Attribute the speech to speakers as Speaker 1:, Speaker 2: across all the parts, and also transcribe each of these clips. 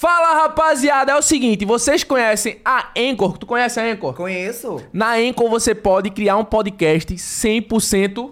Speaker 1: Fala rapaziada, é o seguinte, vocês conhecem a Anchor? Tu conhece a Anchor?
Speaker 2: Conheço.
Speaker 1: Na Anchor você pode criar um podcast 100%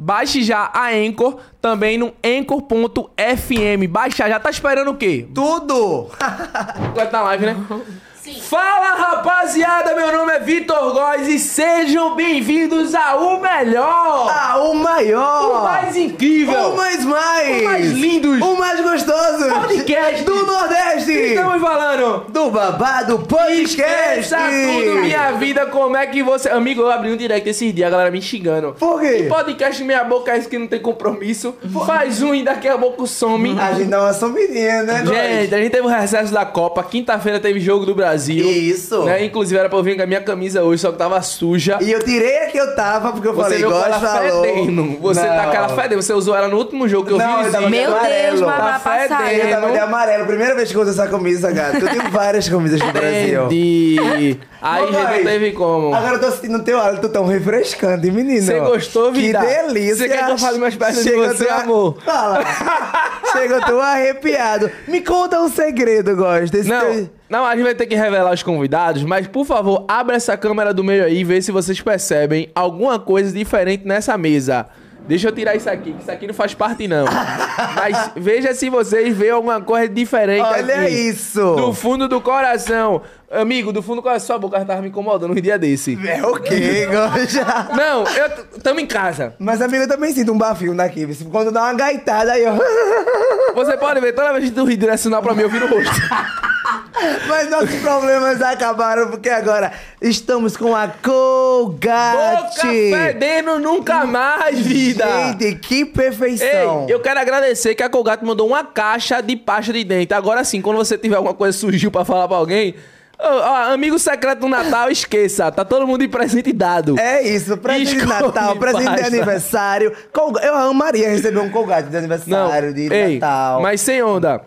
Speaker 1: Baixe já a Anchor, também no anchor.fm. Baixa já, tá esperando o quê?
Speaker 2: Tudo!
Speaker 1: Vai estar live, né? Fala rapaziada, meu nome é Vitor Góes e sejam bem-vindos ao melhor,
Speaker 2: ah, o maior!
Speaker 1: o mais incrível,
Speaker 2: O mais mais!
Speaker 1: O mais lindos.
Speaker 2: O mais gostoso!
Speaker 1: Podcast.
Speaker 2: Do Nordeste!
Speaker 1: estamos falando.
Speaker 2: Do babado podcast!
Speaker 1: Esqueça tudo, minha vida, como é que você. Amigo, eu abri um direct esses dias, a galera me xingando.
Speaker 2: Por quê?
Speaker 1: Que podcast meia boca é esse que não tem compromisso. Faz um e daqui a pouco some.
Speaker 2: A gente dá uma sumidinha, né?
Speaker 1: Gente,
Speaker 2: nós?
Speaker 1: a gente teve o recesso da Copa, quinta-feira teve jogo do Brasil.
Speaker 2: Isso.
Speaker 1: Né? Inclusive era pra eu vir com a minha camisa hoje, só que tava suja.
Speaker 2: E eu tirei a que eu tava, porque eu
Speaker 1: Você
Speaker 2: falei,
Speaker 1: viu
Speaker 2: igual
Speaker 1: cara
Speaker 2: falou.
Speaker 1: fedendo. Você tá
Speaker 2: Não.
Speaker 1: cara fedendo. Você usou ela no último jogo que eu
Speaker 2: Não,
Speaker 1: vi.
Speaker 2: eu tava
Speaker 1: Zinho.
Speaker 2: de
Speaker 3: Meu
Speaker 2: amarelo.
Speaker 3: Deus, mas
Speaker 1: Tá
Speaker 3: vai passar.
Speaker 1: fedendo.
Speaker 2: Eu tava de amarelo, primeira vez que eu uso essa camisa, gato. Eu tenho várias camisas do Brasil.
Speaker 1: Entendi. Aí,
Speaker 2: Ô,
Speaker 1: gente,
Speaker 2: Góis,
Speaker 1: não teve como.
Speaker 2: Agora eu tô sentindo o teu hálito tão refrescante, menino.
Speaker 1: Você gostou,
Speaker 2: Que
Speaker 1: vida?
Speaker 2: delícia.
Speaker 1: Você quer que eu fale mais perto de
Speaker 2: Chega,
Speaker 1: você,
Speaker 2: eu tô-
Speaker 1: amor?
Speaker 2: Fala. Chega, eu tô arrepiado. Me conta um segredo, Góis, desse
Speaker 1: Não,
Speaker 2: teu-
Speaker 1: não, a gente vai ter que revelar os convidados, mas por favor, abra essa câmera do meio aí e vê se vocês percebem alguma coisa diferente nessa mesa. Deixa eu tirar isso aqui, que isso aqui não faz parte não. mas veja se vocês veem alguma coisa diferente
Speaker 2: Olha
Speaker 1: aqui.
Speaker 2: isso.
Speaker 1: Do fundo do coração. Amigo, do fundo do coração, sua boca tava me incomodando um dia desse.
Speaker 2: É o quê, Góis?
Speaker 1: Tá. Não, eu t- tamo em casa.
Speaker 2: Mas, amigo, eu também sinto um bafinho daqui. viu? Quando dá uma gaitada, aí eu...
Speaker 1: Você pode ver, toda vez que tu ri direcional pra mim, eu viro o rosto.
Speaker 2: Mas nossos problemas acabaram, porque agora estamos com a Ah,
Speaker 1: Boca
Speaker 2: Colgate.
Speaker 1: fedendo nunca mais, vida.
Speaker 2: Gente, que
Speaker 1: Ei,
Speaker 2: perfeição.
Speaker 1: eu quero agradecer que a Colgate mandou uma caixa de pasta de dente. Agora sim, quando você tiver alguma coisa surgiu pra falar pra alguém, ó, ó, amigo secreto do Natal, esqueça. Tá todo mundo de presente dado.
Speaker 2: É isso, presente de
Speaker 1: Escolhe
Speaker 2: Natal, presente
Speaker 1: pasta.
Speaker 2: de aniversário. Colga- Eu amaria receber um Colgate de aniversário, de
Speaker 1: ei,
Speaker 2: Natal.
Speaker 1: Mas sem onda.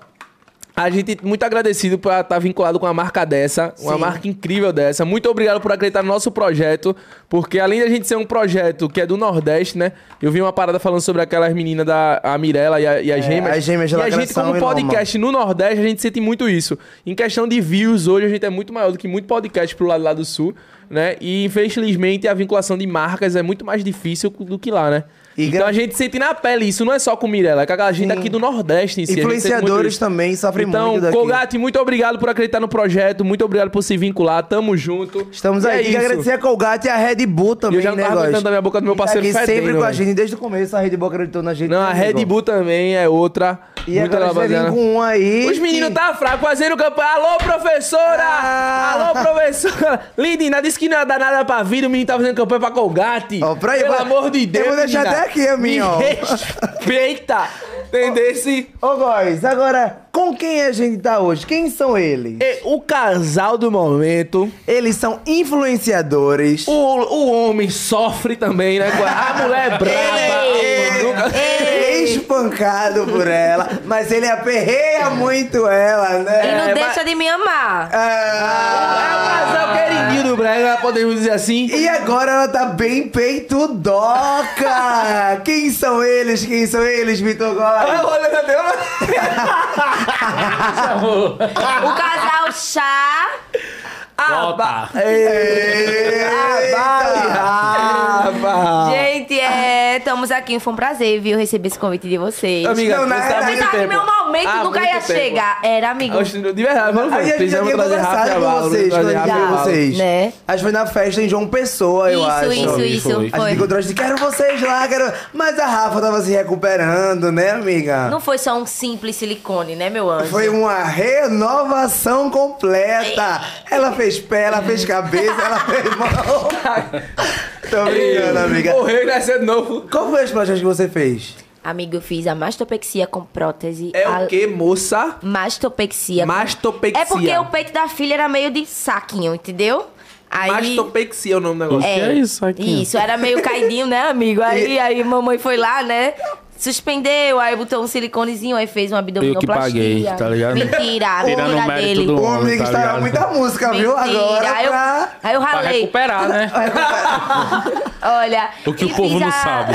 Speaker 1: A gente muito agradecido por estar vinculado com uma marca dessa, uma
Speaker 2: Sim.
Speaker 1: marca incrível dessa. Muito obrigado por acreditar no nosso projeto, porque além da gente ser um projeto que é do Nordeste, né? Eu vi uma parada falando sobre aquelas meninas da a Mirella e a, e as gêmeas.
Speaker 2: É, as gêmeas
Speaker 1: e
Speaker 2: lá
Speaker 1: a
Speaker 2: que elas
Speaker 1: gente como
Speaker 2: são
Speaker 1: podcast no Nordeste, a gente sente muito isso. Em questão de views, hoje a gente é muito maior do que muito podcast pro lado lá do Sul, né? E infelizmente a vinculação de marcas é muito mais difícil do que lá, né?
Speaker 2: E
Speaker 1: então
Speaker 2: gra-
Speaker 1: a gente sente na pele isso, não é só com Mirella, é com a gente aqui do Nordeste em si. a gente sente muito
Speaker 2: Influenciadores
Speaker 1: isso.
Speaker 2: também sofrem
Speaker 1: Então,
Speaker 2: muito daqui.
Speaker 1: Colgate, muito obrigado por acreditar no projeto, muito obrigado por se vincular, tamo junto.
Speaker 2: Estamos
Speaker 1: E
Speaker 2: aí.
Speaker 1: é
Speaker 2: Tem que
Speaker 1: isso.
Speaker 2: agradecer a Colgate e a Red Bull também,
Speaker 1: Eu já não
Speaker 2: né,
Speaker 1: tava
Speaker 2: Góis?
Speaker 1: aguentando a minha boca do meu
Speaker 2: E tá
Speaker 1: parceiro
Speaker 2: aqui sempre
Speaker 1: fedendo,
Speaker 2: com a
Speaker 1: velho.
Speaker 2: gente, desde o começo a Red Bull acreditou na gente.
Speaker 1: Não, a
Speaker 2: né,
Speaker 1: Red
Speaker 2: Igor?
Speaker 1: Bull também é outra.
Speaker 2: E
Speaker 1: muito
Speaker 2: agora você vem
Speaker 1: lavadana.
Speaker 2: com um aí.
Speaker 1: Os meninos
Speaker 2: que-
Speaker 1: tá fraco fazendo campanha. Alô, professora!
Speaker 2: Ah!
Speaker 1: Alô, professora! Lindina disse que não ia dar nada pra vida, o menino tá fazendo campanha pra Colgate.
Speaker 2: Ó, pra aí,
Speaker 1: Pelo
Speaker 2: pra-
Speaker 1: amor de
Speaker 2: eu
Speaker 1: Deus.
Speaker 2: vou deixar
Speaker 1: menina.
Speaker 2: até aqui a minha,
Speaker 1: Me
Speaker 2: ó.
Speaker 1: Respeita! Entendesse?
Speaker 2: Ô, Góis, agora, com quem a gente tá hoje? Quem são eles?
Speaker 1: E O casal do momento.
Speaker 2: Eles são influenciadores.
Speaker 1: O, o homem sofre também, né? A mulher é braba.
Speaker 2: Ele
Speaker 1: Nunca-
Speaker 2: é espancado por ela, mas ele aperreia muito ela,
Speaker 3: E
Speaker 2: né?
Speaker 3: não
Speaker 1: É,
Speaker 3: deixa de me amar.
Speaker 2: Ah,
Speaker 1: É o casal queridinho do Brega, podemos dizer assim.
Speaker 2: E agora ela tá bem peitudoca! Quem são eles? Quem são eles, Vitor Góes?
Speaker 1: Olha, deu
Speaker 3: O casal chá. Ah,
Speaker 1: Opa!
Speaker 2: Eita!
Speaker 3: Gente, é, estamos aqui. Foi um prazer, viu? Receber esse convite de vocês.
Speaker 1: Amiga,
Speaker 2: Não, na
Speaker 1: você tá há
Speaker 2: verdade,
Speaker 1: muito
Speaker 3: Apesar que
Speaker 1: tempo.
Speaker 3: meu momento
Speaker 1: Há
Speaker 3: nunca
Speaker 1: muito
Speaker 3: ia
Speaker 1: tempo.
Speaker 3: chegar. Era, amigo.
Speaker 1: Oxe, De verdade, mano.
Speaker 2: Aí a gente já
Speaker 1: precisamos
Speaker 2: tinha
Speaker 1: trazer Rafa
Speaker 2: conversado com
Speaker 1: Cavalo,
Speaker 2: vocês, quando
Speaker 1: trazer
Speaker 2: a gente
Speaker 1: Rafa
Speaker 2: viu
Speaker 1: Cavalo.
Speaker 2: vocês.
Speaker 3: né?
Speaker 2: Acho que foi na festa em João Pessoa, eu acho.
Speaker 3: isso, isso, isso,
Speaker 4: Foi,
Speaker 2: A
Speaker 3: Foi.
Speaker 2: gente encontrou, a gente, quero vocês lá, quero... Mas a Rafa tava se recuperando, né, amiga?
Speaker 3: Não foi só um simples silicone, né, meu anjo?
Speaker 2: Foi uma renovação completa. Ela fez pé, ela fez cabeça, ela fez mão. Tô brincando, amiga.
Speaker 1: Morreu e nasceu de novo.
Speaker 2: Qual foi as projetos que você fez?
Speaker 3: Amigo, eu fiz a mastopexia com prótese.
Speaker 1: É
Speaker 3: a
Speaker 1: o que, moça?
Speaker 3: Mastopexia.
Speaker 1: Mastopexia.
Speaker 3: É porque o peito da filha era meio de saquinho, entendeu? Aí...
Speaker 1: Mastopexia é o nome do negócio.
Speaker 5: que é isso, saquinho?
Speaker 3: Isso, era meio caidinho, né, amigo? Aí, aí mamãe foi lá, né? Suspendeu, aí botou um siliconezinho, aí fez um abdominoplastia.
Speaker 5: Eu que paguei, tá ligado?
Speaker 3: Mentira, a
Speaker 5: Tirando o
Speaker 3: bunda
Speaker 5: mérito
Speaker 3: dele.
Speaker 5: do
Speaker 2: O
Speaker 5: Homem,
Speaker 2: amigo
Speaker 5: tá
Speaker 2: estragou
Speaker 5: ligado?
Speaker 2: muita música, viu?
Speaker 3: Mentira,
Speaker 2: Agora tá
Speaker 3: aí eu,
Speaker 2: pra...
Speaker 3: aí eu
Speaker 5: Pra
Speaker 3: ralei.
Speaker 5: recuperar, né?
Speaker 3: Olha.
Speaker 5: O que
Speaker 3: e
Speaker 5: o povo
Speaker 3: fiz
Speaker 5: não
Speaker 3: a-
Speaker 5: sabe.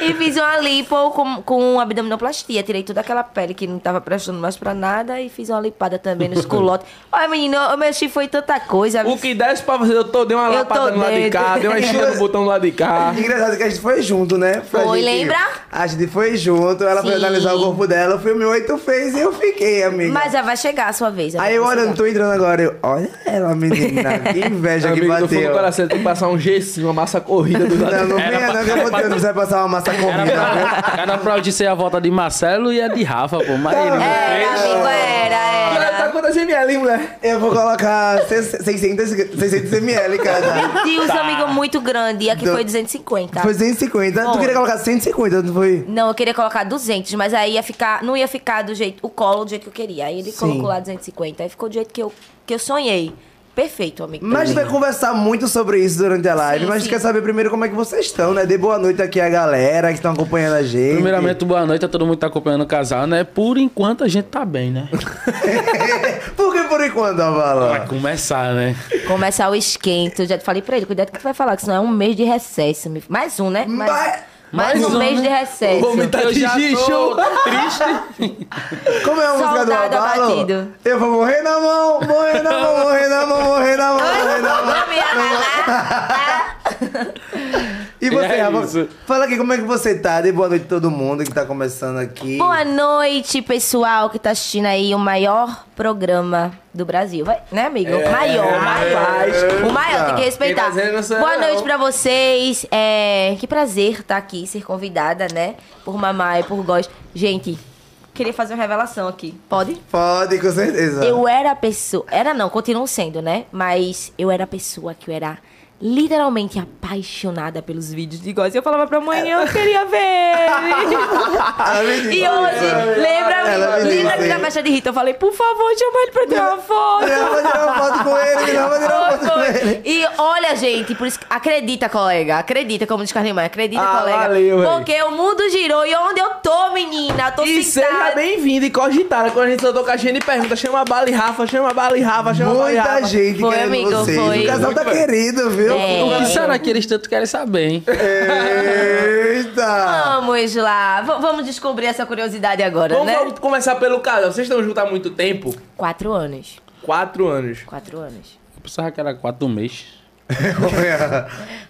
Speaker 3: E fiz uma lipo com, com abdominoplastia. Tirei toda aquela pele que não tava prestando mais pra nada e fiz uma lipada também nos culotes. Olha, menino, eu mexi foi tanta coisa.
Speaker 1: O que desce pra você, eu tô, dei uma
Speaker 3: Eu
Speaker 1: lapada
Speaker 3: tô
Speaker 1: no lado de cá,
Speaker 3: dentro.
Speaker 1: dei uma enchida no botão do lado de cá.
Speaker 2: Engraçado que a gente foi junto, né? Pra
Speaker 3: Foi,
Speaker 2: gente-
Speaker 3: lembra?
Speaker 2: A gente foi junto, ela foi
Speaker 3: Sim.
Speaker 2: analisar o corpo dela, eu fui meu e tu fez e eu fiquei, amiga.
Speaker 3: Mas já vai chegar a sua vez. já
Speaker 2: Aí eu
Speaker 3: vai
Speaker 2: olhando,
Speaker 3: chegar.
Speaker 2: tô entrando agora, eu, olha ela, menina, que inveja que
Speaker 1: Amigo, do fundo do
Speaker 2: bateu.
Speaker 1: coração, tem que passar um gessinho, uma massa corrida do lado.
Speaker 2: Não, não
Speaker 5: Era
Speaker 2: venha
Speaker 5: pra-
Speaker 2: não, que eu vou ter, não precisa passar uma massa né? corrida. viu?
Speaker 5: Era pra eu ser a volta de Marcelo e a de Rafa, pô. Mas ele né? não
Speaker 3: Era,
Speaker 5: fez.
Speaker 3: amigo, era,
Speaker 1: Ela
Speaker 3: era.
Speaker 1: tá quantas ml, mulher?
Speaker 2: Eu vou colocar 600, 600 ml, cara.
Speaker 3: Deus, amigo, muito grande. E aqui
Speaker 2: Tá. Do-
Speaker 3: foi 250.
Speaker 2: Foi 150. Tu
Speaker 3: Foi.
Speaker 2: queria colocar 150, não foi?
Speaker 3: Não, eu queria colocar 200, mas aí ia ficar, não ia ficar do jeito, o colo do jeito que eu queria. Aí ele
Speaker 2: Sim.
Speaker 3: colocou lá 250, aí ficou do jeito que eu, que eu sonhei. Perfeito, amigo. pra
Speaker 2: Mas a gente
Speaker 3: mim.
Speaker 2: vai conversar muito sobre isso durante a live,
Speaker 3: Sim,
Speaker 2: mas a
Speaker 3: sim.
Speaker 2: gente quer saber primeiro como é que vocês estão, né? Dê boa noite aqui a galera que estão acompanhando a gente.
Speaker 5: Primeiramente, boa noite a todo mundo que tá acompanhando o casal, né? Por enquanto a gente tá bem, né?
Speaker 2: Por que por enquanto, Avala?
Speaker 5: Vai começar, né?
Speaker 3: Começar o esquento. Já falei pra ele, cuidado que tu vai falar, que senão é um mês de recesso. meu filho. Mais um, né? Mais,
Speaker 2: Mais- né?
Speaker 3: mais um, mês de recesso.
Speaker 1: Ô, meu- Tá
Speaker 5: eu
Speaker 1: de
Speaker 5: já
Speaker 1: gicho.
Speaker 5: tô triste.
Speaker 2: Como é a música do
Speaker 3: Soldado
Speaker 2: Avalo?
Speaker 3: abatido.
Speaker 2: Eu vou morrer na mão, morrer na mão, morrer na mão, morrer na mão, morrer na mão.
Speaker 3: Vamos, ia lá, lá.
Speaker 2: E você,
Speaker 5: É
Speaker 2: Avala?
Speaker 5: isso.
Speaker 2: Fala aqui como é que você tá. Dê boa noite a todo mundo que tá começando aqui.
Speaker 3: Boa noite, pessoal que tá assistindo aí o maior programa do Brasil. Vai, né, amigo? maior, maior.
Speaker 1: rapaz.
Speaker 3: O maior, tem que respeitar.
Speaker 1: É. Quem tá dizendo não sou eu,
Speaker 3: Boa
Speaker 1: não.
Speaker 3: noite pra vocês. É, que prazer estar aqui, ser convidada, né? Por Mamai, por Góis. Gente, queria fazer uma revelação aqui. Pode?
Speaker 2: Pode, com
Speaker 1: É.
Speaker 2: certeza.
Speaker 3: Eu era a pessoa. Era não, continuo sendo, né? Mas eu era a pessoa que eu era literalmente apaixonada pelos vídeos de Góis. E eu falava pra mãe,
Speaker 1: É.
Speaker 3: eu queria ver.
Speaker 2: A menina-
Speaker 3: E hoje,
Speaker 2: Ela
Speaker 3: lembra,
Speaker 2: me
Speaker 3: lembra
Speaker 2: disse.
Speaker 3: aqui na faixa de Rita, eu falei, por favor, chama ele pra tirar uma foto.
Speaker 2: Não, vou tirar uma foto com ele, não, vou tirar uma
Speaker 3: Foi,
Speaker 2: foto com ele.
Speaker 3: foi. E olha, gente, por isso, acredita, colega. Acredita, como diz Carlinhos Maia, acredita,
Speaker 1: Ah,
Speaker 3: colega.
Speaker 1: valeu, véi.
Speaker 3: porque o mundo girou e onde eu tô, menina? Eu tô
Speaker 1: E seja
Speaker 3: sentada.
Speaker 1: bem-vindo e cogitada. Quando a gente soltou caixinha de pergunta, chama a Bala e Rafa, chama a Bala e Rafa, chama a Bala e Rafa.
Speaker 2: Muita gente
Speaker 3: Foi,
Speaker 2: querendo
Speaker 3: amigo,
Speaker 2: vocês.
Speaker 3: foi.
Speaker 2: O casal tá querido, viu?
Speaker 3: É.
Speaker 5: O que será que eles tanto querem saber, hein?
Speaker 2: Eita!
Speaker 3: Vamos lá, v- vamos descobrir essa curiosidade agora,
Speaker 1: Vamos
Speaker 3: né?
Speaker 1: vamos começar pelo casal. Vocês estão juntos há muito tempo?
Speaker 3: Quatro anos.
Speaker 1: Quatro anos.
Speaker 3: Quatro anos.
Speaker 5: Eu pensava que era quatro do mês.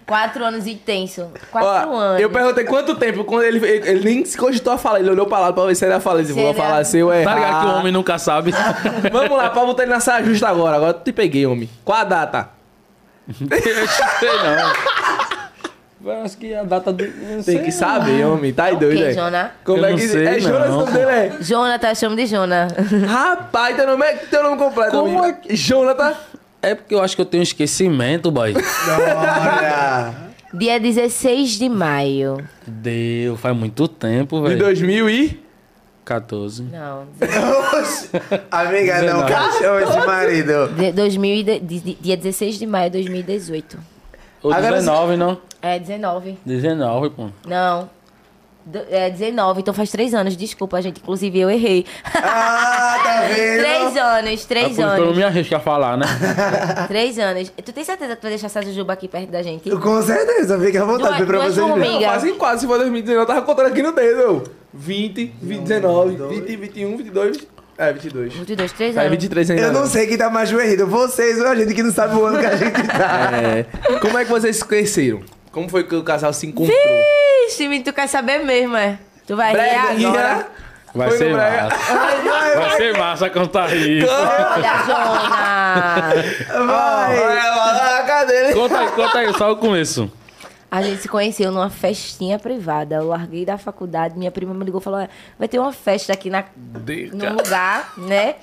Speaker 3: Quatro anos intenso. Quatro
Speaker 1: Ó,
Speaker 3: anos.
Speaker 1: eu perguntei quanto tempo, quando ele, ele, ele nem se cogitou a falar, ele olhou pra lá pra ver se ele ia falar, ele disse, vou
Speaker 3: Será?
Speaker 1: falar seu, é.
Speaker 5: Tá ligado que o homem nunca sabe?
Speaker 1: Vamos lá, pra botar ele na saia justa agora. Agora eu te peguei, homem. Qual a data?
Speaker 5: Eu sei não. Eu acho que a data do. eu
Speaker 1: Tem
Speaker 5: sei
Speaker 1: que
Speaker 5: não.
Speaker 1: saber, homem. Tá aí
Speaker 3: o quê,
Speaker 1: doido, é.
Speaker 3: Jona?
Speaker 1: Como
Speaker 5: Eu
Speaker 1: é
Speaker 5: não
Speaker 1: que...
Speaker 5: sei,
Speaker 1: é Jonas, o
Speaker 5: não.
Speaker 1: nome dele é...
Speaker 3: Jonathan, eu chamo de Jonah.
Speaker 1: Rapaz, teu nome é teu nome completo.
Speaker 5: Como
Speaker 1: amigo. Jonathan?
Speaker 5: É porque eu acho que eu tenho um esquecimento, boy.
Speaker 3: Ah.
Speaker 2: Olha!
Speaker 3: Dia 16 de maio.
Speaker 5: Deu, faz muito tempo,
Speaker 1: De
Speaker 5: velho.
Speaker 1: 2000 e.
Speaker 5: 14.
Speaker 3: Não,
Speaker 2: Oxe. Amiga, não,
Speaker 5: Verdade.
Speaker 2: cachorro de marido.
Speaker 3: De- 2000 e de- de- dia 16 de maio de 2018.
Speaker 5: Ou
Speaker 2: Agora
Speaker 5: 19, não?
Speaker 3: É, 19.
Speaker 5: 19, pô.
Speaker 3: Não. Do- é, 19, então faz três anos. Desculpa, gente. Inclusive, eu errei.
Speaker 2: Ah, tá vendo?
Speaker 3: três anos,
Speaker 5: É
Speaker 3: três
Speaker 5: por isso que eu não
Speaker 3: anos.
Speaker 5: me arrisco a falar, né?
Speaker 3: Três anos. Tu tem certeza que tu vai deixar essa Jujuba aqui perto da gente?
Speaker 2: Com certeza, fica à vontade
Speaker 3: Duas-
Speaker 2: pra
Speaker 3: duas
Speaker 2: vocês verem.
Speaker 3: formigas. Amiga.
Speaker 1: Quase quase, se for 2019, eu tava contando aqui no dedo, eu. 20, 20, 19, 20, 21, 22. É, 22.
Speaker 3: 22, Um, três
Speaker 1: Tá, é
Speaker 3: anos.
Speaker 1: 23 ainda.
Speaker 2: Eu não sei quem tá mais joerrido, vocês ou a gente que não sabe o ano que a gente tá.
Speaker 1: É. Como é que vocês se conheceram? Como foi que o casal se encontrou?
Speaker 3: Ixi, menino, tu quer saber mesmo, é? Tu vai
Speaker 1: Brega,
Speaker 3: rir é agora.
Speaker 1: ira.
Speaker 5: Vai
Speaker 1: Foi no
Speaker 5: ser
Speaker 1: Brega.
Speaker 5: massa.
Speaker 2: Vai, vai,
Speaker 5: Vai ser massa contar isso.
Speaker 3: Olha, Jona.
Speaker 2: vai.
Speaker 1: Olha lá, cadê ele?
Speaker 5: Conta aí, conta aí, só o começo.
Speaker 3: A gente se conheceu numa festinha privada. Eu larguei da faculdade, minha prima me ligou e falou: "Olha, vai ter uma festa aqui na, num lugar, né? assim,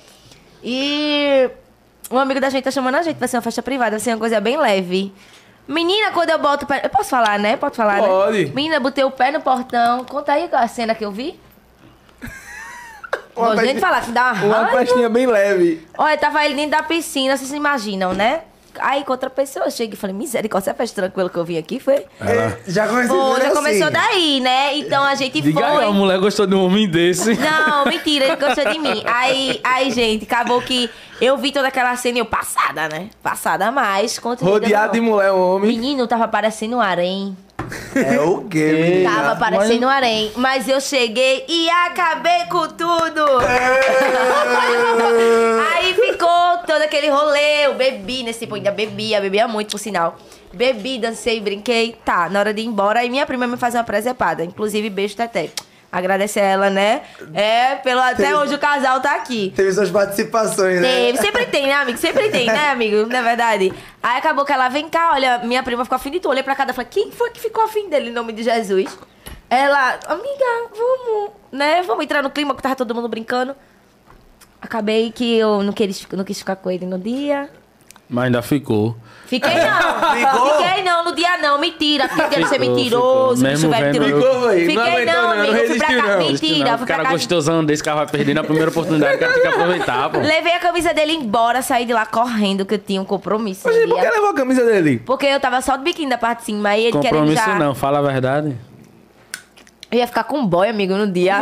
Speaker 3: E um amigo da gente tá chamando a gente, vai ser uma festa privada, vai ser uma coisa bem leve. Menina, quando eu boto o pé. Eu posso falar, né? Posso falar,
Speaker 1: Pode.
Speaker 3: né? Menina, botei o pé no portão. Conta aí é a cena que eu vi.
Speaker 6: Uma
Speaker 3: Vou nem
Speaker 6: peste-
Speaker 3: falar que dá uma
Speaker 1: Uma
Speaker 3: raiva.
Speaker 1: festinha bem leve.
Speaker 3: Olha, tava ele dentro da piscina, vocês imaginam, né? Aí com outra pessoa, eu cheguei e falei, misericórdia, essa festa tranquila que eu vim aqui foi.
Speaker 6: É, Já começou
Speaker 3: Pô, já
Speaker 6: assim.
Speaker 3: começou daí, né? Então a gente
Speaker 5: Diga aí,
Speaker 3: foi.
Speaker 5: a mulher gostou de um homem desse.
Speaker 3: Não, mentira, ele gostou de mim. Aí, aí, gente, acabou que eu vi toda aquela cena e eu passada, né? Passada mais. Continuei
Speaker 1: Rodeado de
Speaker 3: dando-
Speaker 1: mulher, homem.
Speaker 3: Menino, tava parecendo um harém.
Speaker 6: É o quê, menina?
Speaker 3: Tava
Speaker 5: mas-
Speaker 3: parecendo um harém. Mas eu cheguei e acabei com tudo. Aí ficou todo aquele rolê. Eu bebi nesse tempo, ainda bebia, bebia muito, por sinal. Bebi, dancei, brinquei. Tá, na hora de ir embora, aí minha prima me faz uma presepada. Inclusive, beijo, Tete. Agradecer a ela, né? É, pelo até hoje o casal tá aqui.
Speaker 6: Teve suas participações, né?
Speaker 3: Teve, sempre tem, né, amigo? Sempre tem, né, amigo? Na verdade. Aí acabou que ela vem cá, olha, minha prima ficou afim de tu. Olhei pra cada e falei, quem foi que ficou afim dele em nome de Jesus? Ela, amiga, vamos, né? Vamos entrar no clima que tava todo mundo brincando. Acabei que eu não quis, não quis ficar com ele no dia.
Speaker 5: Mas ainda ficou.
Speaker 3: Fiquei não.
Speaker 6: Ficou?
Speaker 3: Fiquei não, no dia não. Mentira. Fiquei querendo ser
Speaker 5: Ficou,
Speaker 3: mentiroso.
Speaker 5: ficou.
Speaker 3: Bicho
Speaker 5: Mesmo
Speaker 3: velho
Speaker 5: vendo-
Speaker 3: mentiroso.
Speaker 1: Ficou, véi. Não
Speaker 3: Fiquei
Speaker 1: aguentou, não,
Speaker 3: não,
Speaker 1: não
Speaker 3: amigo. Fui pra
Speaker 1: resistiu, não.
Speaker 3: casa.
Speaker 5: Não,
Speaker 3: Mentira. Fui
Speaker 5: o
Speaker 3: pra
Speaker 5: cara
Speaker 3: casa.
Speaker 5: gostosão desse cara vai perder na primeira oportunidade, o cara tem que aproveitar, pô.
Speaker 3: Levei a camisa dele embora, saí de lá correndo, que eu tinha um compromisso.
Speaker 1: Oxi,
Speaker 3: no
Speaker 1: por que
Speaker 3: dia.
Speaker 1: levou a camisa dele?
Speaker 3: Porque eu tava só do biquíni da parte de cima, aí ele querendo
Speaker 5: Compromisso
Speaker 3: já...
Speaker 5: não, fala a verdade.
Speaker 3: Eu ia ficar com um boy, amigo, no dia.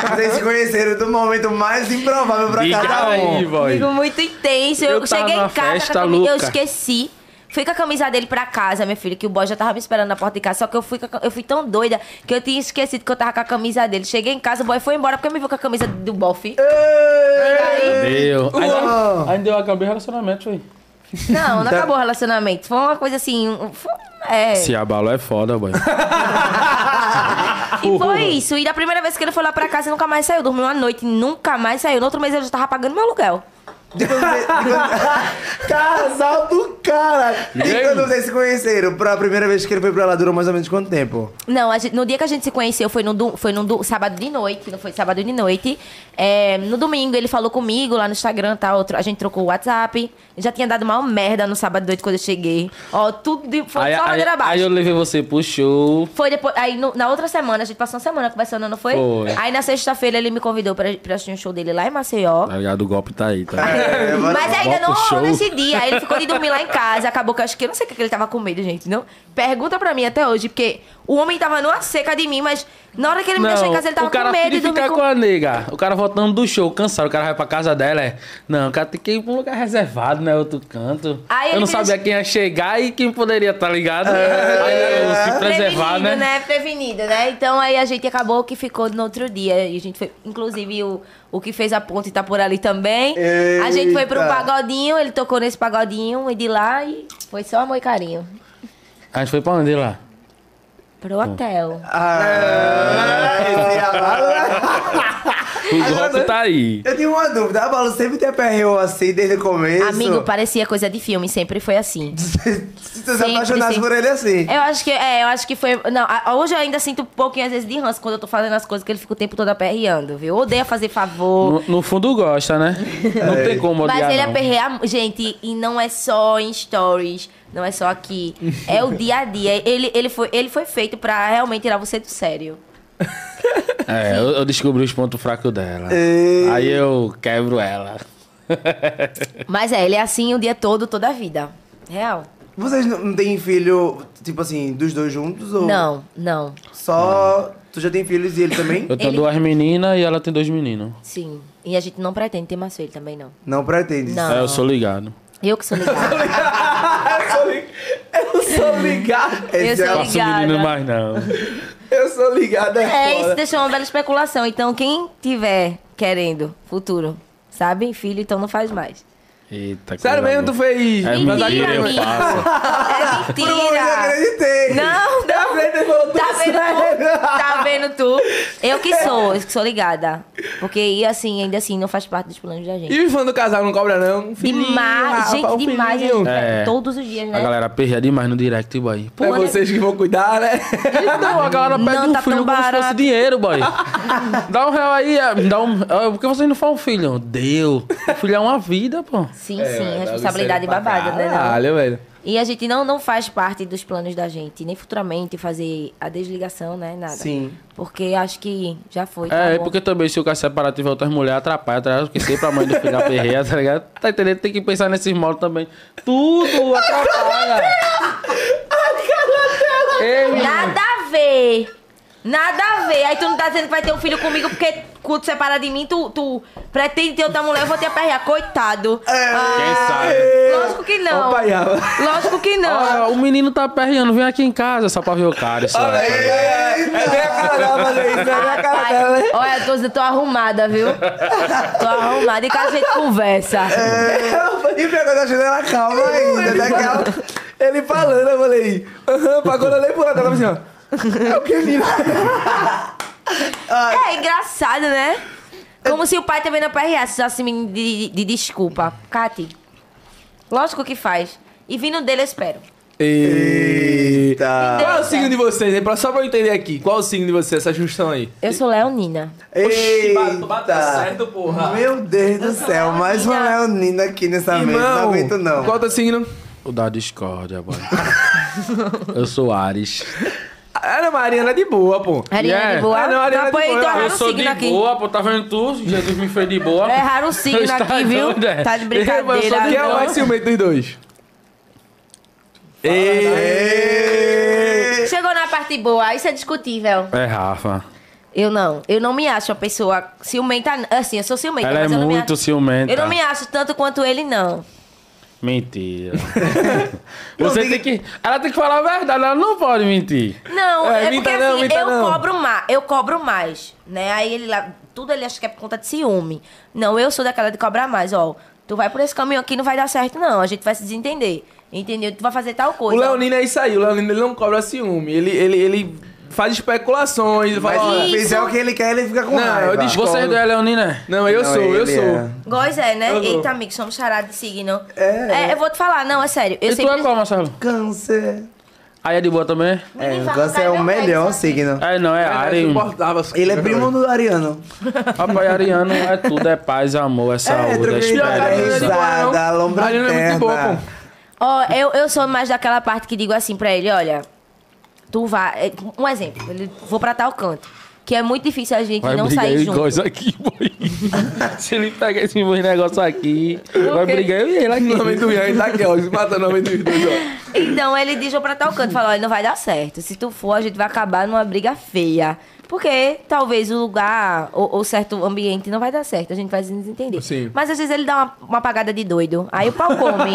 Speaker 6: Vocês se conheceram do momento mais improvável pra
Speaker 5: Diga
Speaker 6: cada um.
Speaker 5: aí, boy.
Speaker 3: amigo muito intenso. Eu,
Speaker 5: Eu tava
Speaker 3: cheguei em
Speaker 5: numa
Speaker 3: casa, com a
Speaker 5: festa
Speaker 3: camisa- eu
Speaker 5: louca.
Speaker 3: esqueci. Fui com a camisa dele pra casa, minha filha, que o boy já tava me esperando na porta de casa. Só que eu fui, com a ca- eu fui tão doida que eu tinha esquecido que eu tava com a camisa dele. Cheguei em casa, o boy foi embora porque me viu com a camisa do bofe.
Speaker 5: Deu. Ainda, ainda eu acabei o relacionamento, foi.
Speaker 3: Não, não acabou o relacionamento. Foi uma coisa assim. um- Foi, é.
Speaker 5: Se abalou é foda, boy.
Speaker 3: E foi isso. E da primeira vez que ele foi lá pra casa, nunca mais saiu. Dormiu uma noite, nunca mais saiu. No outro mês eu já tava pagando meu aluguel.
Speaker 6: Casal do cara!
Speaker 5: E
Speaker 6: E
Speaker 5: aí?
Speaker 6: quando vocês se conheceram? Pra primeira vez que ele foi pra lá, durou mais ou menos quanto tempo?
Speaker 3: Não, a gente- no dia que a gente se conheceu foi no, du- foi no du- sábado de noite, não foi sábado de noite. É, no domingo ele falou comigo lá no Instagram, tá? Outro, a gente trocou o WhatsApp. Já tinha dado maior merda no sábado de noite quando eu cheguei. Ó, tudo de- foi
Speaker 5: Aí,
Speaker 3: só
Speaker 5: aí,
Speaker 3: ladeira abaixo.
Speaker 5: aí eu levei você pro show.
Speaker 3: Foi depois. Aí no- na outra semana, a gente passou uma semana conversando, não foi?
Speaker 5: Foi.
Speaker 3: Aí na sexta-feira ele me convidou pra, pra assistir um show dele lá em Maceió.
Speaker 5: Tá ligado? O golpe tá aí, tá ligado?
Speaker 6: É,
Speaker 3: Mas ainda
Speaker 5: Bota o
Speaker 3: não rolou
Speaker 5: show.
Speaker 3: nesse dia. Aí ele ficou de dormir lá em casa. Acabou que eu acho que eu não sei o que que ele tava com medo, gente. Não? Pergunta pra mim até hoje, porque o homem tava numa seca de mim, mas na hora que ele me deixou em casa, ele tava
Speaker 5: o cara
Speaker 3: com medo de
Speaker 5: queria
Speaker 3: dormir
Speaker 5: ficar
Speaker 3: com...
Speaker 5: com... a nega. O cara voltando do show, cansado. O cara vai pra casa dela, é... Não, o cara tem que ir pra um lugar reservado, né? Outro canto.
Speaker 3: Aí ele
Speaker 5: eu não
Speaker 3: me
Speaker 5: sabia
Speaker 3: deix-
Speaker 5: quem ia chegar e quem poderia, tá ligado?
Speaker 1: É.
Speaker 5: Aí, né, se preservar,
Speaker 3: Prevenido,
Speaker 5: né?
Speaker 3: Prevenido, né? Então aí a gente acabou que ficou no outro dia. E a gente foi, inclusive, o, o que fez a ponte tá por ali também. A gente foi pra um
Speaker 6: Eita.
Speaker 3: pagodinho, ele tocou nesse pagodinho e de lá e foi só amor e carinho.
Speaker 5: A gente foi pra onde lá?
Speaker 3: Pro hotel.
Speaker 5: O
Speaker 1: né?
Speaker 5: golpe tá aí.
Speaker 6: Eu tenho uma dúvida, a Balu sempre te aperreou assim desde o começo.
Speaker 3: Amigo, parecia coisa de filme, sempre foi assim.
Speaker 6: Se você se
Speaker 3: sempre,
Speaker 6: apaixonasse
Speaker 3: sempre.
Speaker 6: por ele assim.
Speaker 3: Eu acho que, é, eu acho que foi. Não, a- hoje eu ainda sinto um pouquinho, às vezes, de ranço quando eu tô fazendo as coisas que ele fica o tempo todo aperreando, viu? Odeia fazer favor.
Speaker 5: No, no fundo gosta, né?
Speaker 1: É.
Speaker 5: Não tem como odiar,
Speaker 3: mas ele
Speaker 5: não.
Speaker 3: aperreia. mu- Gente, e não é só em stories, não é só aqui. É o dia a dia. Ele, ele, foi, ele foi feito pra realmente tirar você do sério.
Speaker 5: É, eu, eu descobri os pontos fracos dela.
Speaker 6: Ei.
Speaker 5: Aí eu quebro ela.
Speaker 3: Mas é, ele é assim o dia todo, toda a vida. Real.
Speaker 6: Vocês não- não têm filho, tipo assim, dos dois juntos? Ou
Speaker 3: Não, não.
Speaker 6: Só. Tu já tem filhos e ele também?
Speaker 5: Eu tenho
Speaker 3: Ele-
Speaker 5: duas meninas e ela tem dois meninos.
Speaker 3: Sim. E a gente não pretende ter mais filho também, não.
Speaker 6: Não pretende.
Speaker 3: Não. Ah.
Speaker 5: É, eu sou ligado.
Speaker 3: Eu que sou ligada.
Speaker 1: Eu sou li- Eu sou ligado.
Speaker 3: eu
Speaker 6: Esse é
Speaker 3: sou
Speaker 6: o-
Speaker 5: Faço menino
Speaker 3: ligada.
Speaker 5: mais não.
Speaker 1: Eu sou ligado.
Speaker 3: É,
Speaker 1: É
Speaker 3: isso
Speaker 1: foda.
Speaker 3: deixou uma bela especulação. Então, quem tiver querendo futuro, sabe? Filho, então não faz mais.
Speaker 5: Eita,
Speaker 1: Sério
Speaker 5: coisa
Speaker 1: mesmo, tu
Speaker 5: boa.
Speaker 1: fez...
Speaker 5: É
Speaker 3: Mentira,
Speaker 5: mentira, eu
Speaker 3: amigo.
Speaker 5: faço.
Speaker 3: É
Speaker 6: Por um momento eu
Speaker 3: mentira!
Speaker 6: acreditei.
Speaker 3: Não, não!
Speaker 1: Ele falou, é
Speaker 3: Tá vendo tu? Tá vendo tu? Eu que sou, eu que sou ligada. Porque, e assim, ainda assim, não faz parte dos planos da gente.
Speaker 1: E os fãs do casal não cobra, não? Um filhinho,
Speaker 3: Demais,
Speaker 1: rapaz,
Speaker 3: gente,
Speaker 1: um
Speaker 3: demais. a
Speaker 1: filhinho.
Speaker 3: gente
Speaker 5: É.
Speaker 3: Todos os dias,
Speaker 5: A
Speaker 3: né?
Speaker 5: galera aperreia demais no direct, boy.
Speaker 1: É vocês que vão cuidar, né?
Speaker 5: Não, a galera pede
Speaker 3: Não,
Speaker 5: um
Speaker 3: tá tão
Speaker 5: filho como se
Speaker 3: barato.
Speaker 5: fosse dinheiro, boy. dá um real aí, é, dá um... é, Por que vocês não falam filho? Deu. O filho é uma vida, pô.
Speaker 6: É,
Speaker 3: Sim, sim, responsabilidade babada, né? não?
Speaker 1: Caralho, velho.
Speaker 3: E a gente não, não faz parte dos planos da gente, nem futuramente fazer a desligação, né? Nada.
Speaker 1: Sim.
Speaker 3: Porque acho que já foi. tá
Speaker 5: É,
Speaker 3: bom.
Speaker 5: porque também se o cara separar tiver outras mulheres, atrapalha, tá ligado? Porque sempre a mãe do filho aperreia, tá ligado? Tá entendendo? Tem que pensar nesses moldes também. Tudo atrapalha. Ei, menino.
Speaker 3: Nada a ver. Nada a ver. Aí tu não tá dizendo que vai ter um filho comigo porque quando separar de mim, tu, tu pretende ter outra mulher, eu vou te aperrear. Coitado.
Speaker 5: Quem
Speaker 3: Ah,
Speaker 5: sabe?
Speaker 3: lógico que não.
Speaker 6: Opa, Yala.
Speaker 3: Lógico que
Speaker 5: Olha,
Speaker 3: não.
Speaker 5: o menino tá aperreando, vem aqui em casa só pra ver o cara. Isso aí, tá ligado?
Speaker 6: É bem a cara dela fazer isso, é bem a cara
Speaker 3: Rapaz,
Speaker 6: dela, né?
Speaker 3: olha, tô, tô arrumada, viu? Tô arrumada. E que a gente conversa.
Speaker 6: E pegou da janela calma ainda, né? Calma. Ele falando, eu falei, aham, pagou eu olhei por ela, tava assim, ó. É o que, menina?
Speaker 3: É engraçado, né? Como se o pai também não aperreasse, usasse menino de, de desculpa. Cati, lógico que faz. E vindo dele, eu espero.
Speaker 6: Eita.
Speaker 1: Qual é o signo de vocês, hein? Pra- Só pra eu entender aqui, qual é o signo de vocês, essa junção aí?
Speaker 3: Eu sou Leonina.
Speaker 1: Oxi, bate- bate certo, porra.
Speaker 6: Meu Deus do céu, mais uma Leonina aqui nessa mesa. Não aguento, não.
Speaker 1: qual é o teu signo?
Speaker 5: O da discórdia, boy. Eu sou Ares.
Speaker 1: Ana Mariana é de boa, pô.
Speaker 3: Ariana
Speaker 5: Yeah.
Speaker 3: de boa.
Speaker 1: Ah, não,
Speaker 3: Tu
Speaker 1: Ariana de
Speaker 3: apoia-
Speaker 1: boa.
Speaker 3: tu
Speaker 1: Eu
Speaker 3: erraram
Speaker 5: Eu
Speaker 3: o
Speaker 5: sou de
Speaker 3: signo aqui. É,
Speaker 5: boa, pô. Tá vendo tu? Jesus me fez de boa.
Speaker 3: Tu Erraram o signo
Speaker 5: Tá
Speaker 3: aqui, viu?
Speaker 5: doido, é?
Speaker 3: Tá de brincadeira.
Speaker 1: Quem é o
Speaker 3: viu?
Speaker 1: mais ciumento dos dois?
Speaker 6: Ê,
Speaker 3: Chegou na parte boa, isso é discutível.
Speaker 5: É Rafa.
Speaker 3: Eu não. Eu não me acho uma pessoa ciumenta. Assim, eu sou ciumenta,
Speaker 5: Ela
Speaker 3: mas
Speaker 5: é
Speaker 3: eu não me
Speaker 5: muito
Speaker 3: acho-
Speaker 5: ciumenta.
Speaker 3: Eu não me acho tanto quanto ele, não.
Speaker 5: Mentira.
Speaker 6: Não,
Speaker 5: Você
Speaker 6: diga-
Speaker 5: tem que. Ela tem que falar a verdade, ela não pode mentir.
Speaker 3: Não,
Speaker 1: É,
Speaker 3: é,
Speaker 1: minta
Speaker 3: porque
Speaker 1: não,
Speaker 3: assim,
Speaker 1: minta
Speaker 3: eu
Speaker 1: não.
Speaker 3: cobro mais, eu cobro mais, né? Aí ele lá, tudo ele acha que é por conta de ciúme. Não, eu sou daquela de cobrar mais, ó. Tu vai por esse caminho aqui, não vai dar certo, não. A gente vai se desentender. Entendeu? Tu vai fazer tal
Speaker 1: O
Speaker 3: coisa.
Speaker 1: Leonino é isso aí, o Leonino ele não cobra ciúme, ele, ele, ele faz especulações, ele
Speaker 6: Mas
Speaker 1: faz...
Speaker 6: se
Speaker 3: Isso.
Speaker 6: fizer o que ele quer, ele fica com
Speaker 1: Não,
Speaker 6: raiva.
Speaker 1: eu discordo.
Speaker 5: Você é do Leonina?
Speaker 1: Não, eu
Speaker 6: Não,
Speaker 1: sou, eu
Speaker 6: ele
Speaker 1: sou.
Speaker 6: é.
Speaker 3: Góis é, né?
Speaker 1: Eu-
Speaker 3: Eita, amigo, somos charada de signo.
Speaker 6: É.
Speaker 3: eu vou te falar, não, é sério. Eu
Speaker 5: E tu é
Speaker 3: sempre...
Speaker 5: qual, Marcelo?
Speaker 6: Câncer.
Speaker 5: Aí é de boa também?
Speaker 6: É,
Speaker 3: Menino,
Speaker 6: o câncer
Speaker 3: vai
Speaker 6: é o
Speaker 3: arrancar meu
Speaker 6: melhor
Speaker 3: nariz,
Speaker 6: signo.
Speaker 5: É, não, é
Speaker 1: Eu
Speaker 5: Ares.
Speaker 1: suportava as
Speaker 6: Ele é
Speaker 1: coisas,
Speaker 6: primo
Speaker 1: velho.
Speaker 6: do Ariano.
Speaker 5: Rapaz, Ariano é tudo, é paz, amor, é
Speaker 1: Tá,
Speaker 5: saúde, é,
Speaker 6: tranquilidade,
Speaker 1: E a
Speaker 5: esperança.
Speaker 1: Ariana é de boa, não?
Speaker 6: Risada, lombra
Speaker 1: A Ariana é muito boa,
Speaker 6: interna.
Speaker 1: pô.
Speaker 3: Ó, eu, eu sou mais daquela parte que digo assim pra ele, olha, tu vai... é, Um exemplo, ele- vou pra tal canto. Que é muito difícil a gente
Speaker 5: Vai
Speaker 3: não
Speaker 5: brigar
Speaker 3: sair
Speaker 5: eu e
Speaker 3: junto.
Speaker 5: Góis aqui, boy. Se ele pegar esse meu negócio aqui, vai brigar eu e ele
Speaker 1: O nome
Speaker 5: aqui.
Speaker 1: do Ian tá aqui, ó, mata o nome dos dois, ó.
Speaker 3: Então ele diz pra tal canto, falou, olha, não vai dar certo. Se tu for, a gente vai acabar numa briga feia. Porque talvez o lugar ou, ou certo ambiente não vai dar certo, a gente vai se desentender.
Speaker 1: Sim.
Speaker 3: Mas às vezes ele dá uma, uma pagada de doido. Aí o pau come.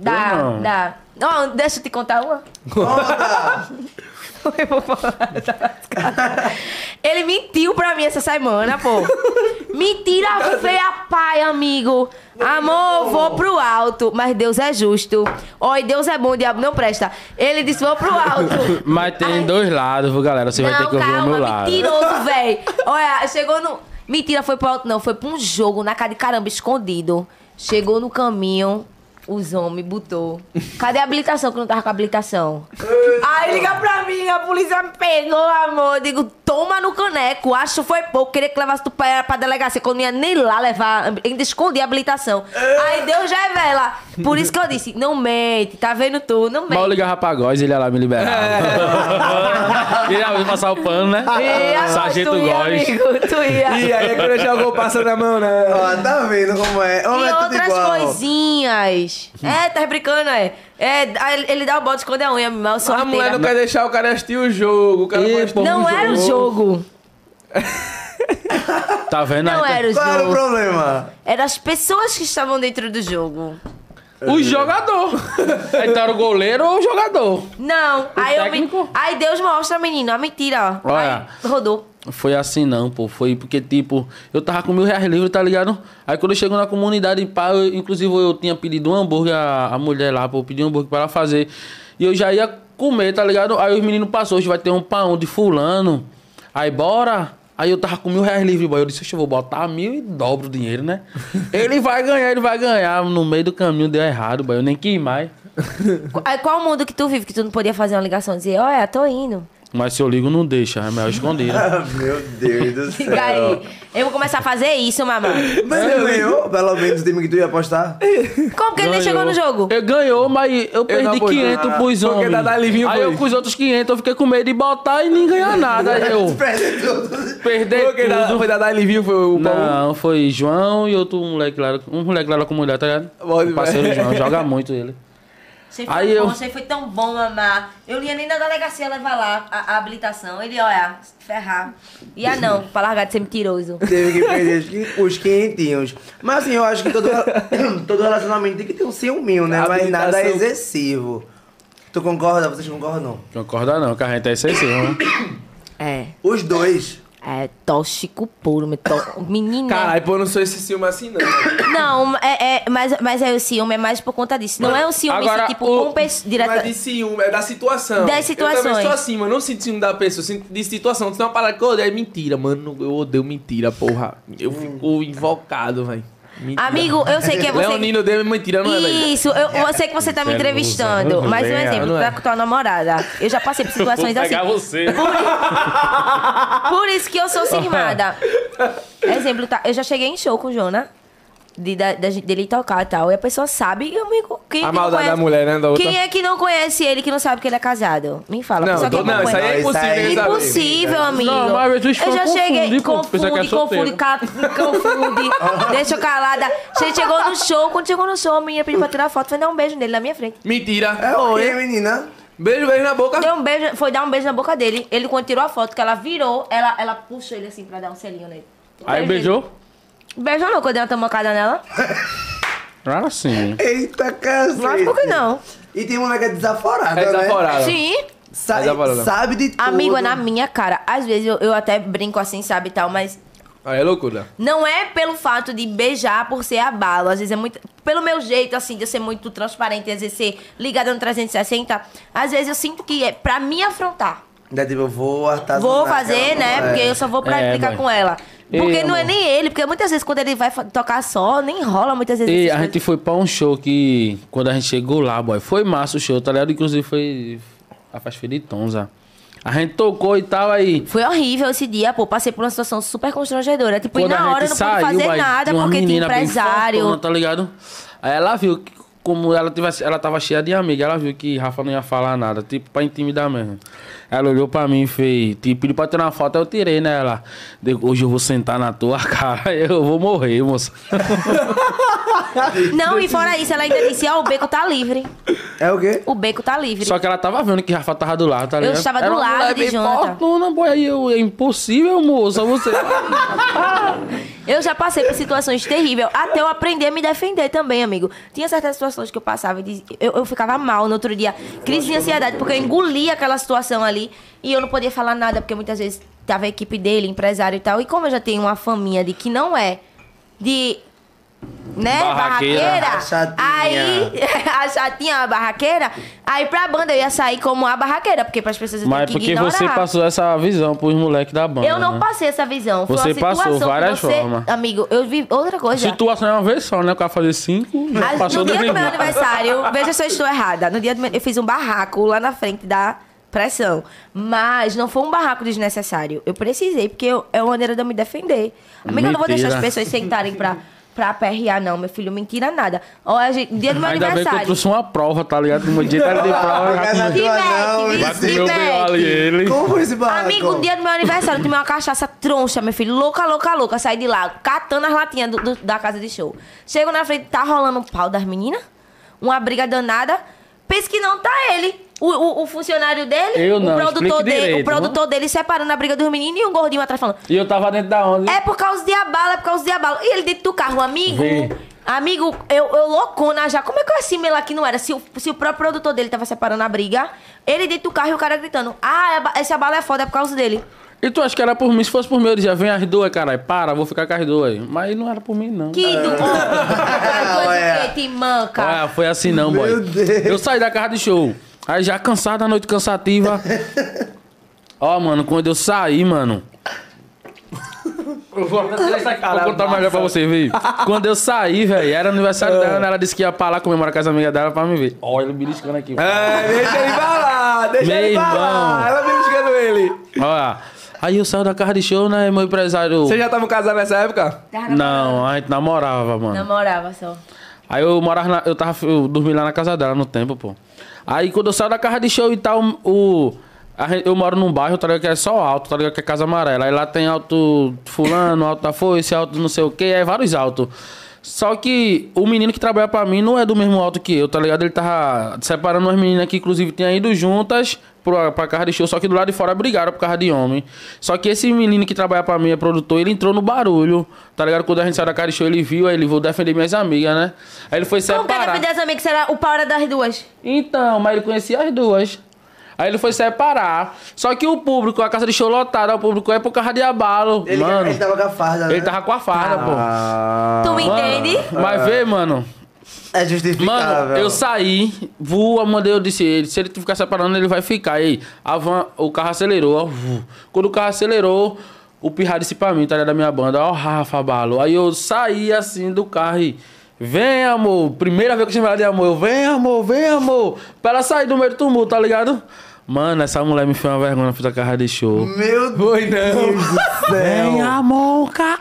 Speaker 3: dá,
Speaker 5: Eu não.
Speaker 3: dá. Ó, deixa eu te contar uma. Eu vou falar da mascada. Ele mentiu pra mim essa semana, pô. Mentira feia, pai, amigo. Amor, vou pro alto, mas Deus é justo. Oi, Deus é bom, o diabo não presta. Ele disse, vou pro alto.
Speaker 5: Mas tem dois lados, viu, galera? Você vai ter
Speaker 3: não,
Speaker 5: que ouvir o meu
Speaker 3: calma,
Speaker 5: lado.
Speaker 3: mentiroso, velho. Olha, chegou no... Mentira, foi pro alto, não. Foi pra um jogo na cara de caramba, escondido. Chegou no caminho... Os homens botou. Cadê a habilitação? Que eu não tava com a habilitação. Aí liga pra mim, a polícia me pegou, amor. Eu digo, toma no caneco. Acho que foi pouco. Queria que levasse tu pra, pra delegacia, quando não ia nem lá levar. Ainda escondi a habilitação. Aí Deus já é vela. Por isso que eu disse, não mente, tá vendo tu, não
Speaker 5: Mal eu
Speaker 3: mente.
Speaker 5: ligava pra Góis, ele ia lá me
Speaker 3: É.
Speaker 5: liberar. ele ia me passar o pano, né?
Speaker 3: Ia,
Speaker 5: Sargento
Speaker 3: tu ia,
Speaker 5: Góis.
Speaker 3: amigo, tu ia.
Speaker 1: E aí é quando jogou passa na mão, né?
Speaker 6: Ó, tá vendo como é? Homem,
Speaker 3: E
Speaker 6: é tudo
Speaker 3: outras
Speaker 6: igual.
Speaker 3: coisinhas. É, tá brincando, é. É, aí ele dá o bote esconde a unha, mal
Speaker 1: A mulher não
Speaker 3: sorteira.
Speaker 1: quer deixar o cara assistir o jogo, o cara
Speaker 5: Ih,
Speaker 1: pode assistir
Speaker 5: pô,
Speaker 3: Não era o jogo.
Speaker 5: Tá vendo?
Speaker 3: Não
Speaker 5: aí?
Speaker 3: era o
Speaker 6: Qual era o
Speaker 3: jogo.
Speaker 6: problema?
Speaker 3: Eram as pessoas que estavam dentro do jogo.
Speaker 5: tá. O jogador. então era o goleiro ou o jogador?
Speaker 3: Não, aí eu me...
Speaker 5: técnico?
Speaker 3: Aí Deus mostra, menino, a mentira, ó.
Speaker 5: Olha.
Speaker 3: Aí rodou.
Speaker 5: Foi assim não, pô. Foi porque, tipo, eu tava com mil reais livre, tá ligado? Aí quando eu chego na comunidade, pá, eu- inclusive eu tinha pedido um hambúrguer, a, a mulher lá, pô, eu pedi um hambúrguer pra ela fazer. E eu já ia comer, tá ligado? Aí os meninos passou, hoje vai ter um pão de fulano. Aí bora. Aí eu tava com mil reais livre, boy. Eu disse, "Oxe, eu vou botar mil e dobro o dinheiro, né? ele vai ganhar, ele vai ganhar. No meio do caminho deu errado, boy. Eu nem quis mais.
Speaker 3: é, Qu- Aí qual mundo que tu vive que tu não podia fazer uma ligação e dizer, olha, tô indo.
Speaker 5: Mas se eu ligo, não deixa. É melhor esconder. né?
Speaker 6: Ah,
Speaker 2: Meu Deus do céu.
Speaker 3: Fica aí. Eu vou começar a fazer isso, mamãe.
Speaker 2: Mas
Speaker 1: é
Speaker 2: ele ganhou, pelo menos, o time que tu ia apostar.
Speaker 3: Como que ele nem chegou no jogo?
Speaker 5: Ele ganhou, mas eu perdi
Speaker 1: apoiei.
Speaker 5: 500 pros
Speaker 1: Porque
Speaker 5: homens.
Speaker 1: Dadá Livinho
Speaker 5: Aí eu
Speaker 1: pôs.
Speaker 5: pus outros 500, eu fiquei com medo de botar e nem ganhar nada. Aí eu
Speaker 2: Perde tudo.
Speaker 5: perdi
Speaker 1: Foi quem da-
Speaker 5: tudo.
Speaker 1: Foi da Dali Viu, foi o Paulo.
Speaker 5: Não, foi João e outro moleque lá, um moleque lá da comunidade, tá ligado?
Speaker 1: Bom demais.
Speaker 5: O parceiro João, joga muito ele.
Speaker 3: Você
Speaker 5: Aí
Speaker 3: foi
Speaker 5: eu-
Speaker 3: bom, você foi tão bom, mamá. Eu não ia nem na delegacia levar lá a, a habilitação. Ele, olha, ferrar. Ia não, pra largar de ser mentiroso.
Speaker 2: Teve que perder os quin- os quinhentinhos. Mas assim, eu acho que todo, todo relacionamento tem que ter um ciúminho, né? Mas nada
Speaker 1: Habilitação.
Speaker 2: excessivo. Tu concorda? Vocês concordam?
Speaker 5: Concorda não, que a gente é excessivo, né?
Speaker 3: É.
Speaker 2: Os dois.
Speaker 3: É tóxico puro, meu tó- menina.
Speaker 1: Caralho, pô, eu não sou esse ciúme assim, não.
Speaker 3: Não, é, é, mas, mas é o ciúme, é mais por conta disso. Não é o ciúme,
Speaker 5: Agora,
Speaker 3: assim, tipo,
Speaker 5: o-
Speaker 3: com pessoa direta.
Speaker 1: Mas de ciúme, é da situação.
Speaker 3: Das
Speaker 1: Eu também
Speaker 3: situações.
Speaker 1: sou assim, mano. Eu Não sinto ciúme da pessoa, eu sinto de situação. Se tem uma parada que eu odeio, é mentira, mano. Eu odeio mentira, porra. Eu
Speaker 5: Hum.
Speaker 1: fico invocado, velho. Mentira.
Speaker 3: Amigo, eu sei que é você.
Speaker 1: Leonino odeia mentira, não é, velho?
Speaker 3: Isso, eu, eu sei que você tá me
Speaker 5: Inferno,
Speaker 3: entrevistando,
Speaker 5: Zé.
Speaker 3: mas um
Speaker 5: Não é,
Speaker 3: exemplo,
Speaker 1: não é.
Speaker 3: tá com tua namorada. Eu já passei por situações assim.
Speaker 5: você.
Speaker 3: Por isso que eu sou cismada. Exemplo, tá? Eu já cheguei em show com o Jona. De, da, da gente- dele tocar e tal. E a pessoa sabe. Eu me, quem é
Speaker 1: A
Speaker 3: que não
Speaker 1: maldade
Speaker 3: conhece-
Speaker 1: da mulher, né, da outra?
Speaker 3: Quem é que não conhece ele, que não sabe que ele é casado? Me fala.
Speaker 1: Não,
Speaker 3: só quem
Speaker 1: tô- não, isso
Speaker 3: conhece.
Speaker 1: aí é
Speaker 2: Não, isso
Speaker 1: impossível.
Speaker 2: aí é
Speaker 1: ninguém sabe.
Speaker 3: Impossível, amigo.
Speaker 5: Não, mas às vezes
Speaker 3: eu
Speaker 5: fã
Speaker 3: já
Speaker 5: confunde,
Speaker 3: cheguei.
Speaker 5: pô. Pensa que é
Speaker 3: Confunde, confunde,
Speaker 5: solteiro.
Speaker 3: ca- confunde. Deixa eu calada. Che- Chegou no show, quando chegou no show, a menina pediu pra tirar foto. Foi dar um beijo nele na minha frente.
Speaker 1: Mentira.
Speaker 2: É oi, menina.
Speaker 1: Beijo, beijo na boca.
Speaker 3: Deu um beijo, foi dar um beijo na boca dele. Ele, quando tirou a foto, que ela virou, ela, ela puxou ele assim pra dar um selinho nele. Beijo
Speaker 5: Aí beijou?
Speaker 3: Beijou não, quando eu dei uma tomocada nela.
Speaker 5: Ah, sim.
Speaker 2: Eita, cacete.
Speaker 3: Mas por que não?
Speaker 2: E tem moleca desaforada,
Speaker 1: É
Speaker 2: né?
Speaker 1: desaforada.
Speaker 3: Sim.
Speaker 5: É
Speaker 2: Sa-
Speaker 1: Desaforada.
Speaker 2: Sabe de tudo.
Speaker 3: Amigo, é na minha cara. Às vezes eu, eu até brinco assim, sabe, e tal, mas...
Speaker 1: Aí é loucura.
Speaker 3: Não é pelo fato de beijar por ser abalo. Às vezes é muito... Pelo meu jeito, assim, de eu ser muito transparente, às vezes ser ligada no 360, às vezes eu sinto que é pra me afrontar.
Speaker 2: Ainda tipo, eu vou artesanar.
Speaker 3: vou fazer,
Speaker 2: aquela
Speaker 3: né?
Speaker 2: mulher.
Speaker 3: Porque eu só vou pra
Speaker 5: É,
Speaker 3: implicar
Speaker 5: mãe.
Speaker 3: com ela. Porque
Speaker 5: Ei,
Speaker 3: não é
Speaker 5: amor.
Speaker 3: nem ele, porque muitas vezes quando ele vai fa- tocar só, nem rola muitas vezes.
Speaker 5: E
Speaker 3: essas
Speaker 5: a
Speaker 3: coisas.
Speaker 5: gente foi pra um show que, quando a gente chegou lá, boy, foi massa o show, tá ligado? Inclusive foi a faixa de Tonza. A gente tocou e tal, aí...
Speaker 3: Foi horrível esse dia, pô. Passei por uma situação super constrangedora. Tipo,
Speaker 5: Quando
Speaker 3: e na
Speaker 5: a
Speaker 3: hora eu
Speaker 5: gente
Speaker 3: não pude
Speaker 5: saiu,
Speaker 3: fazer
Speaker 5: aí
Speaker 3: nada
Speaker 5: tinha uma
Speaker 3: porque tinha um
Speaker 5: menina bem fortuna,
Speaker 3: empresário.
Speaker 5: tá ligado? Aí ela viu que, como ela, tivesse, ela tava cheia de amiga, ela viu que Rafa não ia falar nada, tipo, pra intimidar mesmo. Ela olhou pra mim e fez, tipo, pediu pra tirar uma foto, eu tirei, né? Ela, "De- hoje eu vou sentar na tua cara, eu vou morrer, moça.
Speaker 3: Não, e fora isso, ela ainda disse: Ó, o beco tá livre.
Speaker 2: É o quê?
Speaker 3: O beco tá livre.
Speaker 5: Só que ela tava vendo que Rafa tava do lado, tá ligado?
Speaker 3: estava do
Speaker 5: Era uma
Speaker 3: lado
Speaker 5: mulher
Speaker 3: de
Speaker 5: bem
Speaker 3: Jonathan.
Speaker 5: Fortuna, boy, aí eu, é impossível, moça, você...
Speaker 3: Eu já passei por situações terríveis, até eu aprender a me defender também, amigo. Tinha certas situações que eu passava e diz- eu, eu ficava mal no outro dia. Crise de ansiedade, porque eu engolia aquela situação ali e eu não podia falar nada, porque muitas vezes tava a equipe dele, empresário e tal. E como eu já tenho uma faminha de que não é de. Né?
Speaker 5: Barraqueira.
Speaker 3: Barraqueira.
Speaker 2: A chatinha.
Speaker 3: Aí, a chatinha, a barraqueira. Aí pra banda eu ia sair como a barraqueira, porque pras pessoas eu tenho
Speaker 5: Mas
Speaker 3: que
Speaker 5: porque
Speaker 3: ignorar.
Speaker 5: você passou essa visão pros moleques da banda,
Speaker 3: Eu não
Speaker 5: né?
Speaker 3: passei essa visão. Foi
Speaker 5: Você
Speaker 3: uma situação
Speaker 5: passou
Speaker 3: que
Speaker 5: várias
Speaker 3: você-
Speaker 5: formas.
Speaker 3: Amigo, eu vi outra coisa.
Speaker 5: Situação é uma vez só, né? O cara fazer cinco,
Speaker 3: Ah,
Speaker 5: passou
Speaker 3: no
Speaker 5: do
Speaker 3: dia do meu
Speaker 5: limite.
Speaker 3: aniversário, veja se eu estou errada. No dia do meu, eu fiz um barraco lá na frente da pressão. Mas não foi um barraco desnecessário. Eu precisei, porque eu- é uma maneira de eu me defender. Amiga, eu não vou deixar as
Speaker 5: Mentira.
Speaker 3: pessoas sentarem pra, pra aperrear, não, meu filho. Mentira nada. Ó, a gente- dia do meu
Speaker 5: Ainda bem que eu
Speaker 3: aniversário. assim,
Speaker 5: trouxe uma prova, tá ligado? Um dia tá de prova, já
Speaker 2: Obrigado.
Speaker 5: tinha-
Speaker 2: trouxe-
Speaker 5: bateu meu B.O. ali ele.
Speaker 2: Como foi esse barraco?
Speaker 3: Amigo, o dia do meu aniversário, eu tomei uma cachaça troncha, meu filho. Louca, louca, louca. Saí de lá, catando as latinhas do- do- da casa de show. Chego na frente, tá rolando um pau das meninas. Uma briga danada. Pensa que não tá ele. O, o- o funcionário dele,
Speaker 5: Eu não,
Speaker 3: o produtor
Speaker 5: explique
Speaker 3: dele,
Speaker 5: direito,
Speaker 3: o produtor dele separando a briga dos meninos e um gordinho atrás falando.
Speaker 5: E eu tava dentro da onda.
Speaker 3: É por causa de abalo, é por causa de abalo. E ele dentro do carro, amigo.
Speaker 5: Vê.
Speaker 3: Amigo, eu, eu loucona já. Como é que eu assimei lá que não era? Se o, se o próprio produtor dele tava separando a briga, ele dentro do carro e o cara gritando: Ah, aba- esse abalo é foda, é por causa dele.
Speaker 5: E tu acha que era por mim? Se fosse por mim, eu dizia, vem as duas, caralho. Para, vou ficar com as duas. Mas não era por mim, não.
Speaker 3: Que do
Speaker 2: Olha.
Speaker 3: que te
Speaker 5: Ah,
Speaker 3: manca.
Speaker 5: foi assim não, boy.
Speaker 2: Meu Deus.
Speaker 5: Eu saí da casa de show. Aí já cansado da noite cansativa. Ó, mano, quando eu saí, mano. Eu vou vou contar melhor pra você, viu? Quando eu saí, velho, era
Speaker 2: Ah.
Speaker 5: né? aniversário dela, ela disse que ia pra lá comemorar com as amigas dela pra me ver. Ó, ele beliscando aqui.
Speaker 1: É, deixa ele falar,
Speaker 6: falar, deixa
Speaker 5: Meu
Speaker 6: ele falar.
Speaker 5: irmão.
Speaker 6: Ela vem buscando ele.
Speaker 5: Olha, aí eu saio da casa de show, né? Meu empresário.
Speaker 6: Vocês já estavam casados nessa época?
Speaker 3: Tava
Speaker 5: Não, a gente namorava, mano.
Speaker 3: Namorava só.
Speaker 5: Aí eu morava na, eu tava eu dormi lá na casa dela no tempo, pô. Aí quando eu saio da casa de show e tal, o a gen- eu moro num bairro, tá ligado, que é só alto, tá ligado, que é casa amarela. Aí lá tem alto fulano, alto da foice, alto não sei o quê, aí vários altos. Só que o menino que trabalha pra mim não é do mesmo alto que eu, tá ligado? Ele tava separando umas meninas que inclusive tinham ido juntas pra, pra casa de show, só que do lado de fora brigaram por causa de homem. Só que esse menino que trabalha pra mim, é produtor, ele entrou no barulho, tá ligado? Quando a gente saiu da casa de show, ele viu, aí ele vou defender minhas amigas, né? Aí ele foi
Speaker 3: Como que é
Speaker 5: separar.
Speaker 3: era das amigas? Será o pau era das duas?
Speaker 5: Então, mas ele conhecia as duas. Aí ele foi separar. Só que o público, a casa de show lotada, o público é por causa de abalo.
Speaker 2: Ele,
Speaker 5: mano,
Speaker 2: ele tava com a farda, né?
Speaker 5: ele tava com a farda,
Speaker 2: Ah,
Speaker 3: tu me
Speaker 5: pô. Mano,
Speaker 3: entende?
Speaker 5: Mas vê, mano.
Speaker 2: é justificável.
Speaker 5: Mano, eu saí, voa, mandei, eu disse ele, se ele ficar separando, ele vai ficar. E aí, a van, o carro acelerou, ó. vu. Quando o carro acelerou, o pirra disse pra mim, tá ligado? Da minha banda, ó, Rafa Balo. Aí eu saí assim do carro e. Vem, amor. Primeira vez que eu chamei ela de amor. Eu, vem, amor, vem, amor. Pra ela sair do meio do tumulto, tá ligado? Mano, essa mulher me fez uma vergonha, fiz a carreira de show.
Speaker 2: Meu
Speaker 6: Foi não.
Speaker 2: Deus do
Speaker 5: Vem,
Speaker 2: céu.
Speaker 5: amor, cara.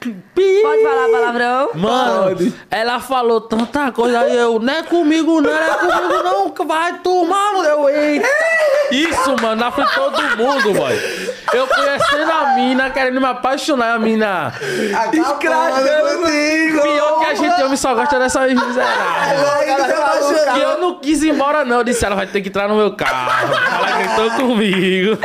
Speaker 3: Pode falar palavrão?
Speaker 5: Mano,
Speaker 6: Pode.
Speaker 5: ela falou tanta coisa, aí eu, não é comigo não, não é comigo não, que vai tomar no meu eita. Isso, mano, na frente de todo mundo, mano. Eu conhecendo a mina, querendo me apaixonar, a mina.
Speaker 2: Acabando
Speaker 6: Escrachando.
Speaker 2: contigo.
Speaker 5: Pior que a gente homem só gosta dessas miseráveis.
Speaker 2: Ela ainda se apaixonou.
Speaker 5: Que eu não quis ir embora, não. Eu disse, ela vai ter que entrar no meu carro. Ela gritou comigo.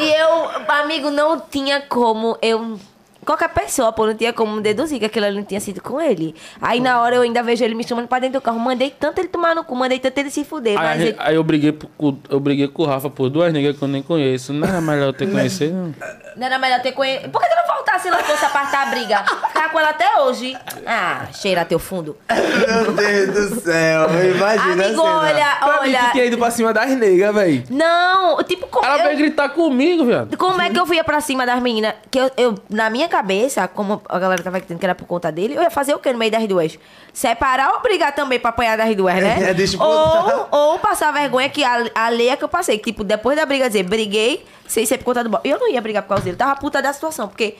Speaker 3: E eu, amigo, não tinha como eu. Qualquer pessoa, pô, não tinha como deduzir que aquilo ali não tinha sido com ele. Aí na hora eu ainda vejo ele me chamando pra dentro do carro. Mandei tanto ele tomar no cu, mandei tanto ele se fuder. mas
Speaker 5: Aí,
Speaker 3: ele-
Speaker 5: aí eu, briguei por- com, eu briguei com o Rafa por duas negras que eu nem conheço. Não era melhor eu ter conhecido, não.
Speaker 3: não era melhor ter conhecido. Por que tu não voltasse lá fosse apartar a briga? Ficar com ela até hoje. Ah, cheira teu fundo.
Speaker 2: Meu Deus do céu. Imagina assim,
Speaker 3: Amigo,
Speaker 2: a cena.
Speaker 3: olha,
Speaker 6: Pra mim que
Speaker 3: olha.
Speaker 6: tinha ido pra cima das negras, véi.
Speaker 3: Não, tipo, como.
Speaker 5: Ela
Speaker 3: eu-
Speaker 5: veio gritar comigo, viado.
Speaker 3: Como é que eu ia pra cima das meninas? Que eu, eu- na minha cabeça, como a galera tava dizendo que era por conta dele, eu ia fazer o quê no meio das duas? Separar ou brigar também pra apanhar das duas, né?
Speaker 2: É, disputar.
Speaker 3: ou, ou passar vergonha que a, a leia que eu passei. Que, tipo, depois da briga dizer, briguei sem ser por conta do bo... Eu não ia brigar por causa dele, eu tava puta da situação, porque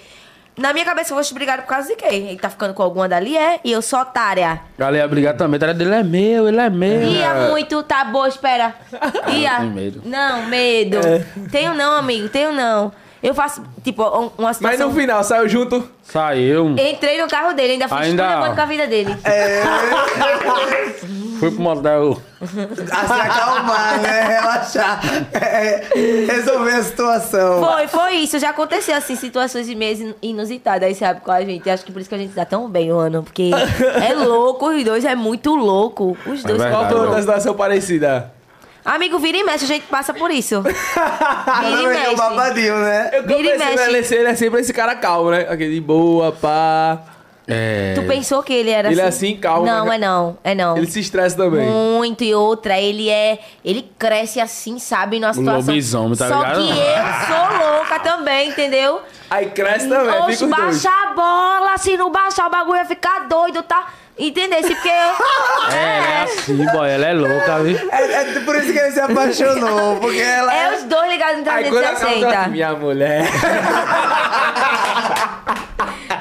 Speaker 3: na minha cabeça eu vou brigar por causa de quem? Ele tá ficando com alguma dali, é? E eu sou otária.
Speaker 5: Galera, brigar também. Tá ligado? Ele é meu, ele é meu.
Speaker 3: Ia muito, tá boa, espera. Ia.
Speaker 5: Tem medo.
Speaker 3: Não, medo.
Speaker 6: É.
Speaker 3: Tenho não, amigo, tenho não. Eu faço, tipo, um- uma
Speaker 6: Mas
Speaker 3: situação...
Speaker 6: no final, saiu junto.
Speaker 5: Saiu.
Speaker 3: Entrei no carro dele, ainda fiz
Speaker 5: Ainda-
Speaker 3: tudo agora com a vida dele.
Speaker 6: É.
Speaker 5: Fui pro motel.
Speaker 2: A se acalmar, né? Relaxar. É, resolver a situação.
Speaker 3: Foi, foi isso. Já aconteceu, assim, situações de meses inusitadas, aí sabe, com a gente. Acho que por isso que a gente dá tão bem, Ana, porque é louco, os dois é muito louco. Os dois.
Speaker 5: É verdade.
Speaker 6: Qual foi outra situação parecida?
Speaker 3: Amigo, vira e mexe, a gente passa por isso. Vira e
Speaker 2: Ela é um
Speaker 3: mexe.
Speaker 2: babadinho, né?
Speaker 6: Eu
Speaker 3: Vira e
Speaker 6: comecei
Speaker 3: mexe.
Speaker 6: na LC, ele é sempre esse cara calmo, né? Aquele boa, pá.
Speaker 5: É.
Speaker 3: Tu pensou que ele era
Speaker 6: Ele é
Speaker 3: assim?
Speaker 6: assim, calma.
Speaker 3: Não, é não, é não.
Speaker 6: Ele se estressa também.
Speaker 3: Muito, e outra, ele é. Ele cresce assim, sabe, numa situação.
Speaker 5: Um lobisomem, tá
Speaker 3: Só
Speaker 5: ligado?
Speaker 3: que eu sou louca também, entendeu?
Speaker 6: Aí cresce também,
Speaker 3: Oxe,
Speaker 6: fica os dois.
Speaker 3: baixa a bola, se não baixar o bagulho vai ficar doido, tá? Entendeu? Se porque.
Speaker 5: É, ela é
Speaker 3: é,
Speaker 5: assim, boy. Ela é louca, viu?
Speaker 2: É, é por isso que ele se apaixonou, porque ela
Speaker 3: é os dois ligados no
Speaker 6: Aí quando acaba, eu
Speaker 3: 360.
Speaker 6: falo, minha mulher.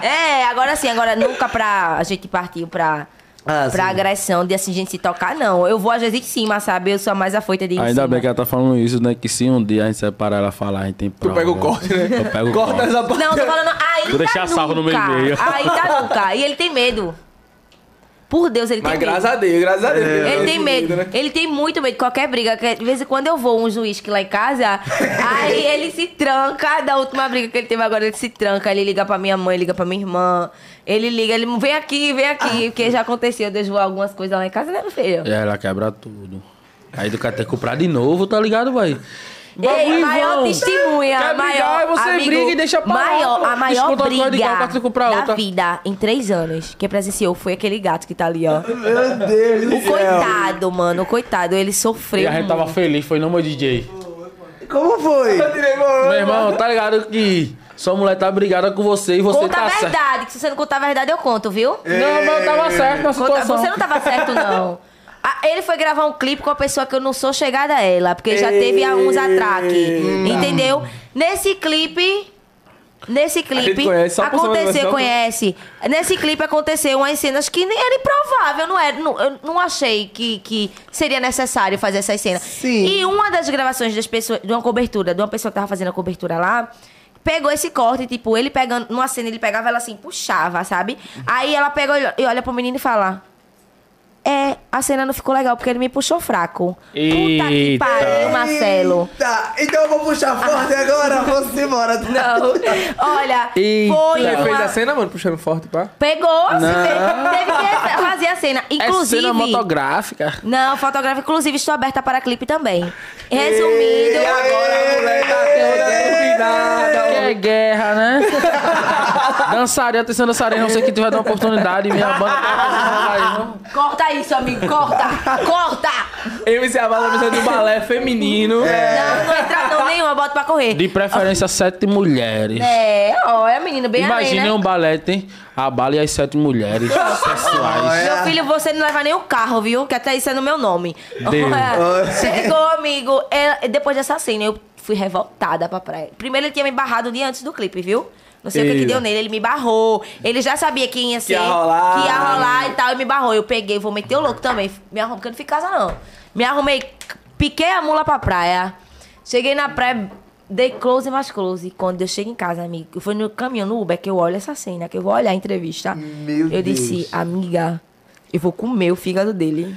Speaker 3: É, agora sim, agora nunca pra. A gente partiu pra.
Speaker 2: Ah,
Speaker 3: pra
Speaker 2: sim.
Speaker 3: agressão de assim, gente se tocar, não. Eu vou às vezes em cima, sabe? Eu sou a mais afoita de ir em
Speaker 5: Ainda
Speaker 3: cima.
Speaker 5: bem que ela tá falando isso, né? Que se um dia a gente separar ela falar, a gente tem
Speaker 6: Tu
Speaker 5: prova.
Speaker 6: pega o corte, né?
Speaker 5: Eu pego o
Speaker 6: Corta
Speaker 5: corte.
Speaker 6: essa parte.
Speaker 3: Não, tô falando ainda
Speaker 5: Vou deixar
Speaker 3: nunca.
Speaker 5: sarro no meu e-mail.
Speaker 3: Ainda nunca. E ele tem medo. Por Deus, ele
Speaker 6: Mas
Speaker 3: tem medo.
Speaker 6: graças a Deus, graças a Deus.
Speaker 3: Ele tem medo.
Speaker 6: né?
Speaker 3: Ele tem muito medo de qualquer briga. que De vez em quando eu vou um juiz que lá em casa, aí ele se tranca. Da última briga que ele teve agora, ele se tranca. Ele liga pra minha mãe, liga pra minha irmã. Ele liga, ele vem aqui, vem
Speaker 6: Ah.
Speaker 3: aqui. Porque já aconteceu, Deus voou algumas coisas lá em casa, né, meu filho?
Speaker 5: E ela quebra tudo. Aí do cara tem que comprar de novo, tá ligado, boy?
Speaker 3: Ei,
Speaker 5: Bagulho
Speaker 3: maior
Speaker 5: vão.
Speaker 3: testemunha,
Speaker 5: Quer
Speaker 3: maior.
Speaker 5: brigar, aí você
Speaker 3: amigo,
Speaker 5: briga e deixa pra lá,
Speaker 3: maior,
Speaker 5: pô.
Speaker 3: A maior
Speaker 5: Desconta uma
Speaker 3: briga
Speaker 5: coisa de gato, tá tendo que comprar
Speaker 3: da
Speaker 5: outra.
Speaker 3: vida em três anos. Quem presenciou foi aquele gato que tá ali, ó.
Speaker 2: Meu Deus do
Speaker 3: O
Speaker 2: céu.
Speaker 3: coitado, mano, o coitado. Ele
Speaker 5: E
Speaker 3: sofreu.
Speaker 5: a gente tava feliz, foi no meu DJ.
Speaker 2: Como foi?
Speaker 5: Meu irmão, tá ligado que sua mulher tá brigada com você e você
Speaker 3: Conta
Speaker 5: tá
Speaker 3: a
Speaker 5: certo.
Speaker 3: verdade, que se você não contar a verdade, eu conto, viu?
Speaker 5: Não, não, tava certo na
Speaker 3: Conta-
Speaker 5: situação.
Speaker 3: Você não tava certo, não. Ah, ele foi gravar um clipe com a pessoa que eu não sou chegada a ela, porque já teve há uns atraque. Entendeu? Nesse clipe. Nesse
Speaker 1: gente
Speaker 3: clipe
Speaker 1: conhece, só por cima da
Speaker 3: aconteceu,
Speaker 1: versão.
Speaker 3: conhece. Nesse clipe aconteceu umas cenas que nem era improvável, não era. Não, eu não achei que, que seria necessário fazer essas cenas.
Speaker 2: Sim.
Speaker 3: E uma das gravações das pessoas, de uma cobertura, de uma pessoa que tava fazendo a cobertura lá, pegou esse corte, tipo, ele pegando, numa cena ele pegava, ela assim, puxava, sabe? Aí ela pega e olha- e olha pro menino e fala: É, a cena não ficou legal porque ele me puxou fraco. Puta que
Speaker 5: Eita.
Speaker 3: pariu, Marcelo. Ah.
Speaker 2: Tá, então eu vou puxar forte agora, vamos embora.
Speaker 3: Não. Olha,
Speaker 5: Eita.
Speaker 3: foi.
Speaker 1: Ele fez
Speaker 3: uma-
Speaker 1: a cena, mano, puxando forte, pá.
Speaker 3: Pegou, se teve, teve que fazer a cena. Inclusive.
Speaker 5: É cena motográfica.
Speaker 3: Não, fotógrafa, inclusive, estou aberta para clipe também. Resumindo.
Speaker 2: E agora, moleque, tá
Speaker 5: Que é guerra, né? dançarina, atenção dançarina, não sei quem tiver dando oportunidade, minha banda tá aí, não.
Speaker 3: Corta isso, amigo, corta! corta!
Speaker 1: MC Abala precisa de um balé feminino.
Speaker 3: Não,
Speaker 5: É.
Speaker 3: é não entra não nenhuma, bota pra correr.
Speaker 5: De preferência, sete mulheres.
Speaker 3: É, ó, é a menina bem
Speaker 5: Imaginem
Speaker 3: além, né?
Speaker 5: um balé, tem a bala e as sete mulheres sensuais.
Speaker 2: é
Speaker 3: Meu filho, você não leva nem o carro, viu? Que até isso é no meu nome.
Speaker 5: Deus.
Speaker 3: Olha, Chegou, amigo. É, depois dessa cena, eu fui revoltada pra praia. Primeiro, ele tinha me barrado o dia antes do clipe, viu? Não sei o que, que
Speaker 1: Eita.
Speaker 3: deu nele, ele me barrou. Ele já sabia quem ia ser.
Speaker 1: ia rolar.
Speaker 3: Que ia rolar e tal, e me barrou. Eu peguei, vou meter o louco também. Me arrumei, porque eu não fico em casa, não. Me arrumei, piquei a mula pra praia. Cheguei na praia, dei close mais close. Quando eu chego em casa, amigo, eu fui no caminho, no Uber, que eu olho essa cena, que eu vou olhar a entrevista.
Speaker 2: Meu
Speaker 3: Eu
Speaker 2: Deus.
Speaker 3: disse, amiga, eu vou comer o fígado dele.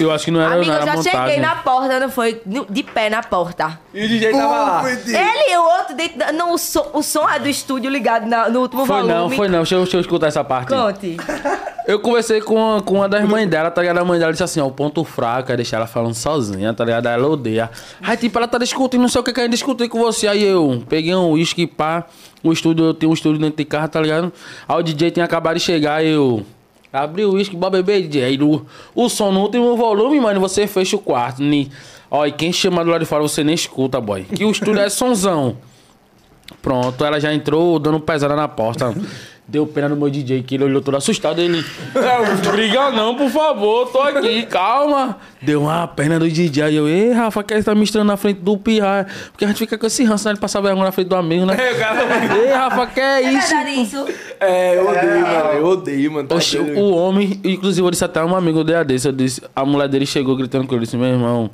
Speaker 5: Eu acho que não era,
Speaker 3: Amiga,
Speaker 5: não
Speaker 3: eu
Speaker 5: era
Speaker 3: já cheguei
Speaker 5: montagem.
Speaker 3: na porta, não foi? No- De pé na porta.
Speaker 1: E o DJ tava lá.
Speaker 3: Ele e o outro dentro da- Não, o som, o som ah, do estúdio ligado na- no último
Speaker 5: Foi
Speaker 3: volume.
Speaker 5: não, foi não. Deixa eu, deixa eu escutar essa parte.
Speaker 3: Conte.
Speaker 5: Eu conversei com, com uma das mães dela, tá ligado? A mãe dela disse assim, ó, o ponto fraco é deixar ela falando sozinha, tá ligado? Aí Ela odeia. Aí, tipo, ela tá discutindo, não sei o que que ainda discutir com você. Aí eu peguei um uísque, pá, o estúdio, eu tenho um estúdio dentro de casa, tá ligado? Aí o DJ tinha acabado de chegar, eu... Abri o uísque, bora beber, DJ. Aí o, o som no último volume, mano, você fecha o quarto. Ni. Ó, e quem chama do lado de fora, você nem escuta, boy. Que o estúdio é sonzão. Pronto, ela já entrou dando pesada na porta. Deu pena no meu DJ, que ele olhou todo assustado. Ele. Não, briga não, por favor, tô aqui, calma. Deu uma pena do DJ. Aí eu, ei, Rafa, que ele tá misturando na frente do pirra. Porque a gente fica com esse ranço, né? Ele passava vergonha na frente do amigo, né? ei, Rafa, que é
Speaker 3: É
Speaker 5: isso?
Speaker 3: verdade isso?
Speaker 1: É, eu odeio, mano. Eu odeio, mano. Tá
Speaker 5: Oxe,
Speaker 1: doido.
Speaker 5: o homem, inclusive eu disse até a um amigo dele desse, eu disse, a mulher dele chegou gritando com ele, disse, meu irmão,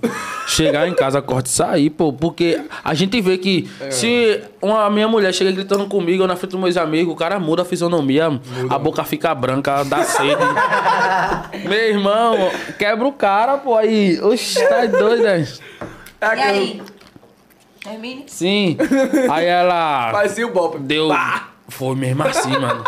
Speaker 5: chegar em casa, corte e sair, pô, porque a gente vê que se uma minha mulher chega gritando comigo ou na frente dos meus amigos, o cara muda a fisionomia, a boca fica branca, dá sede. meu irmão, quebra o cara, pô, aí, oxe, tá doido, né?
Speaker 1: Tá
Speaker 3: E aí? Termine?
Speaker 5: Sim, aí ela...
Speaker 1: Fazia o bop.
Speaker 5: Deu. Foi mesmo assim, mano.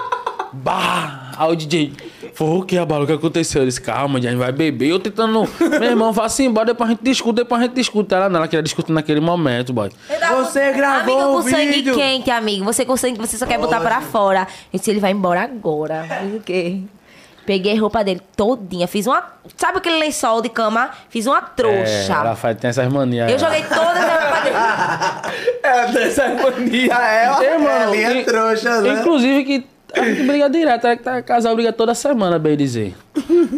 Speaker 5: Bah! Aí o DJ. Foi o que, abalo? O que aconteceu? Eu disse, calma, a gente vai beber. Eu tentando. Meu irmão, fala assim, bora, depois a gente discute, depois a gente discute. Ela não, ela queria discutir naquele momento, boy.
Speaker 3: Eu tava
Speaker 2: Você gravou
Speaker 3: Amigo,
Speaker 2: o
Speaker 3: com sangue
Speaker 2: vídeo.
Speaker 3: quente, amigo. Você com sangue, você só quer botar pra fora. Eu disse, ele vai embora agora. Fiz o quê? Peguei a roupa dele todinha. Fiz uma... Sabe aquele lençol de cama? Fiz uma
Speaker 5: É, ela é.
Speaker 3: trouxa.
Speaker 5: faz, tem essas manias. né?
Speaker 3: eu joguei toda a roupa dele.
Speaker 6: É, dessa harmonia.
Speaker 2: É, ó,
Speaker 5: Ei,
Speaker 2: é
Speaker 5: mano,
Speaker 2: linha
Speaker 5: in-
Speaker 2: trouxa, né?
Speaker 5: Inclusive que a gente briga direto, ela que tá casal briga toda semana, bem dizer.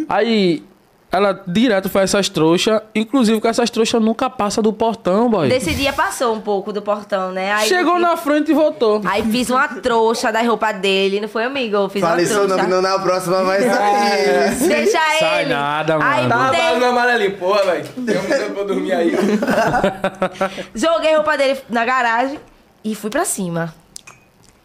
Speaker 5: Aí ela direto faz essas trouxas, inclusive que essas trouxas nunca passa do portão, boy.
Speaker 3: Desse dia passou um pouco do portão, né? Aí
Speaker 5: Chegou na frente e voltou.
Speaker 3: Aí fiz uma trouxa da roupa dele, não foi amigo? Eu Fiz
Speaker 2: Fala
Speaker 3: uma
Speaker 2: isso não,
Speaker 3: trouxa.
Speaker 2: que não na próxima vai sair.
Speaker 3: Deixa ele.
Speaker 5: Sai nada,
Speaker 3: Aí
Speaker 5: mano.
Speaker 1: Tava
Speaker 3: botei-
Speaker 1: Ah, tá no amarelinho, porra, velho. Tem um tempo pra eu dormir aí.
Speaker 3: joguei a roupa dele na garagem e fui pra cima.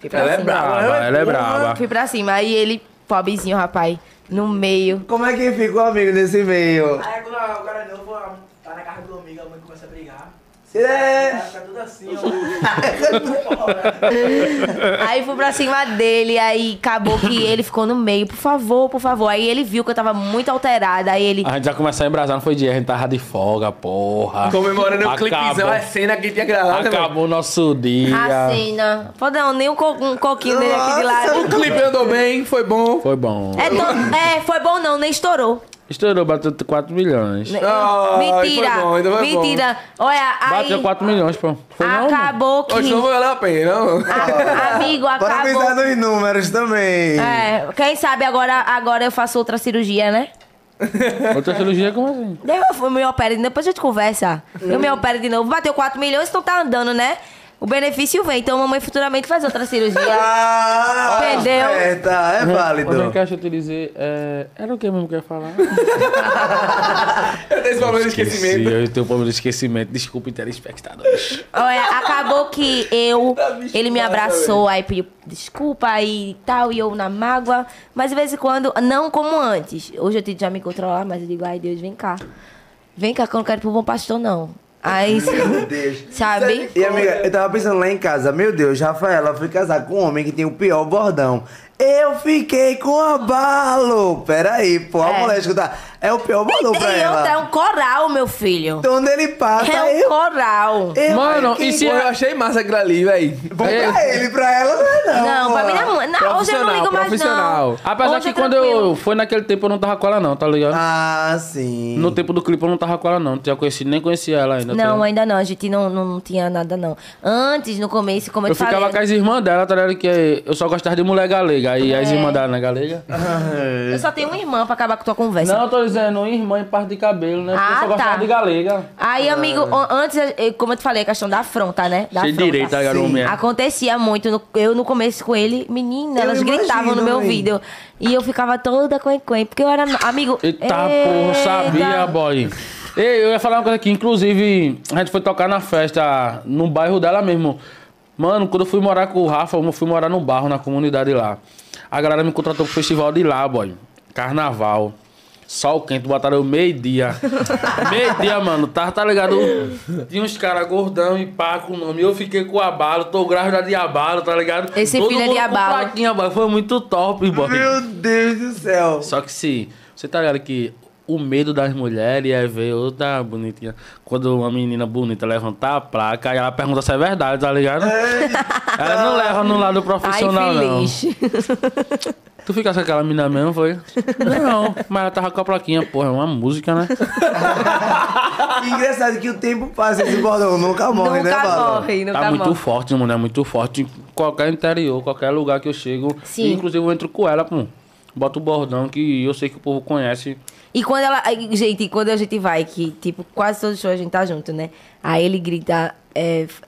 Speaker 3: Fui pra
Speaker 1: Ela é
Speaker 3: cima.
Speaker 1: brava.
Speaker 5: Brava, ela é brava.
Speaker 3: Fui pra cima. Aí ele, pobrezinho, rapaz, no meio.
Speaker 2: Como é que ficou, amigo, nesse meio?
Speaker 7: Aí agora o cara novo ó, tá na casa do amigo, a mãe começa a brigar. Ela
Speaker 2: É,
Speaker 7: fica toda assim, ó.
Speaker 3: Aí fui pra cima dele, aí acabou que ele ficou no meio, por favor, por favor. Aí ele viu que eu tava muito alterada. Aí ele.
Speaker 5: A gente já começou a embrasar, não foi dia, a gente tava de folga, porra.
Speaker 1: Comemorando o clipezão, é
Speaker 5: Acabou.
Speaker 1: a cena que tinha gravado, velho.
Speaker 5: Acabou o nosso dia.
Speaker 1: ah."
Speaker 3: A cena. Pô, não, nem um, co um coquinho dele aqui de lado.
Speaker 1: O clipe andou bem, foi bom.
Speaker 5: Foi bom.
Speaker 3: É, to- é, foi bom não, nem estourou.
Speaker 5: Estourou, bateu 4 milhões.
Speaker 3: Ne-
Speaker 1: Ai,
Speaker 3: mentira,
Speaker 1: foi bom, ainda foi bom.
Speaker 3: mentira. Olha, aí
Speaker 5: Bateu 4 milhões, pô. Foi não? mano?
Speaker 3: acabou
Speaker 1: Hoje
Speaker 3: que...
Speaker 1: não valeu a pena, não.
Speaker 3: A- amigo,
Speaker 2: Bora pensar
Speaker 3: acabou.
Speaker 2: nos números também.
Speaker 3: É, quem sabe agora, agora eu faço outra cirurgia, né?
Speaker 5: Outra cirurgia, como assim?
Speaker 3: Daí eu fui- me opera, de novo, depois a gente conversa. Eu me opero de novo. Bateu 4 milhões, então tá andando, né? O benefício vem, então mamãe futuramente faz outra cirurgia.
Speaker 2: Ah,
Speaker 3: Entendeu?
Speaker 2: É, tá, é
Speaker 5: Uhum. Outra
Speaker 2: válido.
Speaker 5: caixa eu utilizei. É... Era o que mesmo que eu ia falar?
Speaker 1: Eu tenho esse problema de esquecimento.
Speaker 5: Esqueci, eu tenho um problema de esquecimento. Desculpa, telespectadores.
Speaker 3: Olha, acabou que eu.
Speaker 2: Tá
Speaker 3: Ele me abraçou, aí pediu desculpa e tal, e eu na mágoa. Mas de vez em quando, não como antes. Hoje eu tento já me controlar, mas eu digo, ai Deus, vem cá. Vem cá que eu não quero ir pro bom pastor, não. Aí.
Speaker 2: Meu Deus.
Speaker 3: Sabe?
Speaker 2: E amiga, eu tava pensando lá em casa, meu Deus, Rafaela foi casar com um homem que tem o pior bordão. Eu fiquei com abalo. Peraí, pô, a
Speaker 3: É.
Speaker 2: mulher escutar. É o pior bordão pra
Speaker 3: Tem outra, é
Speaker 2: ela. tá
Speaker 3: um coral, meu filho.
Speaker 2: Então, Onde ele passa,
Speaker 3: É um
Speaker 2: eu.
Speaker 3: coral.
Speaker 2: eu
Speaker 5: Mano,
Speaker 2: quem-
Speaker 5: e se
Speaker 1: Pô,
Speaker 5: é-
Speaker 1: eu achei massa aquilo ali, véi.
Speaker 2: Bom pra ele, pra ela não é não.
Speaker 3: Não,
Speaker 2: pô.
Speaker 3: pra mim não, é- não hoje eu não
Speaker 1: Profissional,
Speaker 3: ligo mais não.
Speaker 1: profissional.
Speaker 5: Apesar
Speaker 3: Hoje
Speaker 5: que
Speaker 3: é
Speaker 5: quando
Speaker 3: tranquilo.
Speaker 5: eu. Foi naquele tempo eu não tava com ela, não, tá ligado?
Speaker 2: Ah, sim.
Speaker 5: No tempo do clipe eu não tava com ela, não. Não tinha conhecido, nem conhecia ela ainda. tá
Speaker 3: Não,
Speaker 5: ligado?
Speaker 3: ainda não, a gente não, não, não tinha nada não. Antes, no começo, como eu,
Speaker 5: Eu
Speaker 3: te falei...
Speaker 5: ficava com as irmãs dela, tá ligado? Que eu só gostava de mulher galega. Aí as
Speaker 3: É.
Speaker 5: irmãs dela, né, galega?
Speaker 3: Eu só tenho uma irmã pra acabar com tua conversa.
Speaker 5: Não, eu tô dizendo irmã em parte de cabelo, né? Porque eu
Speaker 3: Ah,
Speaker 5: só gostava
Speaker 3: tá.
Speaker 5: de galega.
Speaker 3: Aí, amigo, o- antes, eh, como eu te falei, a questão da afronta, né? Da
Speaker 5: Cheio de
Speaker 3: afronta.
Speaker 5: direito, tá ligado?
Speaker 2: Sim.
Speaker 5: Homem?
Speaker 3: Acontecia muito. no- eu no começo com ele, menina,
Speaker 2: Eu
Speaker 3: elas
Speaker 2: imagino,
Speaker 3: gritavam no meu
Speaker 2: mãe.
Speaker 3: ouvido. E eu ficava toda quen-quen, porque eu era amigo.
Speaker 5: Eita,
Speaker 3: É,
Speaker 5: porra, sabia, boy. Ei, eu ia falar uma coisa aqui. Inclusive, a gente foi tocar na festa no bairro dela mesmo. Mano, quando eu fui morar com o Rafa, eu fui morar no barro, na comunidade lá. A galera me contratou pro festival de lá, boy. Carnaval. Sol quente, botaram eu meio-dia. meio-dia, mano. Tá, tá ligado? Tinha uns caras gordão e pá com o nome. Eu fiquei com abalo, tô grávida de abalo, tá ligado?
Speaker 3: Esse filho é de
Speaker 5: mundo com
Speaker 3: abalo.
Speaker 5: plaquinha, boy. Foi muito top, boy.
Speaker 2: Meu Deus do céu.
Speaker 5: Só que se você tá ligado que o medo das mulheres é ver outra bonitinha. Quando uma menina bonita levantar a placa, aí ela pergunta se é verdade, tá ligado? Ela não leva no lado
Speaker 3: Ai,
Speaker 5: profissional, não.
Speaker 3: feliz.
Speaker 5: Tu fica com aquela menina mesmo, foi? Não, mas ela tava com a plaquinha, porra, é uma música, né?
Speaker 2: Que engraçado que o tempo passa esse bordão nunca morre, né,
Speaker 3: nunca
Speaker 2: Bala?
Speaker 3: morre, nunca
Speaker 5: tá muito
Speaker 3: morre.
Speaker 5: forte, mano, é muito forte. Em qualquer interior, qualquer lugar que eu chego.
Speaker 3: Sim.
Speaker 5: Inclusive eu entro com ela, pô. Bota o bordão que eu sei que o povo conhece.
Speaker 3: E quando ela. aí, Gente, e quando a gente vai, que, tipo, quase todo show a gente tá junto, né? Aí ele grita. É, f-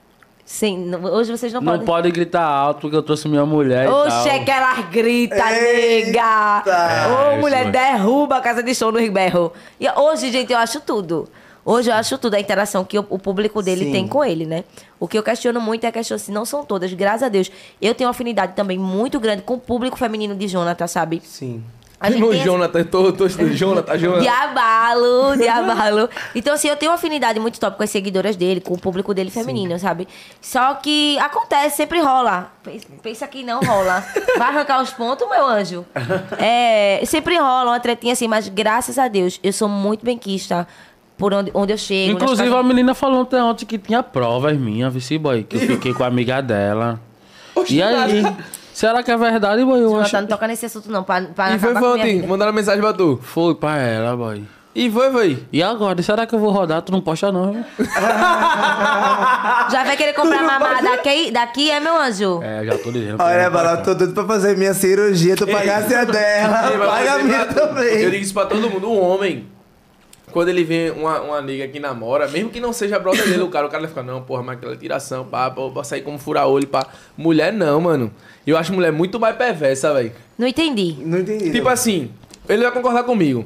Speaker 3: sem, não- hoje vocês não,
Speaker 5: Não
Speaker 3: podem.
Speaker 5: pode gritar alto que eu trouxe minha mulher. e
Speaker 3: Oxe,
Speaker 5: tal.
Speaker 3: é que elas gritam, nega! Ô,
Speaker 2: Eita.
Speaker 3: mulher,
Speaker 5: isso,
Speaker 3: derruba a casa de show no Ribeirão. E hoje, gente, eu acho tudo. Hoje eu acho tudo a interação que o, o público dele
Speaker 2: Sim.
Speaker 3: tem com ele, né? O que eu questiono muito é a questão se não são todas, graças a Deus. Eu tenho uma afinidade também muito grande com o público feminino de Jonathan, sabe?
Speaker 2: Sim.
Speaker 3: A gente
Speaker 1: No
Speaker 3: tem esse-
Speaker 1: Jonathan, eu tô, eu tô estudando Jonathan, Jonathan.
Speaker 3: de abalo, de abalo. Então, assim, eu tenho uma afinidade muito top com as seguidoras dele, com o público dele feminino, sabe? Só que acontece, sempre rola. Pe- Pensa que não rola. Vai arrancar os pontos, meu anjo? É, sempre rola uma tretinha assim, mas graças a Deus, eu sou muito benquista por onde, onde eu chego. nas
Speaker 5: Inclusive, a
Speaker 3: casas-
Speaker 5: menina falou ontem, ontem que tinha provas minhas, vice boy, que eu fiquei com a amiga dela. e aí? Será que é verdade, boy? Eu acho...
Speaker 3: Jonathan, não toca nesse assunto não, pra, pra
Speaker 1: E foi, foi
Speaker 3: acabar com a minha
Speaker 1: ontem,
Speaker 3: vida.
Speaker 1: mandaram mensagem pra tu.
Speaker 5: Foi pra ela, boy.
Speaker 1: E foi, foi.
Speaker 5: E agora? Será que eu vou rodar? Tu não posta, não. né?
Speaker 3: Já vai querer comprar mamá daqui, daqui, é, meu anjo?
Speaker 5: É, já tô dizendo.
Speaker 2: Olha, Bala, eu tô doido pra fazer minha cirurgia, tu pagasse a
Speaker 1: Ei,
Speaker 2: dela,
Speaker 1: mas
Speaker 2: paga a
Speaker 1: eu
Speaker 2: minha
Speaker 1: digo pra-
Speaker 2: também.
Speaker 1: Eu digo isso pra todo mundo. O homem, quando ele vê uma, uma nega que namora, mesmo que não seja brother dele, o cara, o cara vai ficar, não, porra, mas aquela tiração, pá, pá, pra sair como fura-olho, pá. Mulher não, mano. Eu acho mulher muito mais perversa, velho.
Speaker 3: Não entendi.
Speaker 2: Não entendi.
Speaker 1: Tipo assim, ele vai concordar comigo.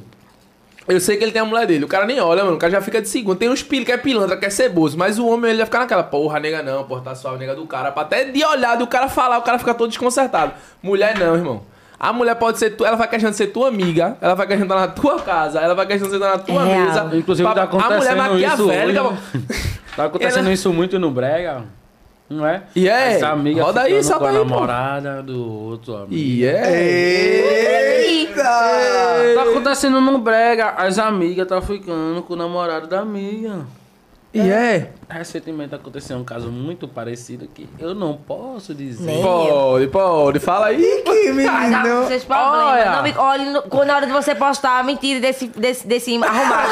Speaker 1: Eu sei que ele tem a mulher dele, o cara nem olha, mano. O cara já fica de segundo. Tem uns pilhos que é pilantra, que é ceboso, mas o homem ele vai ficar naquela, porra, nega não, porra, tá suave, nega do cara. Pra Até de olhar, do cara falar, o cara fica todo desconcertado. Mulher não, irmão. A mulher pode ser tu, ela vai querendo ser tua amiga, ela vai querendo estar na tua casa, ela vai querendo sentar na tua
Speaker 3: É real.
Speaker 1: mesa.
Speaker 5: Inclusive, tá
Speaker 1: Papo- a mulher é
Speaker 5: acontecendo isso
Speaker 1: maquiavélica,
Speaker 5: hoje. Tá acontecendo
Speaker 1: Ela-
Speaker 5: isso muito no brega, não é?
Speaker 1: E é,
Speaker 5: Essa amiga
Speaker 1: roda aí,
Speaker 5: ficando
Speaker 1: solta
Speaker 5: com a
Speaker 1: aí, pô.
Speaker 5: namorada do outro amigo.
Speaker 1: E é.
Speaker 2: Eita!
Speaker 5: Tá acontecendo no brega, as amigas tá ficando com o namorado da amiga.
Speaker 1: E é.
Speaker 5: Recentemente aconteceu um caso muito parecido que eu não posso dizer.
Speaker 3: Nem
Speaker 1: Pode, pode, fala aí.
Speaker 2: Que
Speaker 3: Dá pra
Speaker 2: menino.
Speaker 3: vocês problemas.
Speaker 5: Olha.
Speaker 3: Não é me olhe no- quando na hora de você postar a mentira desse, desse, desse arrumado.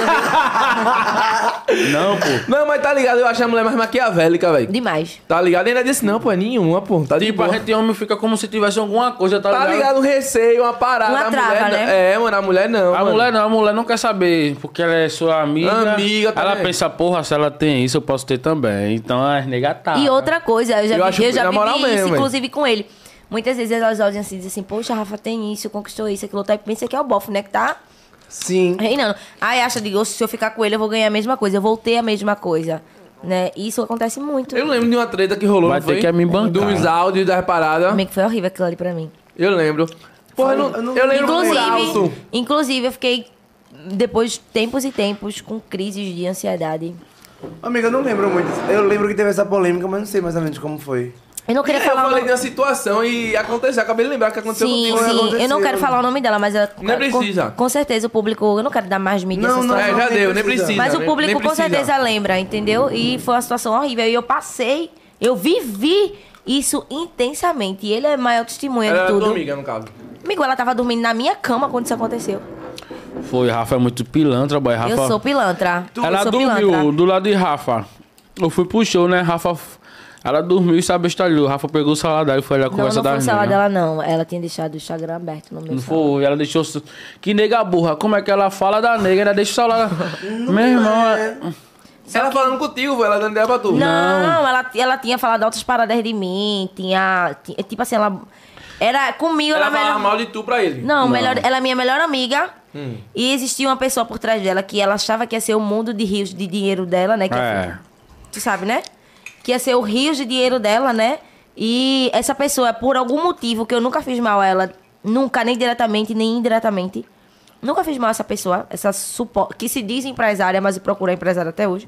Speaker 3: viu?
Speaker 5: Não, pô.
Speaker 1: Não, mas tá ligado, eu acho a mulher mais maquiavélica, velho.
Speaker 3: Demais.
Speaker 1: Tá ligado? Ainda disse, não, pô, é nenhuma, pô. Tá de
Speaker 5: Tipo,
Speaker 1: boa.
Speaker 5: a gente homem fica como se tivesse alguma coisa, tá,
Speaker 1: Tá ligado? Um receio, uma parada.
Speaker 3: Uma
Speaker 1: a
Speaker 3: trava,
Speaker 1: mulher, não-
Speaker 3: né?
Speaker 1: É, mano, a mulher não.
Speaker 5: A
Speaker 1: mano.
Speaker 5: mulher não, a mulher não quer saber, porque ela é sua amiga.
Speaker 1: Amiga
Speaker 5: Ela
Speaker 1: também.
Speaker 5: pensa, porra, se ela tem isso, eu posso ter também. Então é negatada.
Speaker 3: E outra coisa, eu
Speaker 1: Ah. Eu
Speaker 3: já vi- eu,
Speaker 1: acho que-
Speaker 3: já
Speaker 1: na
Speaker 3: vivi
Speaker 1: moral
Speaker 3: isso,
Speaker 1: mesmo, velho.
Speaker 3: inclusive com ele. Muitas vezes elas olham assim e dizem assim, poxa, Rafa tem isso, conquistou isso, aquilo, tá? E pensa que é o bofe, né? Que tá
Speaker 6: Sim.
Speaker 3: reinando. Aí acha, digo, se eu ficar com ele, eu vou ganhar a mesma coisa, eu vou ter a mesma coisa. Né? Isso acontece muito.
Speaker 1: Eu lembro de uma treta que rolou,
Speaker 5: Vai
Speaker 1: não
Speaker 5: ter
Speaker 1: foi?
Speaker 5: que é me bancar.
Speaker 1: Dos áudios, das paradas.
Speaker 3: Também que foi horrível aquilo ali pra mim.
Speaker 1: Eu lembro. Porra, eu, não- eu lembro do Dalton.
Speaker 3: Inclusive, inclusive, eu fiquei depois tempos e tempos com crises de ansiedade.
Speaker 2: Amiga, eu não lembro muito. Eu lembro que teve essa polêmica, mas não sei mais ou menos como foi.
Speaker 3: Eu não queria
Speaker 1: Eu
Speaker 3: falar o
Speaker 1: falei de
Speaker 3: nome.
Speaker 1: uma situação e aconteceu. Acabei de lembrar que aconteceu
Speaker 3: Sim,
Speaker 1: contigo. né?
Speaker 3: sim. Eu não quero
Speaker 2: aconteceu.
Speaker 3: falar o nome dela, mas ela,
Speaker 1: Não precisa.
Speaker 3: Com, com certeza o público, eu não quero dar mais mídia a essa
Speaker 2: Não, não,
Speaker 3: situação.
Speaker 1: É, já deu, nem precisa. né?
Speaker 3: Mas o
Speaker 1: nem-
Speaker 3: público
Speaker 1: nem
Speaker 3: com
Speaker 1: precisa.
Speaker 3: certeza lembra, entendeu? E foi uma situação horrível. E eu passei, eu vivi isso intensamente. E ele é a maior testemunha
Speaker 1: Ela
Speaker 3: de
Speaker 1: era
Speaker 3: tudo.
Speaker 1: tua amiga, no caso.
Speaker 3: Amigo, ela tava dormindo na minha cama quando isso aconteceu.
Speaker 5: Foi, Rafa é muito pilantra, boy. Rafa.
Speaker 3: Eu sou pilantra. eu
Speaker 5: Ela
Speaker 3: sou
Speaker 5: dormiu
Speaker 3: pilantra.
Speaker 5: do lado de Rafa. Eu fui pro show, né? Rafa. f- Ela dormiu e se abestalhou. Rafa pegou o salário e foi olhar a
Speaker 3: Não,
Speaker 5: conversa
Speaker 3: não foi o
Speaker 5: das
Speaker 3: celular
Speaker 5: meninas.
Speaker 3: dela, não. Ela tinha deixado o Instagram aberto no meu
Speaker 5: Não
Speaker 3: celular.
Speaker 5: foi, ela deixou. Que nega burra, como é que ela fala da nega? Ela deixa o celular. Meu irmão, é-
Speaker 1: ela falando contigo, pô, ela dando ideia pra tu.
Speaker 3: Não, ela, ela tinha falado outras paradas de mim. Tinha. ti- Tipo assim, ela. Era comigo,
Speaker 1: Ela
Speaker 3: ela,
Speaker 1: falava
Speaker 3: melhor.
Speaker 1: mal de tu pra ele.
Speaker 3: Não, melhor, ela é minha melhor amiga. E existia uma pessoa por trás dela que ela achava que ia ser o mundo de rios de dinheiro dela, né? Que
Speaker 5: É.
Speaker 3: Tu sabe, né? Que ia ser o rio de dinheiro dela, né? E essa pessoa, por algum motivo que eu nunca fiz mal a ela, nunca, nem diretamente, nem indiretamente. Nunca fiz mal a essa pessoa, essa supo... que se diz empresária, mas eu procuro a empresária até hoje.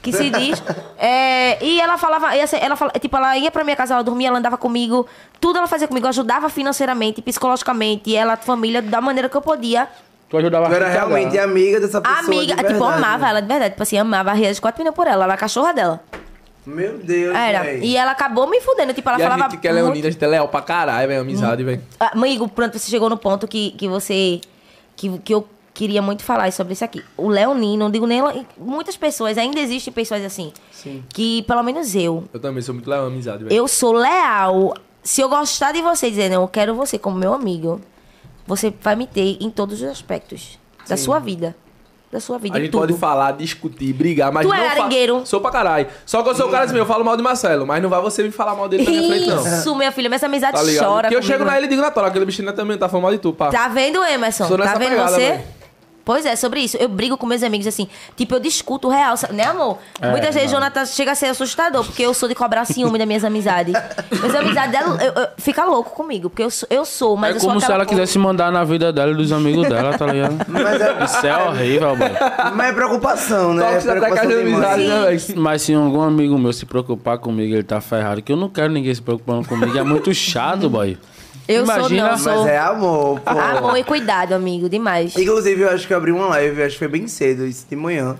Speaker 3: Que se diz. é, e ela falava, e assim, ela fala- tipo, ela ia pra minha casa, ela dormia, ela andava comigo, tudo ela fazia comigo, eu ajudava financeiramente, psicologicamente, ela, família, da maneira que eu podia.
Speaker 5: Tu ajudava
Speaker 2: Eu
Speaker 5: a
Speaker 2: era
Speaker 1: tá
Speaker 5: cagar.
Speaker 2: realmente amiga dessa pessoa.
Speaker 3: Amiga,
Speaker 2: de
Speaker 3: tipo, eu
Speaker 2: verdade,
Speaker 3: amava
Speaker 2: né?
Speaker 3: ela de verdade, tipo assim, amava, ria de quatro pneus por ela, ela era a cachorra dela.
Speaker 2: Meu Deus.
Speaker 3: Era.
Speaker 2: véi.
Speaker 3: E é- ela acabou me fudendo. Tipo, ela
Speaker 1: E a
Speaker 3: falava.
Speaker 1: gente que é leonina, a
Speaker 3: muito-
Speaker 1: gente é leal pra caralho, velho. Amizade, velho.
Speaker 3: Ah, Amigo, pronto, você chegou no ponto que, que você. Que, que eu queria muito falar sobre isso aqui. O leonino, não digo nem. lo- Muitas pessoas, ainda existem pessoas assim. Sim. Que, pelo menos eu,
Speaker 1: Eu também sou muito leal à amizade, velho.
Speaker 3: eu sou leal. Se eu gostar de você e dizer, não, eu quero você como meu amigo, você vai me ter em todos os aspectos da sua vida. Da sua vida.
Speaker 1: A
Speaker 3: em
Speaker 1: gente
Speaker 3: tudo.
Speaker 1: pode falar, discutir, brigar, mas
Speaker 3: Tu
Speaker 1: não
Speaker 3: é
Speaker 1: fa-
Speaker 3: arengueiro.
Speaker 1: Sou pra caralho. Só que eu sou o cara assim, eu falo mal de Marcelo, mas não vai você me falar mal dele na minha frente, não.
Speaker 3: Isso, minha filha, mas essa amizade
Speaker 1: Tá ligado?
Speaker 3: chora.
Speaker 1: Porque eu
Speaker 3: comigo. né?
Speaker 1: chego lá e ele digo na tora, aquele bichinho também tá falando mal de tu, pá.
Speaker 3: Tá vendo, Emerson?
Speaker 1: Sou
Speaker 3: Tá
Speaker 1: nessa
Speaker 3: vendo
Speaker 1: pegada,
Speaker 3: você?
Speaker 1: mãe.
Speaker 3: Pois é, sobre isso. Eu brigo com meus amigos assim. Tipo, eu discuto real, sa- né, amor?
Speaker 5: É,
Speaker 3: Muitas vezes o Jonathan chega a ser assustador, porque eu sou de cobrar ciúme das minhas amizades. Minhas amizades, ela, eu, eu- fica louco comigo, porque eu sou, eu sou mas
Speaker 5: É
Speaker 3: eu sou
Speaker 5: como se
Speaker 3: aquela
Speaker 5: ela
Speaker 3: coisa-
Speaker 5: quisesse mandar na vida dela e dos amigos dela, tá ligado?
Speaker 2: Mas é-
Speaker 5: Isso é horrível, boy.
Speaker 2: Mas é preocupação, né?
Speaker 1: Tóxico
Speaker 2: é
Speaker 1: até
Speaker 2: preocupação
Speaker 1: casa de
Speaker 2: demais.
Speaker 1: amizade, né, velho?
Speaker 5: Mas se algum amigo meu se preocupar comigo, ele tá ferrado. Que eu não quero ninguém se preocupando comigo. É muito chato, boy.
Speaker 3: Eu sou,
Speaker 5: Imagina-
Speaker 3: não, eu sou.
Speaker 2: Mas é amor, pô.
Speaker 3: Amor e cuidado, amigo, demais.
Speaker 2: Inclusive, eu acho que eu abri uma live, acho que foi bem cedo, isso de manhã.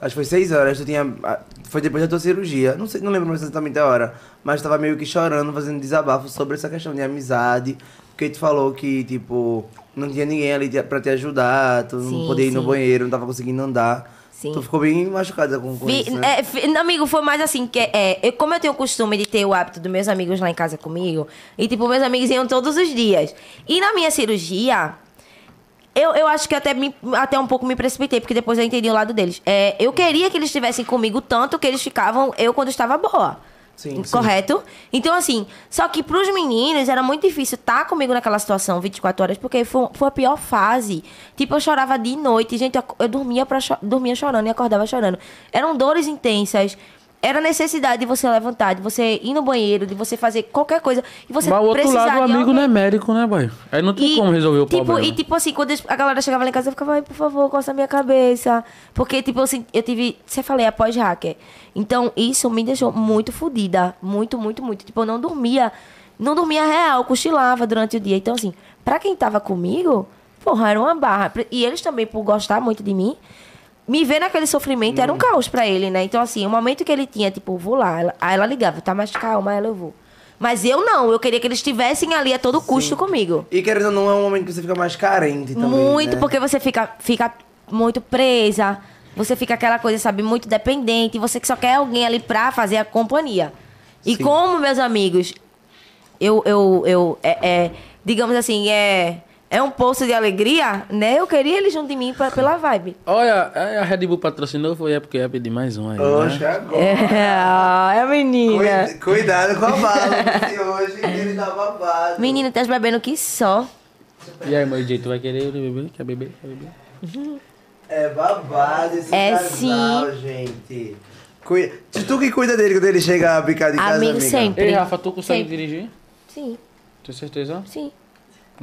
Speaker 2: Acho que foi 6 horas, tu tinha. ah, Foi depois da tua cirurgia. Não sei, não lembro mais exatamente a hora. Mas tava meio que chorando, fazendo desabafo sobre essa questão de amizade. Porque tu falou que, tipo, não tinha ninguém ali te- pra te ajudar, tu
Speaker 3: Sim,
Speaker 2: não podia ir no
Speaker 3: sim.
Speaker 2: banheiro, não tava conseguindo andar.
Speaker 3: Sim.
Speaker 2: Tu ficou bem machucada com, com
Speaker 3: Vi-
Speaker 2: isso, né?
Speaker 3: é, fi- amigo, foi mais assim, que é, eu, como eu tenho o costume de ter o hábito dos meus amigos lá em casa comigo, e tipo, meus amigos iam todos os dias. E na minha cirurgia, eu, eu acho que até, me- até um pouco me precipitei, porque depois eu entendi o lado deles. É, eu queria que eles estivessem comigo tanto que eles ficavam eu quando estava boa.
Speaker 2: Sim, sim.
Speaker 3: Correto? Então, assim, só que pros meninos era muito difícil estar comigo naquela situação 24 horas, porque foi, foi a pior fase. Tipo, eu chorava de noite, gente, eu, eu dormia, pra, cho- dormia chorando e acordava chorando. Eram dores intensas. Era necessidade de você levantar, de você ir no banheiro, de você fazer qualquer coisa. E você
Speaker 5: Mas o outro
Speaker 3: precisar
Speaker 5: lado, o
Speaker 3: de
Speaker 5: amigo
Speaker 3: alguém.
Speaker 5: não é médico, né, boy? Aí não tem
Speaker 3: E,
Speaker 5: como resolver o
Speaker 3: tipo,
Speaker 5: problema.
Speaker 3: E tipo assim, quando a galera chegava lá em casa, eu ficava, ai, por favor, coça a minha cabeça. Porque, tipo, eu, senti- eu tive, você falei, após hacker. Então, isso me deixou muito fodida. Muito, muito, muito. Tipo, eu não dormia. Não dormia real, cochilava durante o dia. Então, assim, pra quem tava comigo, porra, era uma barra. E eles também, por gostar muito de mim, me ver naquele sofrimento era um
Speaker 5: Uhum.
Speaker 3: caos pra ele, né? Então, assim, o momento que ele tinha, tipo, vou lá, ela- aí ela ligava, tá mais calma, ela eu vou. Mas eu não, eu queria que eles estivessem ali a todo custo comigo.
Speaker 2: E querendo
Speaker 3: né?
Speaker 2: ou não, é um momento que você fica mais carente também.
Speaker 3: Muito,
Speaker 2: né?
Speaker 3: porque você fica, fica muito presa. Você fica aquela coisa, sabe, muito dependente. Você que só quer alguém ali pra fazer a companhia. E como, meus amigos, eu, eu, eu, é, é, digamos assim, é, é um poço de alegria, né? Eu queria ele junto de mim pra- pela vibe.
Speaker 5: Olha, é, a Red Bull patrocinou, foi época que eu ia pedir mais um aí. né?
Speaker 2: Hoje, agora.
Speaker 3: É, é menina.
Speaker 2: Cuida- Cuidado com a bala, porque hoje ele tá babado.
Speaker 3: Menina, tá bebendo que só.
Speaker 5: E aí, meu jeito, vai querer beber? Quer beber? Quer beber?
Speaker 2: É babado esse
Speaker 3: É
Speaker 2: casal,
Speaker 3: sim.
Speaker 2: gente. Cuida... Tu- Tu que cuida dele quando ele chega a brincar de casa,
Speaker 3: Amigo
Speaker 2: amiga.
Speaker 3: sempre.
Speaker 5: Ei, Rafa, tu consegue
Speaker 3: Sempre.
Speaker 5: dirigir?
Speaker 3: Sim,
Speaker 5: Tem certeza?
Speaker 3: sim.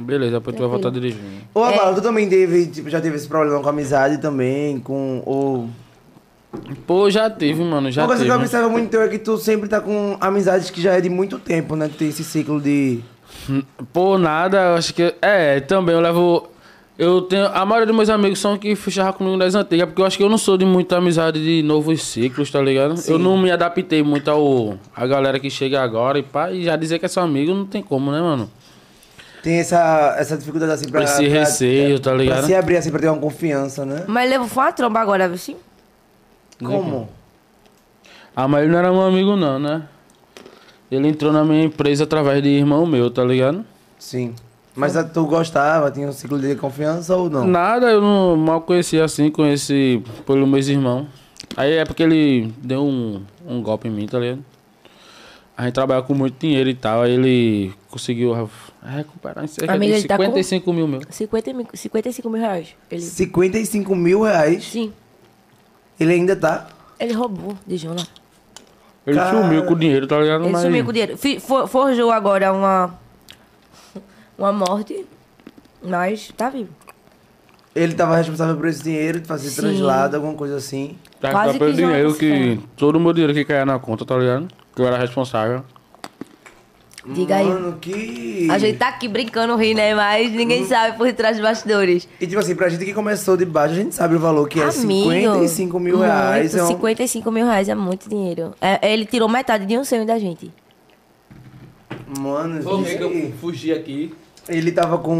Speaker 5: Beleza, depois tu vai voltar dirigindo.
Speaker 2: Ô,
Speaker 3: É.
Speaker 2: Abala, tu também teve, tipo, já teve esse problema com a amizade também, com... Ou...
Speaker 5: Pô, já tive, mano, já
Speaker 2: Uma coisa
Speaker 5: tive.
Speaker 2: que eu observo muito teu é que tu sempre tá com amizades que já é de muito tempo, né? Tu tem esse ciclo de...
Speaker 5: Pô, nada, eu acho que. É, também eu levo. Eu tenho. A maioria dos meus amigos são que fecharam comigo das antigas, porque eu acho que eu não sou de muita amizade de novos ciclos, tá ligado? Eu não me adaptei muito ao a galera que chega agora e pá, e já dizer que é seu amigo não tem como, né, mano?
Speaker 2: Tem essa, essa dificuldade, assim, pra...
Speaker 5: Esse
Speaker 2: pra-
Speaker 5: receio, tá
Speaker 2: Pra
Speaker 5: ligado?
Speaker 2: se abrir, assim, pra ter uma confiança, né?
Speaker 3: Mas levou foi uma tromba agora, viu? sim? Né,
Speaker 2: Como?
Speaker 5: Ah, mas ele não era meu amigo, não, né? Ele entrou na minha empresa através de irmão meu, tá ligado?
Speaker 2: Sim. Mas a- tu gostava, tinha um ciclo de confiança ou não?
Speaker 5: Nada, eu não, mal conhecia assim, conheci pelo meus irmãos. Aí é porque ele deu um, um golpe em mim, tá ligado? A gente trabalhava com muito dinheiro e tal, aí ele conseguiu recuperar em cerca
Speaker 3: Amigo,
Speaker 5: de
Speaker 3: ele tá com-
Speaker 5: 55 mil meu.
Speaker 3: 50 mil, 55 mil reais. Ele,
Speaker 2: 55 mil reais,
Speaker 3: sim,
Speaker 2: ele ainda tá...
Speaker 3: ele roubou de Jona.
Speaker 5: Ele sumiu com o dinheiro, tá ligado?
Speaker 3: Ele
Speaker 5: Mas-
Speaker 3: sumiu com o dinheiro. Fi- for- Forjou agora uma. Uma morte. Mas tá vivo.
Speaker 2: Ele tava responsável por esse dinheiro, de fazer
Speaker 3: Sim.
Speaker 2: translado, alguma coisa assim.
Speaker 5: Tá,
Speaker 3: Quase
Speaker 5: tá pelo
Speaker 3: que joga
Speaker 5: dinheiro que.
Speaker 3: fora.
Speaker 5: Todo o meu dinheiro que caía na conta, tá ligado? Que eu era responsável.
Speaker 3: Diga aí.
Speaker 2: Mano, que...
Speaker 3: A gente tá aqui brincando, rir, né? Mas ninguém sabe por trás dos bastidores.
Speaker 2: E tipo assim, pra gente que começou de baixo, a gente sabe o valor que é
Speaker 3: Amigo,
Speaker 2: 55 mil
Speaker 3: muito,
Speaker 2: reais. É um-
Speaker 3: 55 mil reais é muito dinheiro. É, ele tirou metade de um sonho da gente.
Speaker 2: Mano,
Speaker 1: Vou
Speaker 2: gente,
Speaker 1: ver que eu fugi aqui.
Speaker 2: ele tava com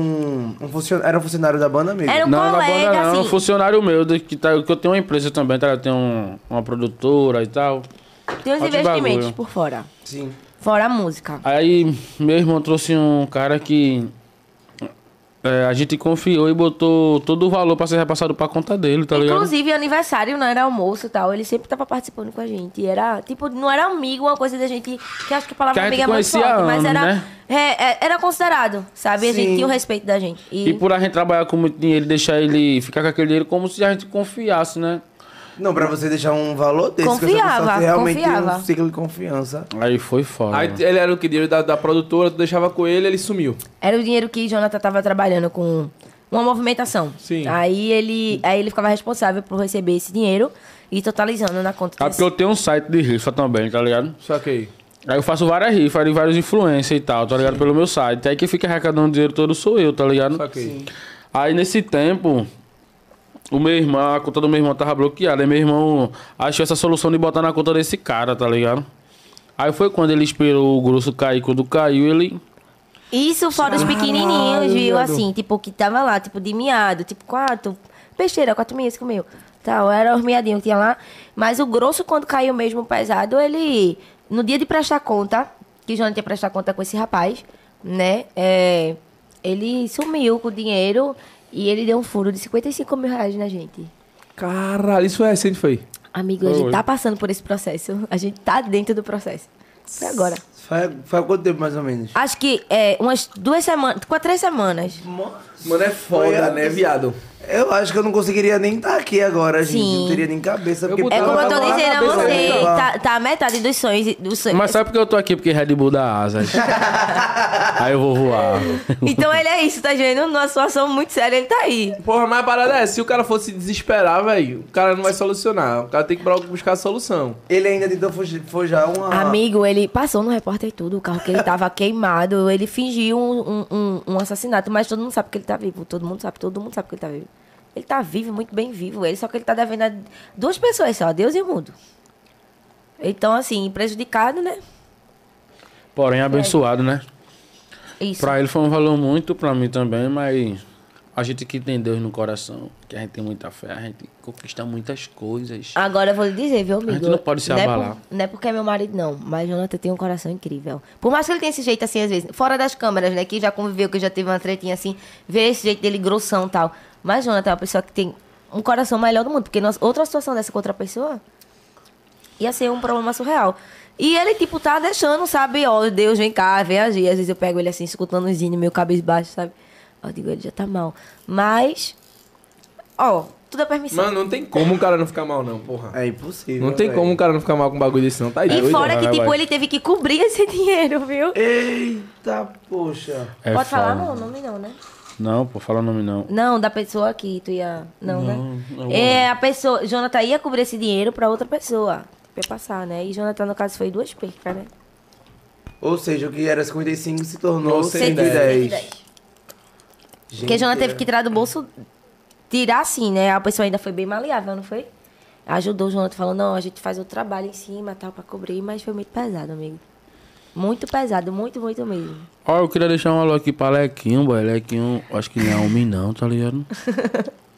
Speaker 2: um funcionário, era um funcionário da banda mesmo.
Speaker 3: Era um
Speaker 5: Não, na
Speaker 3: colega,
Speaker 5: banda não, é um
Speaker 3: assim.
Speaker 5: funcionário meu, de- que, tá, que eu tenho uma empresa também, tá? ligado? Eu tenho um- uma produtora e tal.
Speaker 3: Tem uns
Speaker 5: Ótimo
Speaker 3: investimentos
Speaker 5: bagulho.
Speaker 3: por fora.
Speaker 2: Sim.
Speaker 3: Fora a música.
Speaker 5: Aí meu irmão trouxe um cara que é, a gente confiou e botou todo o valor pra ser repassado pra conta dele, tá ligado?
Speaker 3: Inclusive, aniversário, não era almoço e tal. Ele sempre tava participando com a gente. E era, tipo, não era amigo, uma coisa da gente. Que acho que a palavra
Speaker 5: Que a
Speaker 3: amiga
Speaker 5: gente
Speaker 3: é muito
Speaker 5: conhecia
Speaker 3: forte. mas
Speaker 5: há
Speaker 3: era,
Speaker 5: anos, né?
Speaker 3: é, é, era considerado, sabe? A gente
Speaker 2: Sim.
Speaker 3: tinha o respeito da gente. E,
Speaker 5: E por a gente trabalhar com muito dinheiro e deixar ele ficar com aquele dinheiro como se a gente confiasse, né?
Speaker 2: Não, pra você deixar um valor desse. que eu só-
Speaker 3: Confiava,
Speaker 2: só realmente
Speaker 3: confiava.
Speaker 2: um ciclo de confiança.
Speaker 5: Aí foi foda.
Speaker 1: Aí
Speaker 5: mano.
Speaker 1: ele era o que? Dinheiro da, da produtora, tu deixava com ele, ele sumiu.
Speaker 3: era o dinheiro que Jonathan tava trabalhando com uma movimentação.
Speaker 1: Sim.
Speaker 3: Aí ele, aí ele ficava responsável por receber esse dinheiro e totalizando na conta
Speaker 5: Ah,
Speaker 3: desse-
Speaker 5: porque eu tenho um site de rifa também, tá ligado?
Speaker 1: Só que aí.
Speaker 5: Aí eu faço várias rifas de vários influencers e tal, tá ligado? Pelo meu site. Aí quem fica arrecadando o dinheiro todo sou eu, tá ligado?
Speaker 1: Saquei. Sim.
Speaker 5: Aí nesse tempo, o meu irmão, a conta do meu irmão tava bloqueada. Aí meu irmão achou essa solução de botar na conta desse cara, tá ligado? Aí foi quando ele esperou o grosso cair. Quando caiu, ele.
Speaker 3: Isso fora os pequenininhos, viu? Assim, tipo, que tava lá, tipo, de miado, tipo, quatro, peixeira, quatro meses comeu. Tal, era os miadinhos que tinha lá. Mas o grosso, quando caiu mesmo pesado, ele. No dia de prestar conta, que o Jonathan ia prestar conta com esse rapaz, né? É, ele sumiu com o dinheiro e ele deu um furo de 55 mil reais na gente.
Speaker 1: Caralho, isso foi recente, foi?
Speaker 3: Amigo, a gente tá passando por esse processo. A gente tá dentro do processo. Foi agora.
Speaker 2: Faz, faz quanto tempo mais ou menos?
Speaker 3: Acho que é, umas duas semanas, quatro, três semanas.
Speaker 1: Mano, é foda,
Speaker 2: Foi
Speaker 1: né,
Speaker 2: a-
Speaker 1: viado?
Speaker 2: Eu acho que eu não conseguiria nem estar aqui agora, gente.
Speaker 3: Sim.
Speaker 2: Não teria nem cabeça. porque
Speaker 3: É como eu tô
Speaker 2: tava lá
Speaker 3: dizendo
Speaker 2: na
Speaker 3: a
Speaker 2: cabeça
Speaker 3: você,
Speaker 2: dele.
Speaker 3: tá, tá a metade dos sonhos. e- Dos sonhos.
Speaker 5: Mas sabe por que eu tô aqui? Porque Red Bull dá asa. aí eu vou voar.
Speaker 3: Então ele é isso, tá vendo? Numa situação muito séria, ele tá aí.
Speaker 1: Porra, mas a parada é, se o cara fosse desesperar, velho, o cara não vai solucionar. O cara tem que bro- buscar a solução.
Speaker 2: Ele ainda tentou fugi- forjar uma...
Speaker 3: Ah. Amigo, ele passou no repórter e tudo, o carro que ele tava queimado, ele fingiu um, um- um- um assassinato, mas todo mundo sabe que ele tá vivo. Todo mundo sabe, todo mundo sabe que ele tá vivo. Ele tá vivo, muito bem vivo. Ele só que ele tá devendo a duas pessoas só, Deus e o mundo. Então, assim, prejudicado, né?
Speaker 5: Porém, abençoado, né?
Speaker 3: Isso.
Speaker 5: Pra ele foi um valor muito, pra mim também, mas. A gente que tem Deus no coração, que a gente tem muita fé, a gente conquista muitas coisas.
Speaker 3: Agora eu vou lhe dizer, viu, amigo?
Speaker 5: gente não pode se
Speaker 3: é por-
Speaker 5: abalar.
Speaker 3: não é porque é meu marido, não. Mas Jonathan tem um coração incrível. Por mais que ele tenha esse jeito assim, às vezes, fora das câmeras, né? Que já conviveu, que já teve uma tretinha assim, ver esse jeito dele grossão e tal. Mas Jonathan é uma pessoa que tem um coração melhor do mundo. Porque nós- outra situação dessa com outra pessoa ia ser um problema surreal. E ele, tipo, tá deixando, sabe? Ó, Deus, vem cá, vem agir. Às vezes eu pego ele assim, escutando os zine, meio cabisbaixo, sabe? Eu digo, ele já tá mal. Mas, ó, tudo é permissão.
Speaker 1: Mano, não tem como um cara não ficar mal, não, porra.
Speaker 2: É impossível.
Speaker 1: Não tem
Speaker 2: velho.
Speaker 1: como um cara não ficar mal com um bagulho desse, não. Tá
Speaker 3: E
Speaker 1: doido,
Speaker 3: fora
Speaker 1: né,
Speaker 3: que, tipo,
Speaker 1: vai?
Speaker 3: ele teve que cobrir esse dinheiro, viu?
Speaker 2: Eita, poxa.
Speaker 5: É
Speaker 3: Pode falar
Speaker 5: foda.
Speaker 3: não, nome não, né?
Speaker 5: Não, pô, fala o nome não.
Speaker 3: Não, da pessoa que tu ia. Não, né?
Speaker 5: não.
Speaker 3: É, a pessoa. Jonathan ia cobrir esse dinheiro pra outra pessoa. Pra passar, né? E Jonathan, no caso, foi duas percas, né?
Speaker 2: Ou seja, o que era 55 se tornou
Speaker 1: Ou 110.
Speaker 2: 110. Gente,
Speaker 3: Porque Jonathan teve
Speaker 2: é.
Speaker 3: que tirar do bolso. Tirar assim, né? A pessoa ainda foi bem maleável, não foi? Ajudou o Jonathan, falou: não, a gente faz o trabalho em cima tal, pra cobrir, mas foi muito pesado, amigo. Muito pesado, muito, muito mesmo.
Speaker 5: Ó, eu queria deixar um alô aqui pra Lequinho, boy. Lequinho, acho que ele é homem não, tá ligado?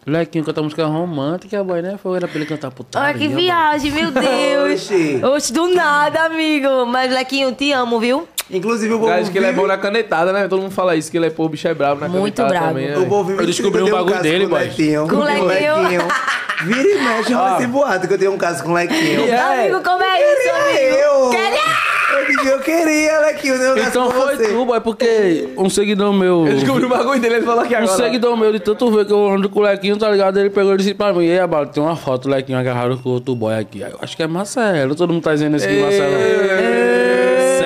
Speaker 5: Lequinho canta música romântica, boy, né? Foi era pra ele cantar putaria.
Speaker 3: Olha que
Speaker 5: boy.
Speaker 3: viagem, meu Deus.
Speaker 2: Oxi.
Speaker 3: Oxe, do nada, amigo. Mas, Lequinho, te amo, viu?
Speaker 2: Inclusive, o
Speaker 1: Eu
Speaker 2: povo
Speaker 1: acho que ele é
Speaker 2: vive-
Speaker 1: bom na canetada, né? Todo mundo fala isso, que ele é pô, o bicho é brabo na
Speaker 3: Muito
Speaker 1: canetada
Speaker 3: brabo.
Speaker 1: também. né?
Speaker 2: O povo vive
Speaker 5: Eu descobri
Speaker 2: dizendo que eu tenho
Speaker 5: um bagulho
Speaker 2: caso
Speaker 5: dele,
Speaker 2: com o
Speaker 5: boy.
Speaker 2: Lequinho.
Speaker 3: Com o
Speaker 2: o
Speaker 3: Lequinho.
Speaker 2: Vira e mexe, rola esse boato que eu tenho um caso com o Lequinho.
Speaker 1: E é,
Speaker 3: Amigo, como é isso,
Speaker 2: Queria
Speaker 3: amigo?
Speaker 2: eu!
Speaker 3: Queria!
Speaker 2: Eu digo, eu queria, Lequinho, eu tenho um caso
Speaker 5: Então
Speaker 2: com
Speaker 5: foi
Speaker 2: você.
Speaker 5: tu, boy, porque um seguidor meu.
Speaker 1: Ele descobriu o bagulho dele, ele falou que
Speaker 5: Um
Speaker 1: agora.
Speaker 5: seguidor meu de tanto ver que eu ando com o Lequinho, tá ligado? Ele pegou e disse pra mim, e aí, Abalo, tem uma foto do Lequinho agarrado com outro boy aqui. Aí Eu acho que é Marcelo, todo mundo tá dizendo isso que Marcelo.
Speaker 1: É.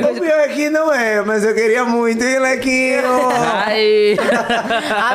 Speaker 5: Será?
Speaker 2: O pior aqui não é, mas eu queria muito, hein, Lequinho?
Speaker 3: Ai.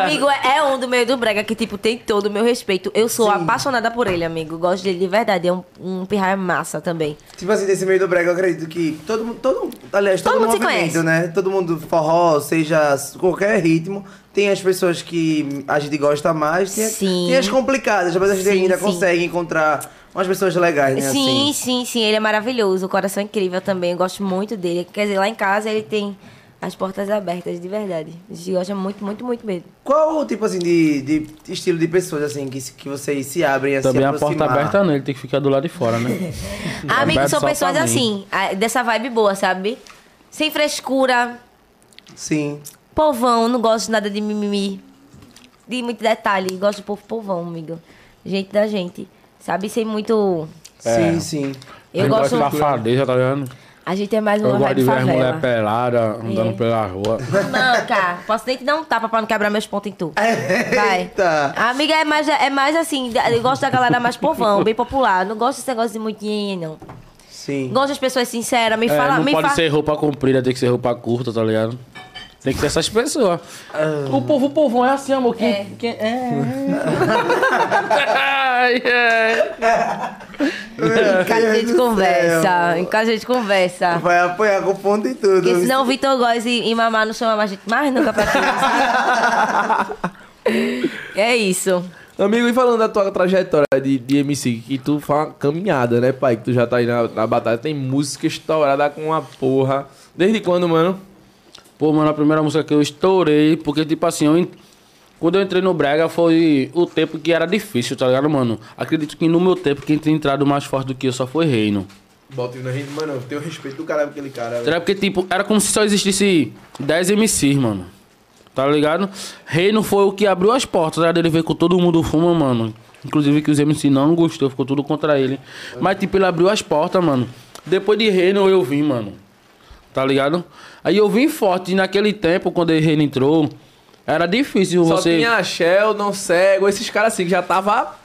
Speaker 3: amigo, é é um do meio do brega que, tipo, tem todo o meu respeito. Eu sou apaixonada por ele, amigo. Gosto dele de verdade. É um, um pirraia massa também.
Speaker 2: Tipo assim, desse meio do brega, eu acredito que todo mundo, todo, mundo- aliás, todo,
Speaker 3: Todo mundo se
Speaker 2: movimento,
Speaker 3: conhece.
Speaker 2: né? Todo mundo, forró, seja qualquer ritmo, tem as pessoas que a gente gosta mais, tem,
Speaker 3: Sim.
Speaker 2: tem as complicadas, mas a gente
Speaker 3: Sim,
Speaker 2: ainda
Speaker 3: sim.
Speaker 2: consegue encontrar umas pessoas legais, né?
Speaker 3: Sim,
Speaker 2: assim.
Speaker 3: sim, sim. Ele é maravilhoso. O coração é incrível também. Eu gosto muito dele. Quer dizer, lá em casa ele tem as portas abertas, de verdade. A gente gosta muito, muito, muito mesmo.
Speaker 2: Qual o tipo assim de, de estilo de pessoas assim que, se- que vocês se abrem a
Speaker 5: Também
Speaker 2: se
Speaker 5: a porta
Speaker 2: aproximar?
Speaker 5: aberta não, ele tem que ficar do lado de fora, né?
Speaker 3: Amigo,
Speaker 5: Aberto
Speaker 3: são
Speaker 5: só pra
Speaker 3: pessoas
Speaker 5: mim.
Speaker 3: assim, ah, dessa vibe boa, sabe? Sem frescura,
Speaker 2: Sim.
Speaker 3: povão, não gosto de nada de mimimi, de muito detalhe, gosto do povo povão, amigo. Gente da gente, sabe? Sem muito.
Speaker 5: É.
Speaker 2: Sim, sim.
Speaker 3: Eu
Speaker 5: Ele
Speaker 3: gosto.
Speaker 5: gosta de safadeza, tá ligado?
Speaker 3: A gente é mais
Speaker 5: Eu
Speaker 3: uma
Speaker 5: gosto de
Speaker 3: vibe
Speaker 5: ver as mulheres
Speaker 3: favela.
Speaker 5: peladas
Speaker 3: É.
Speaker 5: andando pela rua.
Speaker 3: Não, cara, posso nem te dar um tapa pra não quebrar meus pontos em tu. Vai.
Speaker 2: Eita.
Speaker 3: A amiga é mais, é mais assim, da- eu gosto da galera mais povão, bem popular. Não gosto desse negócio de muito nhenhen, não.
Speaker 2: Sim.
Speaker 3: Gosto das pessoas sinceras, me
Speaker 5: É,
Speaker 3: fala.
Speaker 5: não
Speaker 3: me
Speaker 5: pode
Speaker 3: fa-
Speaker 5: ser roupa comprida, tem que ser roupa curta, tá ligado? Tem que ter essas pessoas. O povo, o povão é assim, amor. Quem,
Speaker 3: É.
Speaker 5: quem- é. Ai, é.
Speaker 3: Em casa a gente conversa. Em casa a gente conversa.
Speaker 2: Vai apoiar com ponto e tudo.
Speaker 3: Porque senão o Vitor Góes e, e Mamá não chamam a gente mais nunca pra isso. É isso.
Speaker 1: Amigo, e falando da tua trajetória de, de MC, que tu faz uma caminhada, né, pai? Que tu já tá aí na, na batalha, tem música estourada com uma porra. Desde quando, mano?
Speaker 5: Pô, mano, a primeira música que eu estourei, porque, tipo assim, eu en- quando eu entrei no Brega foi o tempo que era difícil, tá ligado, mano? Acredito que no meu tempo, quem tem entrado mais forte do que eu só foi Reino.
Speaker 1: Bota na gente, mano, eu tenho respeito do caralho aquele cara.
Speaker 5: Era porque, tipo, era como se só existisse 10 MCs, mano. Tá ligado? Reino foi o que abriu as portas, tá ligado? Ele veio com todo mundo fuma, mano. Inclusive que os MCs não gostou, ficou tudo contra ele. Mas, tipo, ele abriu as portas, mano. Depois de Reino eu vim, mano. Tá ligado? Aí eu vim forte. E naquele tempo, quando Reino entrou, era difícil
Speaker 1: Só
Speaker 5: você.
Speaker 1: tinha Sheldon, Cego, esses caras assim que já tava.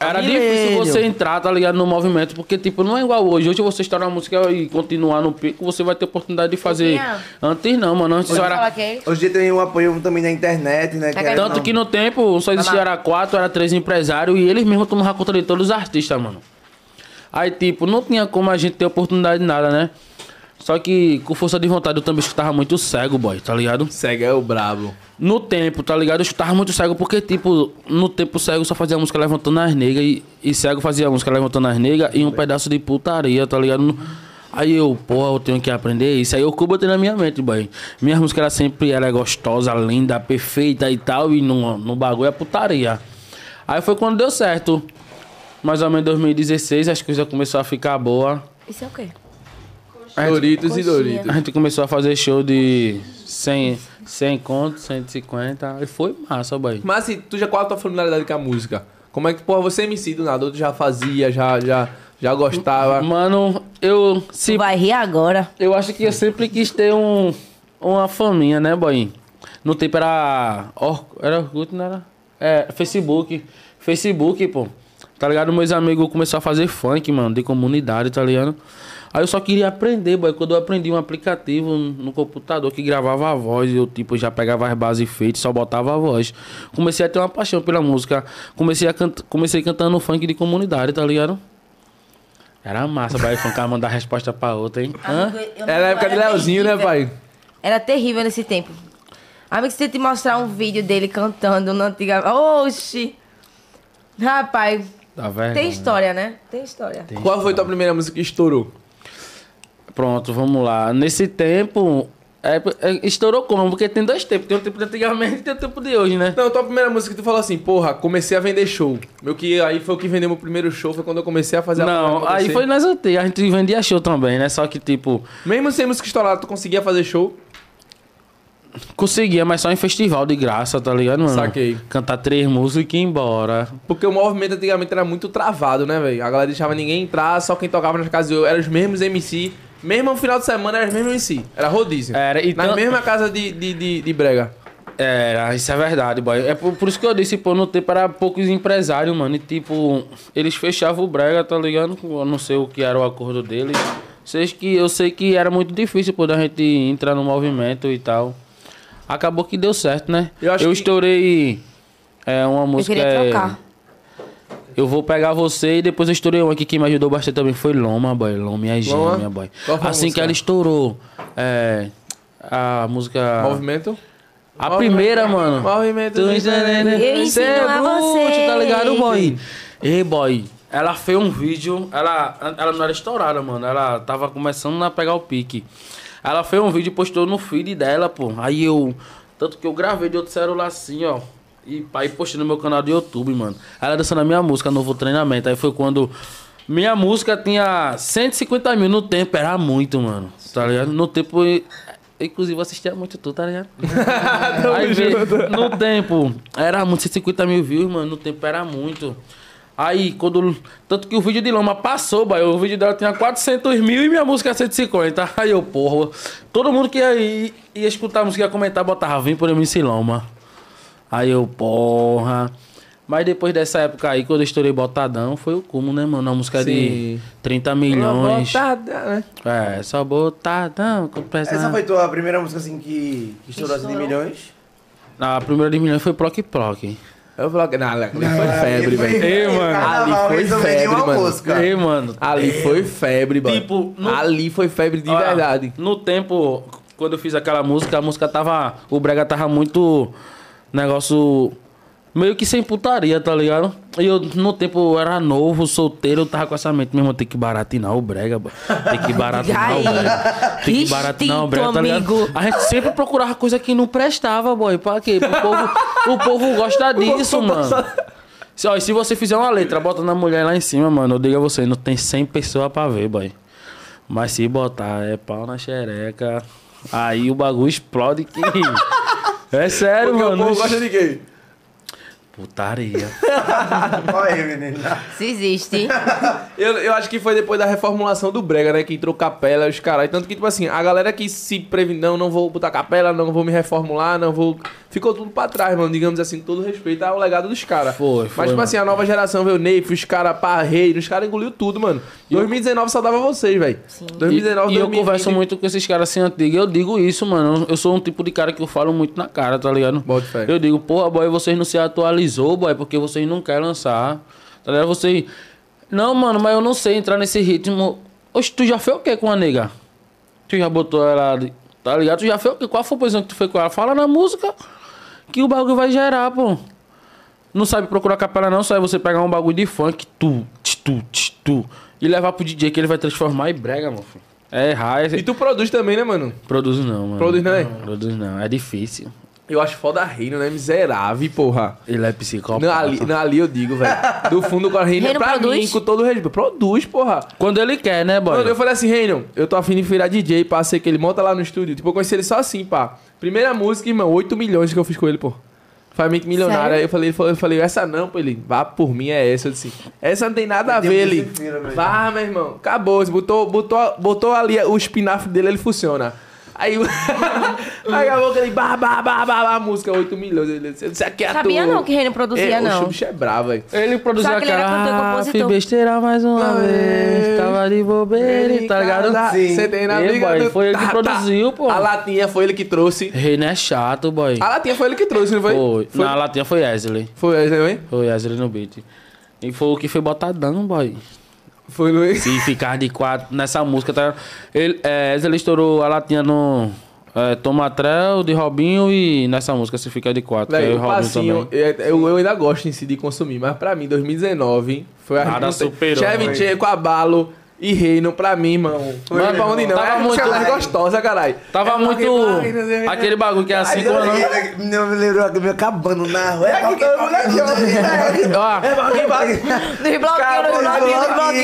Speaker 5: Era
Speaker 1: milênio.
Speaker 5: difícil você entrar, tá ligado, no movimento, porque, tipo, não é igual hoje. Hoje você estourar uma música e continuar no pico, você vai ter oportunidade de fazer.
Speaker 3: Tinha.
Speaker 5: Antes não, mano. Antes só era.
Speaker 3: é
Speaker 2: Hoje em dia tem um apoio também na internet, né?
Speaker 3: Tá
Speaker 2: é-
Speaker 5: Tanto que no tempo só existia era quatro, era três empresários e eles mesmos tomavam conta de todos os artistas, mano. Aí, tipo, não tinha como a gente ter oportunidade de nada, né? Só que com força de vontade eu também escutava muito cego, boy, tá ligado?
Speaker 1: Cego é o brabo.
Speaker 5: No tempo, tá ligado? Eu escutava muito cego porque, tipo, no tempo cego só fazia música levantando as negras e, e cego fazia música levantando as negras e um pedaço de putaria, tá ligado? No- Aí eu, pô, eu tenho que aprender isso. Aí eu botei na minha mente, boy. Minha música era sempre era gostosa, linda, perfeita e tal. E no, no bagulho é putaria. Aí foi quando deu certo. Mais ou menos em 2016, as coisas começaram a ficar boa.
Speaker 3: Isso é o quê?
Speaker 1: Doritos e
Speaker 3: Coxinha.
Speaker 1: Doritos.
Speaker 5: A gente começou a fazer show de 100, 100 conto, 150. E foi massa, boy.
Speaker 1: Mas assim, tu já qual a tua familiaridade com a música? Como é que, porra, você é MC do nada, tu já fazia, já, já, já gostava.
Speaker 5: Mano, eu se
Speaker 3: Tu vai rir agora.
Speaker 5: Eu acho que eu sempre quis ter um, uma faminha, né, boy? No tempo era. Or, era Orkut, não era? É, Facebook. Facebook, pô. Tá ligado? Meus amigos começaram a fazer funk, mano, de comunidade, tá ligado? Aí eu só queria aprender, boy. Quando eu aprendi um aplicativo no computador que gravava a voz, eu, tipo, já pegava as bases feitas, só botava a voz. Comecei a ter uma paixão pela música. Comecei, a cant... Comecei cantando funk de comunidade, tá ligado? Era massa, boy. Funcar mandar resposta pra outra, hein? Hã?
Speaker 3: Amigo, eu- eu
Speaker 1: Era a
Speaker 3: não-
Speaker 1: época de Leozinho, né,
Speaker 3: terrível.
Speaker 1: pai?
Speaker 3: Era terrível nesse tempo. Amigo, se eu te mostrar um vídeo dele cantando no antiga. Oxi! Rapaz,
Speaker 5: Tá
Speaker 1: É.
Speaker 5: velho.
Speaker 3: tem história, né? Tem história.
Speaker 1: Qual foi tua primeira música que estourou?
Speaker 5: Pronto, vamos lá. Nesse tempo. é, é, estourou como? Porque tem dois tempos. Tem o tempo de antigamente e tem o tempo de hoje, né?
Speaker 1: Não, Então, tua primeira música que tu falou assim, porra, comecei a vender show. Meu que aí foi o que vendeu meu primeiro show, foi quando eu comecei a fazer a
Speaker 5: Não,
Speaker 1: parada
Speaker 5: aí
Speaker 1: acontecer.
Speaker 5: foi nas antigas. A gente vendia show também, né? Só que, tipo,
Speaker 1: Mesmo sem música estourada, tu conseguia fazer show?
Speaker 5: conseguia, mas só em festival de graça, tá ligado, mano?
Speaker 1: Saquei.
Speaker 5: Cantar três músicas e ir embora.
Speaker 1: Porque o movimento antigamente era muito travado, né, velho? A galera deixava ninguém entrar, só quem tocava nas casas eram os mesmos MC. Mesmo no final de semana, era os mesmos MC. Era rodízio.
Speaker 5: Era, então- e
Speaker 1: Na
Speaker 5: tan-
Speaker 1: mesma casa de, de, de, de brega.
Speaker 5: Era, isso é verdade, boy. É por, por isso que eu disse, pô, no tempo era poucos empresários, mano. E tipo, eles fechavam o brega, tá ligado? Eu não sei o que era o acordo deles. Vocês que eu sei que era muito difícil, pô, da gente entrar no movimento e tal. Acabou que deu certo, né?
Speaker 1: Eu
Speaker 5: Eu,
Speaker 1: acho que-
Speaker 5: estourei é, uma música.
Speaker 3: queria
Speaker 5: é,
Speaker 3: trocar.
Speaker 5: Eu vou pegar você e depois eu estourei uma aqui. Quem me ajudou bastante também foi Loma, boy. Loma é
Speaker 1: Loma?
Speaker 5: gêmea, boy.
Speaker 1: Qual foi a
Speaker 5: Assim que
Speaker 1: música?
Speaker 5: ela estourou, é, a música.
Speaker 1: Ah. Movimento?
Speaker 5: A primeira, mano.
Speaker 1: Movimento
Speaker 5: Tu
Speaker 1: diferente.
Speaker 5: entendendo?
Speaker 3: Eu ensino
Speaker 5: Cê
Speaker 3: a
Speaker 5: brute,
Speaker 3: você.
Speaker 5: é Tá ligado, boy? Ei, boy. Ela fez um vídeo. Ela, ela não era estourada, mano. Ela tava começando a pegar o pique. Ela fez um vídeo e postou no feed dela, pô. Aí eu. Tanto que eu gravei de outro celular assim, ó. E pai postei no meu canal do YouTube, mano. Ela dançando a minha música, novo treinamento. Aí foi quando. Minha música tinha 150 mil no tempo, era muito, mano. Tá ligado? No tempo. eu- Inclusive, eu assistia muito tu, tá ligado?
Speaker 1: um
Speaker 5: Aí, vê, no tempo, era muito, 150 mil views, mano. No tempo era muito. Aí, quando. Tanto que o vídeo de Loma passou, boy, o vídeo dela tinha 400 mil e minha música 150. Aí eu, porra. Todo mundo que ia, ia, ia escutar a música, ia comentar, botava vim por MC Loma. Aí eu, porra. Mas depois dessa época aí, quando eu estourei Botadão, foi o cúmulo, né, mano? Uma música
Speaker 1: Sim.
Speaker 5: de 30 milhões.
Speaker 1: Botada, né?
Speaker 5: É, só Botadão, com pressão.
Speaker 2: Essa foi tua primeira música assim que, que estourou assim de
Speaker 3: Estourou.
Speaker 2: milhões?
Speaker 5: Ah, A primeira de milhões foi Proc Proc.
Speaker 1: Eu falo que. Não, ali foi febre,
Speaker 2: Foi-
Speaker 1: velho.
Speaker 5: Ei, mano.
Speaker 2: Carnaval,
Speaker 1: Ali foi
Speaker 2: eles não vendem
Speaker 1: febre,
Speaker 2: uma
Speaker 1: mano.
Speaker 2: mosca.
Speaker 5: Ei, mano.
Speaker 1: Ali foi febre, mano.
Speaker 5: Tipo, no-
Speaker 1: Ali foi febre de
Speaker 5: Olha,
Speaker 1: verdade.
Speaker 5: No tempo, quando eu fiz aquela música, a música tava. O Brega tava muito. Negócio. Meio que sem putaria, tá ligado? E eu, no tempo, eu era novo, solteiro, eu tava com essa mente, meu irmão, tem que baratinar o brega, bo- tem que baratinar o
Speaker 3: Ai,
Speaker 5: brega, tem que
Speaker 3: que
Speaker 5: baratinar o
Speaker 3: instinto,
Speaker 5: brega, tá ligado?
Speaker 3: amigo.
Speaker 5: A gente sempre procurava coisa que não prestava, boy, pra quê? Pro povo, o povo gosta disso, mano. Se, ó, e se você fizer uma letra botando a mulher lá em cima, mano, eu digo a você, não tem 100 pessoas pra ver, boy. Mas se botar é pau na xereca, aí o bagulho explode que... É sério,
Speaker 1: Porque o
Speaker 5: mano.
Speaker 1: povo gosta de quê?
Speaker 5: Putaria.
Speaker 2: Olha aí, menina.
Speaker 3: Se existe.
Speaker 1: Eu, eu acho que foi depois da reformulação do Brega, né? Que entrou capela, os caras. Tanto que, tipo assim, a galera que se previne, não, não vou botar capela, não vou me reformular, não vou. Ficou tudo pra trás, mano. Digamos assim, todo respeito ao legado dos caras.
Speaker 5: Foi, foi,
Speaker 1: Mas, tipo
Speaker 5: mano.
Speaker 1: assim, a nova geração veio Neif, os caras parreiro, os caras engoliu tudo, mano. 2019 saudava vocês, velho. 2019,
Speaker 5: e, e eu
Speaker 1: 2020.
Speaker 5: converso muito com esses caras assim antigos. Eu digo isso, mano. Eu sou um tipo de cara que eu falo muito na cara, tá ligado?
Speaker 1: Bota fé.
Speaker 5: Eu digo, porra, boy, vocês não se atualizou, boy, porque vocês não querem lançar. Tá ligado? Vocês. Não, mano, mas eu não sei entrar nesse ritmo. Oxe, tu já fez o que com a nega? Tu já botou ela. ali, Tá ligado? Tu já fez o quê? Qual foi a posição que tu fez com ela? Fala na música que o bagulho vai gerar, pô. Não sabe procurar capela, não, só é você pegar um bagulho de funk, tu, tch, tu, tch, tu, e levar pro DJ que ele vai transformar em brega, meu filho. É raio.
Speaker 1: E tu produz também, né, mano?
Speaker 5: Produzo não, mano.
Speaker 1: Produz não, hein?
Speaker 5: Produzo não. É difícil.
Speaker 1: Eu acho foda reino, né? Miserável, porra.
Speaker 5: Ele é psicopata.
Speaker 1: Não, ali, não, ali eu digo, velho. Do fundo do coração, Reino,
Speaker 3: Reino
Speaker 1: pra
Speaker 3: produz?
Speaker 1: mim, com todo o respeito. Produz, porra.
Speaker 5: Quando ele quer, né, boy?
Speaker 1: Mano, eu falei assim, Reino, eu tô afim de virar DJ, pá, sei que ele monta lá no estúdio. Tipo, eu conheci ele só assim, pá. Primeira música, irmão, 8 milhões que eu fiz com ele, pô. Família milionária.
Speaker 3: Sério?
Speaker 1: Eu falei, eu falei, essa não, pô. Ele, vá por mim, é essa. Eu disse, essa não tem um nada a ver,
Speaker 2: Deus
Speaker 1: ele.
Speaker 2: me fira, meu
Speaker 1: Vá, meu irmão. Acabou. Botou, botou, botou ali o espinafre dele, ele funciona. Aí, o- aí acabou que ele, bah, bah, bah, bah, bah, a música, 8 milhões. Ele disse, isso aqui é
Speaker 3: Sabia
Speaker 1: tu.
Speaker 3: não que Reino produzia,
Speaker 1: é,
Speaker 3: não.
Speaker 1: O bicho é bravo, velho.
Speaker 5: Ele produziu
Speaker 3: Só que ele era
Speaker 5: aquela.
Speaker 3: cantor e
Speaker 5: Ah,
Speaker 3: compositor."
Speaker 5: fiz besteira mais uma
Speaker 1: Uma
Speaker 5: vez.
Speaker 1: vez.
Speaker 5: Tava de bobeira, tá ligado?
Speaker 2: Sim.
Speaker 1: Você tem na
Speaker 5: Ei,
Speaker 1: briga
Speaker 5: boy,
Speaker 1: do-
Speaker 5: foi ele que produziu, pô.
Speaker 1: A latinha foi ele que trouxe.
Speaker 5: Reino é chato, boy.
Speaker 1: A latinha foi ele que trouxe, não foi?
Speaker 5: Foi.
Speaker 1: Foi,
Speaker 5: Na latinha foi Wesley.
Speaker 1: foi ele também?
Speaker 5: Foi Wesley no beat. E foi o que foi botadão, boy.
Speaker 1: Foi Luiz.
Speaker 5: Se ficar de quatro nessa música, tá? Ele, é, Wesley estourou a latinha no. É, Tomatrel, de Robinho e nessa música se ficar de quatro. que
Speaker 1: Velho,
Speaker 5: é
Speaker 1: o
Speaker 5: Robinho
Speaker 1: passinho,
Speaker 5: também.
Speaker 1: eu, eu- eu ainda gosto em si de consumir, mas pra mim, 2019 foi a
Speaker 5: Nada
Speaker 1: não sei,
Speaker 5: superou,
Speaker 1: Chevy
Speaker 5: velho.
Speaker 1: Checo, Abalo e Reino, pra mim, irmão. Não é pra onde não.
Speaker 5: Tava
Speaker 1: é a música
Speaker 5: muito-
Speaker 1: mais gostosa, caralho.
Speaker 5: Tava
Speaker 1: É
Speaker 5: muito.
Speaker 1: porque- Ai, não sei-
Speaker 5: Aquele bagulho que é assim, como é o nome?
Speaker 2: Não me lembrou me acabando na rua. É que todo mundo aqui, né?
Speaker 5: Ó,
Speaker 2: tá
Speaker 3: Nos bloquinhos, nos bloquinhos, nos bloquinhos.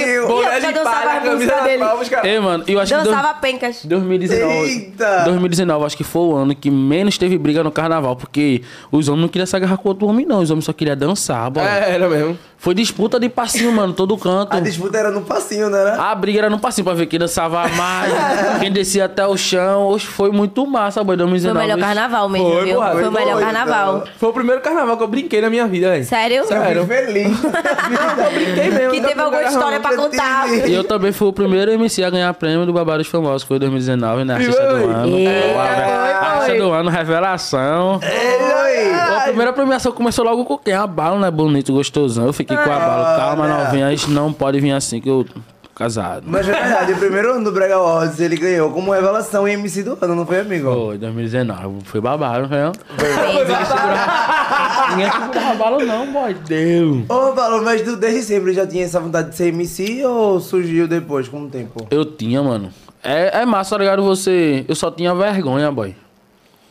Speaker 3: E
Speaker 1: Boné
Speaker 3: eu já
Speaker 1: de
Speaker 3: dançava
Speaker 1: palha,
Speaker 3: a música
Speaker 1: camisa
Speaker 3: dele.
Speaker 1: nova, os caras.
Speaker 5: Ei, mano, eu acho que. dois-
Speaker 3: Dançava pencas.
Speaker 5: 2019.
Speaker 2: Eita!
Speaker 5: 2019, acho que foi o ano que menos teve briga no carnaval, porque os homens não queriam se agarrar com outro homem, não. Os homens só queriam dançar, boy.
Speaker 1: É, era mesmo.
Speaker 5: Foi disputa de passinho, mano, todo canto.
Speaker 2: A disputa era no passinho, né? não era?
Speaker 5: A briga era no passinho pra ver quem dançava mais, quem descia até o chão. Hoje foi muito massa, boy.
Speaker 3: Foi o
Speaker 5: 2019.
Speaker 3: melhor carnaval mesmo,
Speaker 1: Foi,
Speaker 3: viu?
Speaker 1: porra,
Speaker 3: Foi o
Speaker 2: foi
Speaker 3: melhor
Speaker 2: doido,
Speaker 3: carnaval.
Speaker 2: cara.
Speaker 1: Foi o primeiro carnaval que eu brinquei na minha vida, velho.
Speaker 3: Sério?
Speaker 2: Eu fui feliz.
Speaker 1: Brinquei mesmo.
Speaker 3: Que
Speaker 1: da
Speaker 3: teve
Speaker 1: primeira
Speaker 3: alguma história pra
Speaker 2: eu
Speaker 3: contar.
Speaker 2: tive.
Speaker 5: E eu também fui o primeiro MC a ganhar prêmio do Babado dos Famosos, que foi em 2019, né? Artista
Speaker 1: Oi.
Speaker 5: do ano.
Speaker 3: Eita,
Speaker 5: Uau, né?
Speaker 3: foi,
Speaker 5: Artista
Speaker 3: foi.
Speaker 5: do ano, revelação.
Speaker 2: É. Oi!
Speaker 5: Pô, A primeira premiação começou logo com quem? Abalo, né? Bonito, gostosão. Eu fiquei com a
Speaker 2: É.
Speaker 5: bala. Calma,
Speaker 2: Olha.
Speaker 5: novinha. A gente não pode vir assim que eu tô casado.
Speaker 2: Mas é verdade, o primeiro ano do Brega Awards ele ganhou como revelação em MC do ano, não foi, amigo?
Speaker 5: Foi, 2019. Foi babado, né? Ninguém segurava bala não, boy. Deus.
Speaker 2: Ô, Paulo, mas tu desde sempre já tinha essa vontade de ser MC ou surgiu depois, com o tempo?
Speaker 5: Eu tinha, mano. É, é massa, tá ligado? Você... Eu só tinha vergonha, boy.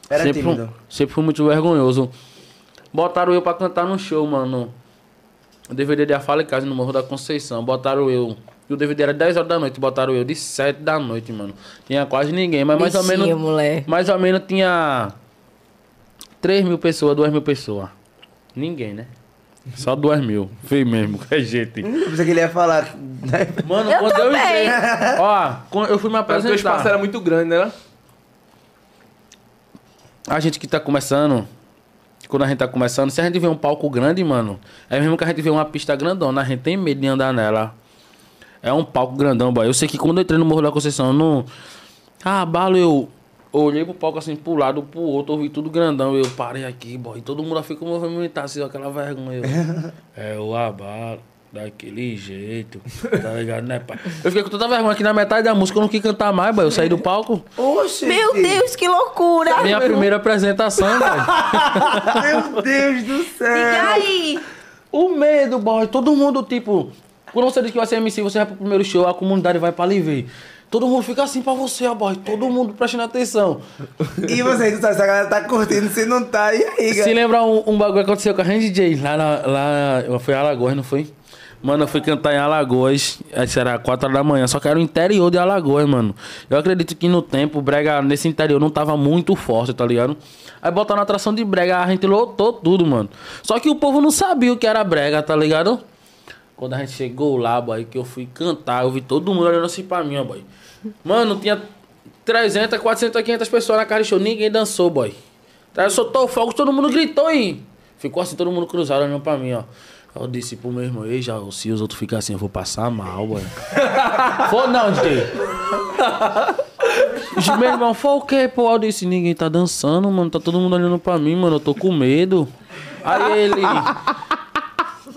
Speaker 2: Era
Speaker 5: sempre,
Speaker 2: tímido.
Speaker 5: sempre fui muito vergonhoso. Botaram eu pra cantar num show, mano. O DVD de A Fala em Casa, no Morro da Conceição. Botaram eu. E o DVD era 10 horas da noite. Botaram eu de 7 da noite, mano. Tinha quase ninguém, mas mais ou
Speaker 3: Bichinho,
Speaker 5: menos.
Speaker 3: moleque.
Speaker 5: Mais ou menos tinha 3 mil pessoas, 2 mil pessoas. Ninguém, né? Só 2 mil. Fui mesmo, que gente.
Speaker 2: Eu pensei que ele ia falar. né?
Speaker 5: Mano,
Speaker 3: Eu
Speaker 5: quando eu
Speaker 3: também.
Speaker 5: entrei. Ó, quando eu fui me
Speaker 1: Mas o teu espaço era
Speaker 5: apresentar.
Speaker 1: muito grande, né?
Speaker 5: A gente que tá começando. Quando a gente tá começando, se a gente vê um palco grande, mano, é mesmo que a gente vê uma pista grandona, a gente tem medo de andar nela. É um palco grandão, boy. Eu sei que quando eu entrei no Morro da Conceição, eu não. Ah, balo, eu olhei pro palco assim, pro lado, pro outro, eu vi tudo grandão. Eu parei aqui, boy. Todo mundo ficou movimentado, assim, ó, aquela vergonha. Eu, é o abalo, daquele jeito, tá ligado, né, pai? Eu fiquei com tanta vergonha que na metade da música eu não quis cantar mais, boy. Eu saí do palco.
Speaker 2: Oxe!
Speaker 3: Meu Deus, que loucura!
Speaker 5: Minha primeira apresentação, boy.
Speaker 2: Meu Deus do céu!
Speaker 3: Fica aí!
Speaker 5: O medo, boy. Todo mundo, tipo. Quando você diz que vai ser MC, você vai pro primeiro show, a comunidade vai pra lhe ver. Todo mundo fica assim pra você, ó, boy. Todo mundo prestando atenção.
Speaker 2: E você, tu sabe, se a galera tá curtindo, se não tá, e aí,
Speaker 5: Se
Speaker 2: galera?
Speaker 5: lembrar um, um bagulho que aconteceu com a Randy J, lá, na, lá foi em Alagoas, não foi? Mano, eu fui cantar em Alagoas, isso era 4 horas da manhã, só que era o interior de Alagoas, mano. Eu acredito que no tempo, o brega nesse interior não tava muito forte, tá ligado? Aí botaram atração de brega, a gente lotou tudo, mano. Só que o povo não sabia o que era brega, tá ligado? Quando a gente chegou lá, boy, que eu fui cantar, eu vi todo mundo olhando assim pra mim, ó, boy. Mano, tinha 300, 400, 500 pessoas na cara de show, ninguém dançou, boy. Aí eu soltou o fogo, todo mundo gritou e ficou assim, todo mundo cruzado olhando pra mim, ó. Aí Eu disse pro meu irmão, ei, já, se os outros ficarem assim, eu vou passar mal, boy. Foi não, DJ. Disse, Meu irmão, foi o quê, pô? Eu disse, ninguém tá dançando, mano. Tá todo mundo olhando pra mim, mano. Eu tô com medo. Aí ele.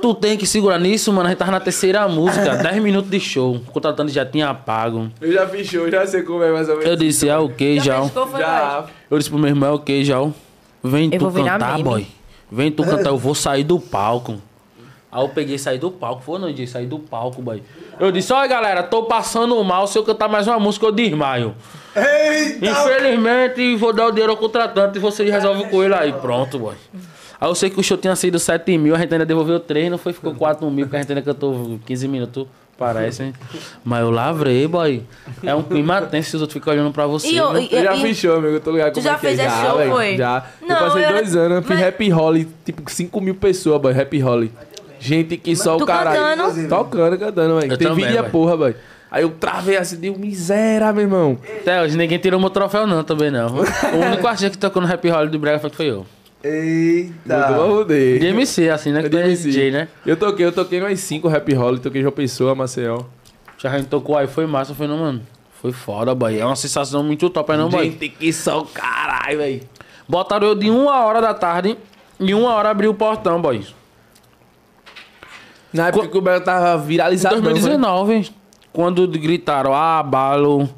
Speaker 5: Tu tem que segurar nisso, mano. A gente tava na terceira música, 10 minutos de show. O contratante já tinha pago.
Speaker 1: Eu já fiz show, já sei como é mais ou menos.
Speaker 5: Eu disse, é o quê, Jal?
Speaker 3: pescou, foi
Speaker 1: Já.
Speaker 3: nós.
Speaker 5: Eu disse pro meu irmão, é o quê, Jal? Vem
Speaker 3: Eu
Speaker 5: tu
Speaker 3: vou virar
Speaker 5: cantar,
Speaker 3: meme.
Speaker 5: boy. Vem tu cantar, eu vou sair do palco. Aí eu peguei e saí do palco. Foi, não, DJ, saí do palco, boy. Eu disse, olha, galera, tô passando mal. Se eu cantar mais uma música, eu desmaio. Infelizmente, vou dar o dinheiro ao contratante e você resolve com ele aí. Pronto, boy. Aí eu sei que o show tinha sido 7 mil, a gente ainda devolveu 3, não foi? Ficou 4 mil, porque a gente ainda cantou 15 minutos, parece, hein? Mas eu lavrei, boy. É um clima tenso, os outros ficam olhando pra você.
Speaker 3: E eu-
Speaker 5: né?
Speaker 3: e-
Speaker 1: Eu já
Speaker 3: e-
Speaker 1: fiz show, amigo. Eu tô ligado
Speaker 3: Tu
Speaker 1: como
Speaker 3: já
Speaker 1: é que é.
Speaker 3: fez esse show,
Speaker 1: velho,
Speaker 3: foi?
Speaker 1: Já.
Speaker 3: Não,
Speaker 1: eu passei
Speaker 3: eu era-
Speaker 1: dois anos, eu fiz
Speaker 3: mas-
Speaker 1: happy holly, tipo 5 mil pessoas, boy, happy holly. Gente que só
Speaker 3: Tu
Speaker 1: o cara...
Speaker 3: cantando?
Speaker 1: Tocando, cantando, velho.
Speaker 5: Eu
Speaker 1: Tem
Speaker 5: também,
Speaker 1: vídeo e a
Speaker 5: boy.
Speaker 1: porra, boy. Aí eu travei assim, deu miséria, meu irmão.
Speaker 5: Até hoje ninguém tirou meu troféu, não, também não. O único artista que tocou no Happy Holiday do Brega foi foi eu.
Speaker 2: Eita.
Speaker 1: Eu rodei.
Speaker 5: De MC, assim, né? Que
Speaker 1: Eu
Speaker 5: tu é
Speaker 1: DMC.
Speaker 5: DJ, né?
Speaker 1: Eu toquei, eu toquei mais cinco rap roll, toquei João Pessoa, Maceió.
Speaker 5: Já a gente tocou aí, foi massa, foi não, mano. Foi foda, boy. É uma sensação muito top aí, não, boy.
Speaker 1: Gente, que só o caralho, velho.
Speaker 5: Botaram eu de uma hora da tarde e uma hora abriu o portão, boy.
Speaker 1: Na época que o Belo tava viralizado.
Speaker 5: 2019, quando gritaram, ah, balo.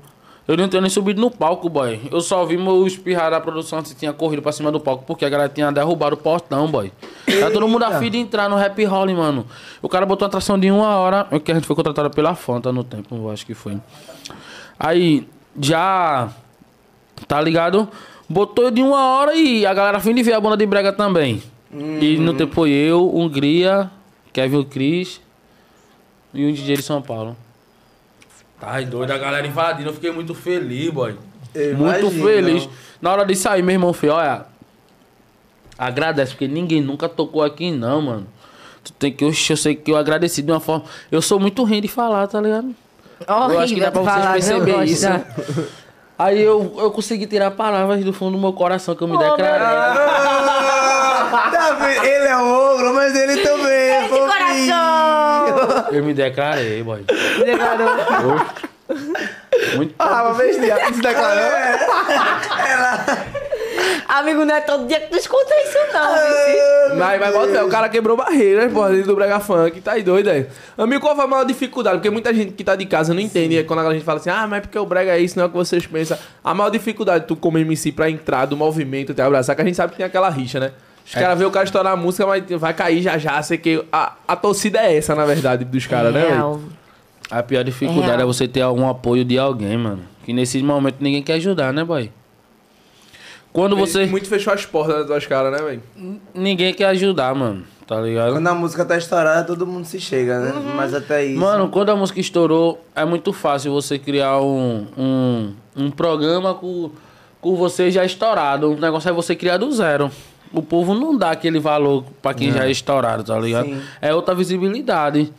Speaker 5: Eu não tinha nem subido no palco, boy. Eu só vi meu espirrar da produção se tinha corrido pra cima do palco, porque a galera tinha derrubado o portão, boy. Tá todo mundo afim de entrar no Happy Holly, mano. O cara botou uma atração de uma hora, é que a gente foi contratado pela Fanta no tempo, eu acho que foi. Aí, já. Tá ligado? Botou de uma hora e a galera fim de ver a banda de brega também. E no tempo foi eu, Hungria, Kevin o Cris e um DJ de São Paulo. Tá doido, a galera invadindo. Eu fiquei muito feliz, boy.
Speaker 2: Eu
Speaker 5: muito
Speaker 2: imagino.
Speaker 5: feliz. Na hora de sair, meu irmão, foi, olha. Agradece, porque ninguém nunca tocou aqui, não, mano. Tu tem que. Oxe, eu sei que eu agradeci de uma forma. Eu sou muito ruim de falar, tá ligado?
Speaker 3: Horrível
Speaker 5: Eu acho que dá pra
Speaker 3: tu
Speaker 5: vocês
Speaker 3: falar,
Speaker 5: perceber
Speaker 3: eu gosto.
Speaker 5: isso. Aí eu, eu consegui tirar palavras do fundo do meu coração que eu me
Speaker 3: Oh,
Speaker 5: declarei.
Speaker 2: Ah, tá vendo? ele é ogro, mas ele também é
Speaker 3: Esse coração!
Speaker 5: Eu me declarei, boy. Muito
Speaker 2: Ah, uma besteira. Se declarou?
Speaker 3: Amigo, não é todo dia que tu escuta isso, não. Vici.
Speaker 2: É.
Speaker 1: Mas, mas bota, fé, o cara quebrou barreiras, porra, dentro do Brega Funk, tá aí doido aí. Amigo, qual foi a maior dificuldade? Porque muita gente que tá de casa não entende quando a gente fala assim, ah, mas porque o Brega é isso, não é o que vocês pensam. A maior dificuldade tu como MC pra entrar do movimento, até abraçar, que a gente sabe que tem aquela rixa, né?
Speaker 5: É.
Speaker 1: Os caras vê o cara estourar a música, mas vai cair já já, sei que. A, a torcida é essa, na verdade, dos caras, né, velho?
Speaker 3: Real.
Speaker 5: A pior dificuldade
Speaker 3: É.
Speaker 5: é, você ter algum apoio de alguém, mano. Que nesse momento ninguém quer ajudar, né, boy? Quando você.
Speaker 1: Muito fechou as portas das tuas caras, né, velho?
Speaker 5: Ninguém quer ajudar, mano. Tá ligado?
Speaker 2: Quando a música tá estourada, todo mundo se chega, né?
Speaker 3: Uhum.
Speaker 2: Mas até isso.
Speaker 5: Mano, quando a música estourou, é muito fácil você criar um, um, um programa com, com você já estourado. O negócio é você criar do zero. O povo não dá aquele valor pra quem já é estourado, tá ligado? É outra visibilidade.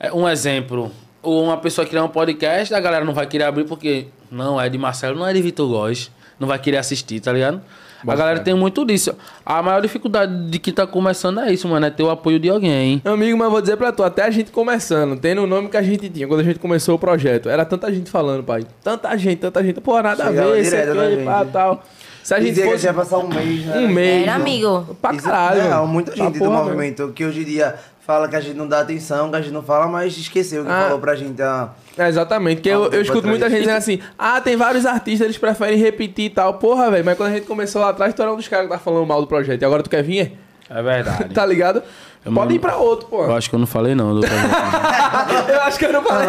Speaker 5: É um exemplo. Ou uma pessoa criar um podcast, a galera não vai querer abrir porque não é de Marcelo, não é de Vitor Góes. Não vai querer assistir, tá ligado? a galera tem muito disso. A maior dificuldade de quem tá começando é isso, mano. É ter o apoio de alguém.
Speaker 1: Amigo, mas vou dizer pra tu, até a gente começando, tendo o nome que a gente tinha quando a gente começou o projeto, era tanta gente falando, pai. Tanta gente, tanta gente. Pô, nada
Speaker 2: Chegava
Speaker 1: a ver, isso
Speaker 2: direto na
Speaker 1: aqui,
Speaker 2: gente.
Speaker 1: pá, tal. Se a gente
Speaker 2: Dizia
Speaker 1: fosse
Speaker 2: que já ia passar um mês, né?
Speaker 1: um mês...
Speaker 3: Era,
Speaker 1: mano,
Speaker 3: amigo.
Speaker 1: Pra
Speaker 2: Isso é
Speaker 1: caralho,
Speaker 2: real,
Speaker 1: mano.
Speaker 2: muita
Speaker 1: Pra
Speaker 2: gente do
Speaker 1: porra, mano.
Speaker 2: movimento que hoje em dia fala que a gente não dá atenção, que a gente não fala, mas esqueceu que
Speaker 1: Ah.
Speaker 2: falou pra gente. Ah,
Speaker 1: É, exatamente, porque
Speaker 2: Ah,
Speaker 1: eu,
Speaker 2: um tempo
Speaker 1: eu escuto
Speaker 2: atrás.
Speaker 1: muita gente dizendo assim, ah, tem vários artistas, eles preferem repetir e tal. Porra, velho, mas quando a gente começou lá atrás, tu era um dos caras que tava falando mal do projeto. E agora tu quer vir?
Speaker 5: É verdade.
Speaker 1: Tá ligado?
Speaker 5: Eu
Speaker 1: Pode
Speaker 5: mando-
Speaker 1: ir pra outro, pô.
Speaker 5: Eu acho que eu não falei não, do
Speaker 1: Eu acho que eu não falei.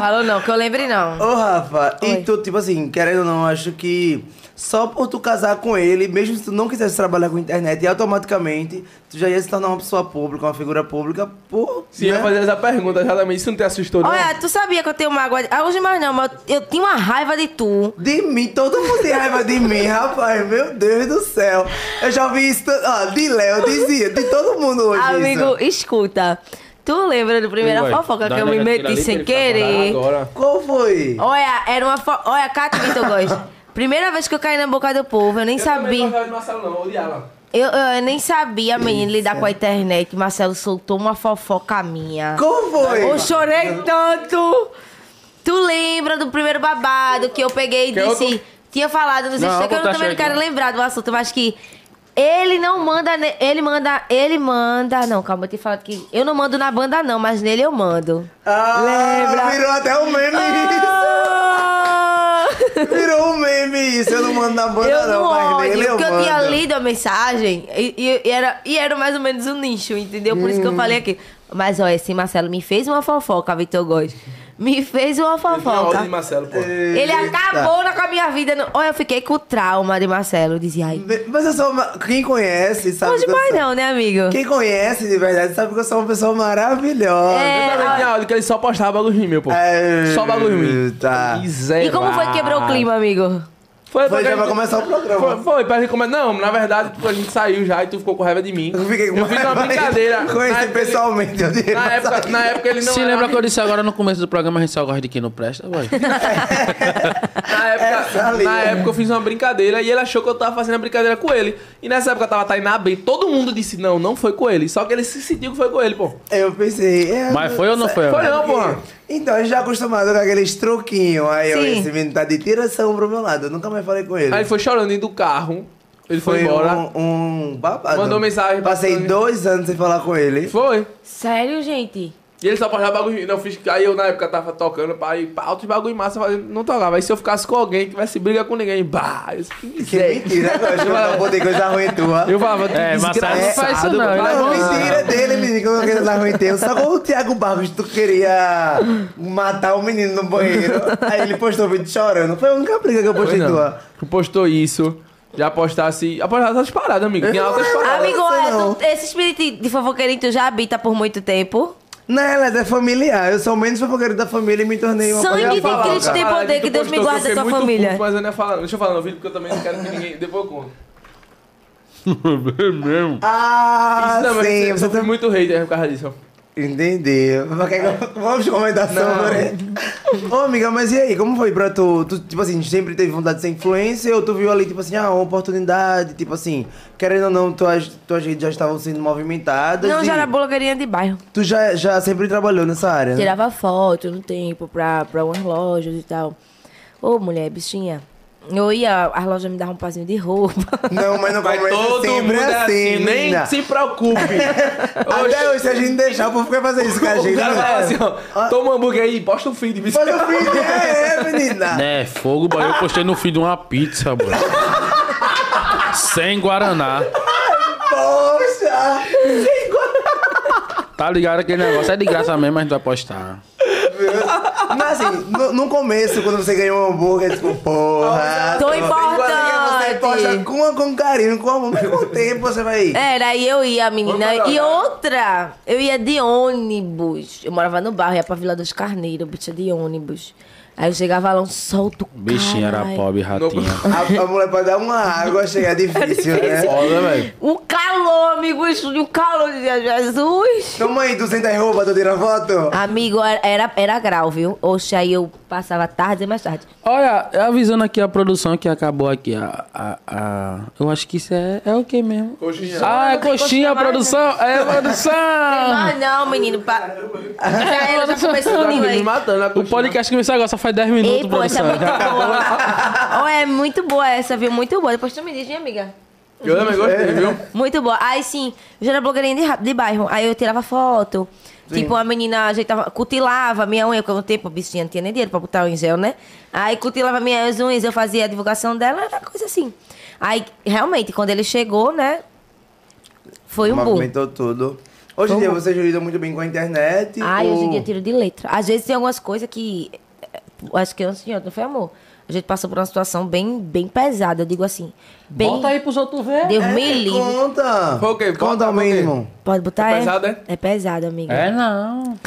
Speaker 3: Falou não, que eu lembre não.
Speaker 2: Ô, Rafa,
Speaker 3: Oi.
Speaker 2: e tu, tipo assim, querendo ou não, acho que só por tu casar com ele, mesmo se tu não quisesse trabalhar com internet, automaticamente tu já ia se tornar uma pessoa pública, uma figura pública, por. né?
Speaker 1: Sim, eu ia fazer essa pergunta, exatamente. Isso não te assustou, não?
Speaker 3: Olha, tu sabia que eu tenho mágoa. de- Ah, hoje mais não, mas eu eu tinha uma raiva de tu.
Speaker 2: De mim, todo mundo tem raiva de mim, rapaz, meu Deus do céu. Eu já ouvi isso, t- ó, de Léo, dizia, de todo mundo hoje.
Speaker 3: Amigo,
Speaker 2: isso.
Speaker 3: escuta. Tu lembra da primeira
Speaker 5: Oi,
Speaker 3: fofoca que
Speaker 5: dá
Speaker 3: eu
Speaker 5: uma
Speaker 3: me
Speaker 5: negativa
Speaker 3: meti
Speaker 5: ali,
Speaker 3: sem
Speaker 5: que ele tá
Speaker 3: querer?
Speaker 1: Agora...
Speaker 2: Qual foi?
Speaker 3: Olha, era uma fofoca. Olha, Cátia Vitor Góes. Primeira vez que eu caí na boca do povo, eu nem sabia.
Speaker 1: gostava de Marcelo, não, odiava.
Speaker 3: Eu, eu nem sabia, menino, lidar com a internet. Marcelo soltou uma fofoca minha.
Speaker 2: Qual foi?
Speaker 3: Eu chorei tanto. Tu lembra do primeiro babado que eu peguei e
Speaker 1: Quer
Speaker 3: disse.
Speaker 1: outro?
Speaker 3: Tinha falado nos
Speaker 5: Não,
Speaker 3: Instagram, que eu
Speaker 5: vou botar
Speaker 3: também não
Speaker 5: cheio aqui.
Speaker 3: quero lembrar do assunto, mas que. Ele não manda. ne- Ele manda. Ele manda. Não, calma, eu te falado que. Eu não mando na banda, não, mas nele eu mando.
Speaker 2: Ah,
Speaker 3: Lembra?
Speaker 2: virou até um meme isso.
Speaker 3: Ah!
Speaker 2: Virou um meme isso, eu não mando na banda
Speaker 3: Eu
Speaker 2: não, é
Speaker 3: não
Speaker 2: mas
Speaker 3: ódio,
Speaker 2: nele eu
Speaker 3: porque eu tinha
Speaker 2: mando.
Speaker 3: lido a mensagem e, e- e era, e era mais ou menos um nicho, entendeu? Por isso que eu falei aqui. Mas, ó, esse Marcelo me fez uma fofoca, Vitor Góes. Me fez uma fofoca.
Speaker 1: de Marcelo, pô.
Speaker 3: Ele
Speaker 2: Eita.
Speaker 3: acabou na- com a minha vida. no- Olha, eu fiquei com o trauma de Marcelo. Eu dizia, ai,
Speaker 2: Mas eu sou uma... Quem conhece sabe
Speaker 3: hoje
Speaker 2: que eu
Speaker 3: mais
Speaker 2: sou...
Speaker 3: não, né, amigo?
Speaker 2: Quem conhece de verdade sabe que eu sou uma pessoa maravilhosa.
Speaker 3: É,
Speaker 1: Eu também
Speaker 3: a-
Speaker 1: tinha áudio que ele só postava bagulho ruim, meu, pô.
Speaker 2: É,
Speaker 1: Só bagulho ruim.
Speaker 2: tá.
Speaker 1: Miserável.
Speaker 3: E como foi que quebrou o clima, amigo?
Speaker 1: Foi,
Speaker 2: Foi,
Speaker 1: porque
Speaker 2: já
Speaker 1: a
Speaker 2: vai
Speaker 1: gente-
Speaker 2: começar o
Speaker 1: Foi,
Speaker 2: programa.
Speaker 1: foi, pra gente começar. Não, na verdade, tipo, a gente saiu já e tu ficou com raiva de mim.
Speaker 2: Eu fiquei com
Speaker 1: Eu fiz uma
Speaker 2: raiva,
Speaker 1: brincadeira. Na
Speaker 2: Conheci
Speaker 1: época ele-
Speaker 2: pessoalmente, eu diria.
Speaker 1: Na época, na época ele não
Speaker 5: Se
Speaker 1: era- um
Speaker 5: lembra que eu disse agora no começo do programa, a gente só gosta de quem não presta, boy?
Speaker 1: Na
Speaker 2: Essa
Speaker 1: época,
Speaker 2: ali,
Speaker 1: na
Speaker 2: né?
Speaker 1: época eu fiz uma brincadeira e ele achou que eu tava fazendo a brincadeira com ele. E nessa época tava Tainá bem, todo mundo disse não, não foi com ele. Só que ele se sentiu que foi com ele, pô.
Speaker 2: Eu pensei... é,
Speaker 5: Mas foi ou não foi?
Speaker 1: Foi
Speaker 5: Elton?
Speaker 1: não, porra.
Speaker 2: Então, a gente já acostumado com aqueles truquinhos. Aí eu,
Speaker 3: Sim.
Speaker 2: esse menino tá de tiração pro meu lado. Eu nunca mais falei com ele.
Speaker 1: Aí ele foi chorando indo do carro. Ele foi,
Speaker 2: Foi
Speaker 1: embora.
Speaker 2: um, um babado.
Speaker 1: Mandou mensagem pra-
Speaker 2: Passei dois anos sem falar com ele.
Speaker 1: Foi.
Speaker 3: Sério, gente?
Speaker 1: E ele só postava bagulho. Não, fiz. Aí eu na época tava tocando, pai, pá, altos bagulho massa, fazendo- não tocava. Aí se eu ficasse com alguém, tivesse briga com ninguém, bah, eu que
Speaker 2: Que
Speaker 1: miséria.
Speaker 2: mentira, né? Eu não botei coisa ruim tua.
Speaker 1: Eu falava,
Speaker 5: É,
Speaker 1: é,
Speaker 5: Marcelo não faz isso não. Ele é
Speaker 2: Mas
Speaker 5: bom.
Speaker 2: mentira dele, menino, que eu não queria dar ruim teu. Só com o Thiago Barros, tu queria matar o menino no banheiro. Aí ele postou um vídeo chorando. Foi a única briga que eu postei tua.
Speaker 1: Tu postou isso, já postasse. Já postasse essas paradas, amigo. Tinha altas paradas.
Speaker 3: Amigo,
Speaker 2: não sei
Speaker 3: olha,
Speaker 2: não.
Speaker 3: tu- esse espírito de fofoqueirinho tu já habita por muito tempo.
Speaker 2: Não, ela é da familiar. Eu sou o menos fofoqueiro da família e me tornei uma
Speaker 3: Sangue
Speaker 1: Eu ia
Speaker 3: de
Speaker 1: falar,
Speaker 3: Cristo
Speaker 1: cara,
Speaker 3: tem poder,
Speaker 1: tu
Speaker 3: que Deus me
Speaker 1: postou,
Speaker 3: guarde
Speaker 1: eu
Speaker 3: a
Speaker 1: fiquei
Speaker 3: tua
Speaker 1: muito
Speaker 3: família.
Speaker 1: puto, mas eu não ia falar. Deixa eu falar no vídeo, porque eu também não quero que ninguém. Depois eu conto.
Speaker 2: Ah,
Speaker 1: não, mas é
Speaker 2: sim.
Speaker 1: eu
Speaker 2: Você
Speaker 1: sofri
Speaker 2: tá...
Speaker 1: muito hater por causa disso.
Speaker 2: Entendeu. Mas quer
Speaker 1: É.
Speaker 2: que eu- Vamos comentar sobre. Ô, amiga, mas e aí? Como foi pra tu? tu? Tipo assim, sempre teve vontade de ser influencer ou tu viu ali, tipo assim, ah, uma oportunidade? Tipo assim, querendo ou não, tuas, tuas redes já estavam sendo movimentadas.
Speaker 3: Não,
Speaker 2: e
Speaker 3: já era blogueirinha de bairro.
Speaker 2: Tu já, já sempre trabalhou nessa área,
Speaker 5: É.
Speaker 2: né?
Speaker 3: Tirava foto no tempo pra, pra umas lojas e tal. Ô, mulher, bichinha. Eu ia, as lojas me davam um pazinho de roupa.
Speaker 2: Não, mas não
Speaker 1: Vai
Speaker 2: começa
Speaker 1: todo
Speaker 2: sempre
Speaker 1: mundo
Speaker 2: assim,
Speaker 1: assim,
Speaker 2: menina.
Speaker 1: nem se preocupe.
Speaker 2: Até hoje, se a gente deixar, o povo quer fazer isso com a
Speaker 1: O
Speaker 2: gente.
Speaker 1: cara
Speaker 2: né?
Speaker 1: fala assim, ó, toma um hambúrguer aí, posta um feed, bicho.
Speaker 2: Olha o filho, é, é, menina.
Speaker 5: Né, fogo, boy. Eu postei no fim de uma pizza, boy. Sem Guaraná.
Speaker 2: Poxa!
Speaker 5: Tá ligado aquele negócio? É de graça mesmo, mas a gente vai postar.
Speaker 2: Mas assim, no, no começo, quando você ganhou um hambúrguer, tipo, porra.
Speaker 3: Tô
Speaker 2: você- Você
Speaker 3: importante.
Speaker 2: posta com, com carinho, com amor, mas com o tempo você vai.
Speaker 3: Era, e eu ia, menina. E outra, eu ia de ônibus. Eu morava no bairro, ia pra Vila dos Carneiros, bicha de ônibus. Aí eu chegava lá, um solto
Speaker 5: Bichinho era pobre, ratinha.
Speaker 2: A, a mulher pra dar uma água chega é difícil, né?
Speaker 1: Foda, velho.
Speaker 3: Um calor, amigo, isso de um calor, dizia Jesus.
Speaker 2: Toma aí, 200 reais pra tu tirar foto?
Speaker 3: Amigo, era, era grau, viu? Oxe, aí eu passava tarde e mais tarde.
Speaker 5: Olha, avisando aqui a produção que acabou aqui. A, a, a- eu acho que isso é, é o que mesmo?
Speaker 1: Coxinha.
Speaker 5: Ah, é coxinha,
Speaker 3: Coxinha mais,
Speaker 5: produção. É produção.
Speaker 3: Ah, não, menino. Pa... Já era, já começou o
Speaker 1: Tá
Speaker 3: ninho
Speaker 1: me
Speaker 3: aí.
Speaker 1: matando a
Speaker 5: O
Speaker 1: coxinha.
Speaker 5: podcast começou agora, só faz 10 minutos,
Speaker 3: Ei, pô, essa é
Speaker 5: produção. então.
Speaker 3: muito boa. oh, é muito boa essa, viu? Muito boa. Depois tu me diz, minha amiga.
Speaker 1: Eu também
Speaker 2: É.
Speaker 1: gostei, viu?
Speaker 3: Muito boa. Aí sim, eu já era blogueirinha de, ra- de bairro. Aí eu tirava foto. Tipo, a menina ajeitava, cutilava minha unha, porque no tempo, bichinha, não tinha nem dinheiro pra botar o em gel, né? Aí cutilava minhas unhas, eu fazia a divulgação dela, era coisa assim. Aí, realmente, quando ele chegou, né? Foi um boom.
Speaker 2: Movimentou tudo. Hoje em dia você lida muito bem com a internet.
Speaker 3: Ah, hoje em
Speaker 2: ou-
Speaker 3: dia eu tiro de letra. Às vezes tem algumas coisas que. eh, Acho que antes de ontem, não foi amor. A gente passou por uma situação bem, bem pesada, eu digo assim. Bem, um
Speaker 5: Bota aí pros outros ver.
Speaker 3: Deus
Speaker 2: É,
Speaker 3: me livre.
Speaker 2: Conta!
Speaker 1: Foi o quê? Conta,
Speaker 2: Conta
Speaker 1: foi o quê?
Speaker 2: mesmo.
Speaker 3: Pode botar
Speaker 1: É pesado, é?
Speaker 3: É pesado, amiga.
Speaker 5: É, não.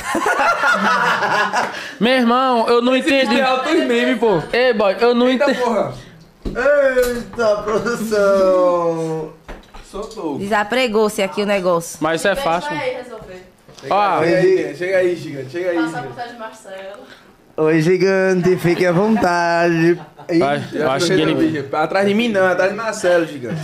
Speaker 5: Meu irmão, eu não entendi.
Speaker 1: É altos memes, pô.
Speaker 5: Ei, boy, eu não
Speaker 1: Eita
Speaker 5: entendi.
Speaker 1: porra.
Speaker 2: Eita, produção!
Speaker 1: Soltou.
Speaker 3: Desapregou-se aqui o negócio.
Speaker 5: Mas isso é fácil.
Speaker 8: Vai resolver.
Speaker 5: Ó,
Speaker 1: Chega aí, gigante. Chega aí, gigante. Chega aí,
Speaker 8: Passar por
Speaker 1: gigante.
Speaker 8: trás de Marcelo.
Speaker 2: Oi, gigante, fique à vontade. Tá
Speaker 5: vai, eu acho que ele.
Speaker 1: Atrás de mim não, atrás de Marcelo, gigante.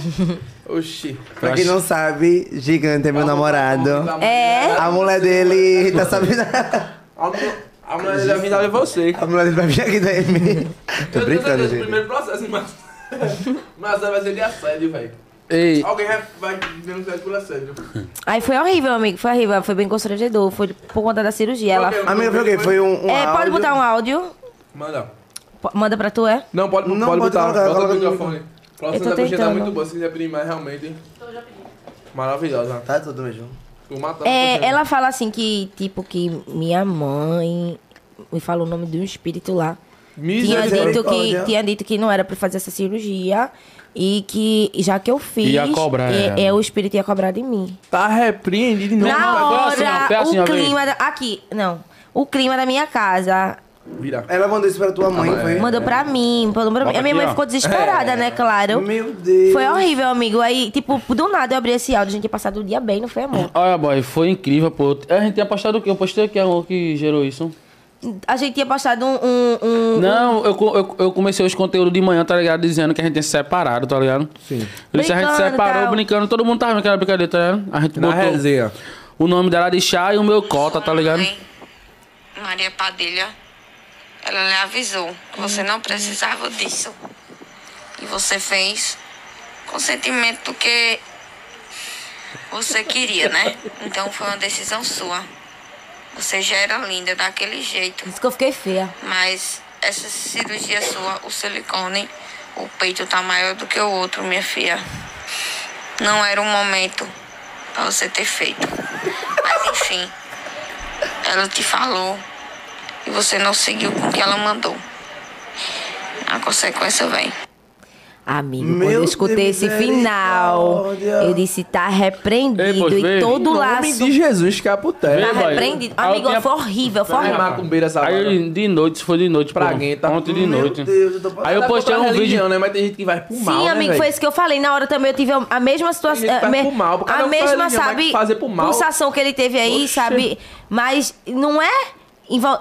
Speaker 1: Oxi.
Speaker 2: Pra quem não sabe, gigante é meu namorado.
Speaker 3: É?
Speaker 2: A mulher dele tá sabendo.
Speaker 1: A mulher- A mulher dele vai vir dar ver você.
Speaker 2: A mulher dele vai vir aqui da M. Tô
Speaker 1: Eu tenho
Speaker 2: brincando,
Speaker 1: certeza que O
Speaker 2: gente.
Speaker 1: primeiro processo, mas. Mas vai ser de assédio, velho.
Speaker 5: Ei,
Speaker 1: Alguém vai- vai denunciar por assédio.
Speaker 3: Aí foi horrível, amigo. Foi horrível. Foi bem constrangedor. Foi por conta da cirurgia. Ela...
Speaker 1: Ok,
Speaker 2: A minha foi o quê? Foi um. um
Speaker 3: É, pode
Speaker 2: áudio.
Speaker 3: botar um áudio.
Speaker 1: Manda.
Speaker 3: P- Manda pra tu, é?
Speaker 1: Não, pode,
Speaker 2: Não,
Speaker 1: pode
Speaker 2: pode
Speaker 1: botar.
Speaker 2: colocar,
Speaker 1: Bota
Speaker 2: coloca
Speaker 1: o
Speaker 2: no
Speaker 1: microfone.
Speaker 3: Eu tô
Speaker 1: Próxima da coxinha tá
Speaker 3: tentando.
Speaker 1: muito boa, se quiser pedir mais, realmente.
Speaker 7: Então eu já pedi.
Speaker 1: Maravilhosa.
Speaker 2: Tá tudo mesmo.
Speaker 1: Vou matar
Speaker 3: É,
Speaker 1: você.
Speaker 3: ela fala assim que, tipo, que minha mãe me fala o nome de um espírito lá. Tinha dito, que,
Speaker 2: Misericórdia.
Speaker 3: tinha dito que não era pra fazer essa cirurgia. E que já que eu fiz,
Speaker 5: Ia cobrar
Speaker 3: é-
Speaker 5: ela.
Speaker 3: é, o espírito ia cobrar de mim.
Speaker 1: Tá repreendido de novo.
Speaker 3: Na
Speaker 5: foi
Speaker 3: hora,
Speaker 5: assim, ó, foi assim, ó,
Speaker 3: o
Speaker 5: vem.
Speaker 3: clima da, Aqui, não. O clima da minha casa
Speaker 1: Vira.
Speaker 2: Ela mandou isso pra tua mãe, foi?
Speaker 3: mandou pra mim. Mandou pra mim.
Speaker 5: Bota
Speaker 3: A minha
Speaker 5: aqui,
Speaker 3: mãe
Speaker 5: ó.
Speaker 3: ficou desesperada, né? Claro.
Speaker 2: Meu Deus.
Speaker 3: Foi horrível, amigo. Aí, tipo, do nada eu abri esse áudio. A gente tinha passado o dia bem, não foi, amor?
Speaker 5: Olha, boy, foi incrível, pô. A gente tinha postado o quê? Eu postei o que, amor, que gerou isso?
Speaker 3: A gente tinha postado um- um- um
Speaker 5: Não, eu, co- eu, eu comecei os conteúdos de manhã, tá ligado? Dizendo que a gente tinha se separado, tá ligado? Sim. Eu disse, a gente
Speaker 3: Brincando,
Speaker 5: separou,
Speaker 3: tal.
Speaker 5: brincando, todo mundo tava vendo aquela brincadeira, tá ligado? A gente
Speaker 1: Na
Speaker 5: botou
Speaker 1: resenha.
Speaker 5: o nome dela de chá e o meu cota, tá ligado?
Speaker 8: Mãe, Maria Padilha, ela lhe avisou. Você não precisava disso. E você fez com o sentimento que você queria, né? Então foi uma decisão sua. Você já era linda daquele jeito.
Speaker 3: Isso que eu fiquei feia.
Speaker 8: Mas essa cirurgia sua, o silicone, o peito tá maior do que o outro, minha filha. Não era o momento pra você ter feito. Mas enfim, ela te falou e você não seguiu com o que ela mandou. A consequência vem.
Speaker 3: Amigo,
Speaker 2: Meu
Speaker 3: quando eu escutei
Speaker 2: Deus,
Speaker 3: esse final,
Speaker 2: misericórdia.
Speaker 3: eu disse, tá repreendido.
Speaker 5: Ei, pois
Speaker 3: e
Speaker 5: vem.
Speaker 1: Em
Speaker 3: todo
Speaker 1: nome
Speaker 3: laço
Speaker 1: de Jesus, é caputela.
Speaker 3: tá
Speaker 5: Ei, boy.
Speaker 3: repreendido.
Speaker 1: Ah,
Speaker 5: Aí eu
Speaker 3: Amigo,
Speaker 5: tinha-
Speaker 3: foi horrível, foi
Speaker 1: Vai
Speaker 3: horrível.
Speaker 1: macumbeira essa
Speaker 5: Aí de noite, isso foi de noite, pô.
Speaker 1: Praguenta.
Speaker 5: Ontem de
Speaker 2: tá- Meu
Speaker 5: noite.
Speaker 2: Deus, eu tô passando.
Speaker 5: Aí eu postei um vídeo.
Speaker 1: né? Mas tem gente que vai pro mal,
Speaker 3: Sim,
Speaker 1: né,
Speaker 3: amigo,
Speaker 1: véi?
Speaker 3: foi isso que eu falei. Na hora também eu tive a mesma situação.
Speaker 1: Tem gente que
Speaker 3: a
Speaker 1: faz
Speaker 3: me-
Speaker 1: pro mal, cada
Speaker 3: a
Speaker 1: um faz
Speaker 3: mesma,
Speaker 1: religião, mas
Speaker 3: sabe,
Speaker 1: fazer pro mal-
Speaker 3: pulsação que ele teve aí,
Speaker 1: Oxe.
Speaker 3: sabe? Mas não é. envol-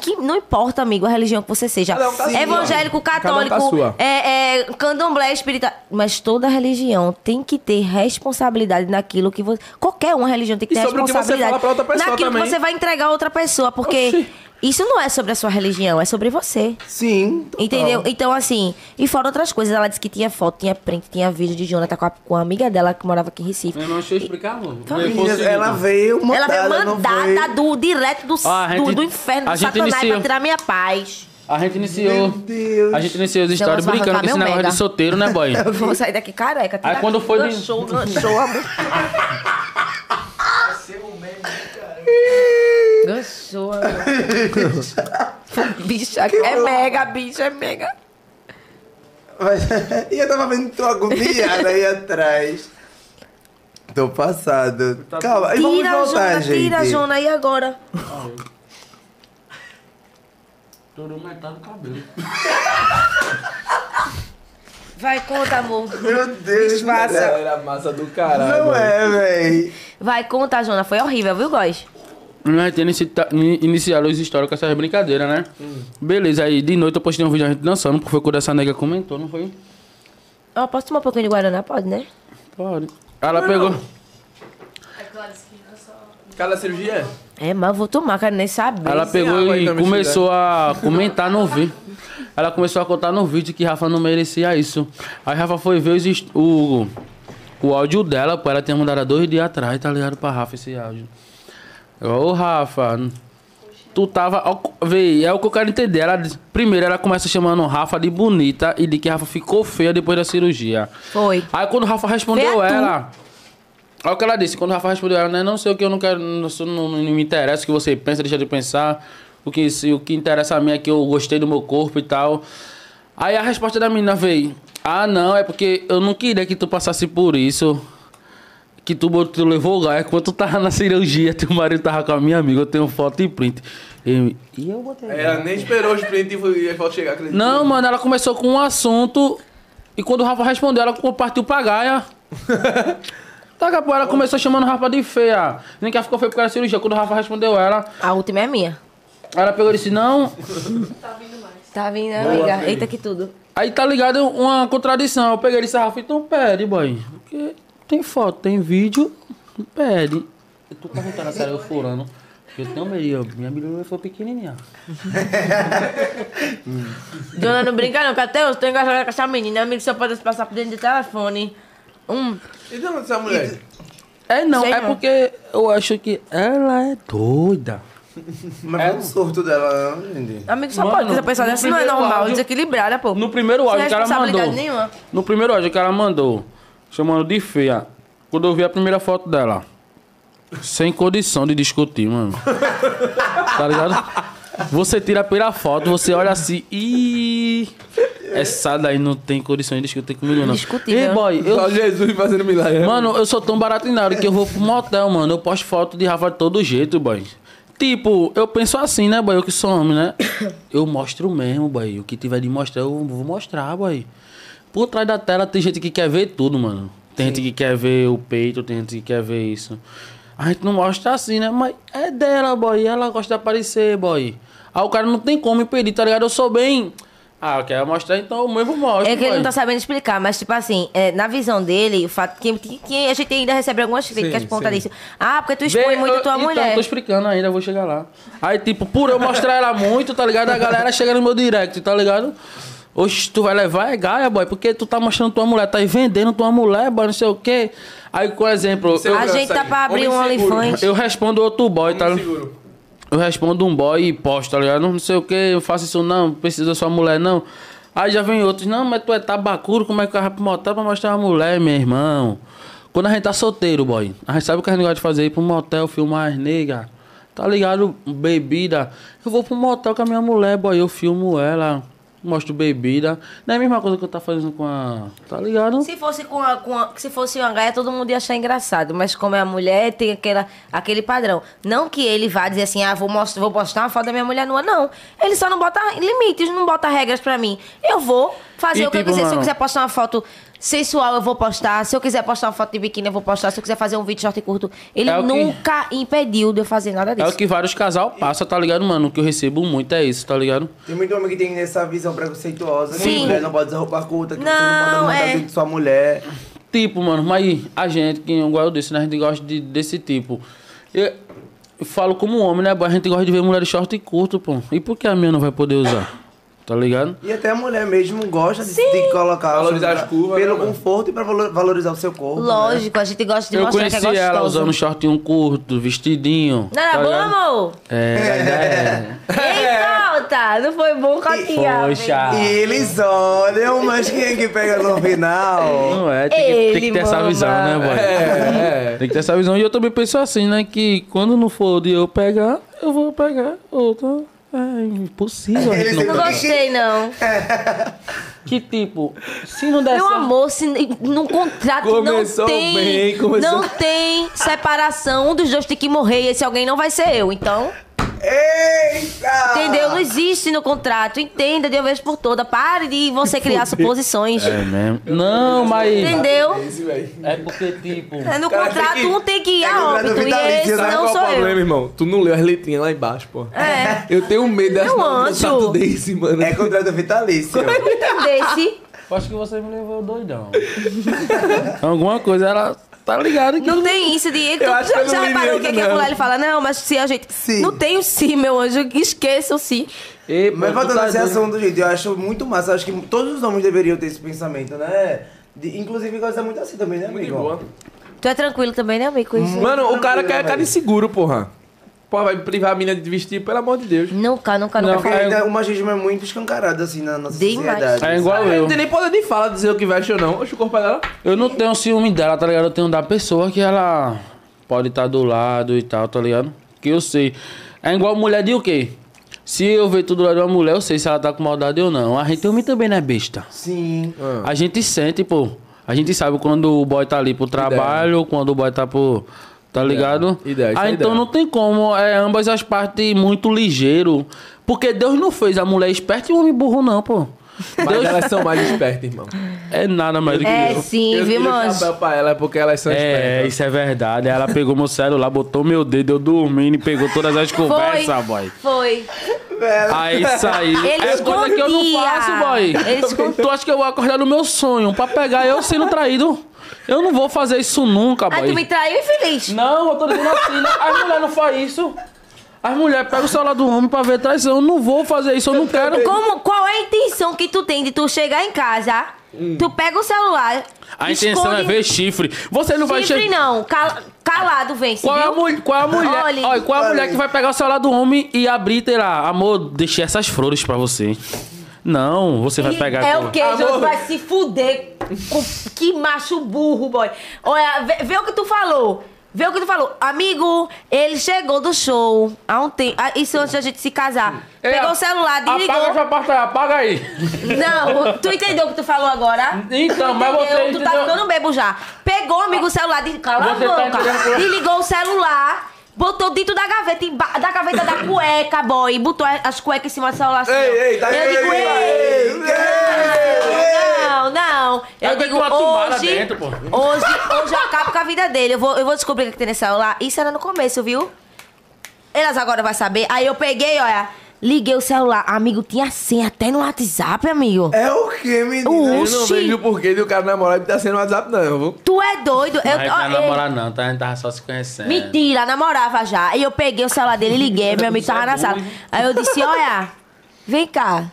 Speaker 3: que- não importa, amigo, a religião que você seja. É
Speaker 1: Cada um tá sua.
Speaker 3: Evangélico,
Speaker 1: Cada um tá
Speaker 3: católico,
Speaker 1: sua.
Speaker 3: é, é, candomblé, espírita. Mas toda religião tem que ter responsabilidade naquilo que você. Qualquer uma religião tem que
Speaker 1: E
Speaker 3: ter
Speaker 1: sobre o que você
Speaker 3: responsabilidade.
Speaker 1: fala pra outra pessoa
Speaker 3: naquilo
Speaker 1: também.
Speaker 3: que você vai entregar a outra pessoa. Porque
Speaker 1: Oxi.
Speaker 3: isso não é sobre a sua religião, é sobre você.
Speaker 2: Sim. total.
Speaker 3: Entendeu? Então, assim, e fora outras coisas, ela disse que tinha foto, tinha print, tinha vídeo de Jonathan com a, com a amiga dela que morava aqui em Recife.
Speaker 5: Meu irmão, deixa eu explicar, amor.
Speaker 3: Tá
Speaker 5: é
Speaker 2: Meninas, ela veio
Speaker 3: Ela
Speaker 2: mandada,
Speaker 3: veio
Speaker 2: não
Speaker 3: mandada tá
Speaker 2: foi?
Speaker 3: do, direto do,
Speaker 5: Ah, a
Speaker 3: do-
Speaker 5: gente-
Speaker 3: do inferno,
Speaker 5: a
Speaker 3: do
Speaker 5: gente
Speaker 3: satanás,
Speaker 5: inicia.
Speaker 3: pra tirar minha paz.
Speaker 5: A gente iniciou.
Speaker 2: Meu Deus.
Speaker 5: A gente iniciou as
Speaker 3: Esse negócio
Speaker 5: histórias
Speaker 3: vai
Speaker 5: brincando
Speaker 3: arrancar
Speaker 5: com esse
Speaker 3: meu
Speaker 5: negócio
Speaker 3: mega.
Speaker 5: de solteiro, né, boy?
Speaker 3: Eu vou sair daqui careca.
Speaker 5: Aí
Speaker 3: tira-
Speaker 5: quando foi de-
Speaker 3: Ganchou, ganchou, a mu-
Speaker 7: Vai ser o meme, cara.
Speaker 3: ganchou. a- Bicha, é mega, bicha, é mega.
Speaker 2: Mas- e eu tava vendo tua agoniada aí atrás. Tô passado. Calma, e vamos
Speaker 3: Tira,
Speaker 2: voltar,
Speaker 3: Jona,
Speaker 2: gente.
Speaker 3: tira, Jona, e agora?
Speaker 5: Estourou metade do cabelo.
Speaker 3: Vai, conta, amor.
Speaker 2: Meu Deus,
Speaker 3: Disfarça.
Speaker 1: Era massa do caralho.
Speaker 2: Não é, véi.
Speaker 3: Vai, conta, Jona. Foi horrível, viu, Góis?
Speaker 5: Nós temos iniciado tá, as histórias com essas brincadeiras, né?
Speaker 2: Hum.
Speaker 5: Beleza, aí de noite eu postei um vídeo a gente dançando, porque foi quando essa nega comentou, não foi?
Speaker 3: Ó, posso tomar um pouquinho de Guaraná? Pode, né?
Speaker 5: Pode. Ela pegou.
Speaker 1: Cada cirurgia?
Speaker 3: É, mas eu vou tomar, cara, nem saber.
Speaker 5: Ela pegou
Speaker 1: água aí
Speaker 5: e
Speaker 1: pra me
Speaker 5: começou a comentar no vídeo. Ela começou a contar no vídeo que Rafa não merecia isso. Aí Rafa foi ver os est- o, o áudio dela, pô. Ela tinha mandado há dois dias atrás, tá ligado pra Rafa esse áudio. Eu, Ô Rafa, tu tava. ó, Vê, é o que eu quero entender. Ela, diz- primeiro ela começa chamando Rafa de bonita e de que Rafa ficou feia depois da cirurgia.
Speaker 3: Foi.
Speaker 5: Aí quando o Rafa respondeu
Speaker 3: Vê a tu.
Speaker 5: ela. Olha o que ela disse. Quando o Rafa respondeu ela, né? Não sei o que eu não quero. Não, sou- não- não me interessa o que você pensa, deixa de pensar. O que, se- o que interessa a mim é que eu gostei do meu corpo e tal. Aí a resposta da menina veio. Ah, não, é porque eu não queria que tu passasse por isso. Que tu, bot- tu levou o gás. Quando tu tava na cirurgia, teu marido tava com a minha amiga. Eu tenho foto e print. E, e eu botei.
Speaker 1: Ela nem esperou os prints e foi- e a foto chegar. acredito.
Speaker 5: Não, mano, ela começou com um assunto e quando o Rafa respondeu, ela partiu pra Gaia. Daqui a pouco ela começou chamando o Rafa de feia. Nem que ela ficou feia porque era cirurgia. Quando o Rafa respondeu ela,
Speaker 3: A última é minha.
Speaker 5: ela pegou e disse, não.
Speaker 3: Tá vindo, né, amiga? Eita, que tudo.
Speaker 5: Aí tá ligado uma contradição. Eu peguei e disse, Rafa, então pede, boy. Porque tem foto, tem vídeo, pede. E tu tá contando a cara eu furando. Porque eu tenho medo, minha bilhura foi pequenininha.
Speaker 3: Dona, não brinca não, que até eu tô engajada com essa menina. Amigo, só pode se passar por dentro do telefone. Hum,
Speaker 1: Então, essa mulher.
Speaker 5: É não,
Speaker 3: Sei
Speaker 5: é
Speaker 3: não.
Speaker 5: porque eu acho que ela é doida.
Speaker 2: Mas foi um surto dela, não entendi.
Speaker 3: Amigo, só
Speaker 5: Mano,
Speaker 3: pode ter essa pessoa
Speaker 5: no
Speaker 3: dessa. Não é
Speaker 5: primeiro
Speaker 3: normal,
Speaker 5: áudio-
Speaker 3: desequilibrada, pô.
Speaker 5: No primeiro áudio, o
Speaker 3: Sem
Speaker 5: cara
Speaker 3: responsabilidade
Speaker 5: mandou.
Speaker 3: nenhuma.
Speaker 5: No primeiro áudio, o cara mandou. Chamando de feia. Quando eu vi a primeira foto dela. Sem condição de discutir, mano. tá ligado? Você tira pela foto, você olha assim. Ih. Essa daí não tem condição de discutir comigo, não.
Speaker 3: Discutível.
Speaker 5: Ei, boy, eu
Speaker 1: Só Jesus fazendo milagre.
Speaker 5: Mano, eu sou tão baratinado que eu vou pro motel, mano. Eu posto foto de Rafa de todo jeito, boy. Tipo, eu penso assim, né, boy? Eu que sou homem, né? Eu mostro mesmo, boy. O que tiver de mostrar, eu vou mostrar, boy. Por trás da tela tem gente que quer ver tudo, mano. Tem gente que quer ver o peito, tem gente que quer ver isso. A gente não mostra assim, né? Mas é dela, boy. Ela gosta de aparecer, boy. Aí o cara não tem como impedir, tá ligado? Eu sou bem. Ah, eu quero mostrar, então eu mesmo mostro.
Speaker 3: É que ele
Speaker 5: boy.
Speaker 3: não tá sabendo explicar, mas tipo assim, é, na visão dele, o fato que, que- que a gente ainda recebe algumas críticas por conta disso. Ah, porque tu expõe
Speaker 5: Vê,
Speaker 3: muito
Speaker 5: eu-
Speaker 3: tua
Speaker 5: então,
Speaker 3: mulher.
Speaker 5: tô explicando ainda, eu vou chegar lá. Aí, tipo, por eu mostrar ela muito, tá ligado? A galera chega no meu direct, tá ligado? Oxe, tu vai levar é gaia, boy, porque tu tá mostrando tua mulher, tá aí vendendo tua mulher, boy, não sei o quê. Aí, por exemplo, eu,
Speaker 3: A gente tá pra abrir um
Speaker 1: Homem seguro.
Speaker 3: OnlyFans.
Speaker 5: eu respondo outro boy,
Speaker 1: um
Speaker 5: tá ligado?
Speaker 1: Seguro.
Speaker 5: Eu respondo um boy e posto, tá ligado? Não sei o que, eu faço isso não, preciso da sua mulher não. Aí já vem outros, não, mas tu é tabacuro, como é que eu vai pro motel pra mostrar uma mulher, meu irmão? Quando a gente tá solteiro, boy, a gente sabe o que a gente gosta de fazer, ir pro motel, filmar as nega, tá ligado? Bebida. Eu vou pro motel com a minha mulher, boy, eu filmo ela, mostro bebida. Não é a mesma coisa que eu tá fazendo com a... tá ligado?
Speaker 3: Se fosse com a, com a- se fosse uma gaia, todo mundo ia achar engraçado. Mas como é a mulher, tem aquela, aquele padrão. Não que ele vá dizer assim, ah, vou, mostrar, vou postar uma foto da minha mulher nua. Não. Ele só não bota limites, não bota regras pra mim. Eu vou fazer
Speaker 5: E
Speaker 3: o que eu
Speaker 5: tipo,
Speaker 3: quiser. Se eu
Speaker 5: mano-
Speaker 3: quiser postar uma foto sensual, eu vou postar. Se eu quiser postar uma foto de biquíni, eu vou postar. Se eu quiser fazer um vídeo short e curto. Ele
Speaker 5: É o que-
Speaker 3: nunca impediu de eu fazer nada
Speaker 5: É
Speaker 3: disso.
Speaker 5: o que vários casal passam, tá ligado, mano? O que eu recebo muito é isso, tá ligado?
Speaker 2: Tem muito homem que tem essa visão preconceituosa que
Speaker 3: Sim.
Speaker 2: mulher não pode usar roupa curta, que você
Speaker 3: Não,
Speaker 2: não pode
Speaker 3: é.
Speaker 2: arrumar é. de sua mulher.
Speaker 5: Tipo, mano, mas a gente, que igual eu disse, né? A gente gosta de, desse tipo. Eu, eu falo como homem, né? boy? A gente gosta de ver mulher de short e curto, pô. E por que a minha não vai poder usar? Tá ligado?
Speaker 2: E até a mulher mesmo gosta de, de colocar
Speaker 1: Valorizar as curvas,
Speaker 2: pelo
Speaker 1: né, mano?
Speaker 2: conforto e pra valo- valorizar o seu corpo. né?
Speaker 3: Lógico, a gente gosta de
Speaker 5: eu
Speaker 3: mostrar que é
Speaker 5: conheci ela
Speaker 3: gostoso.
Speaker 5: usando shortinho curto, vestidinho.
Speaker 3: Não era
Speaker 5: tá
Speaker 3: bom,
Speaker 5: ligado?
Speaker 3: amor?
Speaker 5: É, é.
Speaker 3: Ei, falta! Não foi bom, Coquinha.
Speaker 5: Poxa.
Speaker 2: E eles olham, mas quem é que pega no final?
Speaker 5: Não é, tem, que- tem que,
Speaker 3: Ele,
Speaker 5: ter essa
Speaker 3: mama.
Speaker 5: visão, né,
Speaker 1: É,
Speaker 5: boy? Tem que ter essa visão. E eu também penso assim, né? Que quando não for de eu pegar, eu vou pegar outra. É impossível. a gente não
Speaker 3: Não
Speaker 5: pegar.
Speaker 3: gostei, não.
Speaker 5: Que tipo, se não der
Speaker 3: Meu
Speaker 5: certo-
Speaker 3: amor, se n- num contrato
Speaker 1: Começou
Speaker 3: não tem.
Speaker 1: bem, começou-
Speaker 3: Não tem separação. Um dos dois tem que morrer. E esse alguém não vai ser eu. Então,
Speaker 2: Eita!
Speaker 3: entendeu? Não existe no contrato. Entenda de uma vez por toda. Pare de você criar suposições.
Speaker 5: É mesmo. Não, mas.
Speaker 3: Entendeu?
Speaker 5: É porque, tipo.
Speaker 3: É, No
Speaker 1: Cara,
Speaker 3: contrato,
Speaker 1: tem que-
Speaker 3: um tem que
Speaker 2: tem
Speaker 3: ir
Speaker 2: que
Speaker 3: a
Speaker 2: entrar no
Speaker 3: óbito. E
Speaker 2: vitalício,
Speaker 3: esse
Speaker 2: né?
Speaker 1: Sabe
Speaker 3: não
Speaker 1: qual é
Speaker 3: sou
Speaker 1: o problema,
Speaker 3: eu.
Speaker 1: irmão? Tu não leu as letrinhas lá embaixo, pô.
Speaker 3: É.
Speaker 1: Eu tenho medo dessa
Speaker 3: Eu
Speaker 1: nova
Speaker 3: anjo.
Speaker 1: contrato desse, mano.
Speaker 2: É contrato vitalício.
Speaker 3: um Desse.
Speaker 5: Acho que você me levou doidão. Então, Alguma coisa, ela tá ligada que.
Speaker 3: Não tem isso de ele.
Speaker 1: acho que
Speaker 3: já
Speaker 1: eu não
Speaker 3: já
Speaker 1: li
Speaker 3: reparou o
Speaker 1: direito,
Speaker 3: que, é que a
Speaker 1: não.
Speaker 3: mulher ele fala? Não, mas se a gente.
Speaker 2: Sim.
Speaker 3: Não tem o si, meu anjo. Esqueça o si.
Speaker 5: Ei, pô,
Speaker 2: Mas
Speaker 5: tu
Speaker 2: voltando
Speaker 5: tá
Speaker 2: a esse
Speaker 5: doido.
Speaker 2: assunto, gente, eu acho muito massa. Eu acho que todos os homens deveriam ter esse pensamento, né? De, inclusive, gosta muito assim também, né,
Speaker 1: Muito de
Speaker 2: amigo?
Speaker 1: boa.
Speaker 3: Tu é tranquilo também, né, amigo? com isso?
Speaker 1: Mano, o cara quer
Speaker 2: tranquilo, né,
Speaker 1: cara
Speaker 2: velho?
Speaker 1: inseguro, porra. Porra, vai privar a mina de vestir, pelo amor de Deus.
Speaker 3: Nunca, nunca, nunca.
Speaker 5: Não,
Speaker 2: Porque
Speaker 3: fui.
Speaker 5: é-
Speaker 2: ainda o machismo é muito escancarado, assim, na nossa
Speaker 3: Demais.
Speaker 2: sociedade.
Speaker 5: É igual
Speaker 1: Eu
Speaker 5: eu.
Speaker 1: não tem nem poder de fala dizer o que veste ou não. Oxe, o corpo é dela.
Speaker 5: Eu não tenho ciúme dela, tá ligado? Eu tenho da pessoa que ela pode estar do lado e tal, tá ligado? Que eu sei. É igual mulher de o quê? Se eu ver tudo lado de uma mulher, eu sei se ela tá com maldade ou não. A gente homem também não é besta.
Speaker 2: Sim.
Speaker 5: A gente sente, pô. A gente sabe quando o boy tá ali pro trabalho, quando o boy tá pro. Tá ligado?
Speaker 1: Ideia, isso é
Speaker 5: ah, então
Speaker 1: ideia.
Speaker 5: não tem como. É ambas as partes muito ligeiro. Porque Deus não fez a mulher esperta e o homem burro, não, pô.
Speaker 1: Mas elas são mais espertas, irmão.
Speaker 5: É nada mais do que
Speaker 3: É,
Speaker 5: eu.
Speaker 3: sim,
Speaker 1: eu
Speaker 3: viu,
Speaker 1: tiro o
Speaker 3: manjo?
Speaker 1: chapéu pra ela porque elas são
Speaker 5: É,
Speaker 1: espertas.
Speaker 5: isso é verdade. Ela pegou meu celular, botou meu dedo, eu dormindo e pegou todas as conversas, boy.
Speaker 3: Foi.
Speaker 5: Aí saí.
Speaker 3: Ele
Speaker 5: é coisa que eu não
Speaker 3: escondia.
Speaker 5: faço, boy.
Speaker 3: Ele escondia.
Speaker 5: Tu acha que eu vou acordar no meu sonho pra pegar eu sendo traído? Eu não vou fazer isso nunca, boy.
Speaker 3: Ah, tu me traiu, infeliz.
Speaker 5: Não, eu tô dizendo assim, né? As mulheres não fazem isso. As mulheres pegam o celular do homem pra ver traição. Eu não vou fazer isso, eu não quero.
Speaker 3: Como, qual é a intenção que tu tem de tu chegar em casa, tu pega o celular,
Speaker 5: Hum. A intenção é
Speaker 3: esconde-
Speaker 5: ver chifre. Você não vai
Speaker 3: Chifre
Speaker 5: chegar.
Speaker 3: não, cala, calado, vence.
Speaker 5: Qual é a,
Speaker 3: viu?
Speaker 5: mul- qual é a mulher?
Speaker 3: Olhe.
Speaker 5: Olha, qual é a mulher que vai pegar o celular do homem e abrir e terá? Amor, deixei essas flores pra você. Não, você vai
Speaker 3: E
Speaker 5: pegar.
Speaker 3: É
Speaker 5: aqui.
Speaker 3: o que, Jô? Vai se fuder. com- Que macho burro, boy. Olha, vê, vê o que tu falou. Vê o que tu falou. Amigo, ele chegou do show há um tempo. ah, Isso antes da gente se casar.
Speaker 5: É,
Speaker 3: Pegou o celular, desligou.
Speaker 5: Apaga essa parte aí, apaga aí.
Speaker 3: Não, tu entendeu o que tu falou agora?
Speaker 5: Então,
Speaker 3: Tu
Speaker 5: mas você
Speaker 3: entendeu? Tu tá
Speaker 5: entendeu.
Speaker 3: ficando bebo já. Pegou, amigo, o celular. De... Cala
Speaker 5: Você
Speaker 3: a
Speaker 5: tá
Speaker 3: boca.
Speaker 5: entendendo que-
Speaker 3: Desligou o celular. Botou dentro da gaveta, emba- da gaveta da cueca, boy. Botou as cuecas em cima do celular. Assim,
Speaker 6: Ei,
Speaker 3: ó.
Speaker 6: ei, tá
Speaker 3: Eu
Speaker 6: aí,
Speaker 3: digo,
Speaker 6: ei,
Speaker 3: ei, não, não. Eu
Speaker 5: Vai ter
Speaker 3: digo,
Speaker 5: uma tomada
Speaker 3: hoje,
Speaker 5: dentro, pô.
Speaker 3: hoje, hoje eu acabo com a vida dele. Eu vou, eu vou descobrir o que que tem nesse celular. Isso era no começo, viu? Elas agora vão saber. Aí eu peguei, olha, liguei o celular. Amigo, tinha senha até no WhatsApp, amigo.
Speaker 6: É o que, menina?
Speaker 3: Uh,
Speaker 6: Eu não
Speaker 3: Oxi.
Speaker 6: vejo o porquê de o cara namorar e tá sendo no WhatsApp, não, viu?
Speaker 3: Tu é doido? Eu,
Speaker 5: Aí
Speaker 3: ó,
Speaker 5: pra
Speaker 3: ei,
Speaker 5: namorar não, tá? A gente tava só se conhecendo.
Speaker 3: Mentira, namorava já. Aí eu peguei o celular dele, liguei, meu amigo
Speaker 5: é
Speaker 3: tava na sala. Aí eu disse, olha, vem cá.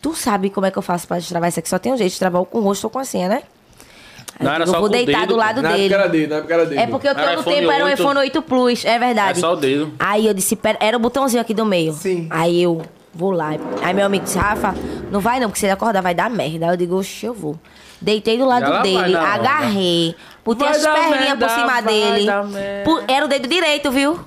Speaker 3: Tu sabe como é que eu faço pra destravar isso aqui? Só tem um jeito de travar ou com o rosto ou com a senha, né? Aí
Speaker 5: Não,
Speaker 3: eu
Speaker 5: era
Speaker 3: digo,
Speaker 5: só
Speaker 3: vou
Speaker 5: com o
Speaker 3: deitar
Speaker 5: dedo,
Speaker 3: do
Speaker 5: pô.
Speaker 3: lado
Speaker 6: Na época
Speaker 3: dele.
Speaker 6: era dele, na época era dele.
Speaker 3: É porque eu
Speaker 5: Era
Speaker 3: todo
Speaker 5: iPhone
Speaker 3: tempo era um
Speaker 5: 8.
Speaker 3: iPhone 8 Plus, é verdade.
Speaker 5: É só o dedo.
Speaker 3: Aí eu disse, pera, era o botãozinho aqui do meio.
Speaker 2: Sim.
Speaker 3: Aí eu vou lá. Aí meu amigo disse, Rafa, não vai não, porque se ele acordar vai dar merda. Aí eu digo, oxe, eu vou. Deitei do lado
Speaker 5: Ela vai
Speaker 3: dele,
Speaker 5: na onda.
Speaker 3: agarrei, botei
Speaker 5: Vai
Speaker 3: as
Speaker 5: dar
Speaker 3: perninhas
Speaker 5: merda,
Speaker 3: por cima
Speaker 5: vai
Speaker 3: dele.
Speaker 5: dar merda.
Speaker 3: Pu- Era o dedo direito, viu?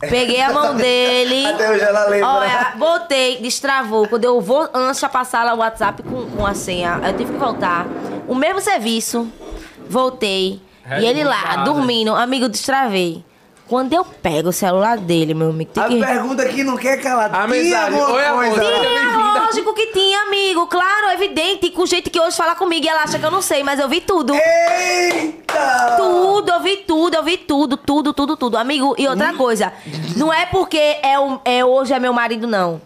Speaker 3: Peguei a mão dele.
Speaker 2: Até hoje ela lembra.
Speaker 3: Olha, botei, destravou. Quando eu vou antes de passar lá o WhatsApp com, com a senha, eu tive que voltar. O mesmo serviço, voltei.
Speaker 5: É,
Speaker 3: e ele lá,
Speaker 5: muito
Speaker 3: dormindo, amigo, destravei. Quando eu pego o celular dele, meu amigo, tem
Speaker 2: A
Speaker 3: que.
Speaker 2: pergunta é que não quer calar.
Speaker 6: A
Speaker 2: Tinha
Speaker 6: mensagem,
Speaker 2: alguma
Speaker 6: oi, amor,
Speaker 2: coisa?
Speaker 6: seja
Speaker 3: Tinha,
Speaker 6: bem-vinda.
Speaker 3: lógico que tinha, amigo. Claro, evidente, com o jeito que hoje fala comigo. E ela acha que eu não sei, mas eu vi tudo.
Speaker 2: Eita!
Speaker 3: Tudo, eu vi tudo, eu vi tudo, tudo, tudo, tudo. Amigo, e outra coisa, não é porque é, o, é hoje é meu marido, não.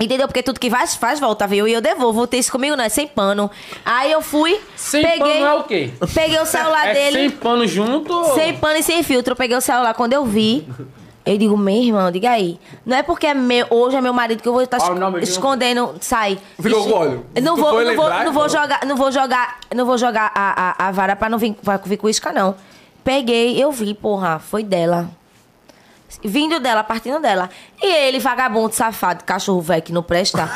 Speaker 3: Entendeu? Porque tudo que faz, faz volta, viu? E eu devolvo, vou ter isso comigo, não é sem pano. Aí eu fui,
Speaker 5: Sem
Speaker 3: peguei...
Speaker 5: pano é o quê?
Speaker 3: Peguei o celular
Speaker 5: É
Speaker 3: dele,
Speaker 5: sem pano junto? ou-
Speaker 3: sem pano e sem filtro. Eu peguei o celular, quando eu vi... Eu digo, meu irmão, diga aí. Não é porque é meu- hoje é meu marido que eu vou estar
Speaker 5: Olha o nome, viu?
Speaker 3: escondendo. Sai.
Speaker 6: Ficou com óleo.
Speaker 3: Não
Speaker 6: Tu
Speaker 3: vou,
Speaker 6: foi
Speaker 3: não vou,
Speaker 6: lembrar,
Speaker 3: não vou
Speaker 6: então?
Speaker 3: jogar, não vou jogar, não vou jogar a, a, a vara pra não vir, pra vir com isca, não. Peguei, eu vi, porra, foi dela. Vindo dela, partindo dela. E ele, vagabundo, safado, cachorro velho que não presta.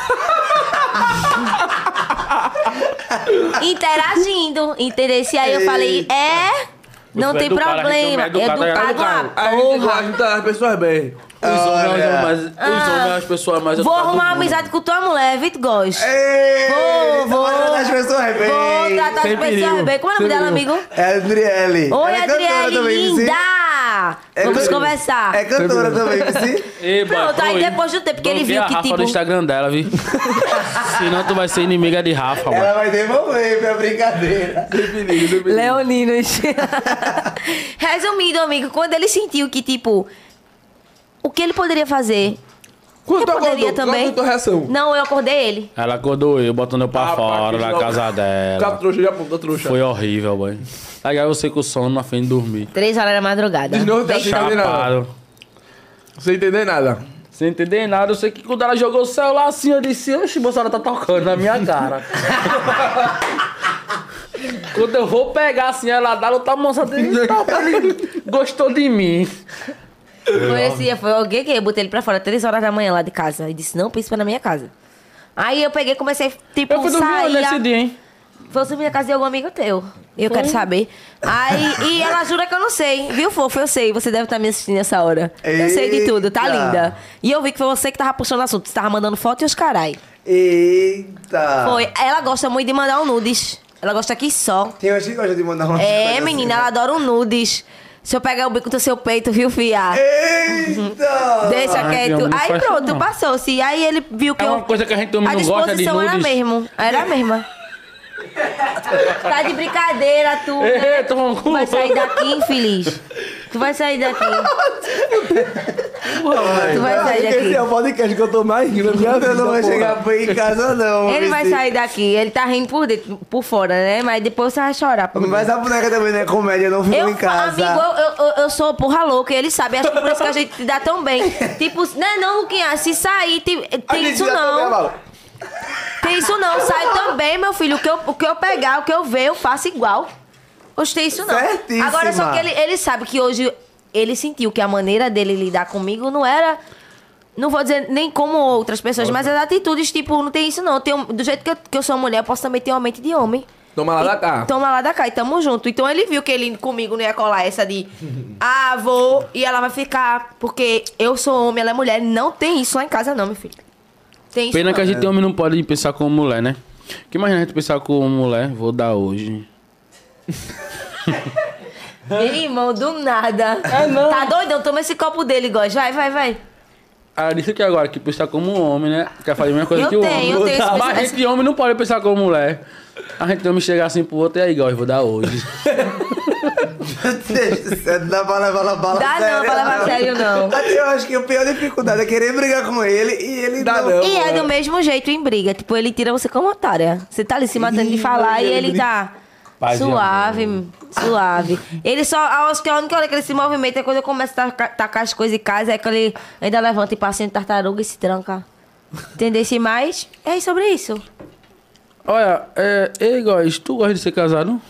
Speaker 3: Interagindo, entendeu? E aí eu falei, é, não
Speaker 5: Você é
Speaker 3: tem
Speaker 5: educado, a gente
Speaker 3: problema.
Speaker 5: é educado,
Speaker 3: é
Speaker 5: é
Speaker 3: educado,
Speaker 5: educado.
Speaker 3: ah,
Speaker 6: A gente gosta de tratar as pessoas bem.
Speaker 5: Os homens, são mais, os homens, as pessoas mais
Speaker 3: Ah. Vou
Speaker 5: educadas do
Speaker 3: arrumar uma
Speaker 5: mundo.
Speaker 3: amizade com tua mulher, Vit Gosto.
Speaker 2: Ei,
Speaker 3: Vou, vou.
Speaker 2: trabalhando nas pessoas bem.
Speaker 3: Vou tratar as
Speaker 6: Sem perigo,
Speaker 3: pessoas bem. Como é o
Speaker 6: sem
Speaker 3: nome dela,
Speaker 6: perigo.
Speaker 3: amigo?
Speaker 2: É a Adriele.
Speaker 3: Oi,
Speaker 2: Ela é cantora
Speaker 3: Adriele,
Speaker 2: também, sim?
Speaker 3: linda!
Speaker 2: É
Speaker 3: Vamos
Speaker 2: cantora-
Speaker 3: conversar.
Speaker 2: É cantora também, sim?
Speaker 5: Eba,
Speaker 3: Pronto, aí
Speaker 5: foi.
Speaker 3: depois do tempo que ele
Speaker 5: Bloqueia
Speaker 3: viu
Speaker 5: a
Speaker 3: que,
Speaker 5: Rafa
Speaker 3: tipo-
Speaker 5: no Instagram dela, viu? Senão tu vai ser inimiga de Rafa, mano.
Speaker 2: Ela vai devolver minha brincadeira.
Speaker 3: Leoninos. Resumindo, amigo, quando ele sentiu que, tipo, o que ele poderia fazer?
Speaker 6: Quando
Speaker 3: eu
Speaker 6: tu
Speaker 3: poderia
Speaker 6: acordou,
Speaker 3: também.
Speaker 6: qual foi a tua reação?
Speaker 3: Não, eu acordei ele.
Speaker 5: Ela acordou eu, botando eu pra
Speaker 6: Ah,
Speaker 5: fora
Speaker 6: pá,
Speaker 5: na
Speaker 6: que
Speaker 5: casa
Speaker 6: joga.
Speaker 5: dela.
Speaker 6: Tá trouxa, já apontou trouxa.
Speaker 5: Foi horrível, boy. Aí você com sono na frente de dormir.
Speaker 3: Três horas da madrugada.
Speaker 6: De novo, tá sem entender nada.
Speaker 5: Chapado.
Speaker 6: Sem entender nada.
Speaker 5: Sem entender nada, eu sei que quando ela jogou o celular assim, eu disse, oxe, Bolsonaro tá tocando na minha cara. quando eu vou pegar assim, ela dá, ela tá mostrando, "Eita, ele gostou de mim.
Speaker 3: Foi esse dia, foi alguém que eu botei ele pra fora, três horas da manhã lá de casa. E disse, não, príncipe na minha casa. Aí eu peguei e comecei, tipo,
Speaker 5: Eu assim, fui dormir
Speaker 3: sair.
Speaker 5: hoje nesse
Speaker 3: a-
Speaker 5: dia, hein?
Speaker 3: Foi subir na casa de algum amigo teu. Eu quero saber. Aí, e ela jura que eu não sei. Viu, fofo? Eu sei. Você deve estar me assistindo nessa hora. Eu sei de tudo, tá
Speaker 2: Eita.
Speaker 3: linda. E eu vi que foi você que tava puxando o assunto. Você tava mandando foto e os carai.
Speaker 2: Eita.
Speaker 5: Ah.
Speaker 3: Foi. Ela gosta muito de mandar um nudes. Ela gosta aqui só.
Speaker 2: Tem hoje que gosta de mandar uma
Speaker 5: assim,
Speaker 2: assim.
Speaker 3: É, menina,
Speaker 5: né?
Speaker 3: ela adora um nudes. Se eu pegar o bico do seu peito, viu, fia?
Speaker 2: Eita.
Speaker 3: Deixa
Speaker 5: Ai, meu,
Speaker 3: quieto.
Speaker 5: não
Speaker 3: Aí
Speaker 5: faz isso
Speaker 3: pronto,
Speaker 5: não.
Speaker 3: passou-se. Aí ele viu que
Speaker 5: É
Speaker 3: eu.
Speaker 5: uma coisa que a gente também
Speaker 3: A
Speaker 5: não gosta de
Speaker 3: disposição era a
Speaker 5: nudes.
Speaker 3: mesmo. Era a mesma. tá de brincadeira, tu. né?
Speaker 5: Ei, toma um cu.
Speaker 3: Tu vai sair daqui, infeliz. Tu vai sair daqui. tu vai sair
Speaker 6: Esse é
Speaker 3: daqui.
Speaker 6: o podcast que eu tô mais rindo.
Speaker 2: Eu não vou chegar pra ir em casa, não.
Speaker 3: Ele vai
Speaker 2: Vici.
Speaker 3: sair daqui. Ele tá rindo por dentro, por fora, né? Mas depois você vai chorar. Por
Speaker 6: Hum.
Speaker 2: Mas
Speaker 3: dentro.
Speaker 2: a boneca também não é comédia, não ficou
Speaker 3: eu,
Speaker 2: em casa.
Speaker 3: amigo, eu, eu, eu- eu sou porra louca, ele sabe. Acho que por isso que a gente dá tão bem. Tipo, né, não, Luquinha? Se sair, tem, tem isso
Speaker 2: tá
Speaker 3: não. Tem isso não. Sai também, meu filho. O que eu, o que eu pegar, o que eu ver, eu faço igual. gostei isso não.
Speaker 2: Certíssima.
Speaker 3: Agora, só que ele, ele sabe que hoje ele sentiu que a maneira dele lidar comigo não era. Não vou dizer nem como outras pessoas, mas as atitudes, tipo, não tem isso não. Eu tenho- do jeito que eu, que eu sou mulher, eu posso também ter uma mente de homem.
Speaker 1: Toma lá tá.
Speaker 3: E-
Speaker 1: da cá.
Speaker 3: Toma lá da cá e tamo junto. Então ele viu que ele comigo não ia colar essa de ah, vou e ela vai ficar. Porque eu sou homem, ela é mulher. Não tem isso lá em casa, não, meu filho. Tem isso.
Speaker 5: Pena
Speaker 3: não.
Speaker 5: que a gente homem não pode pensar como mulher, né? Que imagina a gente pensar como mulher, vou dar hoje.
Speaker 3: Meu irmão, do nada.
Speaker 6: Ah,
Speaker 3: Tá doidão? Toma esse copo dele, Góis. Vai, vai, vai.
Speaker 5: Ah, disse que agora que pensar como um homem, né? Quer fazer a mesma coisa
Speaker 3: Eu
Speaker 5: que o
Speaker 3: tenho,
Speaker 5: homem.
Speaker 3: eu tenho esse
Speaker 5: Mas a gente homem não pode pensar como mulher. A gente homem chegar assim pro outro e aí, Góis, vou dar hoje.
Speaker 2: Dá pra levar na bala
Speaker 3: Dá não, pra levar a sério, não.
Speaker 2: Eu acho que a pior dificuldade é querer brigar com ele e ele
Speaker 6: Dá
Speaker 2: não.
Speaker 6: Ah, não.
Speaker 3: E é do mesmo jeito em briga. Tipo, ele tira você como otária. Você tá ali se matando de falar e ele tá.
Speaker 5: Paz e
Speaker 3: Suave, suave. Ele só. eu Acho que a única hora que ele se movimenta é quando eu começo a taca- tacar as coisas em casa, é que ele ainda levanta e passa em tartaruga e se tranca. Entendesse mais? É sobre isso.
Speaker 5: Olha, é, ei, Góis, tu gosta de ser casado?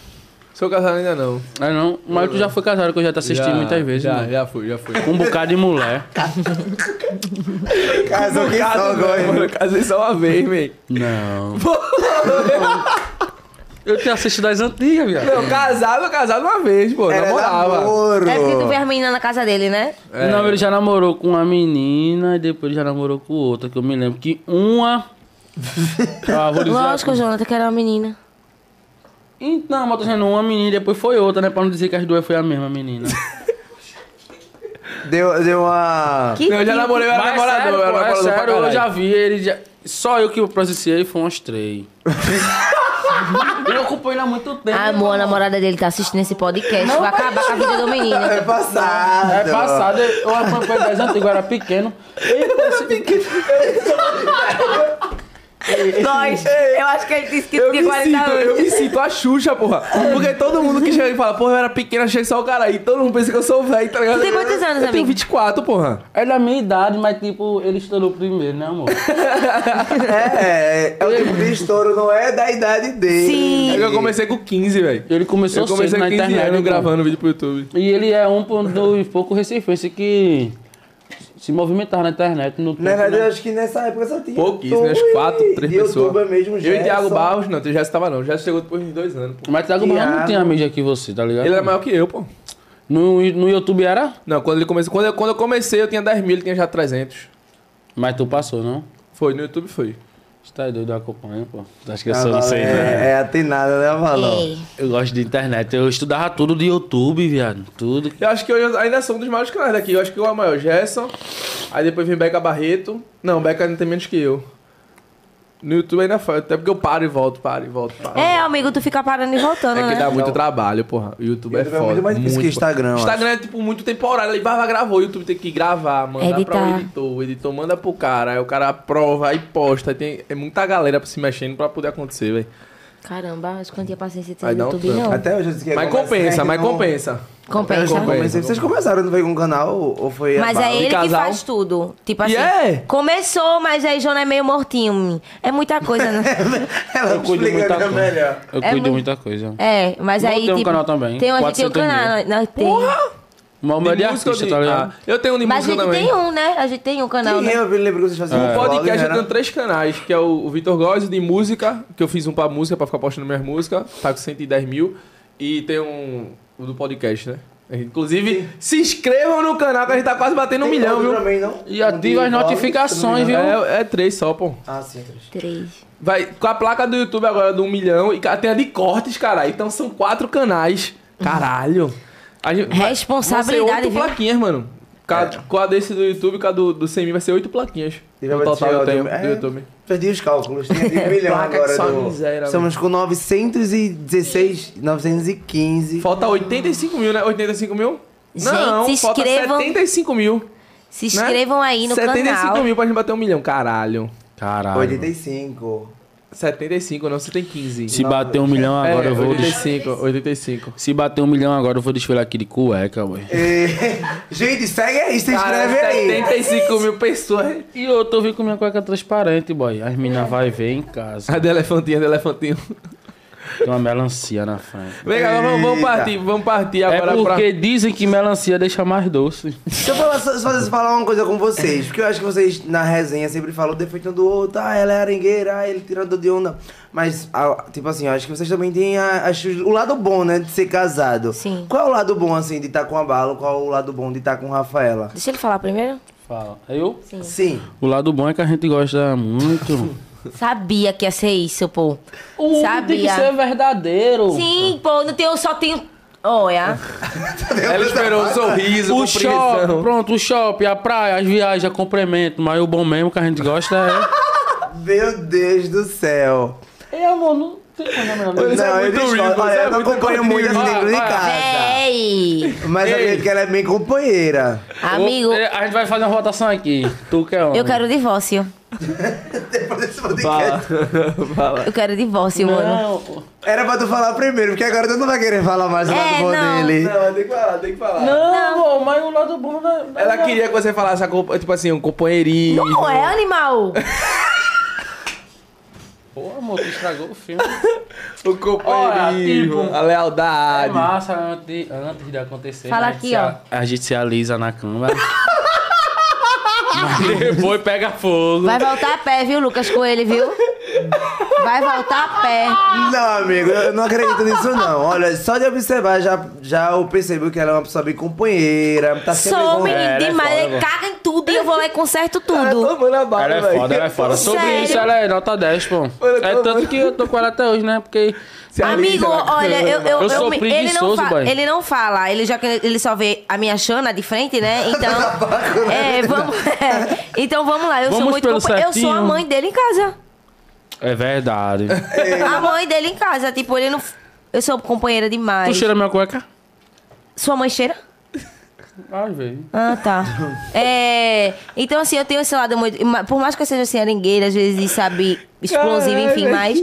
Speaker 1: Sou casado ainda não.
Speaker 5: Ah, não. Mas tu já foi casado, que eu já te assisti
Speaker 1: Já-
Speaker 5: muitas vezes.
Speaker 1: Já,
Speaker 5: né?
Speaker 1: já fui, já fui.
Speaker 5: Com um bocado de mulher.
Speaker 2: Casou que só
Speaker 1: Mano,
Speaker 2: gosta.
Speaker 1: eu casei só uma vez, man.
Speaker 5: Não. eu tenho assistido as antigas, viado.
Speaker 1: Não, casado, casado uma vez, pô.
Speaker 2: Era
Speaker 1: namorava.
Speaker 2: namoro.
Speaker 3: É porque tu vê as meninas na casa dele, né?
Speaker 1: É.
Speaker 5: Não, ele já namorou com uma menina e depois já namorou com outra, que eu me lembro que uma. ah,
Speaker 6: é.
Speaker 5: vou dizer.
Speaker 3: Lógico, Jonathan, que era uma menina.
Speaker 5: Então, mas eu tô dizendo uma menina e depois foi outra, né? Pra não dizer que as duas foi a mesma menina.
Speaker 2: Deu, deu uma.
Speaker 3: Que
Speaker 1: Não, eu já
Speaker 3: tipo-
Speaker 1: namorei, eu era
Speaker 5: Mas
Speaker 1: namorador,
Speaker 5: sério,
Speaker 1: eu era
Speaker 5: pô, é
Speaker 1: namorador pra
Speaker 5: sério, eu
Speaker 1: caralho.
Speaker 5: já vi ele. já- Só eu que presenciei foi umas três. eu acompanho ele há muito tempo. né?
Speaker 3: Amor, a namorada dele tá assistindo esse podcast. Vai acabar com a vida do menino.
Speaker 2: É passado.
Speaker 5: É passado, eu eu acompanhei das antigas, eu era pequeno. assim, Eu era pequeno.
Speaker 3: Nós, eu acho que ele disse que
Speaker 1: Eu
Speaker 3: tinha
Speaker 1: me,
Speaker 3: 40
Speaker 1: sinto, eu
Speaker 3: anos.
Speaker 1: me sinto a Xuxa, porra. Porque todo mundo que chega e fala, porra, eu era pequena, achei só o cara aí. Todo mundo pensa que eu sou velho, tá ligado?
Speaker 3: Tu tem quantos anos,
Speaker 1: Eu tenho
Speaker 3: amigo?
Speaker 1: 24, porra.
Speaker 5: É da minha idade, mas tipo, ele estourou primeiro, né, amor?
Speaker 2: É, é, é o tipo de estouro, não é da idade dele.
Speaker 3: Sim.
Speaker 1: É que eu comecei com 15, velho.
Speaker 5: Ele começou
Speaker 1: Eu comecei
Speaker 5: cedo
Speaker 1: com
Speaker 5: na
Speaker 1: 15
Speaker 5: internet.
Speaker 1: anos
Speaker 5: pô.
Speaker 1: gravando vídeo pro YouTube.
Speaker 5: E ele é um po- dos poucos recifenses que se movimentava na internet. No
Speaker 2: Na
Speaker 5: tempo,
Speaker 2: verdade,
Speaker 5: né?
Speaker 2: eu acho que nessa época só tinha.
Speaker 1: Pouquíssimo,
Speaker 2: YouTube
Speaker 1: acho que 4, 3
Speaker 2: e
Speaker 1: pessoas.
Speaker 2: YouTube é mesmo
Speaker 1: eu e Thiago
Speaker 2: Gerson.
Speaker 1: Barros, não, tu já estava não. Já chegou depois de dois anos, pô.
Speaker 5: Mas Thiago Barra não
Speaker 2: Thiago. é
Speaker 5: tinha a mídia que você, tá ligado?
Speaker 1: Ele era maior que eu, pô.
Speaker 5: no, no YouTube era?
Speaker 1: Não, quando ele começou. Quando eu, quando eu comecei, eu tinha 10 mil, ele tinha já 300.
Speaker 5: Mas tu passou, não?
Speaker 1: Foi, no YouTube foi.
Speaker 5: Você tá doido, eu acompanho, pô. Tá Tu acha que eu
Speaker 2: Ah,
Speaker 5: sou, não sei,
Speaker 2: é,
Speaker 5: né?
Speaker 2: é atinada, né, Valão?
Speaker 3: Ei,
Speaker 5: Eu gosto de internet. Eu estudava tudo de YouTube, viado. Tudo.
Speaker 1: Eu acho que hoje eu ainda sou um dos maiores canais daqui. Eu acho que eu é o maior Gerson. Aí depois vem Beca Barreto. Não, Beca ainda tem menos que eu. No YouTube ainda faz. Até porque eu paro e volto, paro e volto, paro.
Speaker 3: É, amigo, tu fica parando e voltando,
Speaker 1: É que
Speaker 3: né?
Speaker 1: dá muito trabalho, porra. O YouTube, é
Speaker 2: YouTube é
Speaker 1: foda.
Speaker 2: muito mais difícil que Instagram, eu acho.
Speaker 1: Instagram é tipo muito temporário. Ele vai, vai, gravou. O YouTube tem que gravar, mandar pra um
Speaker 3: Editar.
Speaker 1: editor. O editor manda pro cara. Aí o cara aprova, aí posta. Aí tem, é muita galera se mexendo pra poder acontecer, velho.
Speaker 3: Caramba, acho que eu não tinha paciência de
Speaker 1: Vai
Speaker 3: ser
Speaker 1: dar um
Speaker 3: YouTube,
Speaker 1: tanto.
Speaker 3: não.
Speaker 2: Até hoje eu disse que é ia
Speaker 1: Mas
Speaker 2: começar,
Speaker 1: compensa,
Speaker 2: que
Speaker 1: mas
Speaker 2: não-
Speaker 1: compensa.
Speaker 3: Compensa.
Speaker 2: Eu comecei. Vocês começaram, não veio com o canal? Ou foi a
Speaker 3: Mas
Speaker 2: bala?
Speaker 3: é ele que
Speaker 1: casal?
Speaker 3: faz tudo. Tipo assim,
Speaker 1: é?
Speaker 3: começou, mas aí João é meio mortinho. É muita coisa, né?
Speaker 2: Ela
Speaker 5: Eu cuido
Speaker 2: explica
Speaker 5: muita
Speaker 2: que é
Speaker 5: coisa.
Speaker 2: melhor.
Speaker 5: Eu
Speaker 3: É
Speaker 5: cuido
Speaker 3: muito-
Speaker 5: de muita coisa.
Speaker 3: É, mas
Speaker 5: Bom,
Speaker 3: aí.
Speaker 5: tem um
Speaker 3: tipo,
Speaker 5: canal também,
Speaker 3: Tem, a gente tem um
Speaker 5: 400 mil.
Speaker 3: canal. Nós tem.
Speaker 5: Mas o meu é de artista,
Speaker 1: eu
Speaker 5: tá
Speaker 1: digo-
Speaker 5: ligado?
Speaker 1: Ah, eu tenho um de
Speaker 3: Mas a
Speaker 1: música
Speaker 3: gente
Speaker 1: também.
Speaker 3: tem um, né? A gente tem um canal,
Speaker 2: Sim,
Speaker 3: né?
Speaker 2: eu lembro que vocês faziam
Speaker 1: O
Speaker 2: um vlog,
Speaker 1: É. podcast eu
Speaker 2: né?
Speaker 1: tenho três canais, que é o, o Vitor Góes, o de música, que eu fiz um pra música, pra ficar postando minhas músicas, tá com 110 mil. E tem um o do podcast, né? Inclusive, se inscrevam no canal, que a gente tá quase batendo um
Speaker 2: Tem
Speaker 1: milhão,
Speaker 2: outro
Speaker 1: viu?
Speaker 2: Também, não?
Speaker 5: E ativa as notificações, viu?
Speaker 1: É, é três só, pô.
Speaker 2: Ah, sim, três.
Speaker 3: Três.
Speaker 1: Vai, com a placa do YouTube agora do um milhão, e ca- tem a de cortes, caralho. Então são quatro canais. Caralho. A gente, vai-
Speaker 3: Responsabilidade,
Speaker 1: vão ser oito
Speaker 3: viu?
Speaker 1: plaquinhas, mano.
Speaker 5: É.
Speaker 1: Cada, Com a desse do YouTube, com a do, do 100 mil, vai ser oito plaquinhas.
Speaker 2: E
Speaker 1: No
Speaker 2: vai
Speaker 1: total
Speaker 2: bater
Speaker 1: eu
Speaker 2: o
Speaker 1: tenho
Speaker 2: do-
Speaker 1: do
Speaker 2: é.
Speaker 1: YouTube.
Speaker 2: Perdi os cálculos. Tinha de um milhão
Speaker 1: Placa que
Speaker 2: agora.
Speaker 1: só
Speaker 2: do-
Speaker 1: miséria,
Speaker 2: Estamos com 916, 915.
Speaker 1: Falta 85 mil, né? 85 mil?
Speaker 3: Gente,
Speaker 1: não,
Speaker 3: se
Speaker 1: falta
Speaker 3: inscrevam.
Speaker 1: 75 mil.
Speaker 3: Se
Speaker 1: né?
Speaker 3: inscrevam aí no
Speaker 1: 75
Speaker 3: canal.
Speaker 1: mil pra gente bater um milhão, caralho.
Speaker 5: Caralho.
Speaker 2: 85.
Speaker 1: 75, não, você tem 15.
Speaker 5: Se bater um milhão agora,
Speaker 1: é,
Speaker 5: eu vou. des-
Speaker 1: 85, 85.
Speaker 5: Se bater um milhão agora, eu vou desfilar aqui de cueca, ué.
Speaker 2: E- Gente, segue aí, se
Speaker 1: Cara,
Speaker 2: inscreve aí.
Speaker 1: 75 mil pessoas.
Speaker 5: E eu tô vindo com minha cueca transparente, boy. As minas vai ver em casa.
Speaker 1: A de elefantinho, a de elefantinho.
Speaker 5: Tem uma melancia na frente.
Speaker 1: Vem cá, vamos, vamos partir, vamos partir agora
Speaker 5: é porque dizem que melancia deixa mais doce.
Speaker 2: Deixa eu falar, só, só falar uma coisa com vocês, porque eu acho que vocês na resenha sempre falam o defeito um do outro, ah, ela é arengueira, ah, ele tirador de onda. Mas, ah, tipo assim, eu acho que vocês também têm a- acho o lado bom, né, de ser casado.
Speaker 3: Sim.
Speaker 2: Qual é o lado bom, assim, de estar com a Balo? Qual é o lado bom de estar com Rafaela?
Speaker 3: Deixa ele falar primeiro.
Speaker 5: Fala. É Eu?
Speaker 2: Sim.
Speaker 5: O lado bom é que a gente gosta muito.
Speaker 3: Sabia que ia ser isso,
Speaker 1: Uh,
Speaker 3: pô. Sabia.
Speaker 5: verdadeiro.
Speaker 3: Sim, pô, não tenho, só tenho. Olha.
Speaker 1: pra... Ela esperou
Speaker 2: tá
Speaker 1: um sorriso,
Speaker 5: O shopping,
Speaker 1: compreensão.
Speaker 5: pronto, o shopping, a praia, as viagens, a complemento, mas o bom mesmo que a gente gosta é.
Speaker 2: Meu Deus do céu.
Speaker 5: Ei, amor, não tem coisa melhor.
Speaker 1: Isso é
Speaker 2: não, eu
Speaker 1: muito
Speaker 2: discordo.
Speaker 1: rico,
Speaker 2: Olha,
Speaker 1: isso é
Speaker 2: eu não
Speaker 1: muito
Speaker 2: acompanho muito
Speaker 1: conteúdo.
Speaker 2: assim dentro de
Speaker 5: Ah, ah.
Speaker 2: casa.
Speaker 3: Véi.
Speaker 2: Mas eu vejo que ela é minha companheira.
Speaker 3: Amigo,
Speaker 5: é, A gente vai fazer uma votação aqui. Tu que é homem.
Speaker 3: eu quero divórcio.
Speaker 2: Depois desse podcast.
Speaker 1: Fala. Fala.
Speaker 3: Eu quero divórcio, mano.
Speaker 5: Não, pô.
Speaker 2: Era pra tu falar primeiro, porque agora tu não vai querer falar mais do
Speaker 3: É,
Speaker 2: lado bom
Speaker 3: não.
Speaker 2: dele.
Speaker 1: Não, tem que falar, tem que falar.
Speaker 5: não, amor, mas o lado bom né?
Speaker 1: Ela queria que você falasse, a compa- tipo assim, um companheirismo.
Speaker 3: Não é animal.
Speaker 5: Pô, amor, tu estragou o filme.
Speaker 3: é.
Speaker 1: O companheirismo,
Speaker 5: Olha, tipo,
Speaker 1: a
Speaker 5: É
Speaker 1: lealdade.
Speaker 5: massa, antes, antes de acontecer.
Speaker 3: Fala
Speaker 5: a gente
Speaker 3: aqui,
Speaker 5: se
Speaker 3: ó.
Speaker 5: a- A gente se alisa na cama. Mas depois pega fogo.
Speaker 3: Vai voltar a pé, viu, Lucas Coelho, viu? Vai voltar a pé.
Speaker 2: Não, amigo, eu não acredito nisso, não. Olha, só de observar, já, já eu percebo que ela é uma pessoa bem companheira, tá sempre
Speaker 3: Sou
Speaker 2: com...
Speaker 5: ela
Speaker 3: menino
Speaker 5: é
Speaker 3: demais,
Speaker 5: foda,
Speaker 3: ele
Speaker 5: pô.
Speaker 3: caga em tudo e eu vou lá e conserto
Speaker 1: Ela tá
Speaker 3: tudo.
Speaker 1: tomando a bala,
Speaker 5: Ela é
Speaker 1: velho.
Speaker 5: foda, ela é foda. Sobre
Speaker 3: Sério?
Speaker 5: isso, ela é nota 10, pô.
Speaker 1: Olha,
Speaker 5: É
Speaker 1: tá
Speaker 5: tanto
Speaker 1: bom.
Speaker 5: que eu tô com ela até hoje, né? Porque.
Speaker 1: Se
Speaker 3: Amigo,
Speaker 1: alisa na
Speaker 3: olha, eu,
Speaker 1: cama.
Speaker 3: eu,
Speaker 5: Eu sou
Speaker 3: me- ele, não
Speaker 5: preguiçoso,
Speaker 3: fala,
Speaker 5: boy.
Speaker 3: ele não fala, ele já que ele só vê a minha Xana de frente, né? Então, é, vamos, é. então vamos lá. Eu sou
Speaker 5: Tá Vamos
Speaker 3: muito
Speaker 5: pelo
Speaker 3: compa- eu sou a
Speaker 5: certinho.
Speaker 3: mãe dele em casa.
Speaker 5: É verdade.
Speaker 3: A mãe dele em casa, tipo, ele não eu sou companheira
Speaker 5: tu
Speaker 3: demais.
Speaker 5: cheira minha cueca?
Speaker 3: Sua mãe cheira?
Speaker 5: Às vezes.
Speaker 3: Ah, tá. É, então, assim, eu tenho esse lado muito. ma- Por mais que eu seja assim, arengueira, às vezes, sabe, explosiva,
Speaker 1: Caralho,
Speaker 3: enfim,
Speaker 1: velho.
Speaker 3: mas.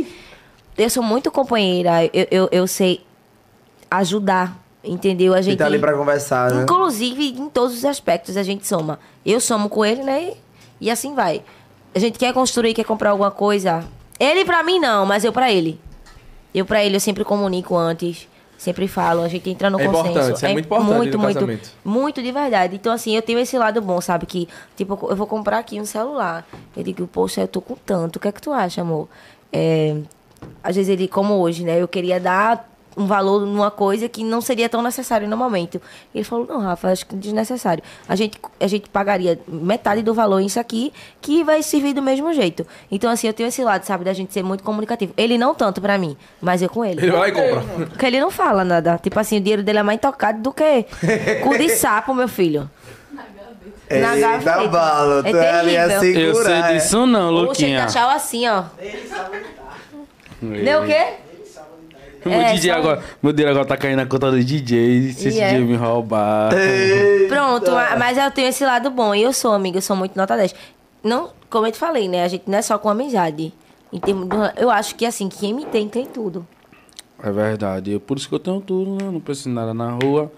Speaker 3: Eu sou muito companheira. Eu, eu, eu sei ajudar, entendeu? A
Speaker 2: E
Speaker 3: gente.
Speaker 2: tá ali pra conversar, né?
Speaker 3: Inclusive, em todos os aspectos, a gente soma. Eu somo com ele, né? E, e assim vai. A gente quer construir, quer comprar alguma coisa. Ele pra mim não, mas eu pra ele. Eu pra ele, eu sempre comunico antes. Sempre falo, a gente entra no
Speaker 1: É
Speaker 3: consenso.
Speaker 1: importante, isso é muito importante
Speaker 3: Muito,
Speaker 1: no
Speaker 3: muito,
Speaker 1: casamento.
Speaker 3: muito de verdade. Então, assim, eu tenho esse lado bom, sabe? Que, tipo, eu vou comprar aqui um celular. Eu digo, poxa, eu tô com tanto. O que é que tu acha, amor? É, às vezes ele, como hoje, né? Eu queria dar um valor numa coisa que não seria tão necessário no momento. Ele falou, não, Rafa, acho que é desnecessário. A gente, a gente pagaria metade do valor isso aqui, que vai servir do mesmo jeito. Então, assim, eu tenho esse lado, sabe, da gente ser muito comunicativo. Ele não tanto pra mim, mas eu com ele.
Speaker 1: Ele vai lá e compra.
Speaker 3: Porque ele não fala nada. Tipo assim, o dinheiro dele é mais tocado do que cu de sapo, meu filho. Na
Speaker 2: Eita,
Speaker 3: gaveta.
Speaker 2: balo, tu
Speaker 3: É
Speaker 2: é ali a
Speaker 3: terrível.
Speaker 5: Eu sei
Speaker 2: segurar. é.
Speaker 5: disso não,
Speaker 3: Poxa, ele
Speaker 5: Luquinha.
Speaker 3: tá chau assim, ó. Deu o quê?
Speaker 5: Meu
Speaker 3: É,
Speaker 5: DJ
Speaker 3: só-
Speaker 5: agora. Meu dinheiro agora tá caindo na conta do DJ. Se esse
Speaker 3: E é.
Speaker 5: DJ me roubar.
Speaker 3: Pronto, ma- mas eu tenho esse lado bom. E eu sou, amiga, eu sou muito nota 10. Não, como eu te falei, né? A gente não é só com amizade. Em termos de- eu acho que, assim, quem me tem, tem tudo.
Speaker 5: É verdade. Por isso que eu tenho tudo, né? Não preciso de nada na rua.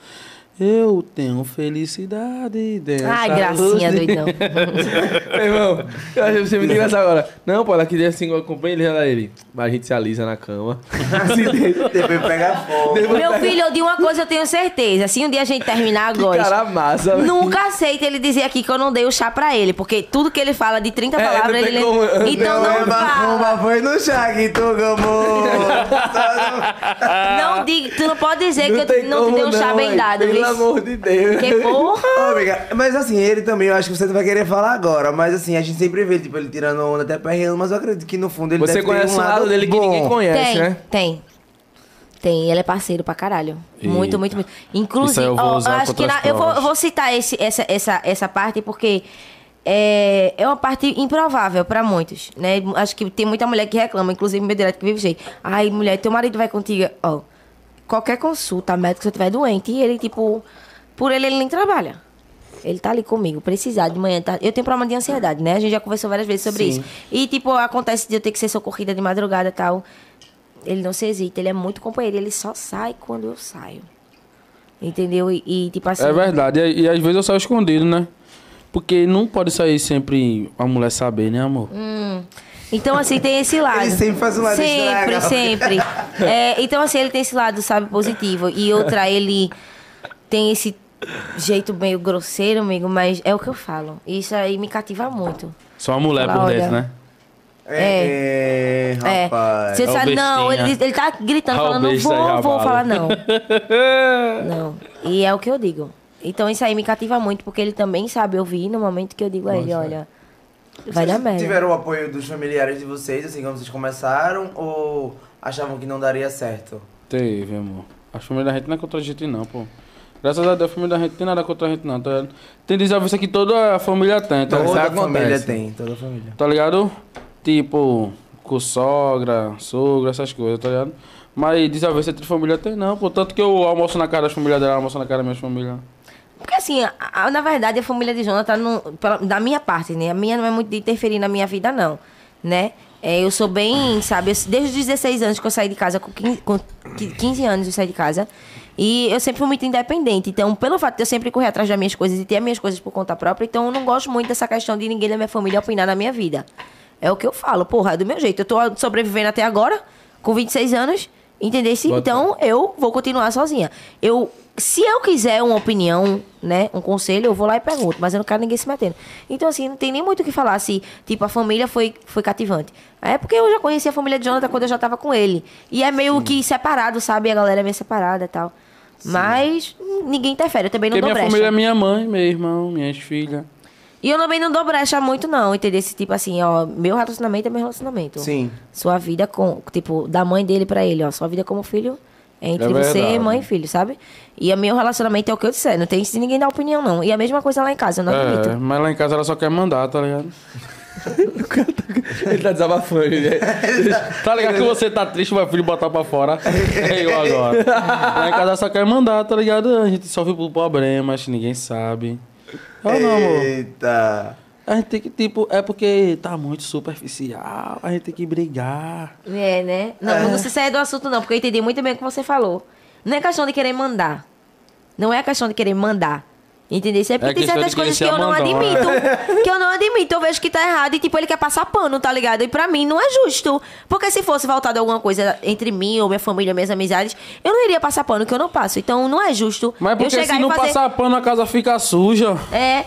Speaker 5: Eu tenho felicidade. dessa
Speaker 3: Ai, gracinha,
Speaker 5: luz É de-
Speaker 3: doidão.
Speaker 1: Meu irmão, eu achei você é muito engraçado agora. Não, pô, ela queria assim, eu acompanhei ele, ela ele. Mas a gente se alisa na cama. Se deita.
Speaker 2: Depois pega fogo.
Speaker 3: Meu filho, de uma coisa eu tenho certeza. Se um dia a gente terminar
Speaker 1: que tá
Speaker 3: agora.
Speaker 1: cara massa, velho.
Speaker 3: Nunca aceita ele dizer aqui que eu não dei o chá pra ele, porque tudo que ele fala de 30
Speaker 1: É,
Speaker 3: palavras,
Speaker 1: não tem
Speaker 3: ele
Speaker 1: como-
Speaker 3: lembra.
Speaker 2: não
Speaker 3: Então não,
Speaker 2: é
Speaker 3: fala.
Speaker 2: macumba, foi no chá que tu gamou. Só não-
Speaker 3: Não diga, tu não pode dizer que eu
Speaker 1: tem
Speaker 3: te- não
Speaker 1: como
Speaker 3: te dei um chá
Speaker 1: não,
Speaker 3: bem
Speaker 1: velho.
Speaker 3: dado,
Speaker 1: Pelo
Speaker 3: viu?
Speaker 1: amor de Deus.
Speaker 3: Que porra!
Speaker 2: Ô, amiga, mas assim, ele também, eu acho que você não vai querer falar agora, mas assim, a gente sempre vê, tipo, ele tirando onda até perreando, mas eu acredito que no fundo ele
Speaker 1: Você
Speaker 2: deve ter
Speaker 1: conhece um
Speaker 2: um
Speaker 1: lado dele que
Speaker 2: bom.
Speaker 1: ninguém conhece,
Speaker 3: Tem,
Speaker 1: né?
Speaker 3: tem. Tem, ele é parceiro pra caralho. Muito,
Speaker 5: Eita.
Speaker 3: muito, muito. Inclusive,
Speaker 5: Isso aí eu vou
Speaker 3: ó,
Speaker 5: usar
Speaker 3: acho que
Speaker 5: contra
Speaker 3: na-
Speaker 5: as
Speaker 3: eu, vou,
Speaker 5: provas.
Speaker 3: eu vou citar esse- essa, essa, essa parte porque é, é uma parte improvável pra muitos, né? Acho que tem muita mulher que reclama, inclusive meu direto que vive jeito. Ai, mulher, teu marido vai contigo. Ó, qualquer consulta médica, se eu tiver doente, e ele, tipo, por ele, ele nem trabalha. Ele tá ali comigo, precisar de manhã. Tá... Eu tenho problema de ansiedade, né? A gente já conversou várias vezes sobre isso. E, tipo, acontece de eu ter que ser socorrida de madrugada e tal. Ele não se hesita, ele é muito companheiro. Ele só sai quando eu saio. Entendeu? E, e, tipo assim.
Speaker 5: É verdade. E, e às vezes eu saio escondido, né? Porque não pode sair sempre a mulher saber, né, amor?
Speaker 3: Hum. Então, assim, tem esse lado.
Speaker 2: Ele sempre faz um lado
Speaker 3: Sempre,
Speaker 2: estraga.
Speaker 3: sempre. É, então, assim, ele tem esse lado, sabe, positivo. E outra, ele tem esse jeito meio grosseiro, amigo, mas é o que eu falo. Isso aí me cativa muito.
Speaker 5: Só a mulher
Speaker 3: Fala,
Speaker 5: por dentro,
Speaker 3: olha.
Speaker 5: né?
Speaker 2: É, rapaz.
Speaker 3: Você
Speaker 5: Olha o
Speaker 3: sabe, não,
Speaker 5: bestinha.
Speaker 3: ele, ele tá gritando,
Speaker 5: Olha o
Speaker 3: falando, não
Speaker 5: besta aí,
Speaker 3: vou, vou
Speaker 5: abalo.
Speaker 3: falar, não. não. E é o que eu digo. Então isso aí me cativa muito, porque ele também sabe ouvir no momento que eu digo a ele, olha, vai dar merda.
Speaker 2: Tiveram o apoio dos familiares de vocês, assim, quando vocês começaram, ou achavam que não daria certo?
Speaker 5: Teve, amor. A família da gente não é contra a gente, não, pô. Graças a Deus, a família da gente não tem nada contra a gente, não, tá ligado? Tem desavença que toda a família tem,
Speaker 1: Então,
Speaker 5: tá
Speaker 2: Toda
Speaker 5: ligado?
Speaker 2: a família
Speaker 5: Acontece.
Speaker 2: tem, toda a família.
Speaker 5: Tá ligado? Tipo, com sogra, sogra, essas coisas, tá ligado? Mas desavença entre família tem, não, pô. Tanto que eu almoço na cara das famílias dela, almoço na cara da minha família.
Speaker 3: Porque assim, a- a- na verdade a família de Jonathan, não, pela- da minha parte, né? A minha não é muito de interferir na minha vida, não, né? É, eu sou bem, sabe, eu- desde os 16 anos que eu saí de casa, com 15, com 15 anos eu saí de casa, e eu sempre fui muito independente. Então, pelo fato de eu sempre correr atrás das minhas coisas e ter as minhas coisas por conta própria, então eu não gosto muito dessa questão de ninguém da minha família opinar na minha vida. É o que eu falo, porra, é do meu jeito. Eu tô sobrevivendo até agora, com 26 anos, entendesse? Então, eu vou continuar sozinha. Eu, se eu quiser uma opinião, né, um conselho, eu vou lá e pergunto, mas eu não quero ninguém se metendo. Então, assim, não tem nem muito o que falar se, tipo, a família foi, foi cativante. É porque eu já conheci a família de Jonathan quando eu já tava com ele. E é meio que separado, sabe? A galera é meio separada e tal. Mas hum, ninguém interfere, eu também não
Speaker 5: Porque
Speaker 3: dou
Speaker 5: minha
Speaker 3: brecha.
Speaker 5: família é minha mãe, meu irmão, minhas filhas.
Speaker 3: E eu também não dou brecha muito, não, entendeu? Esse tipo assim, ó, meu relacionamento é meu relacionamento.
Speaker 2: Sim.
Speaker 3: Sua vida com, tipo, da mãe dele pra ele, ó. Sua vida como filho é entre
Speaker 5: É
Speaker 3: você,
Speaker 5: verdade.
Speaker 3: mãe e filho, sabe? E o meu relacionamento é o que eu disser, não tem se ninguém dar opinião, não. E a mesma coisa lá em casa, eu não admito.
Speaker 5: É, mas lá em casa ela só quer mandar, tá ligado?
Speaker 1: Ele tá desabafando, né?
Speaker 5: Tá ligado que você tá triste, vai filho botar pra fora. É eu agora. Lá em casa só quer mandar, tá ligado? A gente sofre por problemas, ninguém sabe. Eu não, amor.
Speaker 2: Eita.
Speaker 5: A gente tem que, tipo, é porque tá muito superficial, a gente tem que brigar.
Speaker 3: É, né? Não, não se sair do assunto, não, porque eu entendi muito bem o que você falou. Não é questão de querer mandar. Não é questão de querer mandar. Entendeu? Isso é porque
Speaker 5: É
Speaker 3: tem
Speaker 5: questão
Speaker 3: certas
Speaker 5: de querer
Speaker 3: coisas que
Speaker 5: ser
Speaker 3: eu não
Speaker 5: mandão, né?
Speaker 3: admito. Que eu não admito. Eu vejo que tá errado e, tipo, ele quer passar pano, tá ligado? E pra mim não é justo. Porque se fosse faltado alguma coisa entre mim ou minha família, minhas amizades, eu não iria passar pano, que eu não passo. Então não é justo.
Speaker 5: Mas
Speaker 3: eu
Speaker 5: porque
Speaker 3: chegar e
Speaker 5: se não
Speaker 3: fazer-
Speaker 5: passar pano, a casa fica suja.
Speaker 3: É.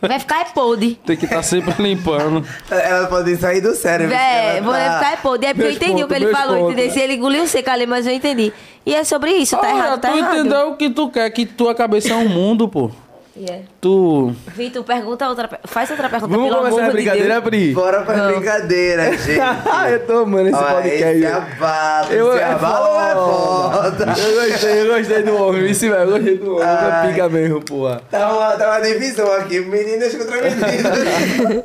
Speaker 3: Vai ficar é podre.
Speaker 5: Tem que estar sempre limpando.
Speaker 2: Ela pode sair do cérebro.
Speaker 3: Véi, vou
Speaker 2: tá
Speaker 3: ficar é podre. É porque
Speaker 1: tá
Speaker 3: eu
Speaker 1: Meus
Speaker 3: entendi o que
Speaker 1: pontos,
Speaker 3: ele
Speaker 1: meus
Speaker 3: falou,
Speaker 1: pontos. Ah,
Speaker 3: entendeu? Se ele engoliu seco ali, mas eu entendi. E é sobre isso, tá
Speaker 5: Olha,
Speaker 3: errado, tá
Speaker 5: tu
Speaker 3: errado.
Speaker 5: entendeu o que tu quer, que tua cabeça é um mundo, pô.
Speaker 3: Yeah.
Speaker 5: Tu.
Speaker 3: é. Vitor, pergunta outra. pe- Faz outra pergunta,
Speaker 1: Vamos
Speaker 3: pelo
Speaker 1: começar
Speaker 3: amor
Speaker 1: a
Speaker 3: de
Speaker 1: brincadeira,
Speaker 3: Deus.
Speaker 1: Pri?
Speaker 2: Bora pra brincadeira, gente.
Speaker 1: Ah, eu tô amando esse é
Speaker 2: Olha,
Speaker 1: podcast.
Speaker 2: Esse abalo,
Speaker 1: Eu-
Speaker 2: esse
Speaker 1: é
Speaker 2: abalo é
Speaker 1: foda.
Speaker 2: foda.
Speaker 1: Eu gostei, eu gostei do homem. Isso, velho, eu gostei do homem.
Speaker 2: Ai.
Speaker 1: Pra pica mesmo, porra.
Speaker 2: Tá uma, tá uma divisão aqui, meninas contra meninas.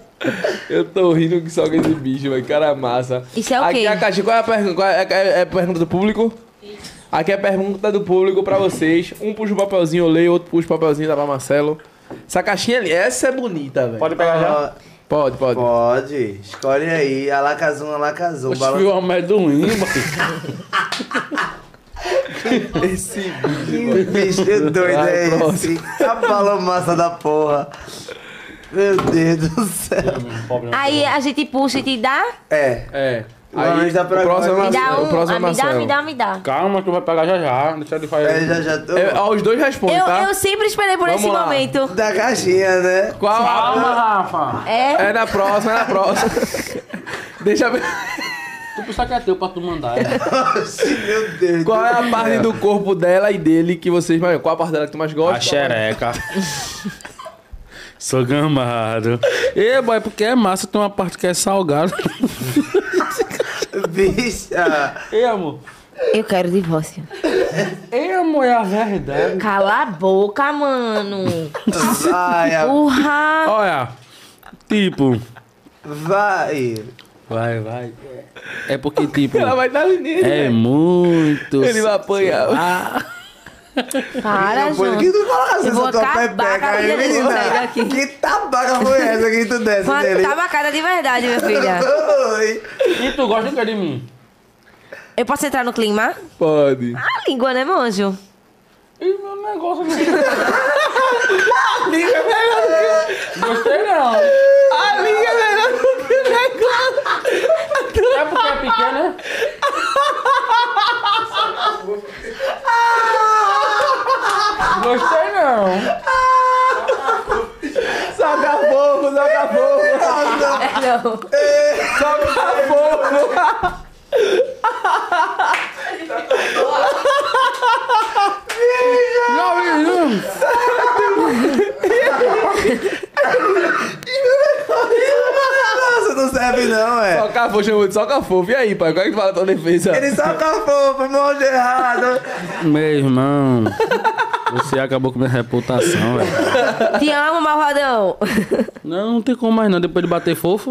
Speaker 1: Eu tô rindo que só com esse bicho, velho. Cara massa.
Speaker 3: Isso é o
Speaker 1: Aqui
Speaker 3: quê?
Speaker 1: a caixa, qual é a pergunta? Qual é, é- é a pergunta do público? Aqui é a pergunta do público pra vocês. Um puxa o papelzinho, eu leio, outro puxa o papelzinho, dá pra Marcelo. Essa caixinha ali, essa é bonita, velho. Pode.
Speaker 2: Ó,
Speaker 1: Pode, pode.
Speaker 2: Pode, escolhe aí. Alacazum, Alacazum.
Speaker 5: Oxe, viu uma amendoim, mano.
Speaker 1: Esse bicho.
Speaker 2: Que bicho doido
Speaker 1: Vai,
Speaker 2: é
Speaker 1: pronto.
Speaker 2: esse? A palomassa da porra. Meu Deus do céu.
Speaker 3: Aí a gente puxa e te dá,
Speaker 2: É.
Speaker 1: É.
Speaker 2: Vamos
Speaker 1: Aí,
Speaker 2: dar
Speaker 1: o
Speaker 2: pra
Speaker 1: próximo é
Speaker 2: agora.
Speaker 3: me dá
Speaker 1: Marcelo.
Speaker 3: um.
Speaker 1: O próximo
Speaker 3: ah,
Speaker 1: é
Speaker 3: me dá,
Speaker 1: Marcelo.
Speaker 3: me dá, me dá.
Speaker 5: Calma que vai pegar já já. Deixa ele fazer.
Speaker 2: Eu já já tô.
Speaker 1: É, ó, os dois respondem,
Speaker 3: Eu,
Speaker 1: tá?
Speaker 3: eu sempre esperei por
Speaker 1: Vamos
Speaker 3: esse
Speaker 1: lá.
Speaker 3: momento.
Speaker 2: Da caixinha, né?
Speaker 1: Qual?
Speaker 5: Calma, Rafa.
Speaker 3: É.
Speaker 1: É na próxima, é na próxima. Deixa eu ver.
Speaker 5: Tu pensa que é teu pra tu mandar.
Speaker 2: Oxi, Meu Deus.
Speaker 1: Qual
Speaker 2: do
Speaker 1: é a parte
Speaker 2: céu.
Speaker 1: do corpo dela e dele que vocês mais. Qual a parte dela que tu mais gosta?
Speaker 5: A xereca. Sou gamado. Ê, boy, porque é massa, tem uma parte que é salgada.
Speaker 2: Bicha.
Speaker 5: Ei, amor.
Speaker 3: Eu quero divórcio.
Speaker 5: Ei, amor, é a verdade.
Speaker 3: Cala a boca, mano.
Speaker 2: Vai, ah, a-
Speaker 3: Urra.
Speaker 5: Olha, tipo...
Speaker 2: vai.
Speaker 5: Vai, vai. É porque, tipo...
Speaker 1: Ela vai dar nele.
Speaker 5: É
Speaker 1: velho.
Speaker 5: muito...
Speaker 1: Ele vai apanhar.
Speaker 3: Para,
Speaker 2: Por que
Speaker 3: João.
Speaker 2: tu fala assim,
Speaker 3: Eu vou
Speaker 2: essa tua
Speaker 3: acabar com
Speaker 2: pepeca
Speaker 3: a
Speaker 2: aí,
Speaker 3: vida desse velho
Speaker 2: menina?
Speaker 3: aqui.
Speaker 2: Que tabaca foi essa que tu desce
Speaker 3: Uma
Speaker 2: dele?
Speaker 3: tabacada de verdade, minha filha.
Speaker 2: Oi.
Speaker 5: E tu gosta do que é de mim?
Speaker 3: Eu posso entrar no clima?
Speaker 1: Pode.
Speaker 3: A língua, né, meu anjo?
Speaker 5: é E meu negócio... não- é Não.
Speaker 1: Soca fogo, soca fogo.
Speaker 3: Não.
Speaker 1: Soca fogo.
Speaker 5: Não, não.
Speaker 2: Nossa, não serve não, é.
Speaker 1: Soca fogo, chama de soca fogo. E aí, pai? Qual é que tu fala da tua defesa?
Speaker 2: Ele só cafou, foi mal de errado.
Speaker 5: Meu irmão, você acabou com minha reputação, velho.
Speaker 3: Te amo, malvadão.
Speaker 5: Não, não tem como mais não, depois de bater fofo.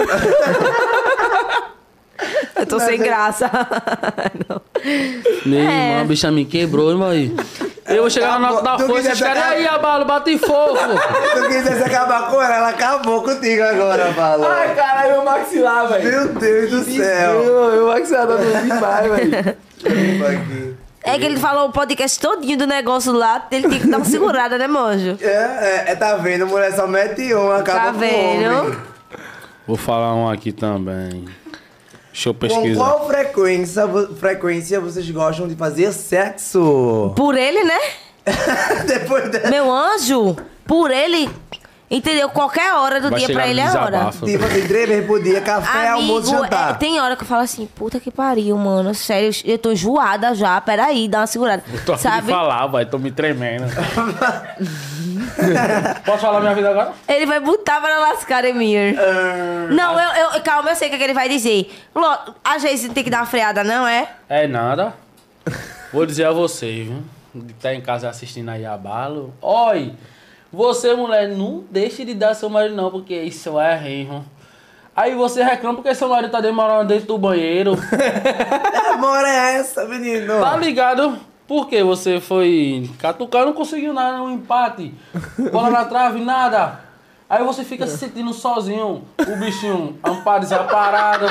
Speaker 3: Eu tô sem graça. Não.
Speaker 5: Meu
Speaker 3: É.
Speaker 5: irmão, a bicha me quebrou, irmão aí. Eu vou chegar lá na da
Speaker 2: Tu
Speaker 5: força,
Speaker 2: quis
Speaker 5: os caras,
Speaker 2: atacar-
Speaker 5: aí, abalo, bate fofo.
Speaker 2: Tu quisesse acabar com ela, ela acabou contigo agora, falou.
Speaker 3: Ah,
Speaker 1: Ai, caralho, meu maxilar, velho.
Speaker 2: Meu Deus do céu.
Speaker 1: Meu, meu maxilar tá doendo demais, velho.
Speaker 2: Desculpa aqui.
Speaker 3: É que ele falou o podcast todinho do negócio lá, ele tem que dar uma segurada, né, manjo?
Speaker 2: É, é, é, tá vendo, mulher só mete um, acaba com
Speaker 3: Tá
Speaker 2: o homem.
Speaker 3: vendo?
Speaker 5: Vou falar um aqui também. Deixa eu
Speaker 2: Com
Speaker 5: pesquisar.
Speaker 2: qual frequência, vo- frequência vocês gostam de fazer sexo?
Speaker 3: Por ele, né?
Speaker 2: Depois de...
Speaker 3: Meu anjo, por ele, entendeu? Qualquer hora do
Speaker 5: Vai
Speaker 3: dia
Speaker 5: chegar
Speaker 3: pra
Speaker 5: no
Speaker 3: ele é hora.
Speaker 5: desabafo.
Speaker 2: Tipo assim, três vezes por dia, café, almoço,
Speaker 3: Amigo, é,
Speaker 2: jantar.
Speaker 3: tem hora que eu falo assim, puta que pariu, mano. Sério, eu tô enjoada já. Peraí, dá uma segurada.
Speaker 5: Tô aqui de
Speaker 3: Sabe?
Speaker 5: falar, vai, tô me tremendo. Posso falar minha vida agora?
Speaker 3: Ele vai botar pra lascar em mim. Não, eu, eu- Calma, eu sei o que, é que ele vai dizer. Ló, às vezes tem que dar uma freada, não é?
Speaker 5: É nada. Vou dizer a vocês, viu? Que tá em casa assistindo aí a balo. Oi! Você, mulher, não deixe de dar seu marido, não, porque isso é ruim, viu? Aí você reclama porque seu marido tá demorando dentro do banheiro.
Speaker 2: Que amor é essa, menino?
Speaker 5: Tá ligado? Porque você foi catucar, não conseguiu nada, um empate. Bola na trave, nada. Aí você fica se sentindo sozinho, o bichinho amparo desaparado.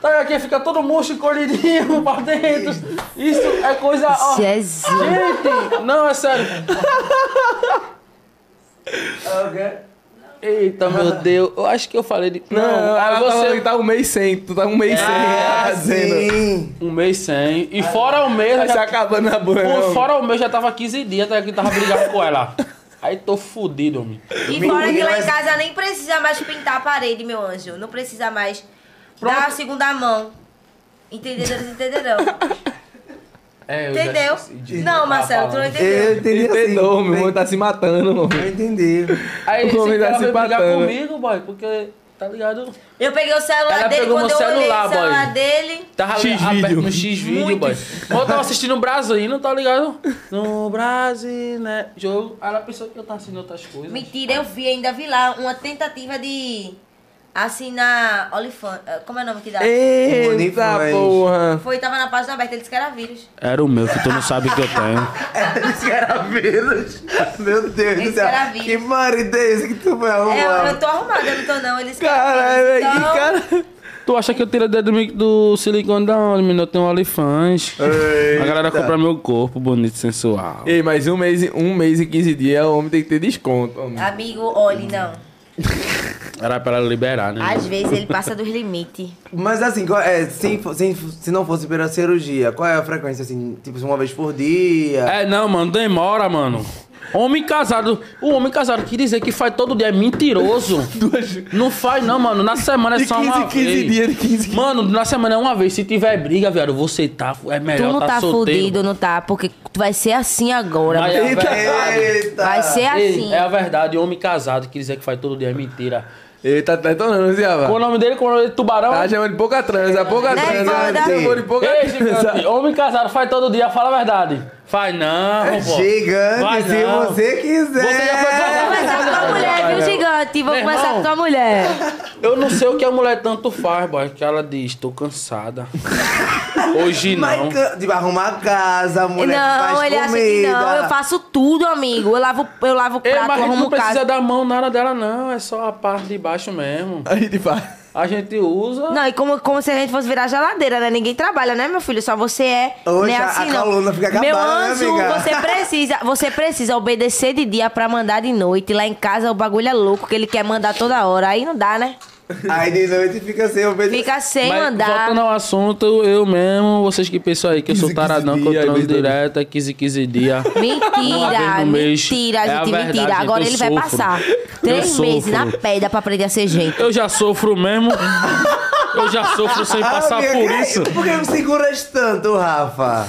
Speaker 5: Tá aqui, fica todo murcho e colhidinho pra dentro. Isso é coisa. Ó.
Speaker 3: Jesus.
Speaker 5: Gente! Não, é sério. Eita, meu Deus. Eu acho que eu falei de. Não,
Speaker 1: Não,
Speaker 5: aí
Speaker 1: ela tá falando
Speaker 5: você.
Speaker 1: que tá um mês sem. Tu tá um mês sem.
Speaker 2: Ah,
Speaker 1: fazendo.
Speaker 2: sim.
Speaker 5: Um mês sem. E fora o mês.
Speaker 1: Tá
Speaker 5: eu
Speaker 1: se
Speaker 5: já-
Speaker 1: acabando na
Speaker 5: Por
Speaker 1: boca.
Speaker 5: fora o meu já tava 15 dias até que tava brigado com ela. Aí tô fudido, homem.
Speaker 3: E fora que lá em
Speaker 2: Meninas-
Speaker 3: casa nem precisa mais pintar a parede, meu anjo. Não precisa mais dar a segunda mão. Entendedores entenderão.
Speaker 5: É, eu já
Speaker 3: Entendeu?
Speaker 5: esqueci de-
Speaker 3: Não,
Speaker 5: tava
Speaker 3: Marcelo, tu não
Speaker 5: falando.
Speaker 2: Eu
Speaker 3: entendeu.
Speaker 2: entendi
Speaker 1: Ele
Speaker 2: assim.
Speaker 1: peidou, meu irmão
Speaker 2: bem-
Speaker 1: tá se matando, mano.
Speaker 2: Eu entendi.
Speaker 5: Aí
Speaker 1: O
Speaker 5: esse
Speaker 1: homem tá
Speaker 5: cara
Speaker 1: se
Speaker 5: veio brigar
Speaker 1: empatando.
Speaker 5: comigo, boy, porque, tá ligado?
Speaker 3: Eu peguei o celular
Speaker 5: Ela
Speaker 3: dele,
Speaker 5: pegou
Speaker 3: quando eu
Speaker 5: meu celular,
Speaker 3: olhei o celular
Speaker 5: boy.
Speaker 3: dele...
Speaker 5: Tava
Speaker 1: X
Speaker 5: aberto
Speaker 1: vídeo.
Speaker 5: no X-Vídeo, boy. Quando eu tava assistindo o Brasil, não tá ligado? No Brasil, né? Jogo. Aí ela pensou que eu tava assistindo outras coisas.
Speaker 3: Mentira, eu vi, ainda vi lá uma tentativa de assinar Olifant. Como é o nome que dá?
Speaker 1: Eita
Speaker 2: Bonifaz.
Speaker 1: porra.
Speaker 3: Foi, tava na página aberta, ele disse que era vírus.
Speaker 5: Era o meu, que tu não sabe que eu tenho.
Speaker 2: Eles que era vírus. Meu Deus
Speaker 3: Eles
Speaker 2: do céu.
Speaker 3: era vírus.
Speaker 2: Que marido é esse que tu vai
Speaker 3: É, eu,
Speaker 2: arrumar?
Speaker 3: eu tô arrumada, eu não tô não, ele disse que era
Speaker 1: Caralho,
Speaker 3: vírus.
Speaker 1: velho, que
Speaker 3: Então,
Speaker 1: cara.
Speaker 5: Tu acha que eu tirei dedo do mi- do silicone da onde, menino? Eu tenho um olifante. A galera compra meu corpo bonito, sensual.
Speaker 1: Ei, mas um mês, e- um mês e 15 dias o homem tem que ter desconto. homem.
Speaker 3: Amigo, olhe, não.
Speaker 5: Era pra ela liberar, né?
Speaker 3: Às vezes ele passa dos limites.
Speaker 2: Mas assim, qual- é, se, fo- se, se não fosse pela cirurgia, qual é a frequência, assim? Tipo, uma vez por dia?
Speaker 5: É, não, mano, demora, mano. Homem casado, o homem casado que dizer que faz todo dia é mentiroso. Não faz, não, mano. Na semana é
Speaker 1: De
Speaker 5: só
Speaker 1: 15
Speaker 5: uma
Speaker 1: 15
Speaker 5: vez.
Speaker 1: dias, de 15
Speaker 5: Mano, na semana é uma vez. Se tiver briga, velho, você tá. É melhor
Speaker 3: Tu não
Speaker 5: tá,
Speaker 3: tá
Speaker 5: solteiro.
Speaker 3: fudido, não tá? Porque tu vai ser assim agora.
Speaker 5: Mas é a verdade.
Speaker 2: Eita!
Speaker 3: vai ser assim.
Speaker 5: Ei, é a verdade. Homem casado que dizer que faz todo dia é mentira.
Speaker 1: Ele tá detonando, Zé Vá.
Speaker 5: Qual o nome dele? Qual o nome dele? Tubarão?
Speaker 1: Tá é chamando de pouca transa, pouca
Speaker 3: Né,
Speaker 1: transa.
Speaker 3: foda?
Speaker 1: Chamou de pouca
Speaker 5: Ei,
Speaker 1: transa.
Speaker 5: gigante, homem casado faz todo dia, fala a verdade. Faz
Speaker 1: É
Speaker 5: não, pô.
Speaker 2: Gigante,
Speaker 5: Vai
Speaker 2: se
Speaker 5: não.
Speaker 2: você quiser.
Speaker 5: Você já foi
Speaker 3: Vou
Speaker 5: casado.
Speaker 3: conversar com tua mulher, viu, gigante? Vou
Speaker 5: Meu
Speaker 3: conversar
Speaker 5: irmão.
Speaker 3: com tua mulher.
Speaker 5: Eu não sei o que a mulher tanto faz, boy, que ela diz, tô cansada. Hoje não.
Speaker 2: Mas, ca- tipo, arrumar a casa, a mulher
Speaker 3: não,
Speaker 2: faz
Speaker 3: ele acha que
Speaker 2: comida.
Speaker 3: não. Eu faço tudo, amigo. Eu lavo, eu lavo o
Speaker 5: Ei,
Speaker 3: prato,
Speaker 5: mas a gente
Speaker 3: arrumo
Speaker 5: não
Speaker 3: o caso.
Speaker 5: precisa dar mão nada dela, não. É só a parte de baixo mesmo.
Speaker 1: Aí de pá.
Speaker 5: A gente usa.
Speaker 3: Não, e como, como se a gente fosse virar geladeira, né? Ninguém trabalha, né, meu filho? Só você é.
Speaker 2: Hoje
Speaker 3: né,
Speaker 2: a-
Speaker 3: assim,
Speaker 2: a
Speaker 3: não.
Speaker 2: coluna fica acabada,
Speaker 3: meu
Speaker 2: né,
Speaker 3: anjo,
Speaker 2: amiga?
Speaker 3: você precisa, você precisa obedecer de dia pra mandar de noite. Lá em casa o bagulho é louco, que ele quer mandar toda hora. Aí não dá, né?
Speaker 2: Aí de noite fica assim, sem o peito.
Speaker 3: Fica sem
Speaker 5: Mas,
Speaker 3: andar.
Speaker 5: Voltando ao assunto, eu mesmo, vocês que pensam aí que eu sou
Speaker 1: 15, 15
Speaker 5: taradão, que eu
Speaker 1: dias,
Speaker 5: transo
Speaker 1: dois anos.
Speaker 5: direto, é 15, 15 dias. Uma vez
Speaker 3: Mentira,
Speaker 5: no mês.
Speaker 3: mentira,
Speaker 5: É a
Speaker 3: gente,
Speaker 5: verdade,
Speaker 3: mentira.
Speaker 5: gente,
Speaker 3: Agora
Speaker 5: eu
Speaker 3: ele vai
Speaker 5: sofro.
Speaker 3: passar
Speaker 5: Eu
Speaker 3: três meses na
Speaker 5: sofro.
Speaker 3: pedra pra aprender a ser gente.
Speaker 5: Eu já sofro mesmo. Eu já sofro sem
Speaker 2: Ah,
Speaker 5: passar
Speaker 2: amiga,
Speaker 5: por
Speaker 2: que- é-
Speaker 5: isso.
Speaker 2: Por que me seguras tanto, Rafa?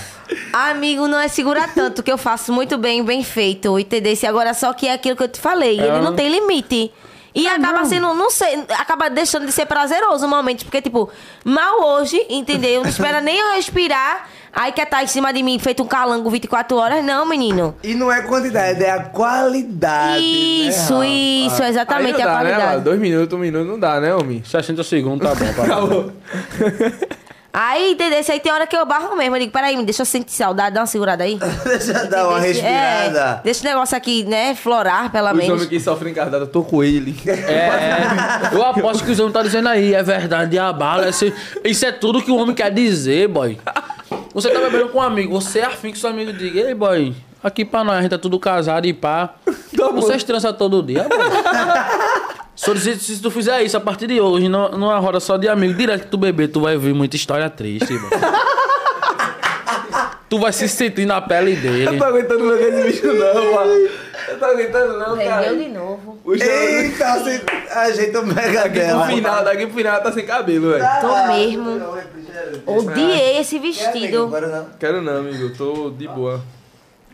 Speaker 3: Amigo, não é segurar tanto que eu faço muito bem, bem feito, entendeu? Se agora só que é aquilo que eu te falei, ele não tem limite.
Speaker 5: É,
Speaker 3: E acaba sendo, não sei, acaba deixando de ser prazeroso um momento, porque tipo, mal hoje, entendeu? Não espera nem eu respirar, aí quer estar em cima de mim feito um calango 24 horas, não, menino.
Speaker 2: E não é quantidade, é a qualidade.
Speaker 3: Isso,
Speaker 5: é,
Speaker 2: né,
Speaker 3: isso, exatamente é
Speaker 1: Aí não dá,
Speaker 3: a
Speaker 1: né, mano?
Speaker 3: qualidade.
Speaker 1: Dois minutos, um minuto não dá, né, homem?
Speaker 5: 60 segundos, tá bom, papai.
Speaker 3: Aí, entendeu? Aí tem hora que eu barro mesmo. Eu digo, peraí, me deixa eu sentir saudade, dá uma segurada aí.
Speaker 2: Rafa? Deixa eu dar uma
Speaker 3: Deixa-
Speaker 2: respirada.
Speaker 3: É, deixa o negócio aqui, né, florar, pelo
Speaker 1: Os homens
Speaker 3: menos.
Speaker 1: que sofrem encardado, eu tô com ele.
Speaker 5: É, eu aposto que os homens tá dizendo aí, é verdade, a bala. Esse, isso é tudo que o homem quer dizer, boy. Você tá bebendo com um amigo, você é afim que seu amigo diga, ei, boy, aqui pra nós, a gente tá tudo casado e pá. Vocês trançam todo dia, boy. Só dizer, se tu fizer isso a partir de hoje, nu- numa roda só de amigo, direto que tu beber, tu vai ouvir muita história triste, boy. Tu vai se sentir na pele dele.
Speaker 6: aguentando logo esse bicho, não, mano. Eu tô aguentando, não,
Speaker 3: Perdeu de novo.
Speaker 6: O Jorge-
Speaker 2: Eita, você ajeita o mega
Speaker 1: No
Speaker 2: dela.
Speaker 1: final, daqui pro final ela tá sem cabelo, velho.
Speaker 3: Tô mesmo. Odiei esse vestido.
Speaker 2: Bora não.
Speaker 1: Quero não, amigo. Eu tô de boa.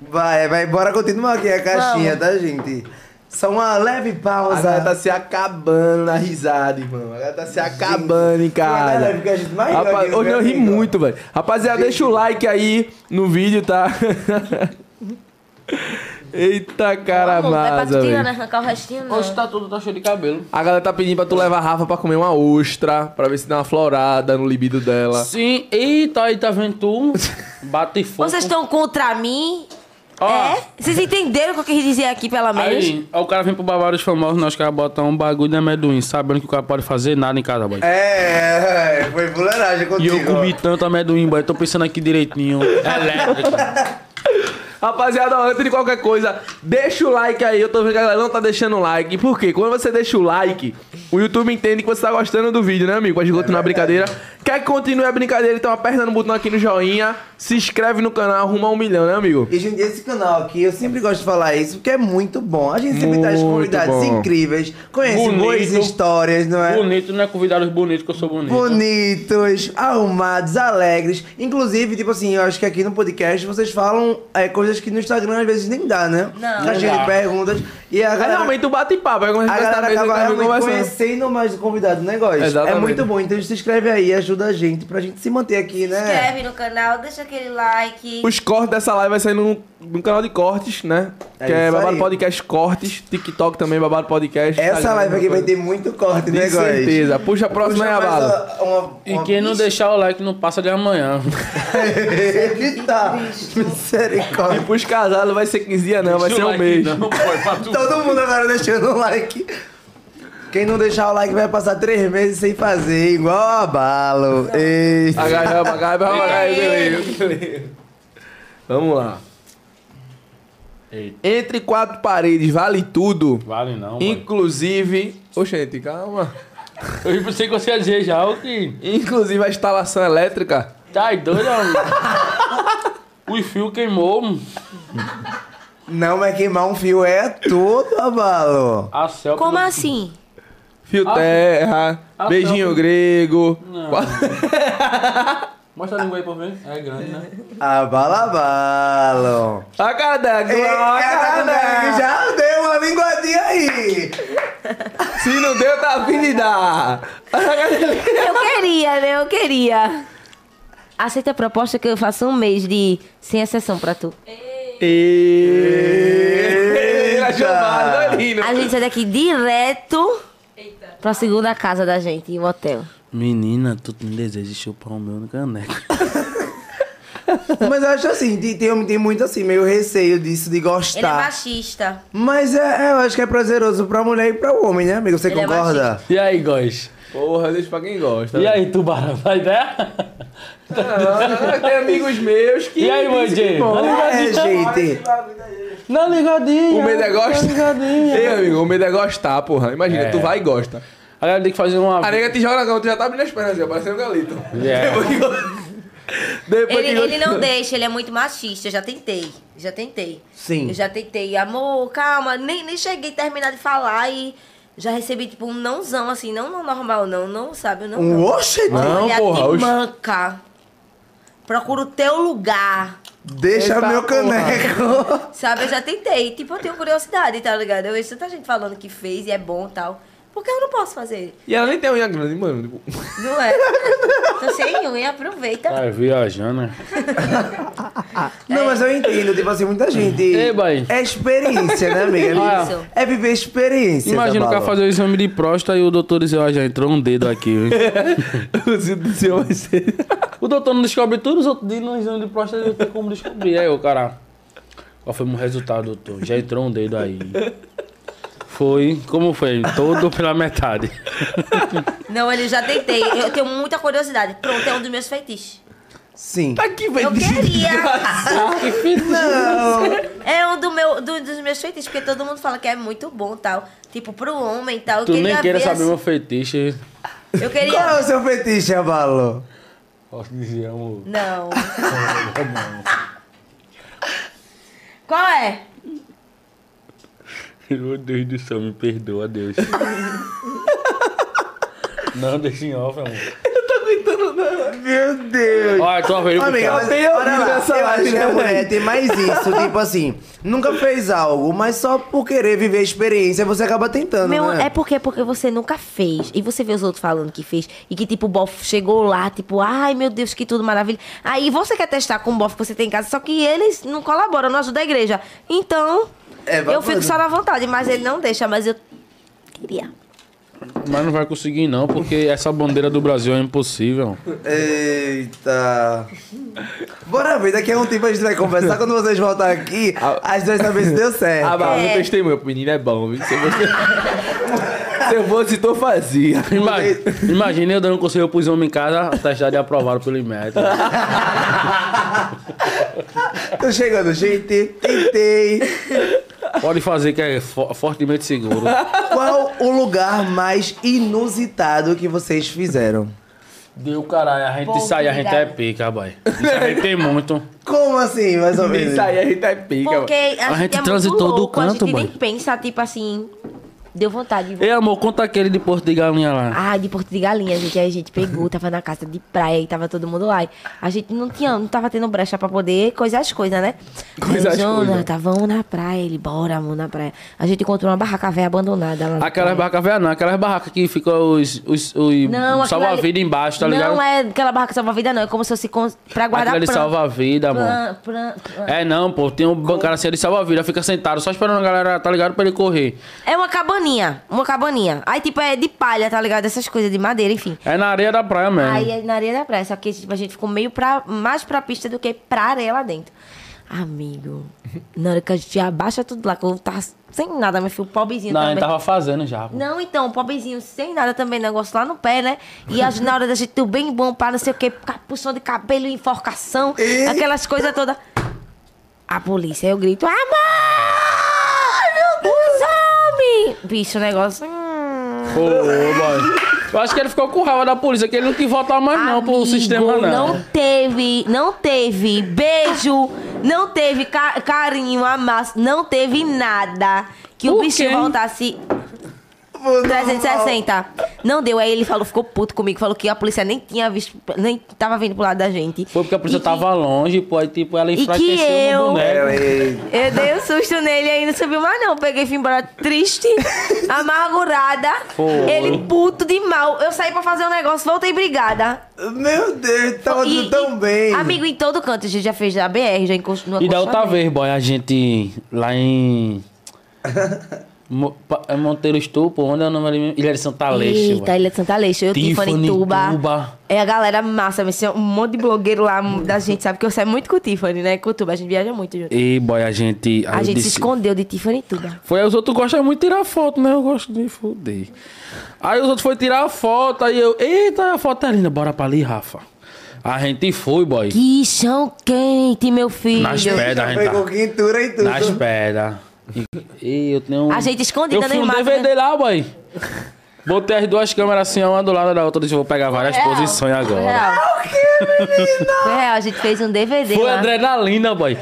Speaker 2: Vai, vai, bora continuar aqui a caixinha, tá, gente? Só uma leve
Speaker 1: A
Speaker 2: pausa.
Speaker 1: galera tá se acabando na risada, irmão. A galera tá se acabando, hein,
Speaker 2: Uma
Speaker 1: cara.
Speaker 2: galera, porque é a gente mais então. riu
Speaker 1: Rapaz,
Speaker 2: aqui no
Speaker 1: hoje eu ri
Speaker 2: Brasil, ó.
Speaker 1: muito, velho. Rapaziada, deixa o like aí no vídeo, tá? Eita cara
Speaker 3: Vamos, é pra
Speaker 1: massa,
Speaker 3: tu tirar,
Speaker 1: velho.
Speaker 3: né? Arrancar o restinho, não.
Speaker 5: Hoje tá tudo, tá cheio de cabelo.
Speaker 1: A galera tá pedindo pra tu levar a Rafa pra comer uma ostra, pra ver se dá uma florada no libido dela.
Speaker 5: Sim, eita, aí tá vendo tu? Bate fogo.
Speaker 3: Vocês estão contra mim?
Speaker 5: Ó.
Speaker 3: É? Vocês entenderam o que eu quis dizer aqui, pelo menos?
Speaker 5: Aí, ó, o cara vem pro Barbários Famosos, nós caras botam um bagulho de amendoim, sabendo que o cara pode fazer nada em casa, boy.
Speaker 2: É, é, foi fuleiragem
Speaker 5: E
Speaker 2: contigo.
Speaker 5: eu comi tanto amendoim, boy, tô pensando aqui direitinho.
Speaker 1: É,
Speaker 5: Elétrico.
Speaker 1: Rapaziada, ó, antes de qualquer coisa, deixa o like aí. Eu tô vendo que a galera não tá deixando o like. Por quê? Quando você deixa o like, o YouTube entende que você tá gostando do vídeo, né, amigo? Pra gente
Speaker 2: É
Speaker 1: continuar a brincadeira. Quer que continue a brincadeira? Então aperta no botão aqui no joinha, se inscreve no canal, arruma um milhão, né, amigo?
Speaker 2: E, gente, esse canal aqui, eu sempre gosto de falar isso, porque é muito bom. A gente sempre traz
Speaker 1: Muito
Speaker 2: convidados
Speaker 1: bom.
Speaker 2: incríveis, conhece boas
Speaker 5: Bonito.
Speaker 2: histórias, não
Speaker 1: né?
Speaker 2: é?
Speaker 5: Bonito, não é convidados bonitos que eu sou bonito.
Speaker 2: Bonitos, arrumados, alegres. Inclusive, tipo assim, eu acho que aqui no podcast vocês falam é, coisas que no Instagram às vezes nem dá, né?
Speaker 3: Não.
Speaker 2: Tá cheio de
Speaker 5: dá.
Speaker 2: perguntas. E a
Speaker 1: É
Speaker 2: galera,
Speaker 1: realmente o bate-papo. É como
Speaker 2: a
Speaker 1: gente
Speaker 2: galera
Speaker 1: mesa,
Speaker 2: acaba
Speaker 1: tá amigo
Speaker 2: realmente
Speaker 1: conversando.
Speaker 2: conhecendo mais o convidado do negócio. É
Speaker 1: Exatamente.
Speaker 2: muito bom. Então se inscreve aí, ajuda a gente pra gente se manter aqui, né?
Speaker 3: Se inscreve no canal, deixa aquele like.
Speaker 1: Os cortes dessa live vai sair no, no canal de cortes, né?
Speaker 2: É
Speaker 1: que é
Speaker 2: isso
Speaker 1: Babado
Speaker 2: aí.
Speaker 1: Podcast Cortes, TikTok também, Babado Podcast.
Speaker 2: Essa
Speaker 1: Instagram,
Speaker 2: live aqui
Speaker 1: mesma
Speaker 2: vai
Speaker 1: coisa.
Speaker 2: ter muito corte, né,
Speaker 1: Com
Speaker 2: guys?
Speaker 1: certeza. Puxa a próxima aí,
Speaker 2: Puxa
Speaker 1: a
Speaker 2: mais
Speaker 1: bala.
Speaker 2: uma- uma-
Speaker 5: E
Speaker 2: uma-
Speaker 5: quem não deixar o like não passa de amanhã.
Speaker 2: Ele tá.
Speaker 1: E
Speaker 2: Misericórdia.
Speaker 1: pros casados não vai ser 15 dias, não, vai
Speaker 5: Deixa
Speaker 1: ser
Speaker 5: o
Speaker 1: um
Speaker 5: like,
Speaker 1: mês. Então-
Speaker 5: Não, boy, pra tu.
Speaker 2: Todo mundo agora deixando o like. Quem não deixar o like vai passar três meses sem fazer, igual a balo. Ei.
Speaker 1: Agarra, agarra, agarra, agarra, beleza, beleza. Vamos lá.
Speaker 5: Eita.
Speaker 1: Entre quatro paredes vale tudo,
Speaker 5: Vale não, boy.
Speaker 1: inclusive. Oxente, calma.
Speaker 5: Eu pensei que você ia dizer já o que...
Speaker 1: Inclusive a instalação elétrica.
Speaker 5: Tá doido, mano. O fio queimou, mano.
Speaker 2: Não, mas queimar um fio é tudo, a balo.
Speaker 5: a selva...
Speaker 3: Como assim?
Speaker 1: Fio
Speaker 5: Ah,
Speaker 1: terra,
Speaker 5: ah,
Speaker 1: beijinho
Speaker 5: não.
Speaker 1: grego.
Speaker 5: Não. Mostra a língua aí pra ver. É grande, né?
Speaker 2: A bala, balo.
Speaker 1: A cara da
Speaker 2: Ei,
Speaker 1: Glória,
Speaker 2: ela
Speaker 1: né?
Speaker 2: também Já deu uma linguadinha aí.
Speaker 1: Se não deu, tá afim de dar. é
Speaker 3: Eu queria, né? Eu queria. Aceita a proposta que eu faço um mês de sem exceção pra tu.
Speaker 1: Eita. é chamada, ali, né?
Speaker 3: A gente sai daqui direto pra segunda casa da gente, em um hotel.
Speaker 5: Menina, tu tem desejo de chupar o meu no caneco.
Speaker 2: Mas eu acho assim, tem, tem, tem muito assim, meio receio disso, de gostar.
Speaker 3: Ele é machista.
Speaker 2: Mas é, é, eu acho que é prazeroso pra mulher e pra homem, né, amigo? Você
Speaker 3: Ele é
Speaker 2: concorda?
Speaker 5: E aí, góis?
Speaker 1: Porra, deixa pra quem gosta. né?
Speaker 5: E aí, tubarão, vai ideia?
Speaker 1: Ah, tem amigos meus que.
Speaker 5: E aí, Tá Mandê?
Speaker 2: é, gente.
Speaker 5: Não ligadinha.
Speaker 1: O medo é
Speaker 5: não
Speaker 1: gostar.
Speaker 5: ligadinha.
Speaker 1: Ei, amigo, o medo é gostar, porra. Imagina,
Speaker 5: É.
Speaker 1: tu vai e gosta.
Speaker 5: A galera tem que fazer uma. É,
Speaker 1: A nega te joga na cama, tu já tá abrindo as pernas, já, parecendo um galito.
Speaker 5: Yeah.
Speaker 1: Depois que... Depois
Speaker 3: Ele,
Speaker 1: que...
Speaker 3: ele não deixa, ele é muito machista. Eu já tentei, já tentei.
Speaker 2: Sim.
Speaker 3: Eu já tentei. Amor, calma, nem, nem cheguei a terminar de falar e já recebi, tipo, um nãozão, assim, não, não normal, não, não, sabe? Não,
Speaker 2: Um
Speaker 3: não.
Speaker 2: oxe?
Speaker 1: Não,
Speaker 3: Olha,
Speaker 1: porra,
Speaker 3: que
Speaker 1: oxe.
Speaker 3: manca. Procura o teu lugar.
Speaker 2: Deixa
Speaker 1: Eita
Speaker 2: meu
Speaker 1: porra.
Speaker 2: caneco.
Speaker 3: Sabe, eu já tentei. Tipo, eu tenho curiosidade, tá ligado? Eu vejo tanta gente falando que fez e é bom e tal. Por que eu não posso fazer?
Speaker 1: E ela nem tem unha grande, mano. Tipo,
Speaker 3: Não é? assim, Tô sem unha, aproveita.
Speaker 5: Vai viajando, né?
Speaker 2: Não, mas eu entendo, tipo assim, muita gente.
Speaker 5: Ei, boy.
Speaker 2: É experiência, né, amiga?
Speaker 3: Isso.
Speaker 2: É viver experiência.
Speaker 5: Imagina tá o cara
Speaker 2: Zabala.
Speaker 5: fazer o exame de próstata e o doutor dizer, ó, já entrou um dedo aqui. viu?"
Speaker 1: o Zito do Senhor vai ser...
Speaker 5: o doutor não descobre tudo, os outros dizem no exame de próstata não tem como descobrir. Aí o cara, qual foi o resultado, doutor? Já entrou um dedo aí. Foi, como foi? Todo pela metade.
Speaker 3: Não, ele já tentei. Eu tenho muita curiosidade. Pronto, é um dos meus feitiços.
Speaker 2: Sim.
Speaker 1: Tá aqui, velho.
Speaker 3: Eu queria.
Speaker 5: que fita.
Speaker 3: É um do meu, do- dos meus feitiços, porque todo mundo fala que é muito bom tal. Tipo, pro homem e tal. Eu
Speaker 5: Tu
Speaker 3: queria
Speaker 5: nem queira
Speaker 3: ver
Speaker 5: saber
Speaker 3: assim-
Speaker 5: meu feitiço.
Speaker 3: Eu
Speaker 2: Qual
Speaker 3: queria.
Speaker 2: é o seu fetiche, Abalo?
Speaker 5: Posso dizer, amor.
Speaker 3: Não. Qual é?
Speaker 5: Meu Deus do céu, me perdoa, Deus. não, deixa em off, amor.
Speaker 2: Meu Deus.
Speaker 5: Ó, é tua vez, pro
Speaker 2: Amiga,
Speaker 5: cara.
Speaker 2: mas,
Speaker 1: tenho
Speaker 2: olha
Speaker 1: ouvido
Speaker 2: lá,
Speaker 1: essa
Speaker 2: eu acho
Speaker 1: live
Speaker 2: que a
Speaker 1: também.
Speaker 2: mulher tem mais isso, tipo assim, nunca fez algo, mas só por querer viver a experiência, você acaba tentando,
Speaker 3: Meu,
Speaker 2: né?
Speaker 3: é porque, porque você nunca fez. E você vê os outros falando que fez. E que, tipo, o bofe chegou lá, tipo, ai meu Deus, que tudo maravilha. Aí você quer testar com o bofe que você tem em casa, só que eles não colaboram, não ajudam a igreja. Então,
Speaker 2: É, vai
Speaker 3: eu fico
Speaker 2: fazer.
Speaker 3: só na vontade, mas ele não deixa, mas eu queria.
Speaker 5: Mas não vai conseguir não, porque essa bandeira do Brasil é impossível.
Speaker 2: Eita. Bora ver, daqui a um tempo a gente vai conversar, quando vocês voltar aqui,
Speaker 1: A-
Speaker 2: as duas sabem se deu certo.
Speaker 1: Ah, mas
Speaker 3: É.
Speaker 1: meu testemunho pro menino é bom, viu? Se eu fosse... Se eu fosse, tu fazia.
Speaker 5: Ima- Imagina eu dando conselho pros homens em casa, testado e aprovado pelo IMET.
Speaker 2: Tô chegando, gente, tentei.
Speaker 5: Pode fazer que é fo- fortemente seguro.
Speaker 2: Qual o lugar mais inusitado que vocês fizeram?
Speaker 5: Deu caralho, a gente
Speaker 3: Bom,
Speaker 5: sai, a gente é
Speaker 3: obrigada.
Speaker 5: pica, boy. Isso a gente tem muito.
Speaker 2: Como assim, mais ou menos?
Speaker 1: Isso aí a gente é pica, mano.
Speaker 3: Porque a,
Speaker 5: A gente
Speaker 3: gente, é
Speaker 5: transitou
Speaker 3: muito
Speaker 5: do
Speaker 3: louco, a
Speaker 5: canto,
Speaker 3: gente nem
Speaker 5: boy.
Speaker 3: pensa, tipo assim, deu vontade de
Speaker 5: Ei, amor, conta aquele de Porto de Galinha lá.
Speaker 3: Ah, de Porto de Galinha, gente. Aí a gente pegou, tava na casa de praia e tava todo mundo lá. A gente não tinha, não tava tendo brecha pra poder coisas as coisas, né?
Speaker 1: Coisas
Speaker 3: Aí,
Speaker 1: as coisas.
Speaker 3: Jonathan, vamos na praia. Ele, bora, amor, na praia. A gente encontrou uma barraca velha abandonada lá. na
Speaker 5: Aquelas
Speaker 3: praia.
Speaker 5: barracas velhas não, aquelas barracas que ficam os, os,
Speaker 3: Não, aquilo
Speaker 5: os salva-vida
Speaker 3: ali-
Speaker 5: embaixo, tá ligado?
Speaker 3: Não é aquela barraca salva-vida, não. É como se fosse cons- pra guardar
Speaker 5: Aquilo ali
Speaker 3: pran-
Speaker 5: salva-vida, amor.
Speaker 3: pran- pran- pran-
Speaker 5: É não, pô, tem um bancário assim, ele salva-vida, fica sentado, só esperando a galera, tá ligado, pra ele correr.
Speaker 3: É uma cabaninha, uma cabaninha. Aí, tipo, é de palha, tá ligado? Essas coisas de madeira, enfim.
Speaker 5: É na areia da praia mesmo.
Speaker 3: Aí é na areia da praia, só que tipo, a gente ficou meio pra, mais pra pista do que pra areia lá dentro. Amigo, na hora que a gente abaixa tudo lá, que eu tava sem nada, meu filho, pobrezinho
Speaker 5: não, a
Speaker 3: também.
Speaker 5: gente tava fazendo já, pô.
Speaker 3: Não, então, pobrezinho, sem nada também, negócio lá no pé, né? E a, na hora da gente, tudo bem bom, pá, não sei o quê, ca- puxão de cabelo, enforcação, aquelas coisas todas. A polícia, eu grito, amor! Os homens! Bicho, o negócio... hum.
Speaker 5: Pô, boy. Eu acho que ele ficou com raiva da polícia, que ele não quis voltar mais não pro
Speaker 3: Amigo,
Speaker 5: sistema, não.
Speaker 3: Não teve, não teve beijo, não teve ca- carinho, amasso, não teve nada que o
Speaker 5: Por
Speaker 3: bichinho
Speaker 5: quê?
Speaker 3: voltasse 360. Não deu, aí ele falou, ficou puto comigo, falou que a polícia nem tinha visto, nem tava vindo pro lado da gente.
Speaker 5: Foi porque a polícia
Speaker 3: E que-
Speaker 5: tava longe, pô, aí tipo, ela
Speaker 3: que
Speaker 5: enfraqueceu
Speaker 3: eu-
Speaker 5: no boneco.
Speaker 3: Eu dei um susto nele e ainda subiu mais não. Peguei e fui embora triste, amargurada.
Speaker 5: Foi.
Speaker 3: Ele puto de mal. Eu saí pra fazer um negócio, voltei brigada.
Speaker 2: Meu Deus, tava
Speaker 3: E-
Speaker 2: tudo tão
Speaker 3: e-
Speaker 2: bem.
Speaker 3: Amigo, em todo canto. A gente já fez na BR, já encostou no
Speaker 5: E da outra
Speaker 3: acostamento.
Speaker 5: vez, boy, a gente lá em. Mo- Pa- é Monteiro Estupo, onde é o nome ali mesmo? Ilha de Santa Leste,
Speaker 3: Eita, Ilha de Santa Leste. Eu, Tiffany,
Speaker 5: Tiffany
Speaker 3: Tuba.
Speaker 5: Tuba.
Speaker 3: É a galera massa, mas tem um monte de blogueiro lá um, da gente, sabe? Que eu saio muito com o Tiffany, né? Com o Tuba, a gente viaja muito junto.
Speaker 5: E, boy, a gente. aí
Speaker 3: A
Speaker 5: eu
Speaker 3: gente se
Speaker 5: disse-
Speaker 3: escondeu de Tiffany e Tuba.
Speaker 5: Foi aí os outros gostam muito de tirar foto, né? Eu gosto de foder. Aí os outros foram tirar a foto, aí eu, eita, a foto é linda, bora pra ali, Rafa. A gente foi, boy.
Speaker 3: Que chão quente, meu filho.
Speaker 5: nas pedras, a gente
Speaker 2: Pegou
Speaker 5: tá.
Speaker 2: quintura e tudo.
Speaker 5: Nas pedras. E, e eu tenho um...
Speaker 3: A gente escondida
Speaker 5: Eu fui
Speaker 3: nas
Speaker 5: um
Speaker 3: matas,
Speaker 5: DVD lá, boy. Botei as duas câmeras assim, uma do lado da outra. Deixa eu vou pegar várias
Speaker 3: É Real.
Speaker 5: posições agora.
Speaker 3: Real. Foi real, a gente fez um DVD
Speaker 5: Foi
Speaker 3: lá.
Speaker 5: adrenalina, boy.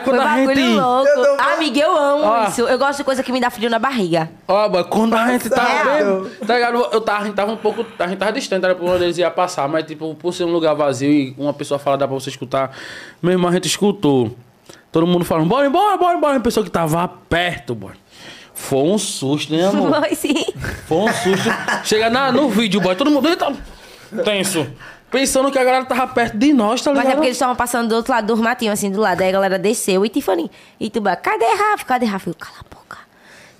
Speaker 3: Foi
Speaker 5: quando a
Speaker 3: bagulho
Speaker 5: gente.
Speaker 3: louco.
Speaker 2: Eu tô-
Speaker 3: Amiga, eu amo
Speaker 5: Ó.
Speaker 3: isso. Eu gosto de coisa que me dá frio na barriga.
Speaker 5: Ó, boy, quando a gente tava
Speaker 2: Passado.
Speaker 5: bem. Tá ligado? Eu tava, a gente tava um pouco. A gente tava distante, era por onde eles iam passar, mas tipo, por ser um lugar vazio e uma pessoa fala, dá pra você escutar. Mesmo a gente escutou. Todo mundo falando, bora, bora, bora, bora. A pessoa que tava perto, boy. Foi um susto, né, amor?
Speaker 3: Foi sim.
Speaker 5: Foi um susto. Chega na, no vídeo, boy. Todo mundo. Eita, tenso. Pensando que a galera tava perto de nós, tá
Speaker 3: Mas
Speaker 5: ligado?
Speaker 3: é porque eles estavam passando do outro lado do matinho, assim, do lado. Aí a galera desceu e Tiffany. E Tuba, cadê Rafa? Cadê Rafa? Eu, cala a boca.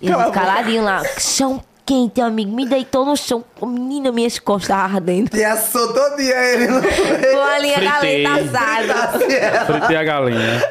Speaker 3: E eu caladinho lá. Chão quente, amigo. Me deitou no chão. Menina, minhas costas ardendo.
Speaker 2: E assou todo dia ele no
Speaker 3: Com a linha da
Speaker 5: Fritei.
Speaker 3: leite assada.
Speaker 5: Fritei a galinha.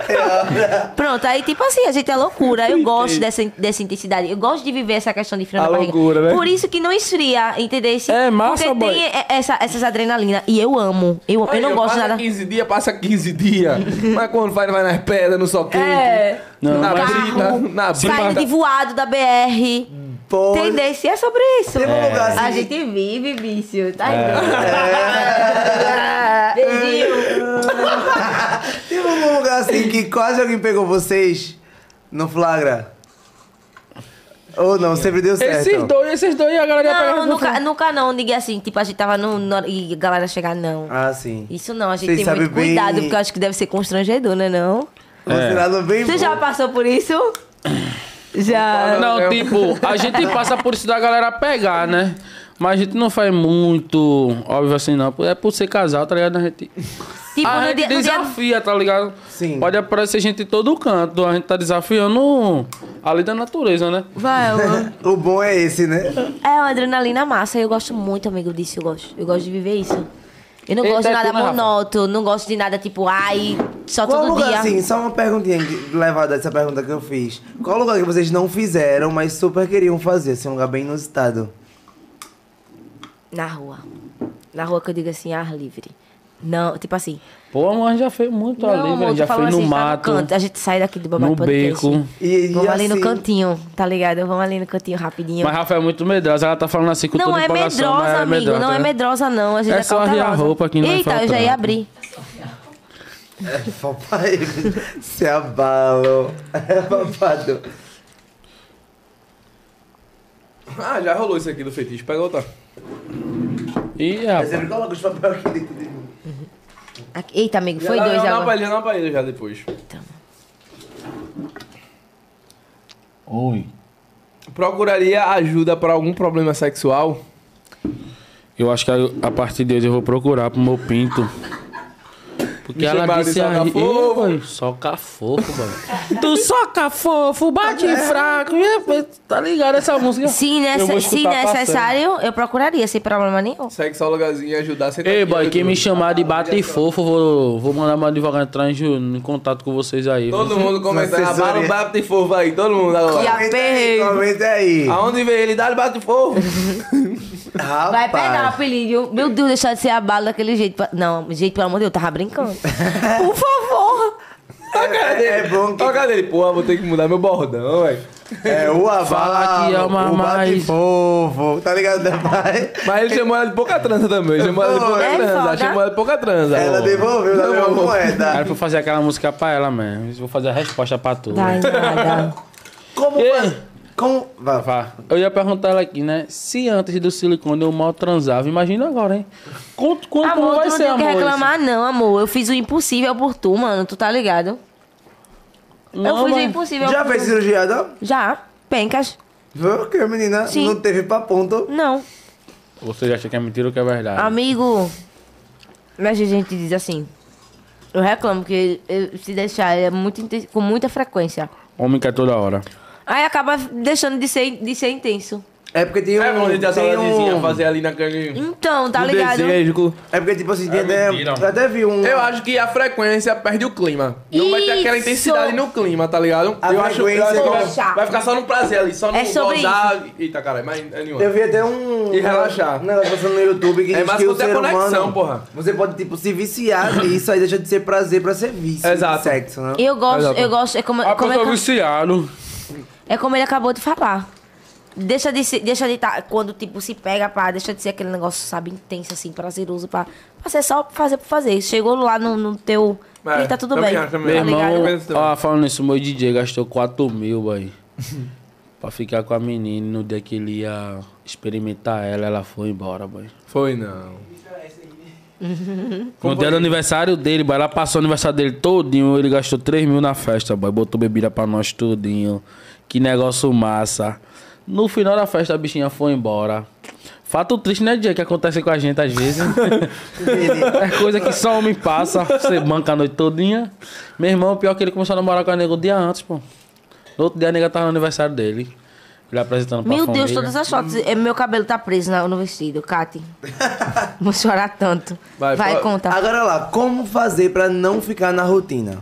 Speaker 3: Pronto, aí tipo assim, a gente é loucura. Eu gosto dessa, dessa intensidade. Eu gosto de viver essa questão de frio na
Speaker 1: A
Speaker 3: barriga.
Speaker 1: loucura, né?
Speaker 3: Por isso que não esfria, entendeu?
Speaker 5: É massa,
Speaker 3: Porque
Speaker 5: boy.
Speaker 3: tem e- essa, essas adrenalinas. E eu amo. Eu, amo. eu não gosto de
Speaker 1: passa
Speaker 3: nada.
Speaker 1: 15 dias, passa 15 dias. mas quando vai, vai nas pedras, no sol quente.
Speaker 3: É.
Speaker 5: Não,
Speaker 1: na
Speaker 5: mas-
Speaker 1: brita, na
Speaker 3: Saindo de
Speaker 1: brita.
Speaker 3: voado da BR.
Speaker 2: Pô,
Speaker 3: Entendeu? Se é sobre isso.
Speaker 2: Tem um lugar assim.
Speaker 3: A gente vive, bicho. Tá indo.
Speaker 2: É.
Speaker 3: Beijinho.
Speaker 2: Teve um lugar assim que quase alguém pegou vocês no flagra. Ou não, sempre deu certo.
Speaker 5: Esses dois, esses dois, a galera ia pegar.
Speaker 3: Não, nunca, nunca não. Ninguém assim, tipo, a gente tava no. no- e a galera chegar, não.
Speaker 2: Ah, sim.
Speaker 3: Isso não, a gente
Speaker 2: Vocês
Speaker 3: tem muito
Speaker 2: sabem bem-
Speaker 3: cuidado, porque eu acho que deve ser constrangedor, né não?
Speaker 2: Você
Speaker 5: É.
Speaker 2: nada bem
Speaker 3: Você
Speaker 2: bom.
Speaker 3: já passou por isso? Já.
Speaker 5: Não, tipo, a gente passa por isso da galera pegar, né? Mas a gente não faz muito, óbvio assim, não. É por ser casal, tá ligado? A gente,
Speaker 3: Tipo,
Speaker 5: a
Speaker 3: no
Speaker 5: gente
Speaker 3: dia, no dia-
Speaker 5: desafia, tá ligado?
Speaker 2: Sim.
Speaker 5: Pode aparecer gente em todo canto. A gente tá desafiando a lei da natureza, né?
Speaker 3: Vai, amor.
Speaker 2: O bom é esse, né?
Speaker 3: É uma adrenalina massa, eu gosto muito, amigo, disso, eu gosto. Eu gosto de viver isso. Eu não
Speaker 5: Eita,
Speaker 3: gosto de
Speaker 5: é
Speaker 3: nada
Speaker 5: tu, né, Rafa?
Speaker 3: monótono, não gosto de nada tipo, ai, só
Speaker 2: Qual
Speaker 3: todo
Speaker 2: lugar,
Speaker 3: dia.
Speaker 2: assim, só uma perguntinha que- levada dessa pergunta que eu fiz. Qual lugar que vocês não fizeram, mas super queriam fazer? Assim, um lugar bem inusitado.
Speaker 3: Na rua. Na rua que eu digo assim, ar livre. Não, tipo assim.
Speaker 5: Pô, amor, a gente já fez muito ali,
Speaker 3: amor,
Speaker 5: velho.
Speaker 3: tô
Speaker 5: Já fez
Speaker 3: falando
Speaker 5: no
Speaker 3: assim, tá
Speaker 5: mato,
Speaker 3: canto. A gente sai daqui do babado
Speaker 5: no
Speaker 3: Podcast.
Speaker 5: beco.
Speaker 2: E, e
Speaker 3: Vamos ali no
Speaker 2: assim,
Speaker 3: cantinho, tá ligado? Vamos ali no cantinho rapidinho.
Speaker 5: Mas Rafa é muito medrosa. Ela tá falando assim com
Speaker 3: Não
Speaker 5: toda
Speaker 3: é
Speaker 5: empolgação, mas
Speaker 3: medrosa,
Speaker 5: ela
Speaker 3: amigo. não é
Speaker 5: né?
Speaker 3: medrosa, não. A gente
Speaker 5: É
Speaker 3: é,
Speaker 5: só arrear a
Speaker 3: cautelosa.
Speaker 5: roupa que não vai
Speaker 3: Eita, eu já
Speaker 5: faltar.
Speaker 3: ia abrir.
Speaker 2: Papai, se abalo. É babado.
Speaker 1: Ah, já rolou isso aqui do feitiço. Pega outra.
Speaker 5: Ih,
Speaker 2: Eu
Speaker 5: rapaz.
Speaker 2: sempre coloco os papéis aqui dentro de mim.
Speaker 3: Aqui- Eita, amigo, foi
Speaker 1: Já dá-
Speaker 3: dois
Speaker 1: dá uma
Speaker 3: agora. Então.
Speaker 1: palhinha, dá uma palhinha já depois.
Speaker 5: Oi.
Speaker 1: Procuraria ajuda pra algum problema sexual?
Speaker 5: Eu acho que a, a partir de hoje eu vou procurar pro meu pinto. Porque
Speaker 1: Me
Speaker 5: ela
Speaker 1: chamaram de
Speaker 5: disse
Speaker 1: soca
Speaker 5: aí.
Speaker 1: fofo.
Speaker 5: Ih, boy, Soca fofo, mano. tu soca fofo, bate fraco. e- Tá ligado essa música?
Speaker 3: É. Se,
Speaker 5: Eu vou
Speaker 3: nece- se
Speaker 5: escutar passando.
Speaker 3: necessário, eu procuraria, sem problema nenhum.
Speaker 1: Sexólogazinha ajudar você tá
Speaker 5: Ei,
Speaker 1: aqui,
Speaker 5: boy, quem
Speaker 1: ajuda.
Speaker 5: me chamar de bate fofo, eu vou, vou mandar meu advogado entrar em, ju- em contato com vocês aí. viu?
Speaker 1: Todo mundo começando a
Speaker 2: assessoria.
Speaker 1: bala, bate fogo aí, todo mundo
Speaker 3: E
Speaker 1: agora.
Speaker 3: a-
Speaker 2: Comenta aí,
Speaker 3: perreiro.
Speaker 2: comenta aí.
Speaker 1: Aonde vê ele, dá bate fogo.
Speaker 2: Rapaz.
Speaker 3: Vai pegar, apelido. Meu Deus, deixar de ser a bala daquele jeito. Pa- Não, jeito, pelo amor de Deus, eu tava brincando. Por
Speaker 1: Olha
Speaker 3: favor.
Speaker 1: a cara
Speaker 2: É- é
Speaker 1: dele.
Speaker 2: bom que-
Speaker 1: Olha a cara dele. Porra, vou ter que mudar meu bordão, velho.
Speaker 2: É o avalo,
Speaker 5: Fala que ama
Speaker 2: o bate
Speaker 5: mais.
Speaker 2: fofo, tá ligado, né, pai?
Speaker 1: Mas ele chamou ela de pouca trança também. Chamou ela de pouca
Speaker 3: É
Speaker 1: trança.
Speaker 3: foda.
Speaker 1: Chamou ela de pouca trança.
Speaker 2: Ela devolveu da mesma
Speaker 5: Era
Speaker 2: moeda.
Speaker 5: pra eu fazer aquela música pra ela, mano. Vou fazer a resposta pra tu.
Speaker 3: Dá em Tá, nada.
Speaker 2: Como...
Speaker 5: Ei.
Speaker 2: faz- Como... Vai, vai.
Speaker 5: Vá. Eu ia perguntar ela aqui, né? Se antes do silicone eu mal transava, imagina agora, hein? Quanto, quanto como
Speaker 3: Amor,
Speaker 5: vai
Speaker 3: tu não
Speaker 5: ser,
Speaker 3: tem o
Speaker 5: amor?
Speaker 3: que
Speaker 5: isso?
Speaker 3: reclamar, não, amor. Eu fiz o impossível por tu, mano. Tu tá ligado? eu
Speaker 5: Não,
Speaker 3: fiz o
Speaker 5: mas-
Speaker 3: impossível
Speaker 2: Já
Speaker 3: por
Speaker 2: fez
Speaker 3: tu.
Speaker 2: cirurgia, não?
Speaker 3: Já. Pencas.
Speaker 2: Foi o que, menina?
Speaker 3: Sim.
Speaker 2: Não teve pra ponto.
Speaker 3: Não.
Speaker 5: Você acha que é mentira ou que é verdade?
Speaker 3: Amigo, mas a gente diz assim. Eu reclamo que eu- se deixar é muito inten- com muita frequência.
Speaker 5: Homem que é toda hora.
Speaker 3: Aí acaba deixando de ser, de ser intenso.
Speaker 2: É porque tem um...
Speaker 1: É bom a gente ter essa
Speaker 2: tem
Speaker 1: ladazinha,
Speaker 2: um...
Speaker 1: fazer ali na canguinha.
Speaker 3: Então, tá
Speaker 1: No
Speaker 3: ligado?
Speaker 1: desejo, com-
Speaker 2: É porque, tipo assim, tem até...
Speaker 5: mentira.
Speaker 2: Até vi um...
Speaker 1: Eu acho que a frequência perde o clima. Não vai ter aquela
Speaker 3: Isso!
Speaker 1: intensidade no clima, tá ligado?
Speaker 2: A
Speaker 1: eu acho eu
Speaker 2: frequência é
Speaker 1: acho que vai,
Speaker 3: Relaxar.
Speaker 1: vai ficar só no prazer ali, só no
Speaker 3: É sobre
Speaker 1: gozar. Eita, caralho, mas anyway.
Speaker 2: Eu vi até um.
Speaker 1: E relaxar.
Speaker 2: Um negócio passando no YouTube que
Speaker 1: É
Speaker 2: diz
Speaker 1: massa
Speaker 2: que o
Speaker 1: quando é
Speaker 2: ser humano.
Speaker 1: conexão, porra.
Speaker 2: Você pode, tipo, se viciar nisso, aí deixa de ser prazer pra ser vício.
Speaker 1: Exato.
Speaker 2: de Sexo, né?
Speaker 3: Eu gosto,
Speaker 1: Exato.
Speaker 3: eu gosto. É como,
Speaker 5: Ah,
Speaker 3: como
Speaker 5: porque
Speaker 3: é,
Speaker 5: eu tô
Speaker 3: como-
Speaker 5: viciado.
Speaker 3: é como ele acabou de falar. Deixa de ser, deixa de tá, quando tipo se pega, pá, deixa de ser aquele negócio, sabe, intenso assim, prazeroso, pá. Pra ser só fazer por fazer. Chegou lá no, no teu.
Speaker 1: É,
Speaker 3: e tá tudo
Speaker 1: também
Speaker 3: bem.
Speaker 1: acho, também
Speaker 5: Meu
Speaker 3: tá
Speaker 1: acho.
Speaker 5: irmão,
Speaker 3: ligado?
Speaker 1: ligado?
Speaker 5: ó, falando nisso, meu DJ gastou 4 mil, boy. pra ficar com a menina no dia que ele ia experimentar ela, ela foi embora, boy.
Speaker 1: Foi não.
Speaker 5: No dia do aniversário dele, boy, ela passou o aniversário dele todinho, ele gastou 3 mil na festa, boy. Botou bebida pra nós tudinho. Que negócio massa. No final da festa, a bichinha foi embora. Fato triste, né, dia que acontece com a gente às vezes. é coisa que só homem passa, você banca a noite todinha. Meu irmão, pior que ele começou a namorar com a nega um dia antes, pô. No outro dia a nega tava no aniversário dele. Ele apresentando pra
Speaker 3: Meu
Speaker 5: família.
Speaker 3: Deus, todas as fotos. eh, Meu cabelo tá preso na- no vestido, Kati. Vou chorar tanto.
Speaker 1: Vai,
Speaker 3: Vai,
Speaker 1: fala-
Speaker 3: conta.
Speaker 2: Tá. Agora lá, como fazer pra não ficar na rotina?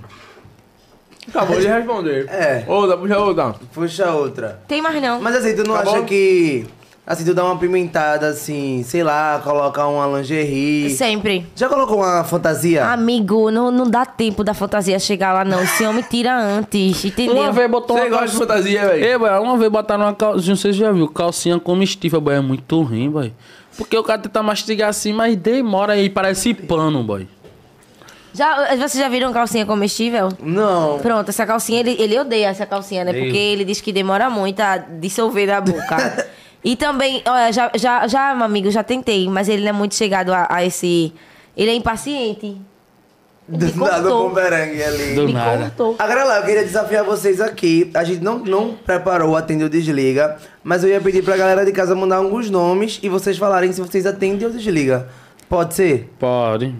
Speaker 1: Acabou de responder.
Speaker 2: É.
Speaker 1: Ô, dá puxa outra.
Speaker 2: Puxa outra.
Speaker 3: Tem mais não.
Speaker 2: Mas assim, tu não
Speaker 1: Acabou?
Speaker 2: acha que. Assim, tu dá uma pimentada, assim, sei lá, colocar uma lingerie.
Speaker 3: Sempre.
Speaker 2: Já colocou uma fantasia?
Speaker 3: Amigo, não, não dá tempo da fantasia chegar lá, não. Esse homem tira antes, entendeu?
Speaker 5: Uma vez botou
Speaker 1: Você
Speaker 5: uma
Speaker 1: gosta de fantasia, velho?
Speaker 5: Ei, boy, uma vez botaram uma calcinha, vocês já viu, calcinha comestível, boy, é muito ruim, boy. Porque o cara tenta mastigar assim, mas demora aí, parece pano, boy.
Speaker 3: Já, vocês já viram calcinha comestível?
Speaker 2: Não.
Speaker 3: Pronto, essa calcinha, ele, ele odeia essa calcinha, né?
Speaker 5: Odeio.
Speaker 3: Porque ele diz que demora muito a dissolver da boca. e também, olha, já, já, já, meu amigo, já tentei, mas ele não é muito chegado a, a esse. Ele é impaciente. Me
Speaker 2: Do nada o
Speaker 3: cortou.
Speaker 2: bumerangue ali.
Speaker 5: Do
Speaker 3: Me
Speaker 5: nada.
Speaker 3: cortou.
Speaker 2: Agora lá, eu queria desafiar vocês aqui. A gente não, não preparou, atendeu desliga. Mas eu ia pedir pra galera de casa mandar alguns nomes e vocês falarem se vocês atendem ou desliga. Pode ser?
Speaker 5: Pode.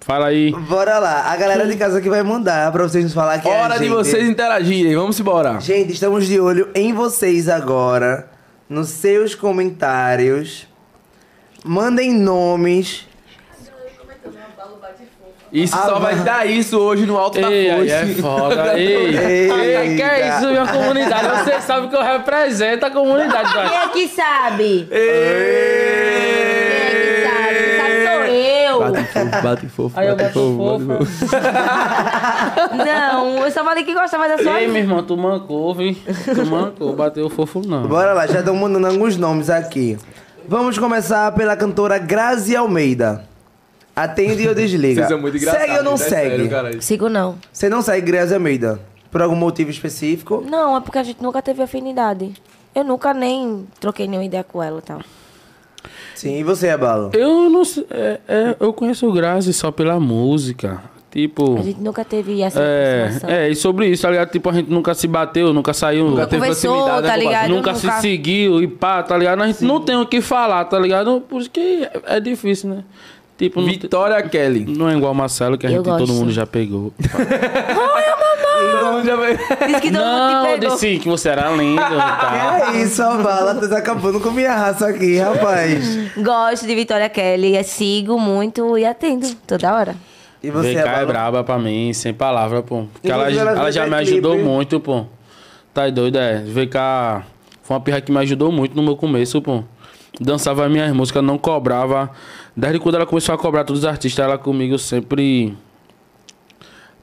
Speaker 5: Fala aí.
Speaker 2: Bora lá. A galera de casa que vai mandar pra vocês nos falar que é a
Speaker 1: Hora de
Speaker 2: gente.
Speaker 1: vocês interagirem, vamos embora.
Speaker 2: Gente, estamos de olho em vocês agora. Nos seus comentários. Mandem nomes.
Speaker 1: Isso só vai dar isso hoje no Alto da
Speaker 5: Ei, aí
Speaker 1: Foice.
Speaker 5: é foda. Ei,
Speaker 2: Ei,
Speaker 5: que é isso, minha comunidade? Vocês sabem que eu represento a comunidade, boy.
Speaker 3: Quem é que sabe? Quem é que sabe? Quem sabe sou eu.
Speaker 1: Bate fofo,
Speaker 5: Aí eu boto fofa.
Speaker 3: Não, eu só falei que gostava da sua.
Speaker 5: Ei, meu irmão, tu mancou, vi. Tu mancou, bateu fofo não.
Speaker 2: Bora lá, já estão mandando alguns nomes aqui. Vamos começar pela cantora Grazi Almeida. Atende ou desliga?
Speaker 1: Vocês são muito engraçados.
Speaker 2: segue ou não
Speaker 1: né?
Speaker 2: segue?
Speaker 1: Sério, caralho.
Speaker 3: Sigo não.
Speaker 2: Você não segue Grazi Almeida? Por algum motivo específico?
Speaker 3: Não, é porque a gente nunca teve afinidade. Eu nunca nem troquei nenhuma ideia com ela e tal.
Speaker 2: Sim, e você, Abalo?
Speaker 5: Eu não sei. é- é, eu conheço o Grazi só pela música. Tipo.
Speaker 3: A gente nunca teve essa
Speaker 5: É,
Speaker 3: aproximação.
Speaker 5: é, e sobre isso, tá ligado? Tipo, a gente nunca se bateu, nunca saiu,
Speaker 1: Nunca
Speaker 5: nunca,
Speaker 1: teve
Speaker 3: Conversou,
Speaker 1: proximidade, né,
Speaker 3: tá
Speaker 1: compadre?
Speaker 3: ligado?
Speaker 5: se seguiu e pá, tá ligado? A gente não tem o que falar, tá ligado? Por isso que é, é difícil, né? Tipo, não, te-
Speaker 1: Vitória Kelly.
Speaker 5: não é igual o Marcelo, que a
Speaker 3: Eu
Speaker 5: gente todo
Speaker 3: gosto.
Speaker 5: mundo já pegou.
Speaker 1: Todo mundo já vai-
Speaker 3: Diz que todo mundo
Speaker 5: não,
Speaker 3: te pegou.
Speaker 5: disse que você era lindo e tal.
Speaker 2: É isso, Abalo, tá acabando com minha raça aqui, rapaz.
Speaker 3: Gosto de Vitória Kelly, eh, sigo muito e atendo toda hora.
Speaker 2: E você,
Speaker 5: VK é
Speaker 2: Abalo?
Speaker 5: braba pra mim, sem palavra, pô. Porque ela,
Speaker 2: Inclusive, ela
Speaker 5: ela
Speaker 2: fez
Speaker 5: já me
Speaker 2: videoclipe.
Speaker 5: ajudou muito, pô. Tá doido, é. VK foi uma pirra que me ajudou muito no meu começo, pô. Dançava as minhas músicas, não cobrava. Desde quando ela começou a cobrar todos os artistas, ela comigo sempre.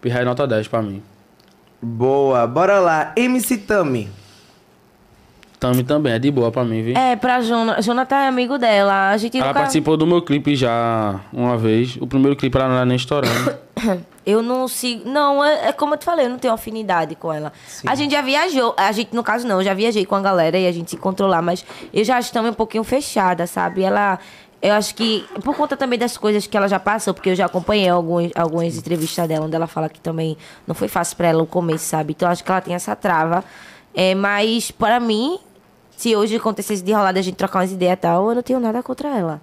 Speaker 5: Pirra é nota 10 pra mim.
Speaker 2: Boa, bora lá. MC Tami.
Speaker 5: Tami também é de boa pra mim, viu?
Speaker 3: É, pra Jona. Jonathan é amigo dela. A gente
Speaker 5: ela
Speaker 3: nunca...
Speaker 5: participou do meu clipe já uma vez. O primeiro clipe ela não era nem estourando.
Speaker 3: Eu não sigo. Não, é, é como eu te falei, eu não tenho afinidade com ela. A gente já viajou. A gente, no caso, não, eu já viajei com a galera e a gente se encontrou lá, mas eu já acho também um pouquinho fechada, sabe? Ela. Eu acho que, por conta também das coisas que ela já passou, porque eu já acompanhei alguns, algumas entrevistas dela, onde ela fala que também não foi fácil pra ela o começo, sabe? Então eu acho que ela tem essa trava. É, mas, para mim, se hoje acontecesse de rolar da gente trocar umas ideias e tal, eu não tenho nada contra ela.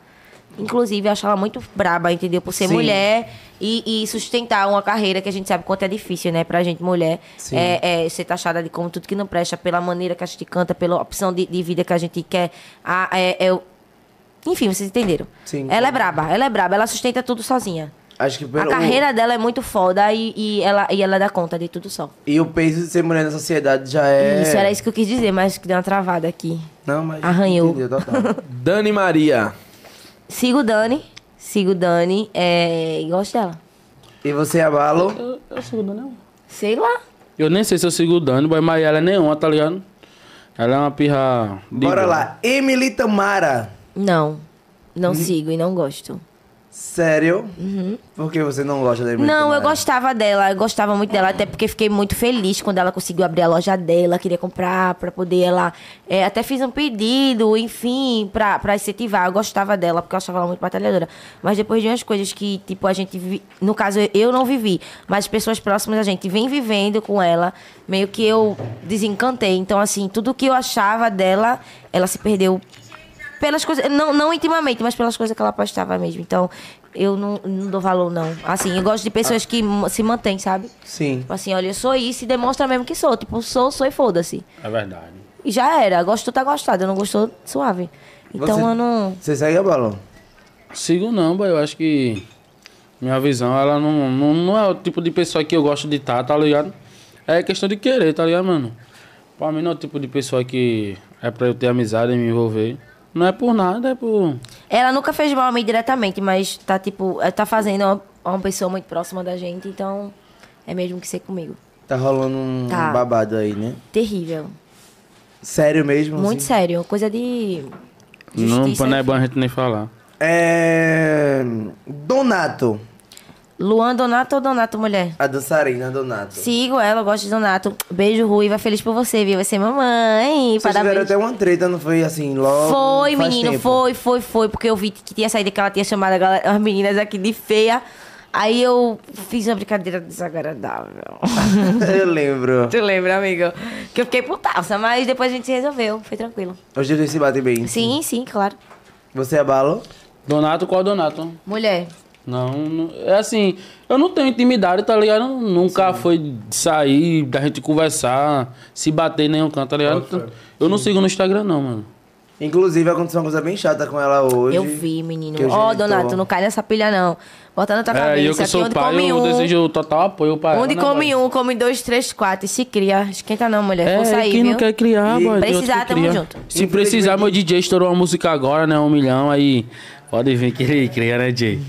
Speaker 3: Inclusive, eu acho ela muito braba, entendeu? Por ser mulher É, e, e sustentar uma carreira que a gente sabe quanto é difícil, né? Pra gente, mulher, é, é ser taxada de como tudo que não presta, pela maneira que a gente canta, pela opção de, de vida que a gente quer. A, é, é o- Enfim, vocês entenderam.
Speaker 2: Sim.
Speaker 3: Ela é braba, ela é braba, ela sustenta tudo sozinha.
Speaker 2: Acho que
Speaker 3: A
Speaker 2: pelo...
Speaker 3: carreira dela é muito foda e, e ela, e ela dá conta de tudo só.
Speaker 2: E o peso de ser mulher na sociedade já é.
Speaker 3: Isso, era isso que eu quis dizer, mas que deu uma travada aqui.
Speaker 2: Não, mas.
Speaker 3: Arranhou.
Speaker 2: Entendeu, total.
Speaker 1: Dani Maria.
Speaker 3: Sigo o Dani, sigo o Dani é, e gosto dela.
Speaker 2: e você, Abalo?
Speaker 5: eu, eu sou do não.
Speaker 3: Sei lá.
Speaker 5: Eu nem sei se eu sigo o Dani, boy, mas ela é nenhuma, tá ligado? Ela é uma pirra. de
Speaker 2: Bora
Speaker 5: boa.
Speaker 2: lá. Emily Tamara.
Speaker 3: Não.
Speaker 2: Hum.
Speaker 3: Não sigo e não gosto.
Speaker 2: Sério? Uhum. Por que você não gosta da Emily
Speaker 3: Não, eu
Speaker 2: Tamara?
Speaker 3: gostava dela, eu gostava muito dela, até porque fiquei muito feliz quando ela conseguiu abrir a loja dela, queria comprar pra poder ela. é, até fiz um pedido, enfim, pra, pra incentivar. Eu gostava dela, porque eu achava ela muito batalhadora. Mas depois de umas coisas que, tipo, a gente. vi- No caso, eu não vivi, mas pessoas próximas a gente vem vivendo com ela, meio que eu desencantei. Então, assim, tudo que eu achava dela, ela se perdeu pelas coisas, não, não intimamente, mas pelas coisas que ela postava mesmo. Então, eu não, não dou valor, não. Assim, eu gosto de pessoas que m- se mantêm, sabe?
Speaker 2: Sim.
Speaker 3: Tipo assim, olha, eu sou isso e demonstra mesmo que sou. Tipo, sou, sou e foda-se.
Speaker 5: É verdade.
Speaker 3: E já era. Gostou, tá gostado. Não gostou, suave. Então,
Speaker 2: Você-
Speaker 3: eu não...
Speaker 2: Você segue a balão?
Speaker 5: Sigo não, boy. Eu acho que minha visão, ela não, não, não é o tipo de pessoa que eu gosto de estar, tá ligado? É questão de querer, tá ligado, mano? Pra mim não é o tipo de pessoa que é pra eu ter amizade e me envolver. Não é por nada, é por.
Speaker 3: Ela nunca fez mal a mim diretamente, mas tá, tipo... é, Tá fazendo uma, uma pessoa muito próxima da gente, então... É mesmo que ser comigo.
Speaker 2: Tá rolando um
Speaker 3: Tá.
Speaker 2: babado aí, né?
Speaker 3: Terrível.
Speaker 2: Sério mesmo?
Speaker 3: Muito
Speaker 2: assim?
Speaker 3: sério. Coisa de...
Speaker 5: Não,
Speaker 3: Justiça.
Speaker 5: não é bom a gente nem falar.
Speaker 2: É... Donato.
Speaker 3: Luan Donato ou Donato Mulher?
Speaker 2: A dançarina Donato.
Speaker 3: Sigo ela, eu gosto de Donato. Beijo, Rui. Vai feliz por você, viu? Vai ser mamãe.
Speaker 2: Vocês tiveram
Speaker 3: Parabéns.
Speaker 2: até uma treta, não foi assim, logo?
Speaker 3: Foi,
Speaker 2: faz
Speaker 3: menino,
Speaker 2: tempo.
Speaker 3: foi, foi, foi. Porque eu vi que tinha saído que ela tinha chamado a galera- as meninas aqui de feia. Aí eu fiz uma brincadeira desagradável.
Speaker 2: Eu lembro.
Speaker 3: tu lembra, amigo? Que eu fiquei putaça, mas depois a gente se resolveu. Foi tranquilo.
Speaker 2: Hoje eles se batem bem.
Speaker 3: Sim, sim, claro.
Speaker 2: Você é balo?
Speaker 5: Donato, qual Donato?
Speaker 3: Mulher,
Speaker 5: Não, não- é assim, eu não tenho intimidade, tá ligado? Nunca foi de sair, da gente conversar, se bater em nenhum canto, tá ligado? Eu não sigo no Instagram, não, mano.
Speaker 2: Inclusive, aconteceu uma coisa bem chata com ela hoje.
Speaker 3: eu vi, menino.
Speaker 2: que eu
Speaker 3: Ó,
Speaker 2: já tô-
Speaker 3: Donato, não cai nessa pilha, não. Bota na tua
Speaker 5: É,
Speaker 3: cabeça.
Speaker 5: e eu que
Speaker 3: aqui
Speaker 5: sou
Speaker 3: onde
Speaker 5: pai,
Speaker 3: come
Speaker 5: eu
Speaker 3: um,
Speaker 5: desejo total apoio pra ela.
Speaker 3: onde
Speaker 2: Ah,
Speaker 5: né,
Speaker 3: come
Speaker 5: velho?
Speaker 3: um, come dois, três, quatro. E se cria. Esquenta não, mulher.
Speaker 5: É,
Speaker 3: Vamos sair,
Speaker 5: e quem
Speaker 3: viu?
Speaker 5: não quer criar,
Speaker 2: E-
Speaker 5: boy, tem
Speaker 3: Precisar,
Speaker 5: outro que
Speaker 3: tamo
Speaker 5: cria.
Speaker 3: junto.
Speaker 5: Se precisar, meu DJ estourou uma música agora, né? Um milhão, aí pode vir que ele cria, né, Jay?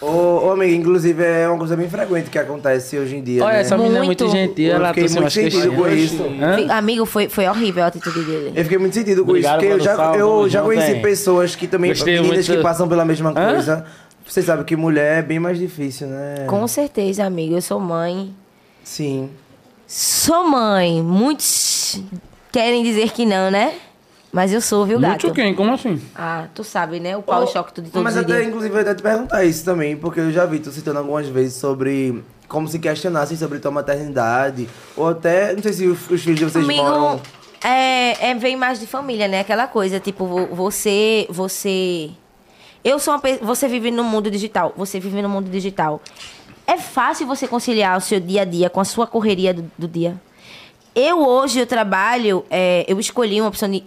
Speaker 2: Ô, ô, amiga, inclusive, é uma coisa bem frequente que acontece hoje em dia,
Speaker 5: Olha,
Speaker 2: né?
Speaker 5: essa menina é muito
Speaker 3: Muito.
Speaker 5: gentil,
Speaker 2: Eu
Speaker 5: ela
Speaker 2: fiquei
Speaker 5: trouxe
Speaker 2: muito
Speaker 5: umas
Speaker 2: sentido com
Speaker 5: questões.
Speaker 2: isso.
Speaker 5: Hã?
Speaker 3: Fi- Amigo, foi, foi horrível a atitude dele.
Speaker 2: Eu fiquei muito sentido com
Speaker 5: Obrigado
Speaker 2: isso,
Speaker 5: pelo
Speaker 2: porque eu já,
Speaker 5: salve,
Speaker 2: eu
Speaker 5: tamo
Speaker 2: já
Speaker 5: junto,
Speaker 2: conheci
Speaker 5: hein?
Speaker 2: pessoas que também,
Speaker 5: Gostei
Speaker 2: meninas
Speaker 5: muito.
Speaker 2: que passam pela mesma
Speaker 5: Hã?
Speaker 2: coisa. Você sabe que mulher é bem mais difícil, né?
Speaker 3: Com certeza, amigo. Eu sou mãe.
Speaker 2: Sim.
Speaker 3: Sou mãe. Muitos querem dizer que não, né? Mas eu sou, viu, gato?
Speaker 5: Muito quem? Como assim?
Speaker 3: Ah, tu sabe, né? O pau e choque tudo de todos
Speaker 2: Mas
Speaker 3: os
Speaker 2: até,
Speaker 3: dias.
Speaker 2: inclusive, eu ia até te perguntar isso também, porque eu já vi tu citando algumas vezes sobre como se questionassem sobre tua maternidade, ou até, não sei se os, os filhos de vocês moram...
Speaker 3: Amigo, é, é, vem mais de família, né? Aquela coisa, tipo, vo- você, você... Eu sou uma pe... Você vive no mundo digital. Você vive no mundo digital. É fácil você conciliar o seu dia a dia com a sua correria do, do dia. Eu hoje, eu trabalho... é, eu escolhi uma opção de,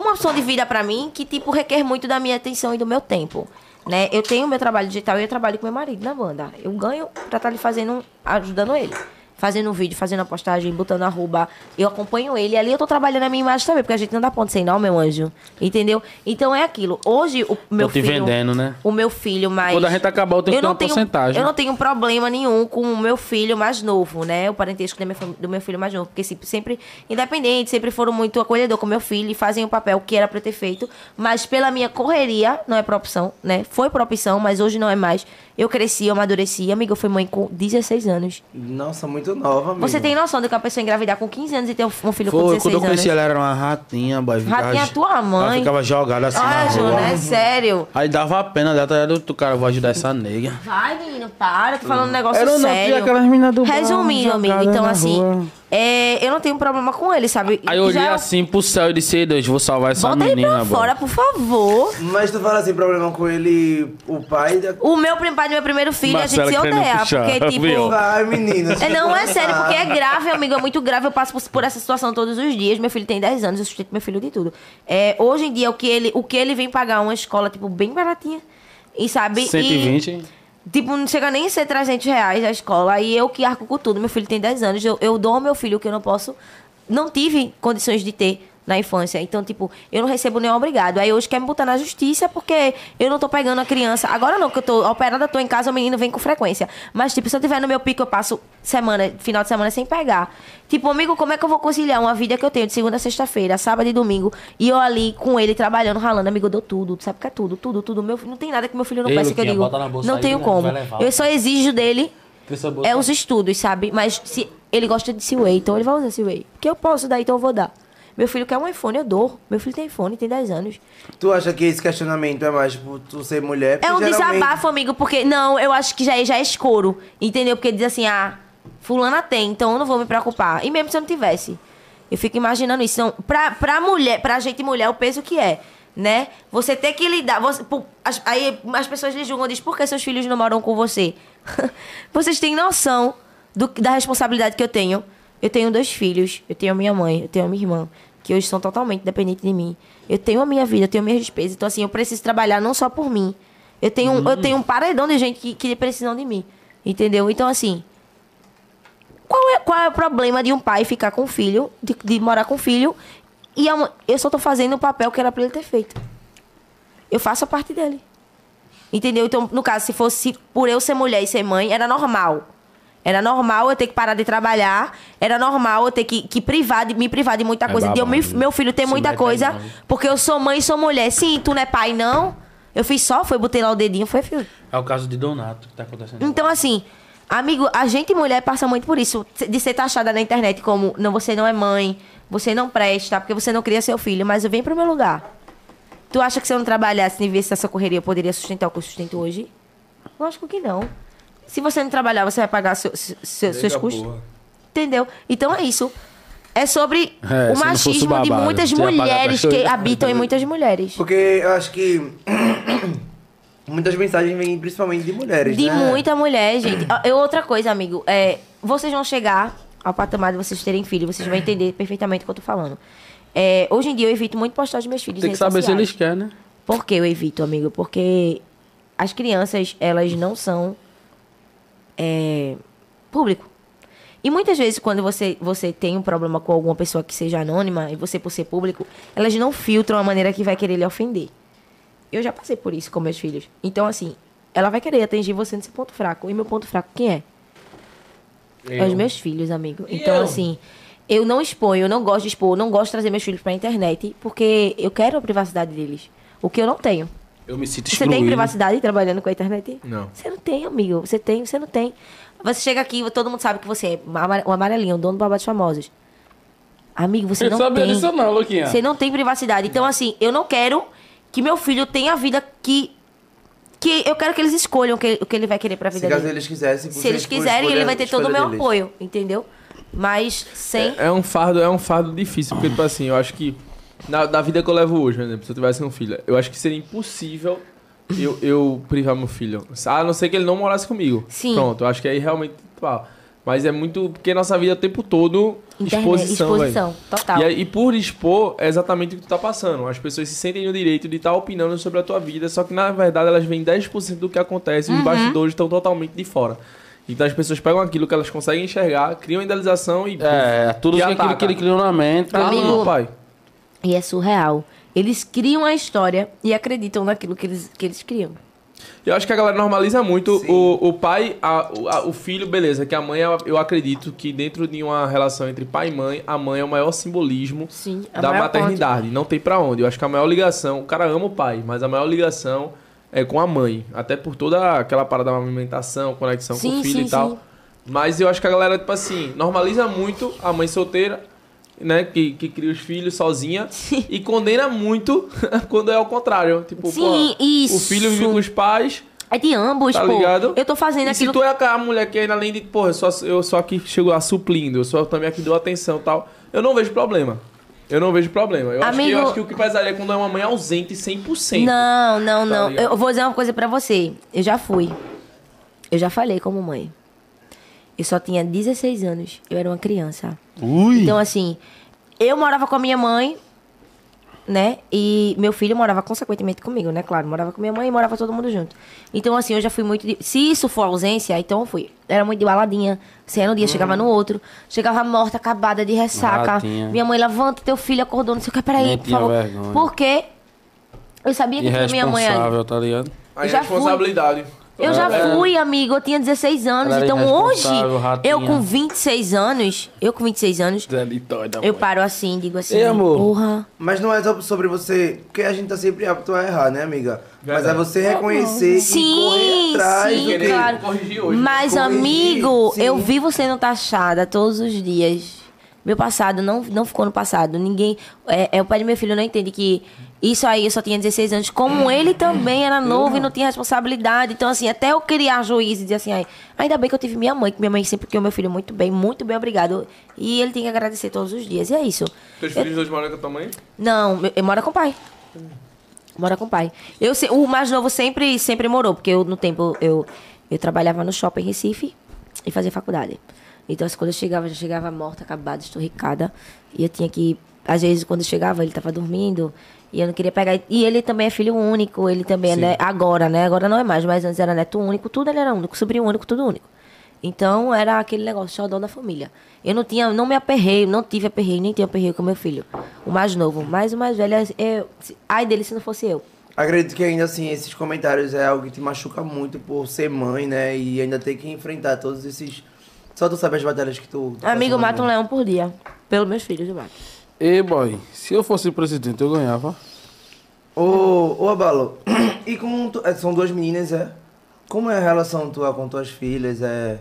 Speaker 3: uma opção de vida pra mim que, tipo, requer muito da minha atenção e do meu tempo. Né? Eu tenho meu trabalho digital e eu trabalho com meu marido na banda. Eu ganho pra estar ali fazendo, um- ajudando ele. Fazendo um vídeo, fazendo a postagem, botando arroba. Eu acompanho ele. E ali eu tô trabalhando a minha imagem também, porque a gente não dá ponto sem não, meu anjo. Entendeu? Então é aquilo. Hoje, o meu
Speaker 5: Tô te
Speaker 3: filho.
Speaker 5: vendendo, né?
Speaker 3: O meu filho, mais.
Speaker 5: Quando a gente acabar, eu tenho que ter
Speaker 3: não
Speaker 5: uma porcentagem.
Speaker 3: Eu não tenho problema nenhum com o meu filho mais novo, né? O parentesco da minha fam- do meu filho mais novo. Porque se- sempre, independente, sempre foram muito acolhedor com meu filho e fazem o papel que era pra eu ter feito. Mas pela minha correria, não é por opção, né? Foi por opção, mas hoje não é mais. Eu cresci, eu amadureci. Amiga, eu fui mãe com 16 anos.
Speaker 2: Nossa, muito nova, amigo.
Speaker 3: Você tem noção de que uma pessoa engravidar com 15 anos e ter um um filho com
Speaker 5: Foi,
Speaker 3: 16
Speaker 5: quando eu
Speaker 3: anos?
Speaker 5: conheci ela, era uma ratinha, boy.
Speaker 3: Ratinha,
Speaker 5: ficava-
Speaker 3: tua mãe.
Speaker 5: Ela ficava jogada assim na
Speaker 3: Olha,
Speaker 5: rua.
Speaker 3: Juna, é sério.
Speaker 5: Aí dava a pena dela, tá ligado? O cara, vou ajudar essa nega.
Speaker 3: Vai, menino, para, tô
Speaker 5: Hum.
Speaker 3: falando um negócio
Speaker 5: Era não,
Speaker 3: sério.
Speaker 5: tinha aquelas meninas do bairro
Speaker 3: Resumindo,
Speaker 5: jogadas
Speaker 3: amigo, então
Speaker 5: na
Speaker 3: assim,
Speaker 5: rua.
Speaker 3: é, eu não tenho problema com ele, sabe?
Speaker 5: Aí eu olhei
Speaker 3: Já- é um-
Speaker 5: assim pro céu e disse, "Ei, Deus, vou salvar essa
Speaker 3: Bota ele
Speaker 5: menina,
Speaker 3: pra
Speaker 5: boy.
Speaker 3: fora, por favor.
Speaker 2: Mas tu fala assim, problema com ele, o pai... Da...
Speaker 3: O meu prim- pai do meu primeiro filho, a
Speaker 5: Marcela
Speaker 3: gente se
Speaker 5: querendo
Speaker 3: odeia,
Speaker 5: puxar,
Speaker 3: porque
Speaker 5: viu?
Speaker 3: tipo...
Speaker 2: Vai, menina.
Speaker 3: É, não, é sério, porque é grave, amigo. É muito grave. Eu passo por, por essa situação todos os dias. Meu filho tem 10 anos, eu sustento meu filho de tudo. É, hoje em dia, o que, ele, o que ele vem pagar uma escola, tipo, bem baratinha. E sabe? e-
Speaker 5: 120.
Speaker 3: Tipo, não chega nem a ser 300 reais a escola. E eu que arco com tudo. Meu filho tem 10 anos. Eu, eu dou ao meu filho o que eu não posso. Não tive condições de ter. na infância. Então, tipo, eu não recebo nenhum obrigado. Aí hoje quer me botar na justiça porque eu não tô pegando a criança. Agora não, que eu tô operada, tô em casa, o menino vem com frequência. Mas, tipo, se eu tiver no meu pico, eu passo semana, final de semana sem pegar. Tipo, amigo, como é que eu vou conciliar uma vida que eu tenho de segunda a sexta-feira, sábado e domingo, e eu ali com ele trabalhando, ralando, amigo, eu dou tudo, tu sabe o que é tudo, tudo, tudo. Meu, fi- não tem nada que meu filho não
Speaker 5: Ei,
Speaker 3: peça que eu
Speaker 5: Luquinha,
Speaker 3: digo.
Speaker 5: bota na bolsa
Speaker 3: Não
Speaker 5: aí,
Speaker 3: tenho
Speaker 5: né?
Speaker 3: como.
Speaker 5: Vai levar.
Speaker 3: Eu só exijo dele
Speaker 5: Precisa
Speaker 3: é
Speaker 5: botar-
Speaker 3: os estudos, sabe? Mas se ele gosta de Seaway, então ele vai usar Seaway. Porque eu posso dar, então eu vou dar. Meu filho quer um iPhone, eu dou. Meu filho tem iPhone, tem 10 anos.
Speaker 2: Tu acha que esse questionamento é mais por tu ser mulher?
Speaker 3: É um
Speaker 2: Porque geralmente-
Speaker 3: desabafo, amigo, porque... Não, eu acho que já é, já é escuro, entendeu? Porque diz assim, ah, fulana tem, então eu não vou me preocupar. E mesmo se eu não tivesse. Eu fico imaginando isso. Não, pra, pra mulher, pra gente mulher, o peso que é, né? Você ter que lidar... você- pô, as- aí as pessoas lhe julgam, diz, por que seus filhos não moram com você? Vocês têm noção do- da responsabilidade que eu tenho? Eu tenho dois filhos, eu tenho minha mãe, eu tenho minha irmã que hoje são totalmente dependentes de mim. Eu tenho a minha vida, eu tenho minhas despesas. Então, assim, eu preciso trabalhar não só por mim. Eu tenho, eu tenho um paredão de gente que, que precisam de mim. Entendeu? Então, assim. Qual é, qual é o problema de um pai ficar com o filho, de, de morar com o filho? E a mãe- eu só tô fazendo o papel que era pra ele ter feito. Eu faço a parte dele. Entendeu? Então, no caso, se fosse por eu ser mulher e ser mãe, era normal. Era normal eu ter que parar de trabalhar. Era normal eu ter que, que privar de, me privar de muita coisa. de eu, me-
Speaker 5: É babado.
Speaker 3: meu filho ter
Speaker 5: Isso
Speaker 3: muita
Speaker 5: não é
Speaker 3: coisa.
Speaker 5: pai, não.
Speaker 3: Porque eu sou mãe e sou mulher. Sim, tu não é pai, não. Eu fiz só, foi, botei lá o dedinho, foi, filho.
Speaker 5: É o caso de Donato que tá acontecendo.
Speaker 3: Então, assim, amigo, a gente mulher passa muito por isso. De ser taxada na internet como, não, você não é mãe, você não presta, porque você não cria seu filho, mas eu venho pro meu lugar. Tu acha que se eu não trabalhasse e vivesse essa correria, eu poderia sustentar o que eu sustento hoje? Lógico que não. Se você não trabalhar, você vai pagar seu- seu- seus custos? Entendeu? Então é isso. É sobre
Speaker 5: É,
Speaker 3: o
Speaker 5: se não fosse o
Speaker 3: machismo de
Speaker 5: babado,
Speaker 3: muitas
Speaker 5: você ia pagar
Speaker 3: mulheres
Speaker 5: pra
Speaker 3: que
Speaker 5: chorar.
Speaker 3: habitam em muitas mulheres.
Speaker 2: Porque eu acho que muitas mensagens vêm principalmente de mulheres,
Speaker 3: De
Speaker 2: né?
Speaker 3: muita mulher, gente. Ah, Eu, outra coisa, amigo, é, vocês vão chegar ao patamar de vocês terem filho, vocês vão entender perfeitamente o que eu tô falando. É, hoje em dia eu evito muito postar os meus filhos
Speaker 5: Tem
Speaker 3: em redes
Speaker 5: que saber se
Speaker 3: sociais.
Speaker 5: eles querem, né?
Speaker 3: Por que eu evito, amigo? Porque as crianças, elas não são é, público. E muitas vezes, quando você, você tem um problema com alguma pessoa que seja anônima, e você por ser público, elas não filtram a maneira que vai querer lhe ofender. Eu já passei por isso com meus filhos. Então, assim, ela vai querer atingir você nesse ponto fraco. E meu ponto fraco, quem é? É os meus filhos, amigo. então, assim, eu não exponho, eu não gosto de expor, eu não gosto de trazer meus filhos pra internet, porque eu quero a privacidade deles. O que eu não tenho.
Speaker 5: Eu me sinto
Speaker 3: Você tem privacidade trabalhando com a internet?
Speaker 1: Não.
Speaker 3: Você não tem, amigo. Você tem, você não tem. Você chega aqui, todo mundo sabe que você é amar- o amarelinho, o dono do babado dos famosos. Amigo, né? você não
Speaker 5: sabia
Speaker 3: tem.
Speaker 5: disso não, Luquinha.
Speaker 3: Você não tem privacidade. Então, assim, eu não quero que meu filho tenha a vida que. que eu quero que eles escolham o que, o que ele vai querer pra vida
Speaker 2: Se caso
Speaker 3: dele.
Speaker 2: eles quisessem.
Speaker 3: Se
Speaker 2: vocês
Speaker 3: eles quiserem,
Speaker 2: escolher-
Speaker 3: ele vai ter todo o
Speaker 2: escolha
Speaker 3: meu
Speaker 2: deles.
Speaker 3: apoio, entendeu? Mas sem.
Speaker 1: É um fardo, é um fardo difícil, porque, tipo assim, eu acho que na, da vida que eu levo hoje, por exemplo, se eu tivesse um filho, eu acho que seria impossível eu, eu privar meu filho. A não ser que ele não morasse comigo.
Speaker 3: Sim.
Speaker 1: Pronto, eu acho que aí é realmente. pá, Mas é muito. Porque nossa vida o tempo todo.
Speaker 3: Internet,
Speaker 1: exposição.
Speaker 3: exposição,
Speaker 1: velho.
Speaker 3: total.
Speaker 1: E, aí- e por expor, é exatamente o que tu tá passando. As pessoas se sentem no direito de estar opinando sobre a tua vida, só que na verdade elas veem 10% do que acontece e os bastidores estão totalmente de fora. Então as pessoas pegam aquilo que elas conseguem enxergar, criam idealização e.
Speaker 5: É, tudo
Speaker 1: e
Speaker 5: aquilo
Speaker 1: ataca.
Speaker 5: que ele criou na mente. tá
Speaker 1: Ah,
Speaker 3: Amigo,
Speaker 1: não, pai.
Speaker 3: E é surreal. Eles criam a história e acreditam naquilo que eles, que eles criam.
Speaker 1: Eu acho que a galera normaliza muito o, o pai, a- o, a- o filho, beleza, que a mãe, é- eu acredito que dentro de uma relação entre pai e mãe, a mãe é o maior simbolismo
Speaker 3: Sim, a
Speaker 1: da
Speaker 3: maior
Speaker 1: maternidade. Não tem pra onde. Eu acho que a maior ligação, o cara ama o pai, mas a maior ligação é com a mãe. Até por toda aquela parada da amamentação, conexão com
Speaker 3: Sim,
Speaker 1: o filho
Speaker 3: sim,
Speaker 1: e tal.
Speaker 3: sim.
Speaker 1: Mas eu acho que a galera, tipo assim, normaliza muito a mãe solteira, né? Que, que cria os filhos sozinha. E condena muito quando é ao contrário. Tipo,
Speaker 3: Sim,
Speaker 1: porra, o
Speaker 3: isso.
Speaker 1: filho vive com os pais.
Speaker 3: É de ambos,
Speaker 1: Tá
Speaker 3: pô.
Speaker 1: ligado?
Speaker 3: Eu tô fazendo
Speaker 1: E se
Speaker 3: aquilo.
Speaker 1: tu é a mulher que ainda além de, porra, eu só, eu só aqui chego a suplindo, eu só também aqui dou atenção e tal, eu não vejo problema. Eu não vejo problema. Eu, acho, que, eu
Speaker 3: Amigo-
Speaker 1: acho que o que pesaria é quando é uma mãe ausente 100%.
Speaker 3: Não, não,
Speaker 1: Tá
Speaker 3: não.
Speaker 1: ligado?
Speaker 3: eu vou dizer uma coisa pra você. Eu já fui. Eu já falei como mãe. Eu só tinha 16 anos. Eu era uma criança. Então, assim, eu morava com a minha mãe. né? E meu filho morava consequentemente comigo, né? Claro, morava com minha mãe e morava todo mundo junto. Então, assim, eu já fui muito. de- Se isso for ausência, então eu fui. Era muito de baladinha. Você ia num dia,
Speaker 5: Hum.
Speaker 3: chegava no outro. Chegava morta, acabada, de ressaca.
Speaker 5: Ratinha.
Speaker 3: Minha mãe, levanta, teu filho acordou, não sei o que, peraí,
Speaker 5: Nem
Speaker 3: por
Speaker 5: tinha
Speaker 3: favor.
Speaker 5: vergonha.
Speaker 3: Porque eu sabia que tinha minha mãe é ali.
Speaker 5: Irresponsável, tá ligado?
Speaker 1: A
Speaker 3: Já
Speaker 1: é responsabilidade.
Speaker 3: Eu já
Speaker 5: É.
Speaker 3: fui, amigo, eu tinha 16 anos.
Speaker 5: Ela era
Speaker 3: Então hoje,
Speaker 5: irresponsável, ratinha.
Speaker 3: eu com 26 anos, eu com 26 anos, eu paro assim, digo assim,
Speaker 5: Ei, amor.
Speaker 3: porra.
Speaker 2: Mas não é só sobre você. Porque a gente tá sempre apto a errar, né, amiga? Mas é você reconhecer e correr
Speaker 3: Sim,
Speaker 2: atrás do
Speaker 3: sim,
Speaker 2: que-
Speaker 3: claro.
Speaker 1: corrigir hoje, né?
Speaker 3: Mas,
Speaker 2: Corrigir,
Speaker 3: amigo,
Speaker 2: sim.
Speaker 3: eu vivo sendo taxada todos os dias. Meu passado não, não ficou no passado. Ninguém. É, é, o pai do meu filho não entende que isso aí eu só tinha 16 anos. Como ele também era novo e não tinha responsabilidade. Então, assim, até eu criar juízo e dizer assim, ai, ainda bem que eu tive minha mãe, que minha mãe sempre criou meu filho muito bem, muito bem, obrigado. E ele tem que agradecer todos os dias. E é isso.
Speaker 1: Teus
Speaker 3: Eu-
Speaker 1: filhos hoje moram com a tua mãe?
Speaker 3: não, eu, eu moro com o pai. Mora com o pai. Eu, se- o mais novo sempre, sempre morou, porque eu, no tempo eu, eu trabalhava no shopping em Recife e fazia faculdade. Então, assim, quando eu chegava, eu já chegava morta, acabada, esturricada. E eu tinha que. Às vezes, quando eu chegava, ele tava dormindo e eu não queria pegar. E ele também é filho único, ele também é. né, agora, né? Agora não é mais, mas antes era neto único, tudo ele era único, sobrinho único, tudo único. Então era aquele negócio, xodó da família. Eu não tinha, não me aperrei, não tive aperreio, nem tenho aperreio com meu filho. O mais novo. Mas o mais velho, é- eu, se- ai dele se não fosse eu.
Speaker 2: Acredito que ainda assim, esses comentários é algo que te machuca muito por ser mãe, né? E ainda ter que enfrentar todos esses. Só tu sabe as batalhas que tu.
Speaker 5: Tá
Speaker 2: tu
Speaker 3: Amigo,
Speaker 2: passou,
Speaker 3: eu
Speaker 2: né?
Speaker 3: mato um leão por dia. Pelos meus filhos, eu mato.
Speaker 5: Ei, boy, se eu fosse presidente, eu ganhava.
Speaker 2: Ô, ô Abalo, e como tu- é, são duas meninas, é? Como é a relação tua com tuas filhas? É.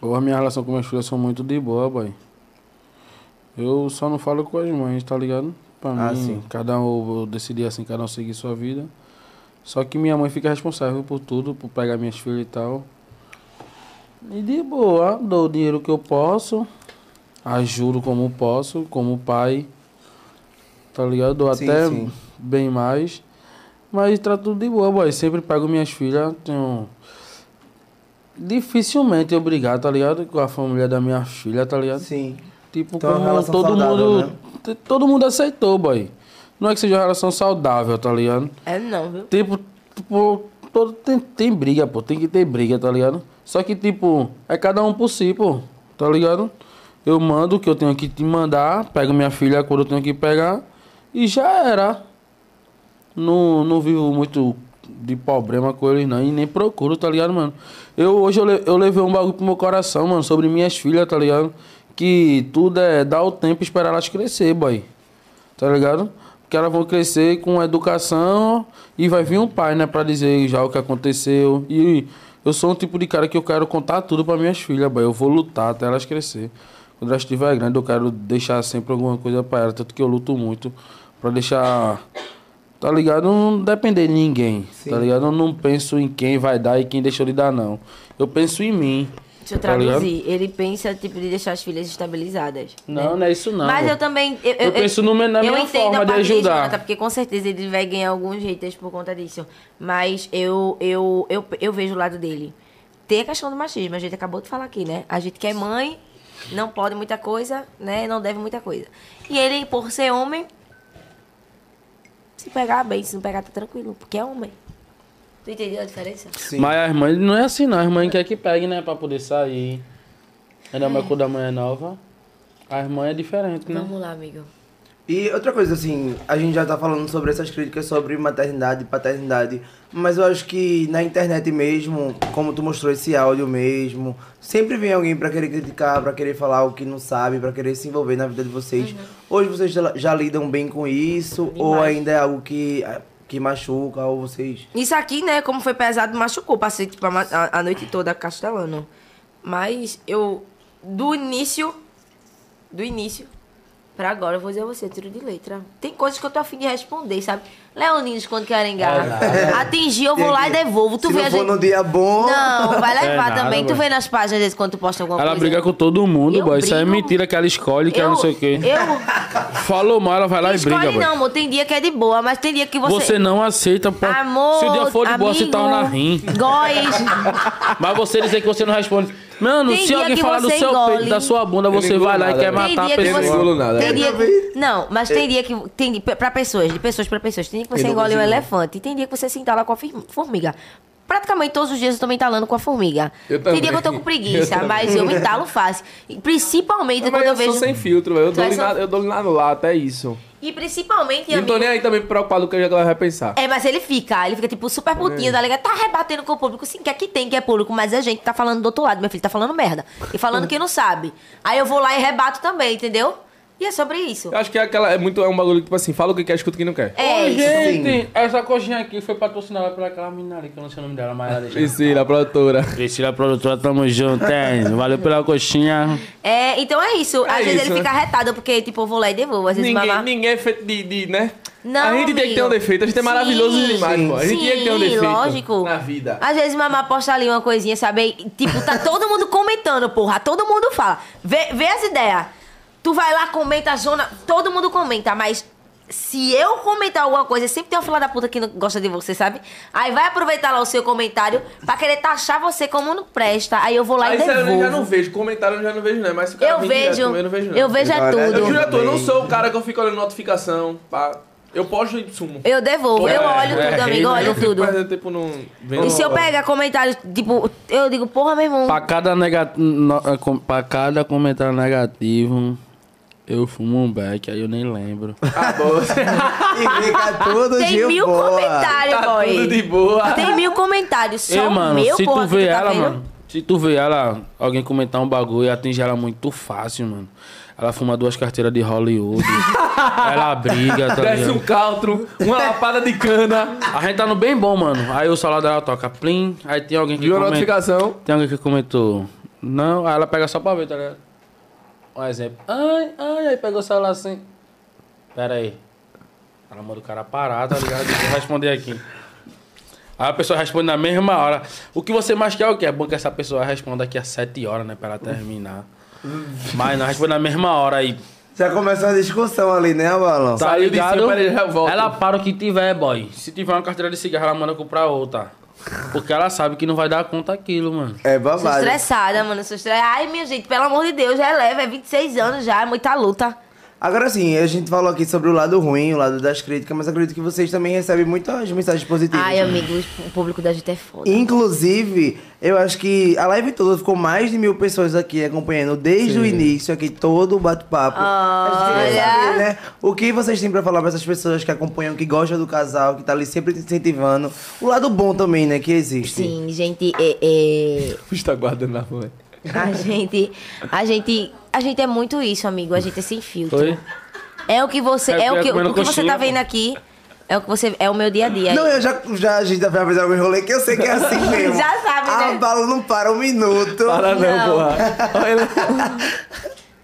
Speaker 5: Ou a minha relação com minhas filhas são muito de boa, boy. Eu só não falo com as mães, tá ligado? Pra
Speaker 2: Ah,
Speaker 5: mim,
Speaker 2: sim.
Speaker 5: cada um eu decidi assim, cada um seguir sua vida. Só que minha mãe fica responsável por tudo, por pegar minhas filhas e tal. E de boa, dou o dinheiro que eu posso, ajudo como posso, como pai, tá ligado? Dou
Speaker 2: Sim,
Speaker 5: até
Speaker 2: sim.
Speaker 5: bem mais. Mas trato tudo de boa, boy. Sempre pego minhas filhas, tenho dificilmente eu brigar, tá ligado? Com a família da minha filha, tá ligado?
Speaker 2: Sim.
Speaker 5: Tipo,
Speaker 2: Então é uma
Speaker 5: como
Speaker 2: relação
Speaker 5: todo
Speaker 2: saudável,
Speaker 5: mundo.
Speaker 2: né?
Speaker 5: t- Todo mundo aceitou, boy. Não é que seja uma relação saudável, tá ligado?
Speaker 3: É não, viu?
Speaker 5: Tipo, tipo todo, tem, tem briga, pô. Tem que ter briga, tá ligado? Só que, tipo, é cada um por si, pô. Tá ligado? Eu mando o que eu tenho que te mandar, pego minha filha quando eu tenho que pegar e já era. Não, não vivo muito de problema com eles, não. E nem procuro, tá ligado, mano? Eu hoje eu, le- eu levei um bagulho pro meu coração, mano, sobre minhas filhas, tá ligado? Que tudo é dar o tempo e esperar elas crescer, boy. Tá ligado? Porque elas vão crescer com educação e vai vir um pai, né, pra dizer já o que aconteceu. E eu sou um tipo de cara que eu quero contar tudo pra minhas filhas, boy. Eu vou lutar até elas crescer. Quando elas estiverem grandes, eu quero deixar sempre alguma coisa pra elas. Tanto que eu luto muito pra deixar Tá ligado? Não depender de ninguém. Tá ligado? Eu não penso em quem vai dar e quem deixou de dar, não. Eu penso em mim.
Speaker 3: Deixa eu
Speaker 5: tá ligado?
Speaker 3: traduzir. ele pensa, tipo, de deixar as filhas estabilizadas.
Speaker 5: Não, não é isso não.
Speaker 3: Mas eu também. Eu,
Speaker 5: Eu penso no meu- na
Speaker 3: eu
Speaker 5: minha
Speaker 3: entendo a
Speaker 5: forma de
Speaker 3: parte
Speaker 5: ajudar.
Speaker 3: Jonathan, porque com certeza ele vai ganhar alguns haters por conta disso. Mas eu, eu, eu, eu vejo o lado dele. Tem a questão do machismo, a gente acabou de falar aqui, né? A gente que é mãe, não pode muita coisa, né? Não deve muita coisa. E ele, por ser homem, se pegar bem, se não pegar, tá tranquilo, porque é homem. Tu entendeu a diferença?
Speaker 5: Mas a irmã não é assim, não. A irmã quer que pegue, né? Pra poder sair. Ainda mais quando a mãe é nova. A irmã é diferente, né?
Speaker 3: Vamos lá, amigo.
Speaker 2: E outra coisa, assim, a gente já tá falando sobre essas críticas sobre maternidade e paternidade, mas eu acho que na internet mesmo, como tu mostrou esse áudio mesmo, sempre vem alguém pra querer criticar, pra querer falar o que não sabe, pra querer se envolver na vida de
Speaker 3: Uhum.
Speaker 2: vocês. Hoje vocês já, já lidam bem com isso, ou ainda é algo que, que machuca, ou vocês.
Speaker 3: Isso aqui, né, como foi pesado, machucou. Passei tipo, a, ma- a- a noite toda castelando. Mas eu, do início, do início pra agora, eu vou dizer a você, tiro de letra. Tem coisas que eu tô afim de responder, sabe? Leoninos, quando
Speaker 5: É
Speaker 3: querem enganar. Atingir, eu vou lá e devolvo. Tu
Speaker 2: se
Speaker 3: vê
Speaker 2: não
Speaker 3: a
Speaker 2: for
Speaker 3: gente...
Speaker 2: no dia bom.
Speaker 3: Não, vai levar
Speaker 5: É nada,
Speaker 3: também. Tu
Speaker 5: vai.
Speaker 3: vê nas páginas deles quando tu posta alguma
Speaker 5: Ela
Speaker 3: coisa.
Speaker 5: briga com todo mundo,
Speaker 3: Eu
Speaker 5: boy. Isso aí é
Speaker 3: brigo-
Speaker 5: mentira que ela escolhe, que
Speaker 3: eu,
Speaker 5: ela não sei o quê.
Speaker 3: Eu
Speaker 5: Falou mal, ela vai lá e
Speaker 3: escolhe
Speaker 5: briga, boy.
Speaker 3: não, amor. Tem dia que é de boa, mas tem dia que você...
Speaker 5: Você não aceita, pô.
Speaker 3: Amor,
Speaker 5: Se o dia for de boa,
Speaker 3: amigo,
Speaker 5: você tá na rim.
Speaker 3: Góis.
Speaker 5: Mas você dizer que você não responde. Mano,
Speaker 3: Tem
Speaker 5: se
Speaker 3: dia
Speaker 5: alguém
Speaker 3: que
Speaker 5: falar do
Speaker 3: você
Speaker 5: seu
Speaker 3: engole.
Speaker 5: peito, da sua bunda,
Speaker 1: Eu
Speaker 5: você
Speaker 1: não
Speaker 5: vai lá e
Speaker 1: engulo
Speaker 3: né?
Speaker 5: quer
Speaker 1: nada,
Speaker 5: matar a
Speaker 3: Tem dia que
Speaker 1: Eu não
Speaker 5: pessoa.
Speaker 1: engulo nada.
Speaker 3: Tem
Speaker 1: velho.
Speaker 3: dia...
Speaker 2: vez.
Speaker 3: Não, mas tem dia que. Tem, dia- pra pessoas, de pessoas pra pessoas. Tem dia que você
Speaker 1: Eu não
Speaker 3: engole um
Speaker 1: consigo.
Speaker 3: elefante. E tem dia que você se entala com a fir- formiga. Praticamente todos os dias eu tô me entalando com a formiga.
Speaker 1: Eu
Speaker 3: tem dia que eu tô
Speaker 1: também.
Speaker 3: com preguiça,
Speaker 1: Eu
Speaker 3: mas eu me entalo fácil. E Principalmente
Speaker 1: Mas
Speaker 3: quando eu
Speaker 1: eu sou
Speaker 3: vejo.
Speaker 1: sem filtro, velho. Eu
Speaker 3: Tu
Speaker 1: dou-lhe
Speaker 3: és só-
Speaker 1: na- eu dou-lhe na lá, até isso.
Speaker 3: E principalmente,
Speaker 1: E não tô
Speaker 3: amigo.
Speaker 1: nem aí também preocupado com o que ela vai pensar.
Speaker 3: É, mas ele fica, ele fica tipo super putinho, tá ligado? Tá rebatendo com o público, sim, que aqui tem, que é público, mas a gente tá falando do outro lado, meu filho, tá falando merda. E
Speaker 1: Hum.
Speaker 3: falando que não sabe. Aí eu vou lá e rebato também, entendeu? E é sobre isso.
Speaker 1: Eu acho que é aquela. É muito. É um bagulho que, tipo assim, fala o que quer, escuta o que não quer.
Speaker 3: É,
Speaker 5: Ô,
Speaker 3: isso.
Speaker 5: gente, essa coxinha aqui foi patrocinada por aquela menina ali, que eu não sei o nome dela, mas ela deixa.
Speaker 1: Priscila, produtora.
Speaker 5: Priscila, produtora, tamo junto, hein? Valeu pela coxinha.
Speaker 3: É, então é isso. Às
Speaker 1: É
Speaker 3: vezes
Speaker 1: isso,
Speaker 3: ele
Speaker 1: né?
Speaker 3: fica retado, porque, tipo, eu vou lá e devolvo. Às vezes
Speaker 1: Ninguém,
Speaker 3: mamar.
Speaker 1: ninguém é feito de, de, né?
Speaker 3: Não,
Speaker 1: a gente tem que ter um
Speaker 3: amigo.
Speaker 1: defeito. A gente é
Speaker 3: Sim.
Speaker 1: maravilhoso demais, pô. A gente
Speaker 3: Sim,
Speaker 1: tem que ter um defeito.
Speaker 3: lógico.
Speaker 1: Na vida.
Speaker 3: Às vezes mamar posta ali uma coisinha, sabe? E, Tipo, tá todo mundo comentando, porra. Todo mundo fala. Vê, vê as ideias. Tu vai lá, comenta, zona. Todo mundo comenta, mas se eu comentar alguma coisa, sempre tem uma fila da puta que não gosta de você, sabe? Aí vai aproveitar lá o seu comentário pra querer taxar você como não presta. Aí eu vou lá
Speaker 1: Aí
Speaker 3: e
Speaker 1: isso aí eu
Speaker 3: devolvo.
Speaker 1: já não vejo. Comentário eu já não vejo, né? Mas se o cara
Speaker 3: Eu
Speaker 1: vem direto,
Speaker 3: vejo,
Speaker 1: eu não vejo, não.
Speaker 3: eu vejo é
Speaker 2: Olha, eu
Speaker 1: Eu
Speaker 3: tudo.
Speaker 1: juro a tu, eu não
Speaker 2: Também.
Speaker 1: sou o cara que eu fico olhando notificação. Pá. Eu posto e sumo.
Speaker 3: Eu devolvo, eu olho
Speaker 5: é, né?
Speaker 3: tudo, amigo, eu
Speaker 5: é,
Speaker 3: olho
Speaker 1: fico
Speaker 3: tudo.
Speaker 1: perdendo tempo num. vendo-
Speaker 3: E se eu pegar comentário, tipo, eu digo, porra, meu irmão.
Speaker 5: Pra cada, nega... no- eh, com- pra cada comentário negativo, eu fumo um beck, aí eu nem lembro.
Speaker 1: Ah, boa.
Speaker 2: E fica todo
Speaker 3: Tem
Speaker 2: dia
Speaker 3: mil
Speaker 2: boa.
Speaker 3: comentários,
Speaker 1: tá tudo de
Speaker 3: boy.
Speaker 1: boa.
Speaker 3: Tem mil comentários. Só
Speaker 5: Ei, mano,
Speaker 3: meu,
Speaker 5: se
Speaker 3: porra,
Speaker 5: tu
Speaker 3: que
Speaker 5: vê
Speaker 3: tá
Speaker 5: ela,
Speaker 3: vendo?
Speaker 5: mano, se tu vê ela, alguém comentar um bagulho, atinge ela muito fácil, mano. Ela fuma duas carteiras de Hollywood, ela briga, tá
Speaker 1: Desce
Speaker 5: ligado?
Speaker 1: um caltro, uma lapada de cana.
Speaker 5: A gente tá no bem bom, mano. Aí o salário dela toca plim, aí tem alguém que
Speaker 1: Viu a
Speaker 5: comenta.
Speaker 1: notificação?
Speaker 5: Tem alguém que comentou. Não, aí ela pega só pra ver, tá ligado? Um exemplo. Ai, ai, aí pegou o celular assim. Pera aí. Ela manda o cara parar, tá ligado? Deixa eu responder aqui. Aí a pessoa responde na mesma hora. O que você mais quer é o quê? É bom que essa pessoa responda daqui a 7 horas, né? Pra ela terminar. Mas não, responde na mesma hora aí.
Speaker 2: Já começou a discussão ali, né, Balão?
Speaker 5: Tá
Speaker 1: Saiu de
Speaker 5: ligado?
Speaker 1: cima, peraí, já volto.
Speaker 5: Ela para o que tiver, boy. Se tiver uma carteira de cigarro, ela manda comprar outra. Porque ela sabe que não vai dar conta aquilo, mano.
Speaker 2: É
Speaker 3: Sou
Speaker 2: babado.
Speaker 3: estressada, mano. Sou estressada. Ai, minha gente, pelo amor de Deus, já é leve. É 26 anos já, é muita luta.
Speaker 2: Agora sim, a gente falou aqui sobre o lado ruim, o lado das críticas, mas acredito que vocês também recebem muitas mensagens positivas.
Speaker 3: Ai, amigo, o público da gente é foda.
Speaker 2: Inclusive, eu acho que a live toda ficou mais de mil pessoas aqui acompanhando desde o início, aqui todo o bate-papo. A gente queria
Speaker 3: Olha.
Speaker 2: saber, né? O que vocês têm pra falar pra essas pessoas que acompanham, que gostam do casal, que tá ali sempre te incentivando. O lado bom também, né, que existe.
Speaker 3: Sim, gente, é- é,
Speaker 1: Está guardando na rua.
Speaker 3: a gente, a gente, a gente é muito isso, amigo. A gente é sem filtro.
Speaker 5: Oi?
Speaker 3: É o que você,
Speaker 5: É,
Speaker 3: é o que,
Speaker 5: comendo
Speaker 3: o que você
Speaker 5: coxinha,
Speaker 3: tá
Speaker 5: pô.
Speaker 3: vendo aqui. É o que você, é o meu dia a dia.
Speaker 2: Não, eu já, já a gente já vai fazer alguns rolês que eu sei que é assim mesmo.
Speaker 3: Já sabe, né?
Speaker 2: A bala não para um minuto.
Speaker 1: Para não,
Speaker 3: Não.
Speaker 1: porra. Olha.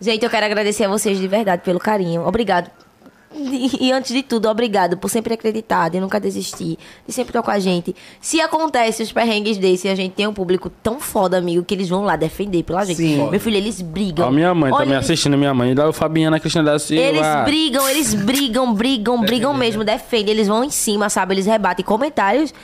Speaker 3: Gente, eu quero agradecer a vocês de verdade pelo carinho. Obrigado. E antes de tudo, obrigado por sempre acreditar, de nunca desistir, de sempre estar com a gente. Se acontece os perrengues desse, a gente tem um público tão foda, amigo, que eles vão lá defender pela gente.
Speaker 2: Sim.
Speaker 3: Meu filho, eles brigam.
Speaker 5: Ó, minha mãe tá
Speaker 3: Então, Olha,
Speaker 5: me
Speaker 3: eles-
Speaker 5: assistindo, minha mãe. E daí o Fabiana Cristina da Silva.
Speaker 3: Eles brigam, eles brigam, brigam, brigam mesmo, defendem. Eles vão em cima, sabe? Eles rebatem comentários.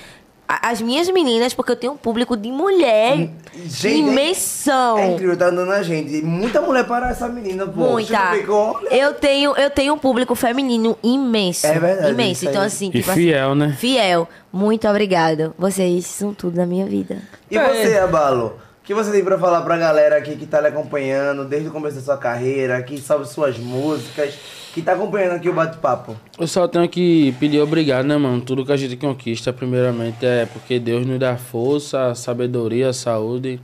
Speaker 3: A- As minhas meninas, porque eu tenho um público de mulher
Speaker 2: Hum, Gente,
Speaker 3: imensão.
Speaker 2: É incrível, tá andando na gente. E Muita mulher para essa menina, pô.
Speaker 3: Muita.
Speaker 2: Você ficou, olha,
Speaker 3: Eu tenho, eu tenho um público feminino imenso.
Speaker 2: É verdade,
Speaker 3: Imenso.
Speaker 2: isso
Speaker 3: Então,
Speaker 2: aí.
Speaker 3: assim,
Speaker 5: E
Speaker 3: tipo
Speaker 5: fiel, né?
Speaker 3: assim, fiel. Muito obrigado. Vocês são tudo na minha vida.
Speaker 2: E
Speaker 5: É.
Speaker 2: você, Abalo? O que você tem pra falar pra galera aqui que tá lhe acompanhando desde o começo da sua carreira, que sabe suas músicas, que tá acompanhando aqui o bate-papo?
Speaker 5: Eu só tenho que pedir obrigado, né, mano? Tudo que a gente conquista, primeiramente, é porque Deus nos dá força, sabedoria, saúde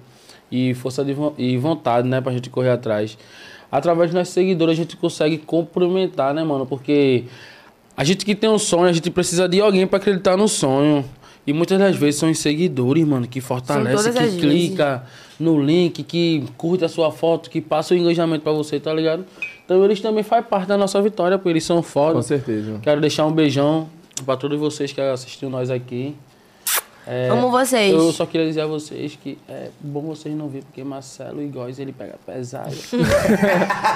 Speaker 5: e força de vo- e vontade, né, pra gente correr atrás. Através dos nossos seguidores, a gente consegue complementar, né, mano? Porque a gente que tem um sonho, a gente precisa de alguém pra acreditar no sonho. E muitas das vezes são os seguidores, mano, que fortalecem,
Speaker 3: todas as
Speaker 5: que
Speaker 3: vezes.
Speaker 5: clicam clica no link, que curte a sua foto, que passa o engajamento pra você, tá ligado? Então eles também fazem parte da nossa vitória, porque eles são foda.
Speaker 1: Com certeza.
Speaker 5: Quero deixar um beijão pra todos vocês que assistiu nós aqui. É,
Speaker 3: Amo vocês.
Speaker 5: Eu só queria dizer a vocês que é bom vocês não virem, porque Marcelo e Góis, ele pega pesado.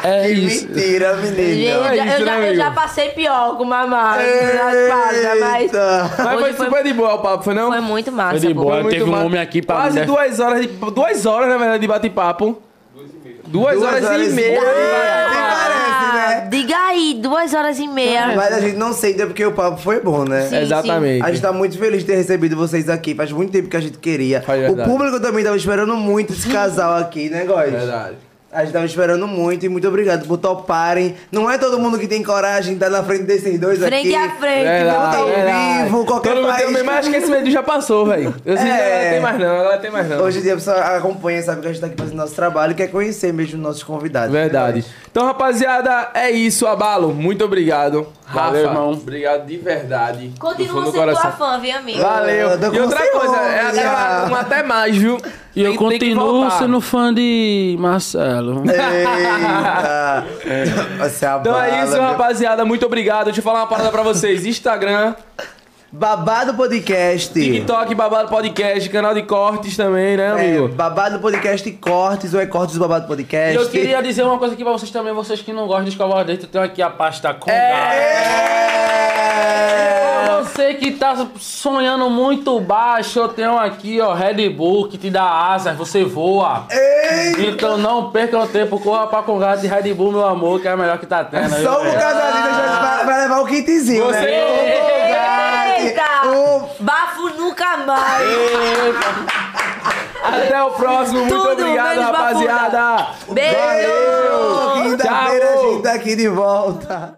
Speaker 5: é
Speaker 2: Que
Speaker 5: isso.
Speaker 2: mentira,
Speaker 3: Gente,
Speaker 2: menina.
Speaker 3: eu,
Speaker 1: é
Speaker 3: já,
Speaker 1: isso,
Speaker 3: eu, já,
Speaker 1: né,
Speaker 3: eu já
Speaker 1: amigo?
Speaker 3: passei pior com mamar na espada, mas.
Speaker 2: Eita.
Speaker 1: Mas foi
Speaker 3: Hoje foi,
Speaker 1: super de boa o papo, foi não?
Speaker 3: foi muito massa.
Speaker 5: Foi de
Speaker 3: pô.
Speaker 5: boa.
Speaker 1: Foi muito
Speaker 5: Teve um
Speaker 1: massa.
Speaker 5: homem aqui pra
Speaker 1: Quase
Speaker 5: me-
Speaker 1: duas horas, de, duas horas, na verdade, de bate-papo. Duas,
Speaker 2: Duas
Speaker 1: horas,
Speaker 2: horas
Speaker 1: e
Speaker 2: e
Speaker 1: meia. de bate-papo.
Speaker 2: Nem parece, né?
Speaker 3: Diga aí, duas horas e meia.
Speaker 2: Mas a gente não sei, é porque o papo foi bom, né?
Speaker 3: Sim,
Speaker 1: Exatamente.
Speaker 2: A gente tá muito feliz de ter recebido vocês aqui. Faz muito tempo que a gente queria.
Speaker 1: Faz
Speaker 2: o
Speaker 1: verdade.
Speaker 2: público também tava esperando muito esse casal aqui, né, Góis?
Speaker 1: Verdade.
Speaker 2: A gente tava esperando muito e muito obrigado por toparem. Não é todo mundo que tem coragem de estar na frente desses dois aqui.
Speaker 3: Frente a frente,
Speaker 2: Verdade.
Speaker 3: meu
Speaker 2: ao
Speaker 3: Deus.
Speaker 2: vivo, qualquer
Speaker 1: Todo mundo
Speaker 2: país.
Speaker 1: tem o mesmo, acho que esse medo já passou, velho. Eu sei que
Speaker 2: É.
Speaker 1: agora tem mais não, agora tem mais não.
Speaker 2: Hoje em dia a pessoa acompanha, sabe que a gente tá aqui fazendo nosso trabalho e quer conhecer mesmo nossos
Speaker 5: É
Speaker 2: convidados.
Speaker 1: Verdade. Então, rapaziada, é isso, Abalo. Muito obrigado. Rafa,
Speaker 5: Valeu, irmão.
Speaker 1: obrigado de verdade. do fundo
Speaker 3: Continua
Speaker 1: do
Speaker 3: sendo tua
Speaker 1: coração.
Speaker 3: fã, viu, amigo?
Speaker 2: Valeu. Eu tô
Speaker 1: E
Speaker 2: com
Speaker 1: outra
Speaker 2: ciúme,
Speaker 1: coisa, é até,
Speaker 2: já.
Speaker 1: um até mais, viu?
Speaker 5: E
Speaker 1: Tem-
Speaker 5: eu
Speaker 1: tem que
Speaker 5: continuo
Speaker 1: voltar.
Speaker 5: sendo fã de Marcelo.
Speaker 2: É, Eita! Você
Speaker 1: Então
Speaker 2: abala,
Speaker 1: é isso,
Speaker 2: meu.
Speaker 1: rapaziada. Muito obrigado. Deixa eu falar uma parada pra vocês. Instagram,
Speaker 2: Babado Podcast.
Speaker 1: TikTok, Babado Podcast, canal de cortes também, né,
Speaker 2: É,
Speaker 1: amigo?
Speaker 2: babado Podcast Cortes ou é Cortes do Babado
Speaker 5: E
Speaker 2: Podcast.
Speaker 5: eu queria dizer uma coisa aqui pra vocês também, vocês que não gostam de escovar o dente, eu tenho aqui a pasta com é.
Speaker 2: É.
Speaker 5: Você que tá sonhando muito baixo, eu tenho aqui, ó, Red Bull, que te dá asas, você voa. Então não percam tempo, corra pra congado de Red Bull, meu amor, que é a melhor que tá tendo. viu,
Speaker 2: Só um
Speaker 5: velho?
Speaker 2: casalzinho já vai- vai levar o kitzinho,
Speaker 1: Você-
Speaker 2: né?
Speaker 3: Eita!
Speaker 2: Um-
Speaker 3: Bafo nunca mais.
Speaker 1: Até o próximo. Muito
Speaker 3: Tudo,
Speaker 1: obrigado,
Speaker 3: menos
Speaker 1: rapaziada.
Speaker 3: Beijo!
Speaker 2: Quinta-feira a gente tá aqui de volta.